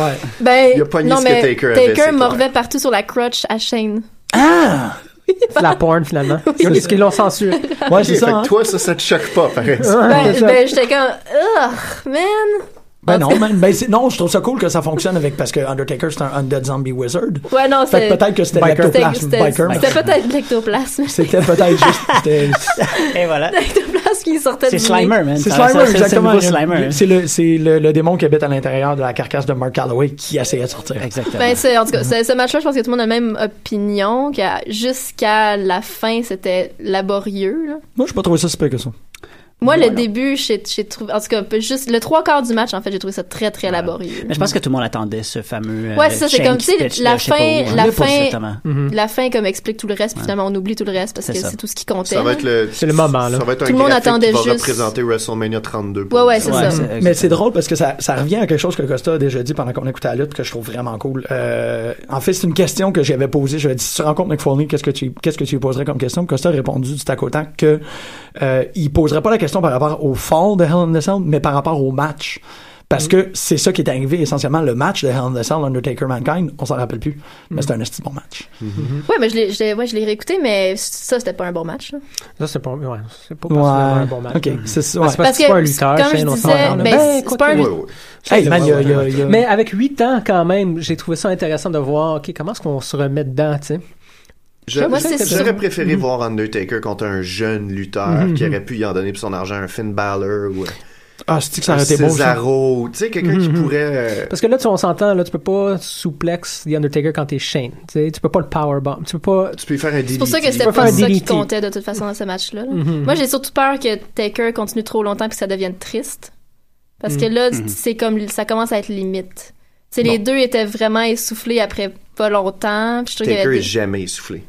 [SPEAKER 6] Ben,
[SPEAKER 7] Il a pogné
[SPEAKER 6] non,
[SPEAKER 7] ce que
[SPEAKER 6] mais
[SPEAKER 7] Taker avait, c'est
[SPEAKER 6] morvait
[SPEAKER 7] clair.
[SPEAKER 6] partout sur la crotch à Shane.
[SPEAKER 5] C'est la porn, finalement. Parce qu'ils l'ont censuré.
[SPEAKER 4] Ouais,
[SPEAKER 7] Ok,
[SPEAKER 4] c'est
[SPEAKER 7] fait
[SPEAKER 4] ça.
[SPEAKER 7] que
[SPEAKER 4] hein.
[SPEAKER 7] toi, ça, ça te choque pas, par exemple.
[SPEAKER 6] Ben, ben, j'étais comme, ugh, man.
[SPEAKER 4] Ben
[SPEAKER 6] En
[SPEAKER 4] non,
[SPEAKER 6] tout cas-
[SPEAKER 4] man, ben c'est- non, je trouve ça cool que ça fonctionne avec parce que Undertaker c'est un undead zombie wizard.
[SPEAKER 6] Ouais, non,
[SPEAKER 4] Fait
[SPEAKER 8] Euh,
[SPEAKER 6] c'est.
[SPEAKER 4] que peut-être que c'était
[SPEAKER 5] Biker.
[SPEAKER 6] C'était
[SPEAKER 4] l'ectoplasme
[SPEAKER 6] c'était-
[SPEAKER 4] biker. mais
[SPEAKER 6] c'était peut-être de l'ectoplasme.
[SPEAKER 4] C'était peut-être juste c'était-
[SPEAKER 8] Et voilà.
[SPEAKER 6] L'ectoplasme qui sortait
[SPEAKER 8] C'est
[SPEAKER 6] du nez.
[SPEAKER 8] Slimer, man.
[SPEAKER 4] c'est
[SPEAKER 8] Ça- ça-
[SPEAKER 4] Slimer
[SPEAKER 8] c'est-
[SPEAKER 4] exactement.
[SPEAKER 8] C'est le nouveau Slimer.
[SPEAKER 4] C'est le c'est le, le démon qui habite à l'intérieur de la carcasse de Mark Calloway qui essayait de sortir.
[SPEAKER 8] Exactement.
[SPEAKER 6] Ben, c'est, en tout cas, c'est- ce match-là, je pense que tout le monde a la même opinion. que Jusqu'à la fin, c'était laborieux. là.
[SPEAKER 4] Moi, j'ai pas trouvé ça super que ça.
[SPEAKER 6] Moi, le début, j'ai j'ai trouvé. En tout cas, juste le trois quarts du match, en fait, j'ai trouvé ça très, très laborieux.
[SPEAKER 8] Mais je pense que tout le monde attendait ce fameux. euh,
[SPEAKER 6] Ouais, c'est ça, c'est
[SPEAKER 8] Shane
[SPEAKER 6] comme,
[SPEAKER 8] qui
[SPEAKER 6] tu sais,
[SPEAKER 8] pitch de
[SPEAKER 6] la
[SPEAKER 8] je sais pas
[SPEAKER 6] fin-
[SPEAKER 8] où, hein.
[SPEAKER 6] la
[SPEAKER 8] Le pouce,
[SPEAKER 6] fin-
[SPEAKER 8] Exactement.
[SPEAKER 5] Mhm.
[SPEAKER 6] La fin, comme, explique tout le reste, puis finalement, on oublie tout le reste parce
[SPEAKER 8] C'est
[SPEAKER 6] que
[SPEAKER 8] ça.
[SPEAKER 6] c'est tout ce qui comptait.
[SPEAKER 7] Ça va être le.
[SPEAKER 5] C'est le moment, là.
[SPEAKER 7] Ça va être un
[SPEAKER 6] Tout le monde
[SPEAKER 7] graphique
[SPEAKER 6] attendait
[SPEAKER 7] qui va
[SPEAKER 6] juste-
[SPEAKER 7] représenter WrestleMania 32. pour
[SPEAKER 6] Ouais, ouais,
[SPEAKER 7] nous.
[SPEAKER 6] c'est
[SPEAKER 8] Ouais,
[SPEAKER 6] ça.
[SPEAKER 4] Mais c'est drôle parce que ça, ça revient à quelque chose que Costa a déjà dit pendant qu'on écoutait la lutte que je trouve vraiment cool. Euh, en fait, c'est une question que j'avais posée. J'avais dit, si tu rencontres Mick Foley, qu'est-ce que tu, qu'est-ce que tu lui poserais comme question? Puis Costa a répondu du tac au tac que, euh, il poserait pas la question par rapport au fall de Hell in the Cell, mais par rapport au match. Parce que c'est ça qui est arrivé essentiellement le match de Hell in the Cell, Undertaker Mankind. On s'en rappelle plus. Mais c'est un esti bon match.
[SPEAKER 6] Ouais, mais je l'ai, je l'ai- ouais, je l'ai réécouté, mais ça, c'était pas un bon match. là.
[SPEAKER 5] Ça, c'est pas, ouais, c'est pas particulièrement un bon match.
[SPEAKER 4] OK. C'est ça. ouais.
[SPEAKER 5] Parce que c'est pas un lutteur,
[SPEAKER 6] comme
[SPEAKER 5] Shane,
[SPEAKER 6] je
[SPEAKER 5] on s'en
[SPEAKER 6] disais,
[SPEAKER 5] rend,
[SPEAKER 6] ben,
[SPEAKER 5] là. Ben,
[SPEAKER 6] c'est- c'est pas un
[SPEAKER 7] Ouais,
[SPEAKER 6] lutteur.
[SPEAKER 7] ouais.
[SPEAKER 4] Hey, man, il y a- il y a- il y a-
[SPEAKER 5] Mais avec 8 ans, quand même, j'ai trouvé ça intéressant de voir, OK, comment est-ce qu'on se remet dedans, tu sais.
[SPEAKER 7] Je-
[SPEAKER 6] Moi, c'est
[SPEAKER 7] J'aurais
[SPEAKER 6] sûr.
[SPEAKER 7] préféré voir Undertaker contre un jeune lutteur
[SPEAKER 5] Mm-hmm,
[SPEAKER 7] qui aurait pu y en donner pour son argent, un Finn Balor ou
[SPEAKER 4] Ah, c'est-tu que ça
[SPEAKER 7] un
[SPEAKER 4] aurait été beau, ça?
[SPEAKER 7] Cesaro. Tu sais, quelqu'un
[SPEAKER 5] Mm-hmm.
[SPEAKER 7] qui pourrait. euh,
[SPEAKER 5] Parce que là, tu, on s'entend, là, tu peux pas souplex The Undertaker quand t'es Shane, tu sais. Tu peux pas le powerbomb. Tu peux pas...
[SPEAKER 7] Tu peux faire un DDT.
[SPEAKER 6] C'est pour ça que
[SPEAKER 5] Tu
[SPEAKER 6] c'était
[SPEAKER 5] peux faire
[SPEAKER 6] pas
[SPEAKER 5] un Mm-hmm.
[SPEAKER 6] ça qui
[SPEAKER 5] DDT.
[SPEAKER 6] comptait de toute façon dans ce match-là. là. Moi, j'ai surtout peur que Taker continue trop longtemps puis que ça devienne triste. Parce
[SPEAKER 5] Mm-hmm.
[SPEAKER 6] que là, c'est comme ça commence à être limite. Tu sais, les deux étaient vraiment essoufflés après pas longtemps. Puis je trouve qu'il y
[SPEAKER 7] Taker
[SPEAKER 6] avait-
[SPEAKER 7] est jamais essoufflé.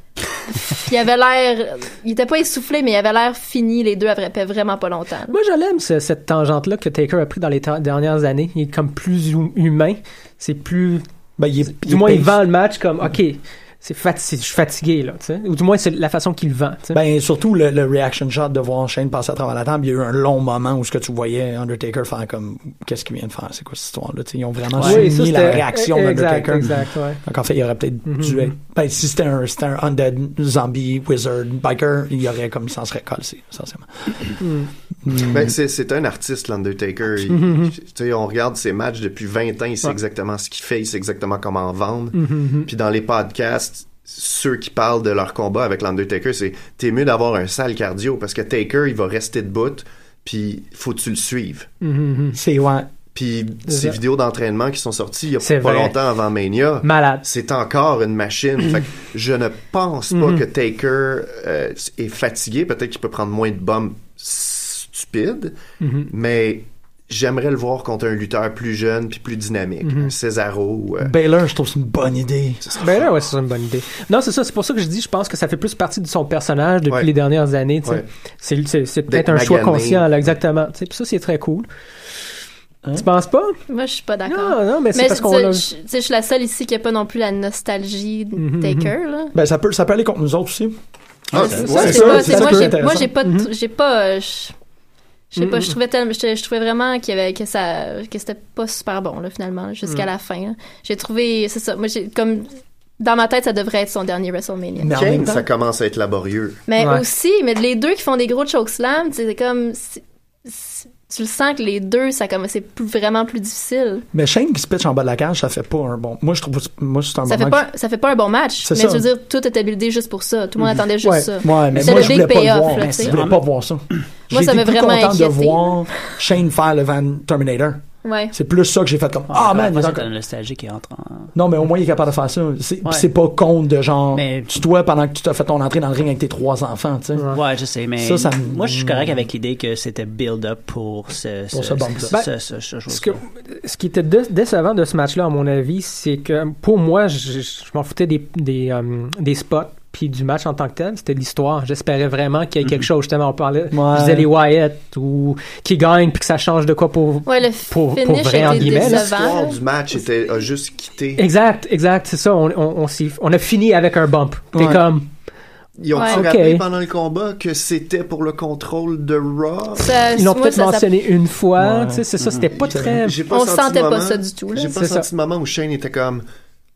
[SPEAKER 6] il avait l'air, il était pas essoufflé, mais il avait l'air fini les deux après vraiment pas longtemps. là.
[SPEAKER 5] Moi, je l'aime, ce- cette tangente-là que Taker a pris dans les ta- dernières années. Il est comme plus hum- humain. C'est plus...
[SPEAKER 4] Ben, il est-
[SPEAKER 5] Du moins,
[SPEAKER 4] est
[SPEAKER 5] il
[SPEAKER 4] payé.
[SPEAKER 5] vend le match comme, OK, c'est fati- je suis fatigué, là, tu sais. Ou du moins, c'est la façon qu'il le vend, tu sais.
[SPEAKER 4] Ben, surtout le, le reaction shot de voir Shane passer à travers la table, il y a eu un long moment où ce que tu voyais Undertaker faire comme qu'est-ce qu'il vient de faire, c'est quoi cette histoire-là, tu sais, ils ont vraiment
[SPEAKER 5] Ouais, ça,
[SPEAKER 4] souligné la
[SPEAKER 5] c'était-
[SPEAKER 4] réaction
[SPEAKER 5] Exact,
[SPEAKER 4] d'Undertaker.
[SPEAKER 5] exact, Mm-hmm. ouais.
[SPEAKER 4] Donc en fait, il aurait peut-être dû être- Ben, si c'était un, c'était un undead zombie wizard biker, il y aurait comme il s'en serait calcé, essentiellement.
[SPEAKER 7] Ben, c'est- c'est un artiste, l'Undertaker. Il- tu sais, On regarde ses matchs depuis 20 ans, il sait exactement ce qu'il fait, il sait exactement comment vendre. Puis dans les podcasts, ceux qui parlent de leur combat avec l'Undertaker, c'est t'es mieux d'avoir un sale cardio parce que Taker, il va rester debout, puis faut que tu le suives.
[SPEAKER 4] C'est ouais.
[SPEAKER 7] Puis
[SPEAKER 5] ça.
[SPEAKER 7] ces vidéos d'entraînement qui sont sorties il y a
[SPEAKER 5] C'est
[SPEAKER 7] pas
[SPEAKER 5] vrai.
[SPEAKER 7] longtemps avant Mania,
[SPEAKER 5] Malade.
[SPEAKER 7] c'est encore une machine. Fait que je ne pense
[SPEAKER 5] Mhm.
[SPEAKER 7] pas que Taker euh,
[SPEAKER 5] Mhm.
[SPEAKER 7] est fatigué. Peut-être qu'il peut prendre moins de bombes stupides, mais j'aimerais le voir contre un lutteur plus jeune puis plus dynamique.
[SPEAKER 5] Mhm.
[SPEAKER 7] Un Cesaro. ou, euh,
[SPEAKER 4] Baylor, je trouve que c'est une bonne idée.
[SPEAKER 7] ce serait
[SPEAKER 5] Ben là, ouais, c'est une bonne idée. Non, c'est ça, c'est pour ça que je dis, je pense que ça fait plus partie de son personnage depuis
[SPEAKER 7] Ouais.
[SPEAKER 5] les dernières années. tu sais.
[SPEAKER 7] Ouais.
[SPEAKER 5] C'est- C'est c'est
[SPEAKER 7] D'être
[SPEAKER 5] peut-être un choix
[SPEAKER 7] magané.
[SPEAKER 5] conscient, là, exactement. Tu sais, puis ça, c'est très cool. Tu penses pas?
[SPEAKER 6] Moi, je suis pas d'accord.
[SPEAKER 5] Non, non, mais c'est
[SPEAKER 6] Mais
[SPEAKER 5] parce
[SPEAKER 6] je-
[SPEAKER 5] qu'on l'a-
[SPEAKER 6] tu sais, je tu sais, je suis la seule ici qui a pas non plus la nostalgie de
[SPEAKER 5] Mm-hmm,
[SPEAKER 6] Taker, là.
[SPEAKER 4] Ben, ça peut, ça peut aller contre nous autres aussi.
[SPEAKER 5] Ben,
[SPEAKER 7] Ah,
[SPEAKER 6] C'est
[SPEAKER 7] ouais,
[SPEAKER 6] ça,
[SPEAKER 4] c'est
[SPEAKER 6] c'est
[SPEAKER 4] ça,
[SPEAKER 6] pas-
[SPEAKER 4] c'est
[SPEAKER 6] c'est
[SPEAKER 4] ça
[SPEAKER 6] moi,
[SPEAKER 4] qui est
[SPEAKER 6] j'ai- moi,
[SPEAKER 4] intéressant. Mhm.
[SPEAKER 6] j'ai pas, de- j'ai pas, euh, je je sais pas, je trouvais tellement, je, je trouvais vraiment qu'il y avait que ça, que c'était pas super bon là finalement là, jusqu'à
[SPEAKER 4] Mhm.
[SPEAKER 6] la fin. là. J'ai trouvé, c'est ça, moi j'ai comme dans ma tête ça devrait être son dernier WrestleMania.
[SPEAKER 4] Mais en
[SPEAKER 7] Kane,
[SPEAKER 4] même temps,
[SPEAKER 7] ça commence à être laborieux.
[SPEAKER 6] Mais
[SPEAKER 5] Ouais.
[SPEAKER 6] aussi, mais les deux qui font des gros chokeslams, tu sais, c'est comme c'est- c'est- tu le sens que les deux ça comme c'est plus- vraiment plus difficile.
[SPEAKER 4] mais Shane qui se pitch en bas de la cage, ça fait pas un bon. Moi, je trouve, Ah, bah, moi, c'est un
[SPEAKER 6] Ça
[SPEAKER 4] moment
[SPEAKER 6] fait pas, un- ça fait pas un bon match.
[SPEAKER 4] C'est
[SPEAKER 6] Mais
[SPEAKER 4] ça. Mhm.
[SPEAKER 6] je veux dire, tout était buildé juste pour ça. Tout le monde attendait juste
[SPEAKER 4] ouais,
[SPEAKER 6] ça.
[SPEAKER 4] ouais, mais
[SPEAKER 6] C'est
[SPEAKER 4] moi,
[SPEAKER 6] le
[SPEAKER 4] je
[SPEAKER 6] big
[SPEAKER 4] voulais pas le
[SPEAKER 6] payoff,
[SPEAKER 4] voir.
[SPEAKER 6] là, tu
[SPEAKER 4] je
[SPEAKER 6] sais.
[SPEAKER 4] voulais pas voir ça. J'ai
[SPEAKER 6] ça
[SPEAKER 4] été
[SPEAKER 6] m'a
[SPEAKER 4] plus
[SPEAKER 6] vraiment
[SPEAKER 4] content de
[SPEAKER 6] inquiété.
[SPEAKER 4] voir Shane faire le Van Terminator.
[SPEAKER 6] Ouais.
[SPEAKER 4] C'est plus ça que j'ai fait comme Ah, man, il est
[SPEAKER 8] c'est
[SPEAKER 4] encore-
[SPEAKER 8] un nostalgie qui entre en.
[SPEAKER 4] Non, mais au moins, il est capable de faire ça. C'est
[SPEAKER 8] Ouais.
[SPEAKER 4] c'est pas con de genre,
[SPEAKER 8] Mais-
[SPEAKER 4] tu toi pendant que tu t'as fait ton entrée dans le ring avec tes trois enfants, tu sais.
[SPEAKER 8] Ouais, je sais, mais
[SPEAKER 4] Ça, ça me-
[SPEAKER 8] moi, je suis correct avec l'idée que c'était build-up pour ce,
[SPEAKER 4] Pour ce bump-là.
[SPEAKER 8] ce-
[SPEAKER 5] Ben,
[SPEAKER 8] ce- ce- ce- chose-là.
[SPEAKER 5] Ce, que- ce qui était dé- décevant de ce match-là, à mon avis, c'est que pour moi, je, je m'en foutais des, des, euh, des spots puis du match en tant que tel. C'était l'histoire. J'espérais vraiment qu'il y ait quelque chose. Justement, on parlait,
[SPEAKER 4] Ouais.
[SPEAKER 5] je disais les Wyatt ou qui gagnent puis que ça change de quoi pour.
[SPEAKER 6] Ouais, le
[SPEAKER 5] Pour- pour
[SPEAKER 6] finish
[SPEAKER 5] vrai, en
[SPEAKER 6] était
[SPEAKER 5] guillemets, là.
[SPEAKER 6] décevant.
[SPEAKER 7] L'histoire
[SPEAKER 6] là.
[SPEAKER 7] du match était, a juste quitté.
[SPEAKER 5] Exact, exact, c'est ça. On, on, on, s'y- on a fini avec un bump. T'es
[SPEAKER 4] Ouais.
[SPEAKER 5] comme.
[SPEAKER 7] Ils ont-tu
[SPEAKER 6] Ouais.
[SPEAKER 5] Ok.
[SPEAKER 7] rappelé pendant le combat que c'était pour le contrôle de Raw?
[SPEAKER 6] Ça-
[SPEAKER 5] Ils l'ont
[SPEAKER 6] Euh, moi,
[SPEAKER 5] peut-être
[SPEAKER 6] ça- ça-
[SPEAKER 5] mentionné une fois.
[SPEAKER 4] Ouais. Mm-hmm.
[SPEAKER 5] tu sais, C'est ça, c'était pas très.
[SPEAKER 7] J'ai
[SPEAKER 6] on
[SPEAKER 7] senti
[SPEAKER 6] sentait
[SPEAKER 7] le
[SPEAKER 6] pas
[SPEAKER 7] moment-
[SPEAKER 6] ça du tout, là.
[SPEAKER 7] J'ai pas
[SPEAKER 5] C'est
[SPEAKER 7] senti le moment où Shane était comme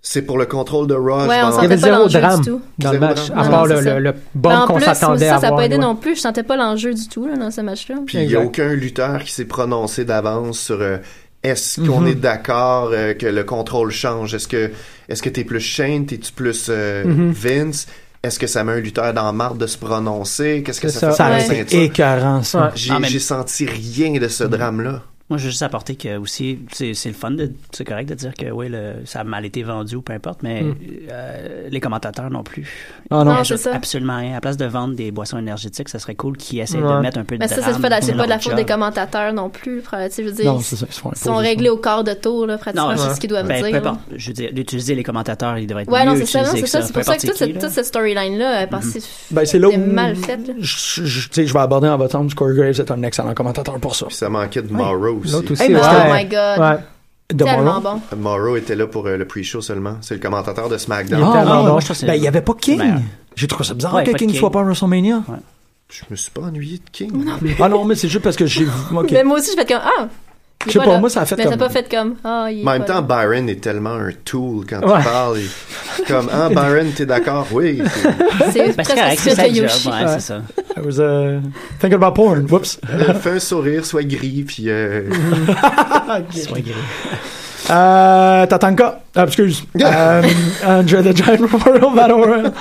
[SPEAKER 7] c'est pour le contrôle de
[SPEAKER 6] Ouais,
[SPEAKER 7] Raw. je
[SPEAKER 6] on
[SPEAKER 7] m'en
[SPEAKER 5] Il y
[SPEAKER 6] sentait
[SPEAKER 5] avait
[SPEAKER 6] pas
[SPEAKER 5] zéro
[SPEAKER 6] l'enjeu
[SPEAKER 5] drame
[SPEAKER 6] du tout.
[SPEAKER 5] dans le
[SPEAKER 7] Zéro
[SPEAKER 5] match,
[SPEAKER 7] drame.
[SPEAKER 5] à
[SPEAKER 6] Non,
[SPEAKER 5] part
[SPEAKER 6] c'est
[SPEAKER 5] le,
[SPEAKER 6] ça.
[SPEAKER 5] le, le
[SPEAKER 6] Ben,
[SPEAKER 5] bump
[SPEAKER 6] en
[SPEAKER 5] qu'on
[SPEAKER 6] plus,
[SPEAKER 5] s'attendait à
[SPEAKER 6] ça, ça
[SPEAKER 5] voir.
[SPEAKER 6] peut aider
[SPEAKER 5] ouais.
[SPEAKER 6] non plus. Je sentais pas l'enjeu du tout là, dans ce match-là.
[SPEAKER 7] Puis il n'y a
[SPEAKER 5] Exact.
[SPEAKER 7] aucun lutteur qui s'est prononcé d'avance sur euh, est-ce qu'on
[SPEAKER 5] Mm-hmm.
[SPEAKER 7] est d'accord euh, que le contrôle change? Est-ce que est-ce que t'es plus Shane, t'es-tu plus euh,
[SPEAKER 5] Mm-hmm.
[SPEAKER 7] Vince? Est-ce que ça met un lutteur dans la marde de se prononcer? Qu'est-ce que
[SPEAKER 5] C'est
[SPEAKER 7] ça,
[SPEAKER 5] ça.
[SPEAKER 7] fait
[SPEAKER 4] Ça
[SPEAKER 7] pour la
[SPEAKER 4] aurait été
[SPEAKER 7] ceinture?
[SPEAKER 4] écœurant, ça.
[SPEAKER 5] Ouais. Mm-hmm.
[SPEAKER 7] J'ai
[SPEAKER 8] Ah, mais-
[SPEAKER 7] j'ai senti rien de ce drame-là.
[SPEAKER 8] Moi, je veux juste apporter que aussi, c'est c'est le fun, de- c'est correct de dire que oui, le, ça a mal été vendu ou peu importe, mais euh, les commentateurs non plus.
[SPEAKER 4] Ah non.
[SPEAKER 6] Non,
[SPEAKER 8] Ils
[SPEAKER 6] c'est
[SPEAKER 8] ajoutent
[SPEAKER 6] ça.
[SPEAKER 8] absolument rien. À place de vendre des boissons énergétiques, ça serait cool qu'ils essayent
[SPEAKER 5] Ouais.
[SPEAKER 8] de mettre un peu de
[SPEAKER 6] Mais Ben, ça, c'est
[SPEAKER 8] drame
[SPEAKER 6] pas, la- c'est
[SPEAKER 8] dans
[SPEAKER 6] pas de la
[SPEAKER 8] leur
[SPEAKER 6] faute des
[SPEAKER 8] job.
[SPEAKER 6] commentateurs non plus. probablement, tu sais, Je veux dire,
[SPEAKER 4] Non,
[SPEAKER 6] ils
[SPEAKER 4] c'est ça, ils se font
[SPEAKER 6] ils sont
[SPEAKER 4] imposer,
[SPEAKER 6] réglés au quart de tour, là, pratiquement,
[SPEAKER 8] Non,
[SPEAKER 6] c'est
[SPEAKER 8] ouais.
[SPEAKER 6] ce qu'ils doivent
[SPEAKER 8] Ben, peu
[SPEAKER 6] dire. là.
[SPEAKER 8] importe. Je veux dire, d'utiliser les commentateurs, ils devraient être
[SPEAKER 6] hein. Ouais,
[SPEAKER 8] mieux
[SPEAKER 6] non, c'est ça, non,
[SPEAKER 8] utilisés
[SPEAKER 6] c'est
[SPEAKER 8] que
[SPEAKER 6] ça. C'est pour ça que
[SPEAKER 8] peu
[SPEAKER 6] toute
[SPEAKER 8] importe Mm-hmm. c'est
[SPEAKER 6] cette- toute
[SPEAKER 8] qui,
[SPEAKER 6] cette storyline-là, elle pensait
[SPEAKER 4] Ben, c'est là où.
[SPEAKER 6] mal faite. là.
[SPEAKER 4] Je, je- tu sais, je vais aborder en votant. Corey Graves est un excellent commentateur pour ça.
[SPEAKER 7] Puis ça manquait de Morrow aussi.
[SPEAKER 5] L'autre aussi,
[SPEAKER 4] Hey,
[SPEAKER 5] ouais.
[SPEAKER 6] Oh my god.
[SPEAKER 5] Ouais.
[SPEAKER 4] De
[SPEAKER 6] Tellement
[SPEAKER 4] Morrow.
[SPEAKER 6] bon.
[SPEAKER 7] Morrow était là pour euh, le pre-show seulement. C'est le commentateur de SmackDown.
[SPEAKER 4] Ah,
[SPEAKER 5] tellement
[SPEAKER 4] ouais,
[SPEAKER 5] bon.
[SPEAKER 4] ouais.
[SPEAKER 8] Je trouve que c'est-
[SPEAKER 4] Ben, il y avait pas King.
[SPEAKER 8] Ben,
[SPEAKER 4] J'ai trouvé ça bizarre
[SPEAKER 8] ouais,
[SPEAKER 4] que
[SPEAKER 8] pas de
[SPEAKER 4] King
[SPEAKER 8] King.
[SPEAKER 4] soit pas à WrestleMania.
[SPEAKER 7] Je me suis pas ennuyé de King. Non, mais
[SPEAKER 4] Ah non, mais c'est juste parce que j'ai vu. ok.
[SPEAKER 6] Mais moi aussi, je fais comme Ah! il est
[SPEAKER 4] Je sais pas,
[SPEAKER 6] là.
[SPEAKER 4] moi, ça a fait
[SPEAKER 6] Mais
[SPEAKER 4] comme-
[SPEAKER 6] ça a pas fait comme Ah, il est
[SPEAKER 7] en même
[SPEAKER 6] pas
[SPEAKER 7] temps,
[SPEAKER 6] là.
[SPEAKER 7] Byron est tellement un tool quand
[SPEAKER 5] Ouais.
[SPEAKER 7] il parle. Il- Comme, ah, Byron, t'es d'accord? Oui.
[SPEAKER 8] Ben,
[SPEAKER 6] c'est
[SPEAKER 8] c'est correct,
[SPEAKER 6] presque
[SPEAKER 8] c'est
[SPEAKER 6] ce
[SPEAKER 8] ça
[SPEAKER 6] que
[SPEAKER 8] le job,
[SPEAKER 6] Yoshi.
[SPEAKER 8] ouais, c'est ça.
[SPEAKER 4] I was uh, thinking about porn. Whoops.
[SPEAKER 7] Euh, Fais un sourire, sois gris, puis euh,
[SPEAKER 4] Euh, Tatanka. Ah, excuse. euh, Andre the Giant Royal Battle Royale.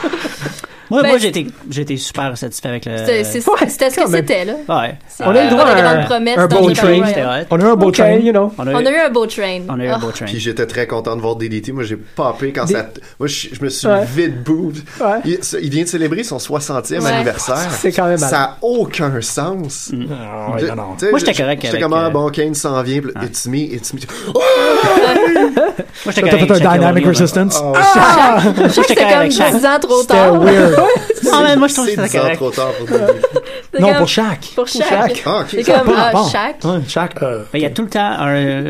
[SPEAKER 8] Moi,
[SPEAKER 6] Ben,
[SPEAKER 8] moi, j'ai été- j'ai été super satisfait avec le.
[SPEAKER 6] C'était c'est-
[SPEAKER 5] Euh, Ouais,
[SPEAKER 6] c'était ce
[SPEAKER 5] quand
[SPEAKER 6] que
[SPEAKER 5] même.
[SPEAKER 6] c'était, là.
[SPEAKER 8] Ouais.
[SPEAKER 6] C'est
[SPEAKER 5] On a eu le droit
[SPEAKER 6] pas
[SPEAKER 5] à
[SPEAKER 6] de
[SPEAKER 5] un-
[SPEAKER 6] grandes promesses
[SPEAKER 5] un
[SPEAKER 6] dans
[SPEAKER 5] beau
[SPEAKER 6] le
[SPEAKER 5] train,
[SPEAKER 6] Battle
[SPEAKER 8] C'était
[SPEAKER 6] Royale.
[SPEAKER 8] hot.
[SPEAKER 4] On a eu un beau
[SPEAKER 5] Ok,
[SPEAKER 4] train.
[SPEAKER 5] you know.
[SPEAKER 8] On a
[SPEAKER 6] On a
[SPEAKER 8] eu,
[SPEAKER 6] eu un beau train.
[SPEAKER 8] on a eu un
[SPEAKER 6] Ah.
[SPEAKER 8] beau train.
[SPEAKER 7] Puis j'étais très content de voir DDT. Moi, j'ai popé quand
[SPEAKER 5] Des-
[SPEAKER 7] ça. Moi, je, je me suis
[SPEAKER 5] Ouais.
[SPEAKER 7] vite boob.
[SPEAKER 5] Ouais.
[SPEAKER 7] Il, ça- il vient de célébrer son 60e
[SPEAKER 6] Ouais.
[SPEAKER 7] anniversaire.
[SPEAKER 5] C'est quand même
[SPEAKER 7] Ça n'a aucun sens.
[SPEAKER 4] Ah,
[SPEAKER 7] Je-
[SPEAKER 4] non, non.
[SPEAKER 7] tu sais,
[SPEAKER 8] Moi, j'étais
[SPEAKER 7] je-
[SPEAKER 8] correct
[SPEAKER 7] J'étais
[SPEAKER 8] avec,
[SPEAKER 7] comme, ah,
[SPEAKER 8] euh,
[SPEAKER 7] bon, Kane s'en vient. puis It's me, it's me. Oh,
[SPEAKER 8] Moi, j'étais
[SPEAKER 4] T'as
[SPEAKER 8] correct
[SPEAKER 4] fait
[SPEAKER 8] avec
[SPEAKER 4] un
[SPEAKER 8] Shaquille
[SPEAKER 4] Dynamic
[SPEAKER 8] O'Neal.
[SPEAKER 4] Resistance.
[SPEAKER 6] Je sais que
[SPEAKER 8] J'étais
[SPEAKER 6] c'était comme
[SPEAKER 8] avec Shaq.
[SPEAKER 6] 10 ans trop
[SPEAKER 4] C'était
[SPEAKER 6] tard.
[SPEAKER 4] weird.
[SPEAKER 8] Ah, mais moi, je trouve que
[SPEAKER 7] c'est
[SPEAKER 8] c'était
[SPEAKER 7] 10 ans
[SPEAKER 8] correct.
[SPEAKER 7] trop tard pour DDT.
[SPEAKER 6] C'est
[SPEAKER 4] Non,
[SPEAKER 6] comme-
[SPEAKER 4] pour chaque.
[SPEAKER 6] Pour chaque.
[SPEAKER 7] Ah, ok.
[SPEAKER 6] C'est
[SPEAKER 4] Ça a
[SPEAKER 6] comme
[SPEAKER 4] pas
[SPEAKER 6] ah,
[SPEAKER 4] rapport.
[SPEAKER 6] chaque.
[SPEAKER 4] Ouais, chaque. euh,
[SPEAKER 8] Mais il y a tout le temps un,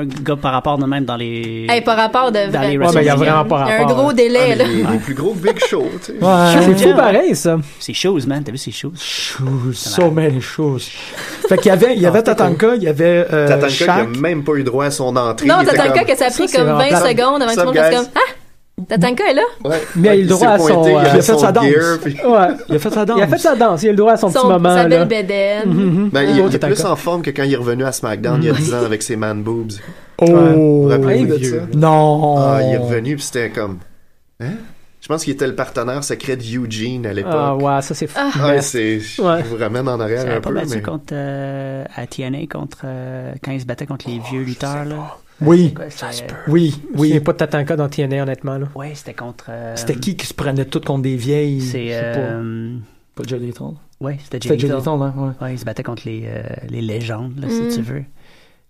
[SPEAKER 8] un gars par rapport de même dans les.
[SPEAKER 6] Hey, par rapport de
[SPEAKER 8] Dans
[SPEAKER 6] vrai-
[SPEAKER 8] les
[SPEAKER 5] Ouais, mais il y a vraiment pas
[SPEAKER 6] Il y a un
[SPEAKER 5] rapport, hein.
[SPEAKER 6] gros
[SPEAKER 5] là.
[SPEAKER 7] Ah,
[SPEAKER 6] délai,
[SPEAKER 7] mais
[SPEAKER 6] là.
[SPEAKER 7] les, les plus gros Big Show, tu sais.
[SPEAKER 4] Ouais.
[SPEAKER 5] C'est fou pareil, ça.
[SPEAKER 8] C'est shoes, man. T'as vu ces shoes?
[SPEAKER 4] Shoes, so many shoes. Fait qu'il y avait, il y avait Tatanka, il y avait euh,
[SPEAKER 7] Tatanka qui a
[SPEAKER 4] Shaq.
[SPEAKER 7] même pas eu droit à son entrée.
[SPEAKER 6] Non,
[SPEAKER 7] il était
[SPEAKER 6] Tatanka,
[SPEAKER 7] comme-
[SPEAKER 6] que ça a
[SPEAKER 5] Ça,
[SPEAKER 6] pris
[SPEAKER 5] c'est
[SPEAKER 6] comme 20
[SPEAKER 5] vraiment plate.
[SPEAKER 6] secondes avant que tout le monde
[SPEAKER 7] Sup,
[SPEAKER 6] fasse comme Ah! Tatanka est là?
[SPEAKER 7] Ouais.
[SPEAKER 5] Mais il a eu le droit
[SPEAKER 7] s'est
[SPEAKER 5] à son,
[SPEAKER 7] pointé, il
[SPEAKER 5] euh,
[SPEAKER 7] a fait
[SPEAKER 4] sa
[SPEAKER 7] son
[SPEAKER 4] danse.
[SPEAKER 7] gear, puis-
[SPEAKER 5] Ouais.
[SPEAKER 4] Il a fait sa danse.
[SPEAKER 5] Il a fait sa danse, il a eu le droit à son, petit
[SPEAKER 6] Son,
[SPEAKER 5] moment.
[SPEAKER 6] sa
[SPEAKER 5] là.
[SPEAKER 6] belle bédaine.
[SPEAKER 7] Ben, il, il
[SPEAKER 5] Oh,
[SPEAKER 7] est
[SPEAKER 5] Tatanka.
[SPEAKER 7] plus en forme que quand il est revenu à SmackDown il y a 10 ans avec ses man boobs.
[SPEAKER 4] Oh.
[SPEAKER 7] Rappelez-vous
[SPEAKER 5] oui,
[SPEAKER 7] de
[SPEAKER 5] vieux.
[SPEAKER 7] ça?
[SPEAKER 4] Non.
[SPEAKER 7] Ah,
[SPEAKER 5] Oh.
[SPEAKER 7] il est revenu, puis c'était comme. Hein? Je pense qu'il était le partenaire secret de Eugene à l'époque.
[SPEAKER 5] Ah, ouais, ça c'est fou.
[SPEAKER 7] Ouais, c'est.
[SPEAKER 5] Ouais.
[SPEAKER 7] Je vous ramène en
[SPEAKER 8] Ça
[SPEAKER 7] arrière
[SPEAKER 8] avait
[SPEAKER 7] un
[SPEAKER 8] pas
[SPEAKER 7] peu,
[SPEAKER 8] battu
[SPEAKER 7] mais.
[SPEAKER 8] contre, euh, à TNA contre, euh, quand ils se battaient contre les
[SPEAKER 7] Oh,
[SPEAKER 8] vieux lutteurs, là.
[SPEAKER 4] Oui,
[SPEAKER 8] Ça se peut.
[SPEAKER 4] oui,
[SPEAKER 5] Oui.
[SPEAKER 4] oui.
[SPEAKER 5] pas de Tatanka dans TNA, honnêtement. Là.
[SPEAKER 8] Ouais, c'était contre. euh,
[SPEAKER 4] C'était qui qui se prenait tout contre des vieilles?
[SPEAKER 8] C'est.
[SPEAKER 4] Je sais pas.
[SPEAKER 8] euh,
[SPEAKER 4] Pas Jay Lethal.
[SPEAKER 8] Ouais, c'était
[SPEAKER 4] C'était Jay
[SPEAKER 8] Jay Lethal.
[SPEAKER 4] Lethal, hein, ouais.
[SPEAKER 8] Ouais, ils se battaient contre les, euh, les légendes, là, si tu veux.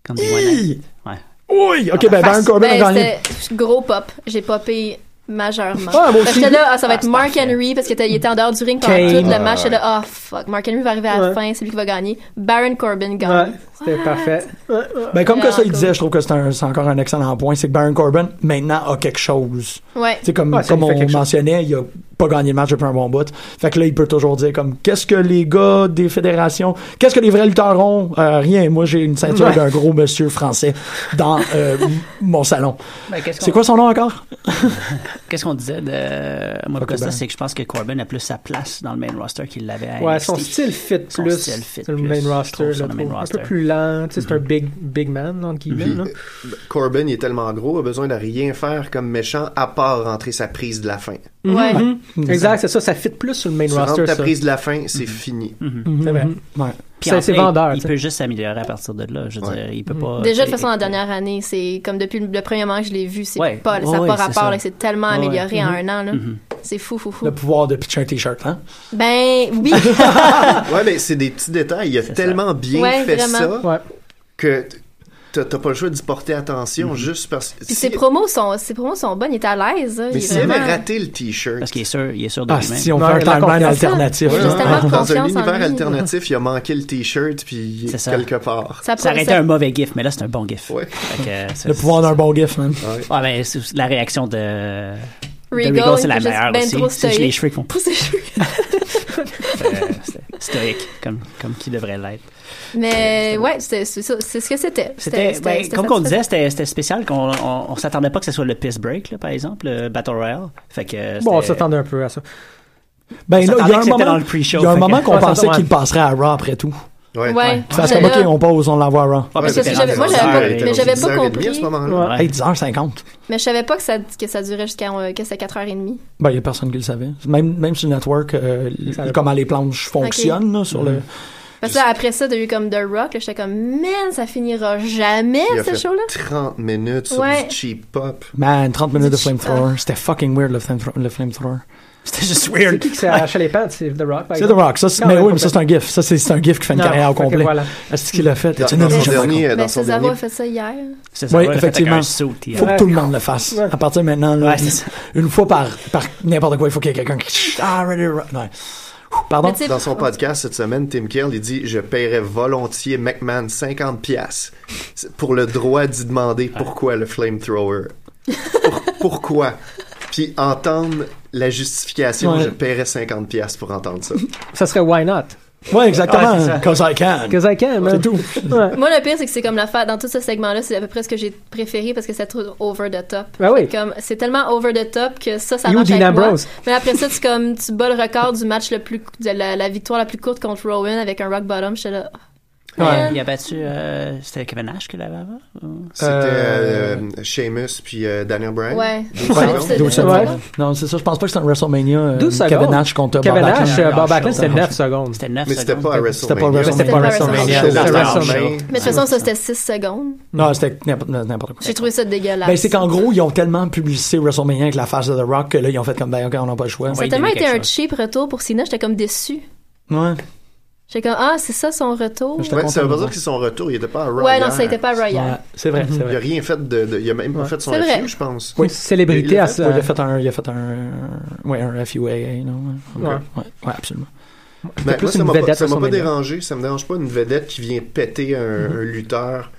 [SPEAKER 8] Comme des One-Night. Ouais.
[SPEAKER 4] Oui! Ok, ben, Baron Corbin a
[SPEAKER 6] Ben,
[SPEAKER 4] gagné.
[SPEAKER 6] c'était gros pop. J'ai popé majeurement.
[SPEAKER 4] Ah, moi
[SPEAKER 6] Parce
[SPEAKER 4] aussi.
[SPEAKER 6] que là, ah, ça va être Mark Henry parce qu'il était, il était en dehors du ring pendant
[SPEAKER 5] Kane.
[SPEAKER 6] tout le match. Et là, ah fuck, Mark Henry va arriver à la
[SPEAKER 5] Ouais.
[SPEAKER 6] fin, c'est lui qui va gagner. Baron Corbin gagne.
[SPEAKER 5] Ouais, c'était parfait.
[SPEAKER 4] Ben, comme que ça, il
[SPEAKER 6] Encore.
[SPEAKER 4] disait, je trouve que c'est un- c'est encore un excellent point, c'est que Baron Corbin, maintenant, a quelque chose.
[SPEAKER 6] Ouais.
[SPEAKER 4] Tu sais, comme,
[SPEAKER 5] Ouais, ça
[SPEAKER 4] comme
[SPEAKER 5] lui fait
[SPEAKER 4] on
[SPEAKER 5] quelque chose.
[SPEAKER 4] mentionnait, il a pas gagné le match depuis un bon bout. Fait que là, il peut toujours dire, comme, qu'est-ce que les gars des fédérations, qu'est-ce que les vrais lutteurs ont? Euh, rien. Moi, j'ai une ceinture d'un gros monsieur français dans euh, m- mon salon.
[SPEAKER 8] Ben, qu'est-ce
[SPEAKER 4] C'est
[SPEAKER 8] qu'on-
[SPEAKER 4] quoi son nom encore?
[SPEAKER 8] Qu'est-ce qu'on disait de euh, moi
[SPEAKER 4] Fuck
[SPEAKER 8] Costa,
[SPEAKER 4] Ben.
[SPEAKER 8] c'est que je pense que Corbin a plus sa place dans le main roster qu'il l'avait à
[SPEAKER 5] Ouais,
[SPEAKER 8] NXT.
[SPEAKER 5] son style fit
[SPEAKER 8] Son
[SPEAKER 5] plus
[SPEAKER 8] style fit
[SPEAKER 5] sur le
[SPEAKER 8] plus, je
[SPEAKER 5] main
[SPEAKER 8] trouve,
[SPEAKER 5] roster,
[SPEAKER 8] sur
[SPEAKER 5] là,
[SPEAKER 8] le main
[SPEAKER 5] trop- un
[SPEAKER 8] roster.
[SPEAKER 5] peu plus lent. tu sais, C'est un big, big man,
[SPEAKER 7] Mm-hmm.
[SPEAKER 5] entre guillemets. là.
[SPEAKER 7] Corbin, il est tellement gros, a besoin de rien faire comme méchant à part rentrer sa prise de la fin.
[SPEAKER 6] Ouais.
[SPEAKER 5] Mm-hmm. Exact, c'est ça, ça fit plus sur le main
[SPEAKER 7] Tu rentres
[SPEAKER 5] roster.
[SPEAKER 7] ta
[SPEAKER 5] ça. Mm-hmm.
[SPEAKER 7] prise de la fin, c'est fini.
[SPEAKER 4] C'est vrai. Ouais.
[SPEAKER 8] Puis
[SPEAKER 5] Ça,
[SPEAKER 8] en
[SPEAKER 5] c'est
[SPEAKER 8] fait,
[SPEAKER 5] vendeur,
[SPEAKER 8] Il
[SPEAKER 5] tu sais.
[SPEAKER 8] peut juste s'améliorer à partir de là. Je veux dire, il peut pas.
[SPEAKER 6] Déjà, de
[SPEAKER 8] tu sais,
[SPEAKER 6] façon, la dernière année, c'est comme depuis le premier moment que je l'ai vu, c'est
[SPEAKER 8] Ouais.
[SPEAKER 6] pas, ça n'a
[SPEAKER 8] Ouais,
[SPEAKER 6] pas
[SPEAKER 8] c'est
[SPEAKER 6] rapport,
[SPEAKER 8] ça.
[SPEAKER 6] là, c'est tellement
[SPEAKER 8] Ouais. Mm-hmm.
[SPEAKER 6] amélioré en un an, là. C'est fou, fou, fou.
[SPEAKER 4] Le pouvoir de pitcher un t-shirt, hein?
[SPEAKER 6] Ben, oui.
[SPEAKER 7] Ouais, mais c'est des petits détails. Il a tellement bien
[SPEAKER 6] Ouais,
[SPEAKER 7] fait
[SPEAKER 6] vraiment.
[SPEAKER 7] ça
[SPEAKER 5] Ouais.
[SPEAKER 7] que t'as t'as pas le choix d'y porter
[SPEAKER 5] Mm-hmm.
[SPEAKER 7] attention juste parce que.
[SPEAKER 6] Puis ses promos sont, ses promos sont bonnes, il est à l'aise, là, il
[SPEAKER 7] mais
[SPEAKER 6] est
[SPEAKER 7] s'il avait
[SPEAKER 6] vraiment-
[SPEAKER 7] raté le t-shirt,
[SPEAKER 8] Parce qu'il est sûr, il est sûr de
[SPEAKER 4] Ah,
[SPEAKER 8] lui-même.
[SPEAKER 4] si on fait
[SPEAKER 5] Ouais,
[SPEAKER 4] un
[SPEAKER 5] la
[SPEAKER 4] timeline
[SPEAKER 5] confiance.
[SPEAKER 4] alternatif.
[SPEAKER 6] Il a juste
[SPEAKER 4] là.
[SPEAKER 6] tellement
[SPEAKER 7] dans un
[SPEAKER 6] confiance en
[SPEAKER 7] univers
[SPEAKER 6] lui.
[SPEAKER 7] alternatif, il a manqué le t-shirt puis il est
[SPEAKER 8] C'est ça.
[SPEAKER 7] quelque part.
[SPEAKER 6] Ça,
[SPEAKER 8] Ça aurait été
[SPEAKER 6] ça-
[SPEAKER 8] un mauvais gif, mais là, c'est un bon gif.
[SPEAKER 7] Ouais.
[SPEAKER 8] Fait que, c'est-
[SPEAKER 4] Le pouvoir d'un bon gif, man.
[SPEAKER 8] Ouais, ben, c'est- la réaction de, de
[SPEAKER 6] Regal,
[SPEAKER 8] Regal, c'est
[SPEAKER 6] il
[SPEAKER 8] la
[SPEAKER 6] était juste
[SPEAKER 8] meilleure
[SPEAKER 6] ben
[SPEAKER 8] aussi. C'est
[SPEAKER 6] trop
[SPEAKER 8] juste
[SPEAKER 6] stoïque.
[SPEAKER 8] les cheveux qui font
[SPEAKER 6] Pour ses cheveux.
[SPEAKER 8] euh, c'est- stoïque, comme, comme qui devrait l'être. Euh,
[SPEAKER 6] Mais ouais, c'est c'est ça, c'est ce que c'était.
[SPEAKER 8] C'était, ben, comme on
[SPEAKER 6] satisfaisant.
[SPEAKER 8] disait, c'était, c'était spécial qu'on on, on s'attendait pas que ce soit le piss break, là, par exemple, le Battle Royale. Fait que euh,
[SPEAKER 5] Bon, on
[SPEAKER 8] c'était-
[SPEAKER 5] s'attendait un peu à ça.
[SPEAKER 4] Ben, là,
[SPEAKER 8] s'attendait
[SPEAKER 4] il y a
[SPEAKER 8] que
[SPEAKER 4] un
[SPEAKER 8] c'était dans
[SPEAKER 4] moment,
[SPEAKER 8] le pre-show,
[SPEAKER 4] il y a un
[SPEAKER 8] fait que-
[SPEAKER 4] moment qu'on
[SPEAKER 5] Ouais, ça,
[SPEAKER 4] pensait
[SPEAKER 5] ouais.
[SPEAKER 4] qu'il passerait à Raw après tout.
[SPEAKER 7] Ouais.
[SPEAKER 6] Ouais.
[SPEAKER 4] Ça se comme,
[SPEAKER 6] Mais
[SPEAKER 4] OK,
[SPEAKER 6] là-
[SPEAKER 4] on pause, on l'envoie à Raw.
[SPEAKER 8] Ouais,
[SPEAKER 6] Parce
[SPEAKER 8] ben,
[SPEAKER 6] que
[SPEAKER 8] c'était
[SPEAKER 6] j'avais-
[SPEAKER 8] dans
[SPEAKER 6] moi,
[SPEAKER 8] une
[SPEAKER 6] j'avais pas-
[SPEAKER 8] heure et
[SPEAKER 6] mais
[SPEAKER 8] demie.
[SPEAKER 6] j'avais pas
[SPEAKER 7] à ce
[SPEAKER 6] compris.
[SPEAKER 7] moment-là.
[SPEAKER 4] Hey, 10h50.
[SPEAKER 6] Mais je savais pas que ça, que ça durait jusqu'à euh, que c'était 4h30.
[SPEAKER 4] Ben, il n'y a personne qui le savait. Même, même sur le network, euh, l-
[SPEAKER 5] Ça dépend.
[SPEAKER 4] comment les planches fonctionnent là, sur le.
[SPEAKER 6] Parce que là, après ça, t'as eu comme The Rock, là, j'étais comme, man, ça finira jamais,
[SPEAKER 7] Il a
[SPEAKER 6] ce
[SPEAKER 7] fait
[SPEAKER 6] show-là.
[SPEAKER 7] 30 minutes sur
[SPEAKER 6] Ouais.
[SPEAKER 7] du cheap pop.
[SPEAKER 8] Mm.
[SPEAKER 4] Man, 30 minutes de flamethrower. C'était fucking weird le flamethro- le flamethrower. C'était juste
[SPEAKER 5] C'est
[SPEAKER 4] weird.
[SPEAKER 5] qui qui s'est arraché les pants? C'est The Rock. par
[SPEAKER 4] C'est The
[SPEAKER 5] exemple.
[SPEAKER 4] Rock. Ça, c'est-
[SPEAKER 5] Non,
[SPEAKER 4] mais
[SPEAKER 5] ouais,
[SPEAKER 4] oui, mais ça, c'est un gif. Ça, c'est c'est un gif qui fait une
[SPEAKER 5] Non,
[SPEAKER 4] carrière au
[SPEAKER 5] fait que
[SPEAKER 4] complet.
[SPEAKER 5] voilà.
[SPEAKER 4] Est-ce qu'il l'a fait?
[SPEAKER 7] Dans,
[SPEAKER 4] Est-ce
[SPEAKER 7] dans
[SPEAKER 4] que-
[SPEAKER 7] son dernier, dans
[SPEAKER 6] Mais
[SPEAKER 7] son
[SPEAKER 6] Ben, César
[SPEAKER 7] dernier
[SPEAKER 6] a fait ça hier.
[SPEAKER 8] C'est
[SPEAKER 4] Oui,
[SPEAKER 8] ouais,
[SPEAKER 4] effectivement.
[SPEAKER 8] effectivement. Fait avec un suit,
[SPEAKER 4] faut
[SPEAKER 8] hein.
[SPEAKER 4] que tout le monde le fasse. À partir de maintenant, là,
[SPEAKER 8] Ouais, c'est ça.
[SPEAKER 4] une fois par, par n'importe quoi, il faut qu'il y ait quelqu'un qui. Ah, ready, ready. Ouais. Ouh, Pardon?
[SPEAKER 6] Mais tu sais,
[SPEAKER 7] Dans son podcast cette semaine, Tim Kill, il dit Je paierais volontiers McMahon 50$ piastres pour le droit d'y demander pourquoi le flamethrower. Pour- pourquoi Puis entendre la justification
[SPEAKER 4] Ouais.
[SPEAKER 7] Je paierais 50$ piastres pour entendre ça.
[SPEAKER 5] Ça serait Why Not?
[SPEAKER 4] Ouais, exactement.
[SPEAKER 8] Ouais, c'est ça.
[SPEAKER 4] Cause I can.
[SPEAKER 5] Cause I can, man.
[SPEAKER 4] C'est tout.
[SPEAKER 5] Ouais.
[SPEAKER 6] Moi, le pire, c'est que c'est comme l'affaire, dans tout ce segment-là, c'est à peu près ce que j'ai préféré parce que c'est trop over the top.
[SPEAKER 5] Ben oui.
[SPEAKER 6] Comme, c'est tellement over the top que ça, ça
[SPEAKER 5] You,
[SPEAKER 6] marche
[SPEAKER 5] Dean
[SPEAKER 6] avec moi.
[SPEAKER 5] Ambrose.
[SPEAKER 6] Mais après ça, tu comme, tu bats le record du match le plus, de la, la victoire la plus courte contre Rowan avec un rock bottom. J'étais là,
[SPEAKER 4] Ouais.
[SPEAKER 8] Il a battu, euh, c'était Kevin Nash qui l'avait avant? ou-
[SPEAKER 7] C'était
[SPEAKER 4] Euh,
[SPEAKER 7] euh, Sheamus puis euh, Daniel Bryan.
[SPEAKER 6] ouais.
[SPEAKER 7] secondes.
[SPEAKER 6] C'est-
[SPEAKER 4] Douze
[SPEAKER 6] c'est-
[SPEAKER 4] secondes.
[SPEAKER 6] ouais.
[SPEAKER 4] Non, c'est ça. Je pense pas que c'est un WrestleMania. euh,
[SPEAKER 5] 12 secondes.
[SPEAKER 4] Kevin Nash contre Bob
[SPEAKER 5] Kevin
[SPEAKER 4] Backlund.
[SPEAKER 5] Nash, euh, Bob Backlund, c'était
[SPEAKER 4] Ah,
[SPEAKER 5] 9 secondes.
[SPEAKER 8] C'était 9
[SPEAKER 7] Mais c'était pas à
[SPEAKER 4] C'était pas
[SPEAKER 7] WrestleMania.
[SPEAKER 4] WrestleMania.
[SPEAKER 5] C'était
[SPEAKER 6] C'était
[SPEAKER 5] pas WrestleMania.
[SPEAKER 7] C'était
[SPEAKER 5] C'était
[SPEAKER 7] au
[SPEAKER 5] WrestleMania.
[SPEAKER 7] Show.
[SPEAKER 6] Mais de toute façon, ça, c'était 6 secondes.
[SPEAKER 4] Non, c'était n'importe n'importe quoi.
[SPEAKER 6] J'ai trouvé ça dégueulasse.
[SPEAKER 4] Ben, c'est qu'en gros, ils ont tellement publicité WrestleMania avec la face de The Rock que là, ils ont fait comme, ben, ok, on n'a pas le choix.
[SPEAKER 6] ça a
[SPEAKER 8] Ouais,
[SPEAKER 6] tellement
[SPEAKER 8] il y
[SPEAKER 6] été
[SPEAKER 8] avait
[SPEAKER 6] un
[SPEAKER 8] quelque
[SPEAKER 6] cheap retour pour Cena, j'étais comme déçue.
[SPEAKER 4] Ouais.
[SPEAKER 6] J'étais comme, ah, c'est ça son retour?
[SPEAKER 4] J'étais
[SPEAKER 7] Ouais, ça veut
[SPEAKER 4] content.
[SPEAKER 7] pas dire que c'est son retour, il était pas à Raw.
[SPEAKER 6] Ouais, non,
[SPEAKER 7] hier.
[SPEAKER 6] ça n'était pas
[SPEAKER 4] Ouais,
[SPEAKER 6] Royal.
[SPEAKER 4] c'est vrai,
[SPEAKER 5] Mm-hmm.
[SPEAKER 4] c'est
[SPEAKER 7] Il a
[SPEAKER 4] vrai.
[SPEAKER 7] rien fait de. de- il a même pas fait son
[SPEAKER 6] C'est vrai.
[SPEAKER 7] review, je pense.
[SPEAKER 5] Une
[SPEAKER 7] Il
[SPEAKER 5] célébrité
[SPEAKER 7] l'a
[SPEAKER 5] à
[SPEAKER 4] Ouais,
[SPEAKER 5] ça.
[SPEAKER 4] il a fait un, il a fait un, ouais, un FUAA, non? Ouais.
[SPEAKER 5] Ouais.
[SPEAKER 4] Ouais, ouais, absolument.
[SPEAKER 7] Mais Ben,
[SPEAKER 5] plus
[SPEAKER 7] moi, ça
[SPEAKER 5] une
[SPEAKER 7] m'a pas-
[SPEAKER 5] vedette
[SPEAKER 7] Ça m'a pas
[SPEAKER 5] WrestleMania.
[SPEAKER 7] dérangé. Ça me dérange pas une vedette qui vient péter un,
[SPEAKER 5] Mm-hmm.
[SPEAKER 7] un lutteur.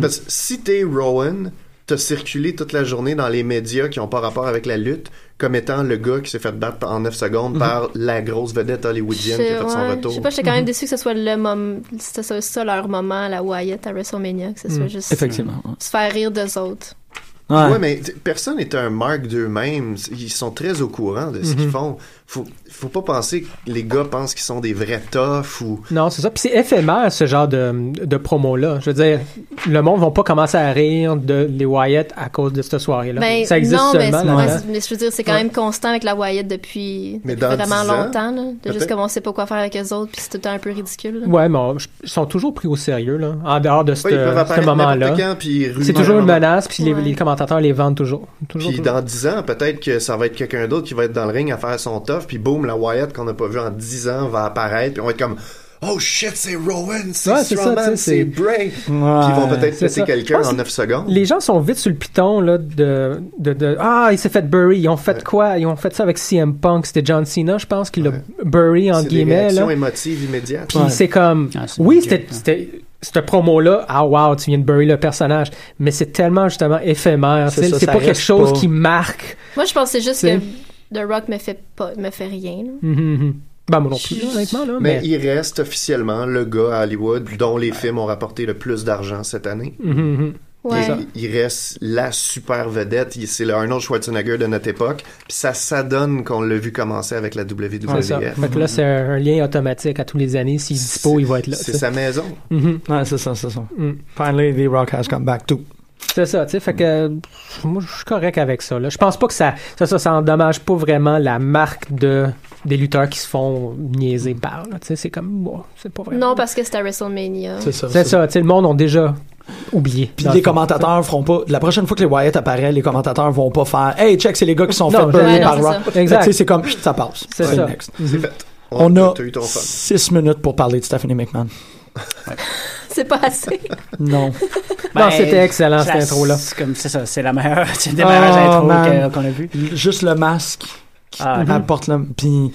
[SPEAKER 7] Parce que si t'es Rowan, t'as circulé toute la journée dans les médias qui ont pas rapport avec la lutte comme étant le gars qui s'est fait battre en 9 secondes
[SPEAKER 5] Mm-hmm.
[SPEAKER 7] par la grosse vedette hollywoodienne qui a
[SPEAKER 6] Je
[SPEAKER 7] fait son
[SPEAKER 6] ouais, je sais
[SPEAKER 7] retour.
[SPEAKER 6] pas, j'étais quand même déçue que ce soit le moment, ce soit ça leur moment, la Wyatt à WrestleMania, que ce soit juste
[SPEAKER 4] Effectivement. ouais.
[SPEAKER 6] se faire rire d'eux autres.
[SPEAKER 4] Ouais.
[SPEAKER 7] Ouais, mais t- personne n'est un marque d'eux-mêmes. Ils sont très au courant de ce
[SPEAKER 5] Mm-hmm.
[SPEAKER 7] qu'ils font. Faut, faut pas penser que les gars pensent qu'ils sont des vrais toughs ou.
[SPEAKER 5] Non, c'est ça. Puis c'est éphémère, ce genre de, de promo-là. Je veux dire, le monde va pas commencer à rire de les Wyatt à cause de cette soirée-là.
[SPEAKER 6] Ben,
[SPEAKER 5] ça existe
[SPEAKER 6] non,
[SPEAKER 5] seulement
[SPEAKER 6] mais,
[SPEAKER 5] là.
[SPEAKER 6] ouais, c'est- mais je veux dire, c'est quand même constant avec la Wyatt depuis,
[SPEAKER 7] Mais
[SPEAKER 6] depuis
[SPEAKER 7] dans
[SPEAKER 6] vraiment
[SPEAKER 7] 10 ans,
[SPEAKER 6] longtemps. là. de juste
[SPEAKER 7] peut-être.
[SPEAKER 6] comme on sait pas quoi faire avec eux autres, puis c'est tout le temps un peu ridicule. là.
[SPEAKER 5] Ouais, mais on- ils sont toujours pris au sérieux, là, en dehors de
[SPEAKER 7] Ouais, ils peuvent
[SPEAKER 5] ce ce
[SPEAKER 7] apparaître
[SPEAKER 5] moment-là.
[SPEAKER 7] n'importe quand, puis ils
[SPEAKER 5] C'est
[SPEAKER 7] ruent
[SPEAKER 5] toujours
[SPEAKER 7] leur
[SPEAKER 5] une
[SPEAKER 7] moment.
[SPEAKER 5] menace, puis les,
[SPEAKER 6] Ouais.
[SPEAKER 5] les commentateurs les vendent toujours. toujours,
[SPEAKER 7] Puis
[SPEAKER 5] toujours.
[SPEAKER 7] dans 10 ans, peut-être que ça va être quelqu'un d'autre qui va être dans le ring à faire son tough, puis boum, la Wyatt qu'on n'a pas vue en 10 ans va apparaître, puis on va être comme Oh shit, c'est Rowan, c'est
[SPEAKER 5] Ouais, c'est ça, tu sais,
[SPEAKER 7] Strowman,
[SPEAKER 5] c'est-
[SPEAKER 7] c'est Bray. Puis ils vont peut-être
[SPEAKER 5] c'est ça.
[SPEAKER 7] péter quelqu'un
[SPEAKER 5] Ouais,
[SPEAKER 7] en
[SPEAKER 5] c'est-
[SPEAKER 7] 9 secondes.
[SPEAKER 5] Les gens sont vite sur le piton là, de, de, de- Ah, il s'est fait bury. Ils ont fait quoi Ils ont fait ça avec CM Punk. C'était John Cena, je pense, qui l'a bury, entre
[SPEAKER 7] C'est des
[SPEAKER 5] guillemets.
[SPEAKER 7] réactions
[SPEAKER 5] Là.
[SPEAKER 7] émotives immédiates.
[SPEAKER 5] Puis c'est comme.
[SPEAKER 8] Ah, c'est
[SPEAKER 5] oui,
[SPEAKER 8] legit,
[SPEAKER 5] c'était.
[SPEAKER 8] hein.
[SPEAKER 5] c'était- Cette promo-là, ah wow, tu viens de bury le personnage. Mais c'est tellement justement éphémère.
[SPEAKER 4] C'est
[SPEAKER 5] tu sais,
[SPEAKER 4] ça,
[SPEAKER 5] C'est
[SPEAKER 4] ça
[SPEAKER 5] pas quelque
[SPEAKER 4] reste
[SPEAKER 5] chose
[SPEAKER 4] pas.
[SPEAKER 5] qui marque.
[SPEAKER 6] Moi, je pense que c'est juste
[SPEAKER 5] C'est-
[SPEAKER 6] que The Rock me fait, pas, me fait rien. là.
[SPEAKER 5] Mhm, mhm. Ben, moi non plus, là, honnêtement. Là,
[SPEAKER 7] Mais
[SPEAKER 5] mais
[SPEAKER 7] il reste officiellement le gars à Hollywood dont les films ont rapporté le plus d'argent cette année.
[SPEAKER 5] Mhm, mhm.
[SPEAKER 6] Ouais.
[SPEAKER 7] Il, il reste la super vedette. Il- C'est le Arnold Schwarzenegger de notre époque. Puis ça s'adonne qu'on l'a vu commencer avec la E.
[SPEAKER 5] C'est ça.
[SPEAKER 4] euh,
[SPEAKER 7] WWF.
[SPEAKER 5] Fait que là, c'est un un lien automatique à tous les années. S'il est dispo, il va être là.
[SPEAKER 7] C'est
[SPEAKER 5] tu sais.
[SPEAKER 7] sa maison.
[SPEAKER 5] Mhm.
[SPEAKER 4] Ouais, c'est ça, c'est ça.
[SPEAKER 5] Mm.
[SPEAKER 4] Finally, The Rock has come back too.
[SPEAKER 5] C'est ça, tu sais, fait que euh, moi je suis correct avec ça. Là. Je pense pas que ça, ça, ça, ça endommage pas vraiment la marque de des lutteurs qui se font niaiser par. Là, tu sais, c'est comme bon, c'est pas vraiment.
[SPEAKER 6] Non, parce que c'était à WrestleMania.
[SPEAKER 4] C'est ça.
[SPEAKER 5] c'est ça, tu sais, le monde ont déjà oublié.
[SPEAKER 4] Puis
[SPEAKER 5] dans
[SPEAKER 4] les
[SPEAKER 5] le fond.
[SPEAKER 4] commentateurs feront pas. La prochaine fois que les Wyatt apparaissent, les commentateurs vont pas faire Hey, check, c'est les gars qui sont
[SPEAKER 5] Non,
[SPEAKER 4] faits
[SPEAKER 5] ouais,
[SPEAKER 4] burner
[SPEAKER 6] non,
[SPEAKER 4] par
[SPEAKER 6] c'est
[SPEAKER 4] Rock.
[SPEAKER 5] ça.
[SPEAKER 4] Fait que,
[SPEAKER 5] Exact.
[SPEAKER 4] tu sais, C'est comme ça passe.
[SPEAKER 5] C'est
[SPEAKER 4] Ouais,
[SPEAKER 5] ça.
[SPEAKER 4] next.
[SPEAKER 7] C'est fait.
[SPEAKER 4] On a
[SPEAKER 7] t'as eu ton fun.
[SPEAKER 4] six minutes pour parler de Stephanie McMahon.
[SPEAKER 6] C'est pas assez.
[SPEAKER 4] Non.
[SPEAKER 5] Non, c'était excellent,
[SPEAKER 8] ça-
[SPEAKER 5] cette intro-là.
[SPEAKER 8] c'est comme- C'est ça, c'est la meilleure, c'est la
[SPEAKER 4] Oh,
[SPEAKER 8] meilleure
[SPEAKER 4] man.
[SPEAKER 8] intro que- qu'on a vue.
[SPEAKER 4] Juste le masque.
[SPEAKER 8] Ah,
[SPEAKER 5] mm-hmm.
[SPEAKER 4] Elle porte le. Puis.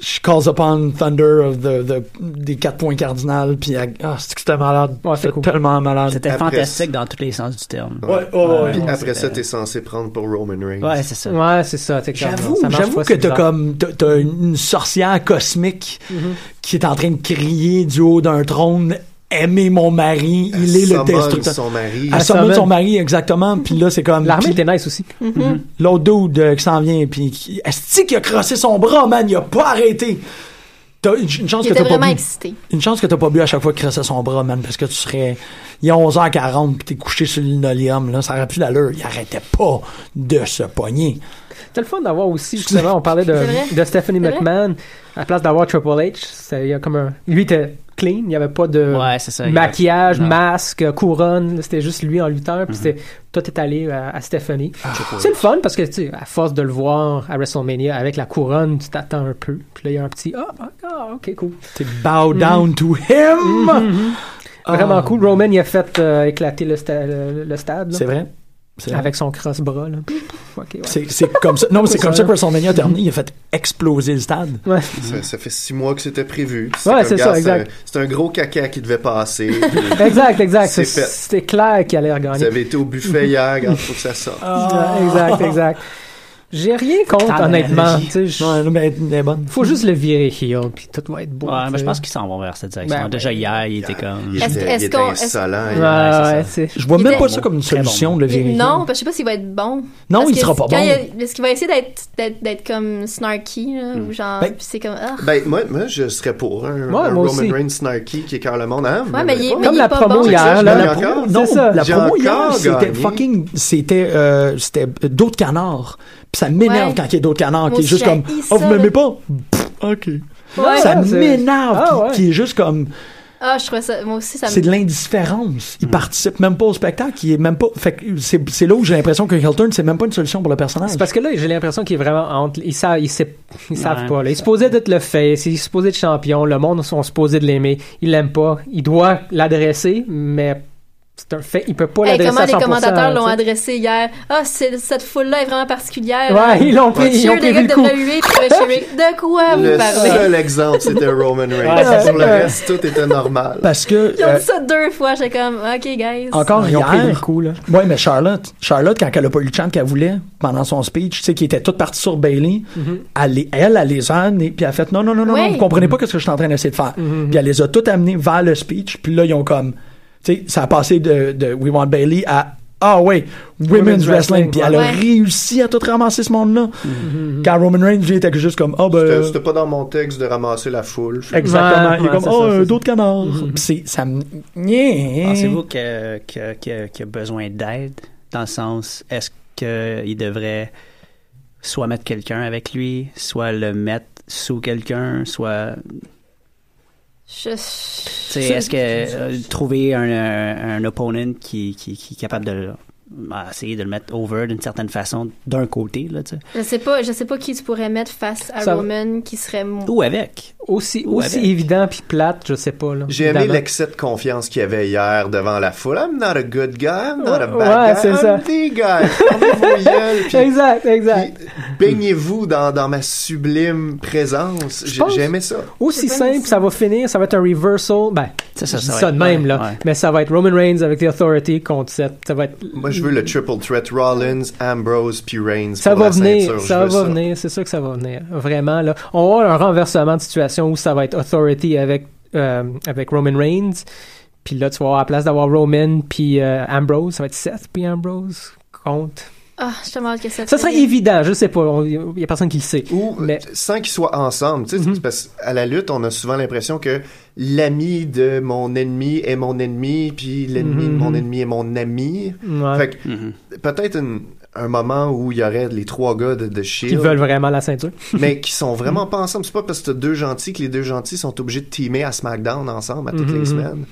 [SPEAKER 4] She calls upon thunder of the, the- des quatre points cardinales, puis elle- ah, c'est que c'était malade.
[SPEAKER 5] Ouais, c'est
[SPEAKER 4] c'était
[SPEAKER 5] cool.
[SPEAKER 4] tellement malade.
[SPEAKER 8] C'était
[SPEAKER 7] Après-
[SPEAKER 8] fantastique dans tous les sens du terme.
[SPEAKER 7] Ouais.
[SPEAKER 8] ouais.
[SPEAKER 7] Puis
[SPEAKER 8] Ouais,
[SPEAKER 7] après ça,
[SPEAKER 8] c'était-
[SPEAKER 7] t'es censé prendre pour Roman Reigns.
[SPEAKER 8] Ouais, c'est ça.
[SPEAKER 5] ah, Ouais, c'est ça, tu sais, comme,
[SPEAKER 4] J'avoue,
[SPEAKER 5] ça marche
[SPEAKER 4] j'avoue
[SPEAKER 5] pas,
[SPEAKER 4] que
[SPEAKER 5] c'est
[SPEAKER 4] t'as
[SPEAKER 5] bizarre.
[SPEAKER 4] comme t'as- t'as une sorcière cosmique
[SPEAKER 5] Mm-hmm.
[SPEAKER 4] qui est en train de crier du haut d'un trône. Aimez mon mari, il est le
[SPEAKER 7] Summon
[SPEAKER 4] destructeur.
[SPEAKER 7] son mari.
[SPEAKER 4] Elle
[SPEAKER 5] Elle
[SPEAKER 4] somme
[SPEAKER 5] summon.
[SPEAKER 4] son mari, exactement. Puis là, c'est comme
[SPEAKER 5] L'armée
[SPEAKER 4] puis
[SPEAKER 5] était nice aussi.
[SPEAKER 4] l'autre dude euh, qui s'en vient. Puis qui- Asti qui a crossé son bras, man. Il a pas arrêté. T'as une, ch- une chance
[SPEAKER 6] Il
[SPEAKER 4] que
[SPEAKER 6] était
[SPEAKER 4] t'as pas
[SPEAKER 6] vraiment
[SPEAKER 4] bu.
[SPEAKER 6] excité.
[SPEAKER 4] Une chance que t'as pas bu à chaque fois qu'il crossait son bras, man. Parce que tu serais. Il est 11h40 puis t'es couché sur le linoleum. Là, ça aurait plus d'allure. Il arrêtait pas de se pogner.
[SPEAKER 5] C'était le fun d'avoir aussi, justement, on parlait
[SPEAKER 6] C'est vrai.
[SPEAKER 5] de, de Stephanie
[SPEAKER 6] C'est vrai.
[SPEAKER 5] McMahon. À la place d'avoir Triple H, ça- il y a comme un. Lui était clean, il n'y avait pas de
[SPEAKER 8] Ouais, c'est ça. il y a-
[SPEAKER 5] maquillage,
[SPEAKER 8] Non. Mhm.
[SPEAKER 5] masque, couronne. là, C'était juste lui en lutteur, puis c'était tout est allé à, à Stephanie.
[SPEAKER 8] Ah,
[SPEAKER 5] C'est le fun parce que, tu sais, à force de le voir à WrestleMania avec la couronne, tu t'attends un peu. Puis là, il y a un petit Ah, ah, ok, cool.
[SPEAKER 4] T'es bow down to him.
[SPEAKER 5] Mm-hmm.
[SPEAKER 4] Mhm.
[SPEAKER 5] Vraiment
[SPEAKER 4] Ah.
[SPEAKER 5] cool. Roman, il a fait euh, éclater le, sta- le- le stade là,
[SPEAKER 4] C'est vrai. C'est vrai.
[SPEAKER 5] avec son cross-bras. là. Ok, ouais.
[SPEAKER 4] C'est c'est comme ça. Non, mais c'est
[SPEAKER 5] C'est
[SPEAKER 4] comme
[SPEAKER 5] ça,
[SPEAKER 4] ça que
[SPEAKER 5] là.
[SPEAKER 4] WrestleMania a terminé. Il a fait exploser le stade.
[SPEAKER 5] Ouais.
[SPEAKER 7] Ça, ça fait six mois que c'était prévu.
[SPEAKER 5] Ouais,
[SPEAKER 7] comme,
[SPEAKER 5] c'est ça,
[SPEAKER 7] regarde,
[SPEAKER 5] exact.
[SPEAKER 7] un- C'est un gros caca qui devait passer. Puis
[SPEAKER 5] Exact, exact.
[SPEAKER 7] C'est
[SPEAKER 5] C'est-
[SPEAKER 7] fait.
[SPEAKER 5] C'était clair qu'il allait
[SPEAKER 7] Vous
[SPEAKER 5] regagner.
[SPEAKER 7] avez été au buffet hier, regarde, faut que ça sorte.
[SPEAKER 5] Ah. Ouais, Exact, exact. J'ai rien contre,
[SPEAKER 8] Tant
[SPEAKER 5] honnêtement.
[SPEAKER 8] d'analogie.
[SPEAKER 5] tu sais, je-
[SPEAKER 4] Non, non, mais elle- elle est bonne.
[SPEAKER 5] Faut juste le virer heel, puis tout va être beau.
[SPEAKER 8] Ouais, mais
[SPEAKER 5] tu
[SPEAKER 8] je
[SPEAKER 5] sais.
[SPEAKER 8] pense qu'ils s'en vont vers cette direction.
[SPEAKER 5] Ben,
[SPEAKER 8] Déjà hier, il était comme.
[SPEAKER 7] Il
[SPEAKER 6] Est-ce-
[SPEAKER 7] était, il
[SPEAKER 6] est-ce
[SPEAKER 7] était
[SPEAKER 6] qu'on- est-ce-
[SPEAKER 7] insolent.
[SPEAKER 5] Ouais,
[SPEAKER 7] il-
[SPEAKER 5] ouais,
[SPEAKER 8] Ouais,
[SPEAKER 5] c'est ça.
[SPEAKER 4] Je vois
[SPEAKER 6] Il
[SPEAKER 4] même
[SPEAKER 6] était-
[SPEAKER 4] pas ça comme une
[SPEAKER 8] Très bon.
[SPEAKER 4] solution de le virer.
[SPEAKER 6] Non, parce que je sais pas s'il va être bon.
[SPEAKER 4] Non,
[SPEAKER 6] Parce
[SPEAKER 4] il
[SPEAKER 6] que
[SPEAKER 4] sera pas
[SPEAKER 6] quand
[SPEAKER 4] bon.
[SPEAKER 6] il a- Parce qu'il va essayer d'être- d'être d'être comme snarky, là,
[SPEAKER 7] Hmm.
[SPEAKER 6] ou genre,
[SPEAKER 4] Ben-
[SPEAKER 6] puis c'est comme, ah.
[SPEAKER 7] Ben, moi, moi, je serais pour un, un
[SPEAKER 5] moi
[SPEAKER 7] Roman
[SPEAKER 5] aussi.
[SPEAKER 7] Reigns snarky qui écœure le monde. Hein, vous
[SPEAKER 6] Ouais, mais
[SPEAKER 7] m'avez
[SPEAKER 6] il
[SPEAKER 7] pas?
[SPEAKER 6] est, mais
[SPEAKER 5] Comme
[SPEAKER 6] il est
[SPEAKER 5] la
[SPEAKER 6] pas
[SPEAKER 5] promo
[SPEAKER 6] bon.
[SPEAKER 5] hier,
[SPEAKER 7] Ça, je
[SPEAKER 5] là,
[SPEAKER 7] gagne
[SPEAKER 5] la
[SPEAKER 7] encore?
[SPEAKER 5] promo- c'est ça.
[SPEAKER 4] La
[SPEAKER 7] J'ai
[SPEAKER 4] promo hier,
[SPEAKER 7] encore
[SPEAKER 4] c'était
[SPEAKER 7] gagné.
[SPEAKER 4] fucking. C'était euh, c'était d'autres canards. Puis ça m'énerve
[SPEAKER 6] Ouais.
[SPEAKER 4] quand il y a d'autres canards
[SPEAKER 6] Moi
[SPEAKER 4] qui est
[SPEAKER 6] aussi,
[SPEAKER 4] juste comme.
[SPEAKER 6] j'haïs
[SPEAKER 4] Oh, vous
[SPEAKER 6] ça,
[SPEAKER 4] m'aimez
[SPEAKER 6] là.
[SPEAKER 4] pas? Pff, OK.
[SPEAKER 6] Ouais.
[SPEAKER 4] ça
[SPEAKER 5] c'est-
[SPEAKER 4] m'énerve.
[SPEAKER 5] Ah,
[SPEAKER 4] qui-
[SPEAKER 5] ouais.
[SPEAKER 4] Qui est juste comme.
[SPEAKER 6] Ah, je trouvais ça. Moi aussi, ça
[SPEAKER 4] C'est
[SPEAKER 6] me.
[SPEAKER 4] de l'indifférence.
[SPEAKER 5] Mm.
[SPEAKER 4] Il participe même pas au spectacle. Il est même pas. Fait que c'est c'est là où j'ai l'impression que Hilton, c'est même pas une solution pour le personnage.
[SPEAKER 5] C'est parce que là, j'ai l'impression qu'il est vraiment entre. Ils savent, ils sait- ils savent
[SPEAKER 8] Ouais.
[SPEAKER 5] pas. Là. Il se posait d'être le face, il se posait de champion, le monde sont supposés de l'aimer. Il l'aime pas. Il doit l'adresser, mais c'est un fait. Il peut pas
[SPEAKER 6] Hey,
[SPEAKER 5] l'adresser
[SPEAKER 6] comment
[SPEAKER 5] à 100%.
[SPEAKER 6] les commentateurs l'ont
[SPEAKER 5] tu sais.
[SPEAKER 6] adressé hier. Ah, c'est- cette foule-là est vraiment particulière. hein?
[SPEAKER 5] Ouais, ils l'ont pris, ils ont
[SPEAKER 6] Cheer, les
[SPEAKER 5] pris
[SPEAKER 6] gars
[SPEAKER 5] le coup.
[SPEAKER 6] devraient huer, puis devraient cheerer. De quoi vous
[SPEAKER 7] Le
[SPEAKER 6] parlez?
[SPEAKER 7] seul exemple, c'était Roman Reigns.
[SPEAKER 5] Ouais.
[SPEAKER 7] Pour le reste, tout était normal.
[SPEAKER 4] Parce que.
[SPEAKER 6] Ils ont
[SPEAKER 4] euh,
[SPEAKER 6] dit ça deux fois, j'étais comme, ok, guys.
[SPEAKER 4] Encore
[SPEAKER 5] Ils ont pris le
[SPEAKER 4] hier,
[SPEAKER 5] coup, là.
[SPEAKER 4] Oui, mais Charlotte, Charlotte, quand elle a pas eu le chant qu'elle voulait pendant son speech, tu sais, qui était toute partie sur Bailey,
[SPEAKER 5] Mm-hmm.
[SPEAKER 4] elle, les- elle, elle les a amenés, puis elle a fait non, non, non, non,
[SPEAKER 6] Ouais.
[SPEAKER 4] non, vous comprenez pas ce que je suis en train d'essayer de faire.
[SPEAKER 5] Mm-hmm.
[SPEAKER 4] Puis elle les a toutes amenés vers le speech, puis là, ils ont comme, tu sais, ça a passé de, de We Want Bailey à Ah ouais, Women's, Wrestling,
[SPEAKER 5] Women's Wrestling, Mm-hmm.
[SPEAKER 4] puis elle a
[SPEAKER 6] ouais.
[SPEAKER 4] réussi à tout ramasser ce monde-là. Quand Roman Reigns, lui, était juste comme Ah
[SPEAKER 7] C'était-
[SPEAKER 4] ben.
[SPEAKER 7] C'était pas dans mon texte de ramasser la foule. Fait que
[SPEAKER 4] Exactement.
[SPEAKER 5] Ouais,
[SPEAKER 4] Il est
[SPEAKER 5] ouais,
[SPEAKER 4] comme
[SPEAKER 5] c'est
[SPEAKER 4] Oh,
[SPEAKER 5] ça, Mm-hmm.
[SPEAKER 4] euh,
[SPEAKER 5] c'est
[SPEAKER 4] d'autres canards. Puis c'est, ça me.
[SPEAKER 8] Pensez-vous que- que- que- qu'il a besoin d'aide dans le sens est-ce qu'il devrait soit mettre quelqu'un avec lui, soit le mettre sous quelqu'un, soit
[SPEAKER 6] Je-
[SPEAKER 8] tu sais, est-ce que euh, trouver un, un, un opponent qui, qui, qui est capable de le- bah, essayer de le mettre over d'une certaine façon d'un côté là, tu sais,
[SPEAKER 6] Je sais pas, je sais pas qui tu pourrais mettre face à
[SPEAKER 5] Ça-
[SPEAKER 6] Roman qui serait. mo-
[SPEAKER 8] ou avec,
[SPEAKER 5] aussi, aussi évident puis plate, je sais pas. là,
[SPEAKER 7] J'ai aimé
[SPEAKER 5] évidemment.
[SPEAKER 7] l'excès de confiance qu'il y avait hier devant la foule. I'm not a good guy, I'm not a
[SPEAKER 5] Ouais, ouais,
[SPEAKER 7] bad
[SPEAKER 5] c'est
[SPEAKER 7] guy, I'm
[SPEAKER 5] ça.
[SPEAKER 7] the guy. Fermez vos gueules, puis-
[SPEAKER 5] Exact, exact.
[SPEAKER 7] puis Baignez-vous dans, dans ma sublime présence. J'ai
[SPEAKER 5] pense-
[SPEAKER 7] j'ai aimé ça.
[SPEAKER 5] Aussi simple, ça va finir, ça va être un reversal. Ben,
[SPEAKER 8] Ça,
[SPEAKER 5] je
[SPEAKER 8] ça
[SPEAKER 5] dis
[SPEAKER 8] serait-
[SPEAKER 5] ça de même,
[SPEAKER 8] ouais,
[SPEAKER 5] là.
[SPEAKER 8] ouais.
[SPEAKER 5] Mais ça va être Roman Reigns avec The Authority contre Seth. Ça va être.
[SPEAKER 7] Moi, je veux le triple threat Rollins, Ambrose, puis Reigns.
[SPEAKER 5] Ça
[SPEAKER 7] pour
[SPEAKER 5] va
[SPEAKER 7] la
[SPEAKER 5] venir,
[SPEAKER 7] ceinture. Je
[SPEAKER 5] ça
[SPEAKER 7] veux
[SPEAKER 5] va venir, c'est sûr que ça va venir. Vraiment, là. On va avoir un renversement de situation où ça va être Authority avec, euh, avec Roman Reigns. Puis là, tu vas avoir, à la place d'avoir Roman puis euh, Ambrose, ça va être Seth puis Ambrose contre.
[SPEAKER 6] Ah, je te demande que ça.
[SPEAKER 5] Ça serait
[SPEAKER 6] évident.
[SPEAKER 5] évident, je sais pas, il y a personne qui le sait.
[SPEAKER 7] Ou
[SPEAKER 5] Mais- Mm-hmm.
[SPEAKER 7] euh, sans qu'ils soient ensemble. Tu sais, c'est parce qu'à la lutte, on a souvent l'impression que l'ami de mon ennemi est mon ennemi, puis l'ennemi de mon ennemi est mon ami.
[SPEAKER 5] Mm-hmm. Ouais.
[SPEAKER 7] Fait que peut-être une- un moment où il y aurait les trois gars de, de Shield,
[SPEAKER 5] Qui veulent Mm-hmm. vraiment la ceinture.
[SPEAKER 7] mais qui sont vraiment pas ensemble. C'est pas parce que t'as deux gentils que les deux gentils sont obligés de teamer à SmackDown ensemble à toutes
[SPEAKER 5] Mm-hmm.
[SPEAKER 7] les semaines.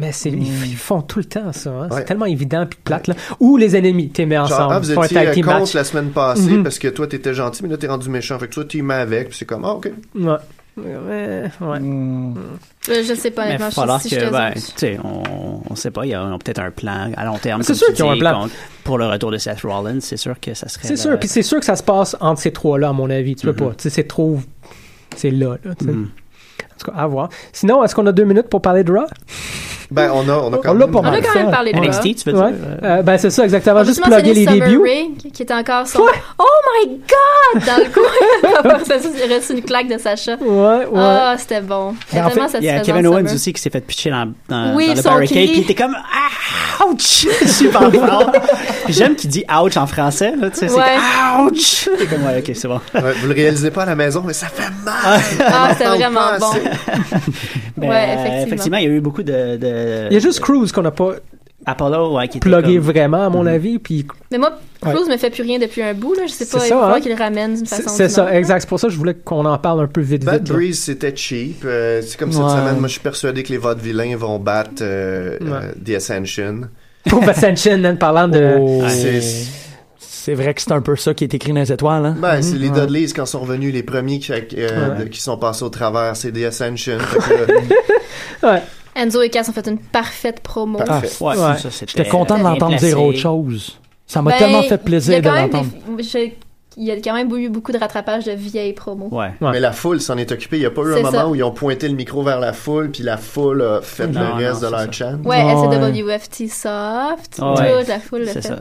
[SPEAKER 5] Mais c'est, ils font tout le temps ça. hein.
[SPEAKER 7] Hmm. Ouais.
[SPEAKER 5] C'est tellement évident puis plate. Là. Ou les ennemis, t'es mis
[SPEAKER 7] Genre,
[SPEAKER 5] ensemble.
[SPEAKER 7] ah, vous
[SPEAKER 5] font un
[SPEAKER 7] étiez
[SPEAKER 5] tag
[SPEAKER 7] euh,
[SPEAKER 5] team match.
[SPEAKER 7] contre la semaine passée
[SPEAKER 5] Mm-hmm.
[SPEAKER 7] parce que toi t'étais gentil, mais là t'es rendu méchant. Fait que toi teamais avec, puis c'est comme, ah, ok.
[SPEAKER 5] Ouais. Ouais, ouais.
[SPEAKER 6] Euh, Je sais pas,
[SPEAKER 8] Mais
[SPEAKER 6] honnêtement,
[SPEAKER 8] il va
[SPEAKER 6] je sais
[SPEAKER 8] falloir
[SPEAKER 6] si je
[SPEAKER 8] que,
[SPEAKER 6] te
[SPEAKER 8] ben,
[SPEAKER 6] dis-
[SPEAKER 8] tu sais, on, on sait pas, il y a, un- peut-être un plan à long terme.
[SPEAKER 5] Ah, C'est
[SPEAKER 8] comme
[SPEAKER 5] sûr
[SPEAKER 8] tu
[SPEAKER 5] qu'ils ont un
[SPEAKER 8] dis,
[SPEAKER 5] plan.
[SPEAKER 8] contre- Pour le retour de Seth Rollins, c'est sûr que ça serait.
[SPEAKER 4] eh
[SPEAKER 5] C'est
[SPEAKER 8] le-
[SPEAKER 4] ben.
[SPEAKER 5] sûr, puis c'est sûr que ça se passe entre ces trois-là, à mon avis. Tu peux pas. Tu sais, c'est trop. C'est là, là. tu sais. En tout cas, à voir. Sinon, est-ce qu'on a deux minutes pour parler de Raw?
[SPEAKER 7] Ben on a, on a quand
[SPEAKER 5] Oh, l'a
[SPEAKER 7] même.
[SPEAKER 5] pas
[SPEAKER 6] On a quand même parlé de
[SPEAKER 8] NXT, tu
[SPEAKER 6] ça.
[SPEAKER 8] veux
[SPEAKER 5] Ouais.
[SPEAKER 8] dire? euh,
[SPEAKER 5] Euh, ben, c'est ça, exactement.
[SPEAKER 6] On a
[SPEAKER 5] Juste
[SPEAKER 6] mentionné
[SPEAKER 5] plugger les
[SPEAKER 6] Summer
[SPEAKER 5] débuts.
[SPEAKER 6] Raig, qui était encore son. Oh my god! Dans le coin. Ça a reçu une claque de Sacha.
[SPEAKER 5] Ouais, ouais.
[SPEAKER 6] Ah, c'était bon.
[SPEAKER 8] Ben,
[SPEAKER 6] C'était
[SPEAKER 8] en fait,
[SPEAKER 6] tellement
[SPEAKER 8] il y a
[SPEAKER 6] satisfaisant.
[SPEAKER 8] Kevin
[SPEAKER 6] Summer.
[SPEAKER 8] Owens aussi qui s'est fait pitcher dans, dans,
[SPEAKER 6] Oui,
[SPEAKER 8] dans le
[SPEAKER 6] son
[SPEAKER 8] barricade,
[SPEAKER 6] cri.
[SPEAKER 8] puis il était comme ah, ouch, super fort. J'aime qu'il dit ouch en français, là, tu sais,
[SPEAKER 6] Ouais.
[SPEAKER 8] c'est ouch. C'est comme ouais, ok, c'est bon.
[SPEAKER 7] Ouais, vous le réalisez pas à la maison, mais ça fait mal.
[SPEAKER 6] Ah, c'était
[SPEAKER 7] On entend
[SPEAKER 6] vraiment
[SPEAKER 7] pas
[SPEAKER 6] bon.
[SPEAKER 7] assez.
[SPEAKER 8] Mais,
[SPEAKER 6] Ouais,
[SPEAKER 8] euh,
[SPEAKER 6] effectivement.
[SPEAKER 8] il y a eu beaucoup de, de
[SPEAKER 5] Il y a juste Cruz qu'on n'a pas
[SPEAKER 8] Apollo ouais, qui était
[SPEAKER 5] plugué
[SPEAKER 8] comme-
[SPEAKER 5] vraiment, à mon avis. Puis
[SPEAKER 6] Mais moi,
[SPEAKER 5] Ouais.
[SPEAKER 6] Cruz me fait plus rien depuis un bout, là. Je sais pas,
[SPEAKER 5] C'est
[SPEAKER 6] il
[SPEAKER 5] ça,
[SPEAKER 6] va falloir
[SPEAKER 5] hein.
[SPEAKER 6] qu'il le ramène d'une façon
[SPEAKER 5] c'est
[SPEAKER 6] ou
[SPEAKER 5] c'est
[SPEAKER 6] d'une autre.
[SPEAKER 5] ça, exact. C'est pour ça que je voulais qu'on en parle un peu vite,
[SPEAKER 7] Bad
[SPEAKER 5] vite. là.
[SPEAKER 7] Breeze, c'était cheap. Euh, c'est comme cette
[SPEAKER 5] Ouais.
[SPEAKER 7] semaine, moi, je suis persuadé que les vaudevillains vont battre euh, euh,
[SPEAKER 5] Ouais.
[SPEAKER 7] The Ascension.
[SPEAKER 5] Pour Ascension, en parlant de.
[SPEAKER 7] Ah, C'est,
[SPEAKER 9] C'est vrai que c'est un peu ça qui est écrit dans les étoiles. Hein?
[SPEAKER 7] ben, c'est les Dudleys quand sont revenus, les premiers qui, euh,
[SPEAKER 5] Ouais.
[SPEAKER 7] de- qui sont passés au travers, c'est The Ascension. Fait que, euh,
[SPEAKER 6] Enzo et Cass ont fait une parfaite promo.
[SPEAKER 7] parfait.
[SPEAKER 8] Ouais,
[SPEAKER 5] Ouais.
[SPEAKER 8] Euh, ça, c'était-
[SPEAKER 9] Ah, J'étais content de
[SPEAKER 8] bien
[SPEAKER 9] l'entendre
[SPEAKER 8] placé.
[SPEAKER 9] dire autre chose. Ça m'a
[SPEAKER 6] Ben,
[SPEAKER 9] tellement fait plaisir
[SPEAKER 6] il y
[SPEAKER 9] de
[SPEAKER 6] a quand
[SPEAKER 9] l'entendre.
[SPEAKER 6] même des- je- Il y a quand même eu beaucoup de rattrapage de vieilles promos.
[SPEAKER 8] Ouais.
[SPEAKER 7] Mais la foule s'en est occupée. Il n'y a pas eu un
[SPEAKER 6] C'est
[SPEAKER 7] moment
[SPEAKER 6] ça.
[SPEAKER 7] où ils ont pointé le micro vers la foule, puis la foule a fait
[SPEAKER 8] Non,
[SPEAKER 7] le reste
[SPEAKER 8] non,
[SPEAKER 7] de leur
[SPEAKER 8] c'est
[SPEAKER 7] chant.
[SPEAKER 6] Ouais,
[SPEAKER 5] Ah,
[SPEAKER 6] SCWFT Soft,
[SPEAKER 8] Ouais.
[SPEAKER 6] toute la foule l'a
[SPEAKER 8] C'est
[SPEAKER 6] fait.
[SPEAKER 8] ça.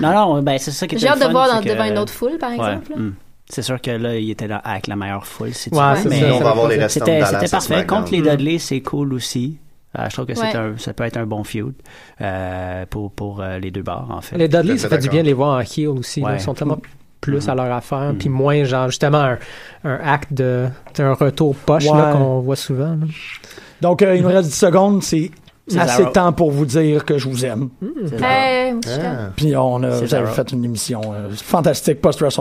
[SPEAKER 8] Non, non, ben, c'est ça qui était
[SPEAKER 6] J'ai hâte
[SPEAKER 8] le
[SPEAKER 6] de
[SPEAKER 8] fun,
[SPEAKER 6] voir
[SPEAKER 8] c'est
[SPEAKER 6] dans-
[SPEAKER 8] que-
[SPEAKER 6] devant une autre foule, par
[SPEAKER 8] Ouais,
[SPEAKER 6] exemple. là.
[SPEAKER 8] mm. C'est sûr que là, il était là avec la meilleure foule, si tu
[SPEAKER 5] Ouais,
[SPEAKER 8] veux,
[SPEAKER 5] c'est
[SPEAKER 8] mais
[SPEAKER 5] ça,
[SPEAKER 7] Mais on
[SPEAKER 5] ça
[SPEAKER 7] va
[SPEAKER 5] va
[SPEAKER 7] avoir les
[SPEAKER 5] pas-
[SPEAKER 7] restants de
[SPEAKER 8] c'était,
[SPEAKER 7] Dallas.
[SPEAKER 8] c'était
[SPEAKER 7] à
[SPEAKER 8] parfait.
[SPEAKER 7] SmackDown.
[SPEAKER 8] Contre les Dudley, c'est cool aussi. Euh, je trouve que c'est
[SPEAKER 6] Ouais.
[SPEAKER 8] un, ça peut être un bon feud euh, pour, pour euh, les deux bars, en fait.
[SPEAKER 5] Les Dudley,
[SPEAKER 7] Tout à
[SPEAKER 5] ça
[SPEAKER 7] fait
[SPEAKER 5] fait du bien de les voir en heel aussi. là.
[SPEAKER 8] Ouais.
[SPEAKER 5] Ils sont tellement plus à leur affaire, puis moins, genre, justement, un, un acte de. c'est un retour poche
[SPEAKER 9] Ouais.
[SPEAKER 5] là, qu'on voit souvent. là.
[SPEAKER 9] Donc, euh, il nous reste 10 secondes. C'est
[SPEAKER 8] C'est
[SPEAKER 9] assez de
[SPEAKER 8] Zaro.
[SPEAKER 9] temps pour vous dire que je vous aime.
[SPEAKER 8] C'est-
[SPEAKER 6] Hey, moi, je suis
[SPEAKER 7] Ah.
[SPEAKER 9] Puis on a,
[SPEAKER 8] C'est
[SPEAKER 9] vous avez
[SPEAKER 8] Zaro.
[SPEAKER 9] fait une émission euh, fantastique post-wrestling.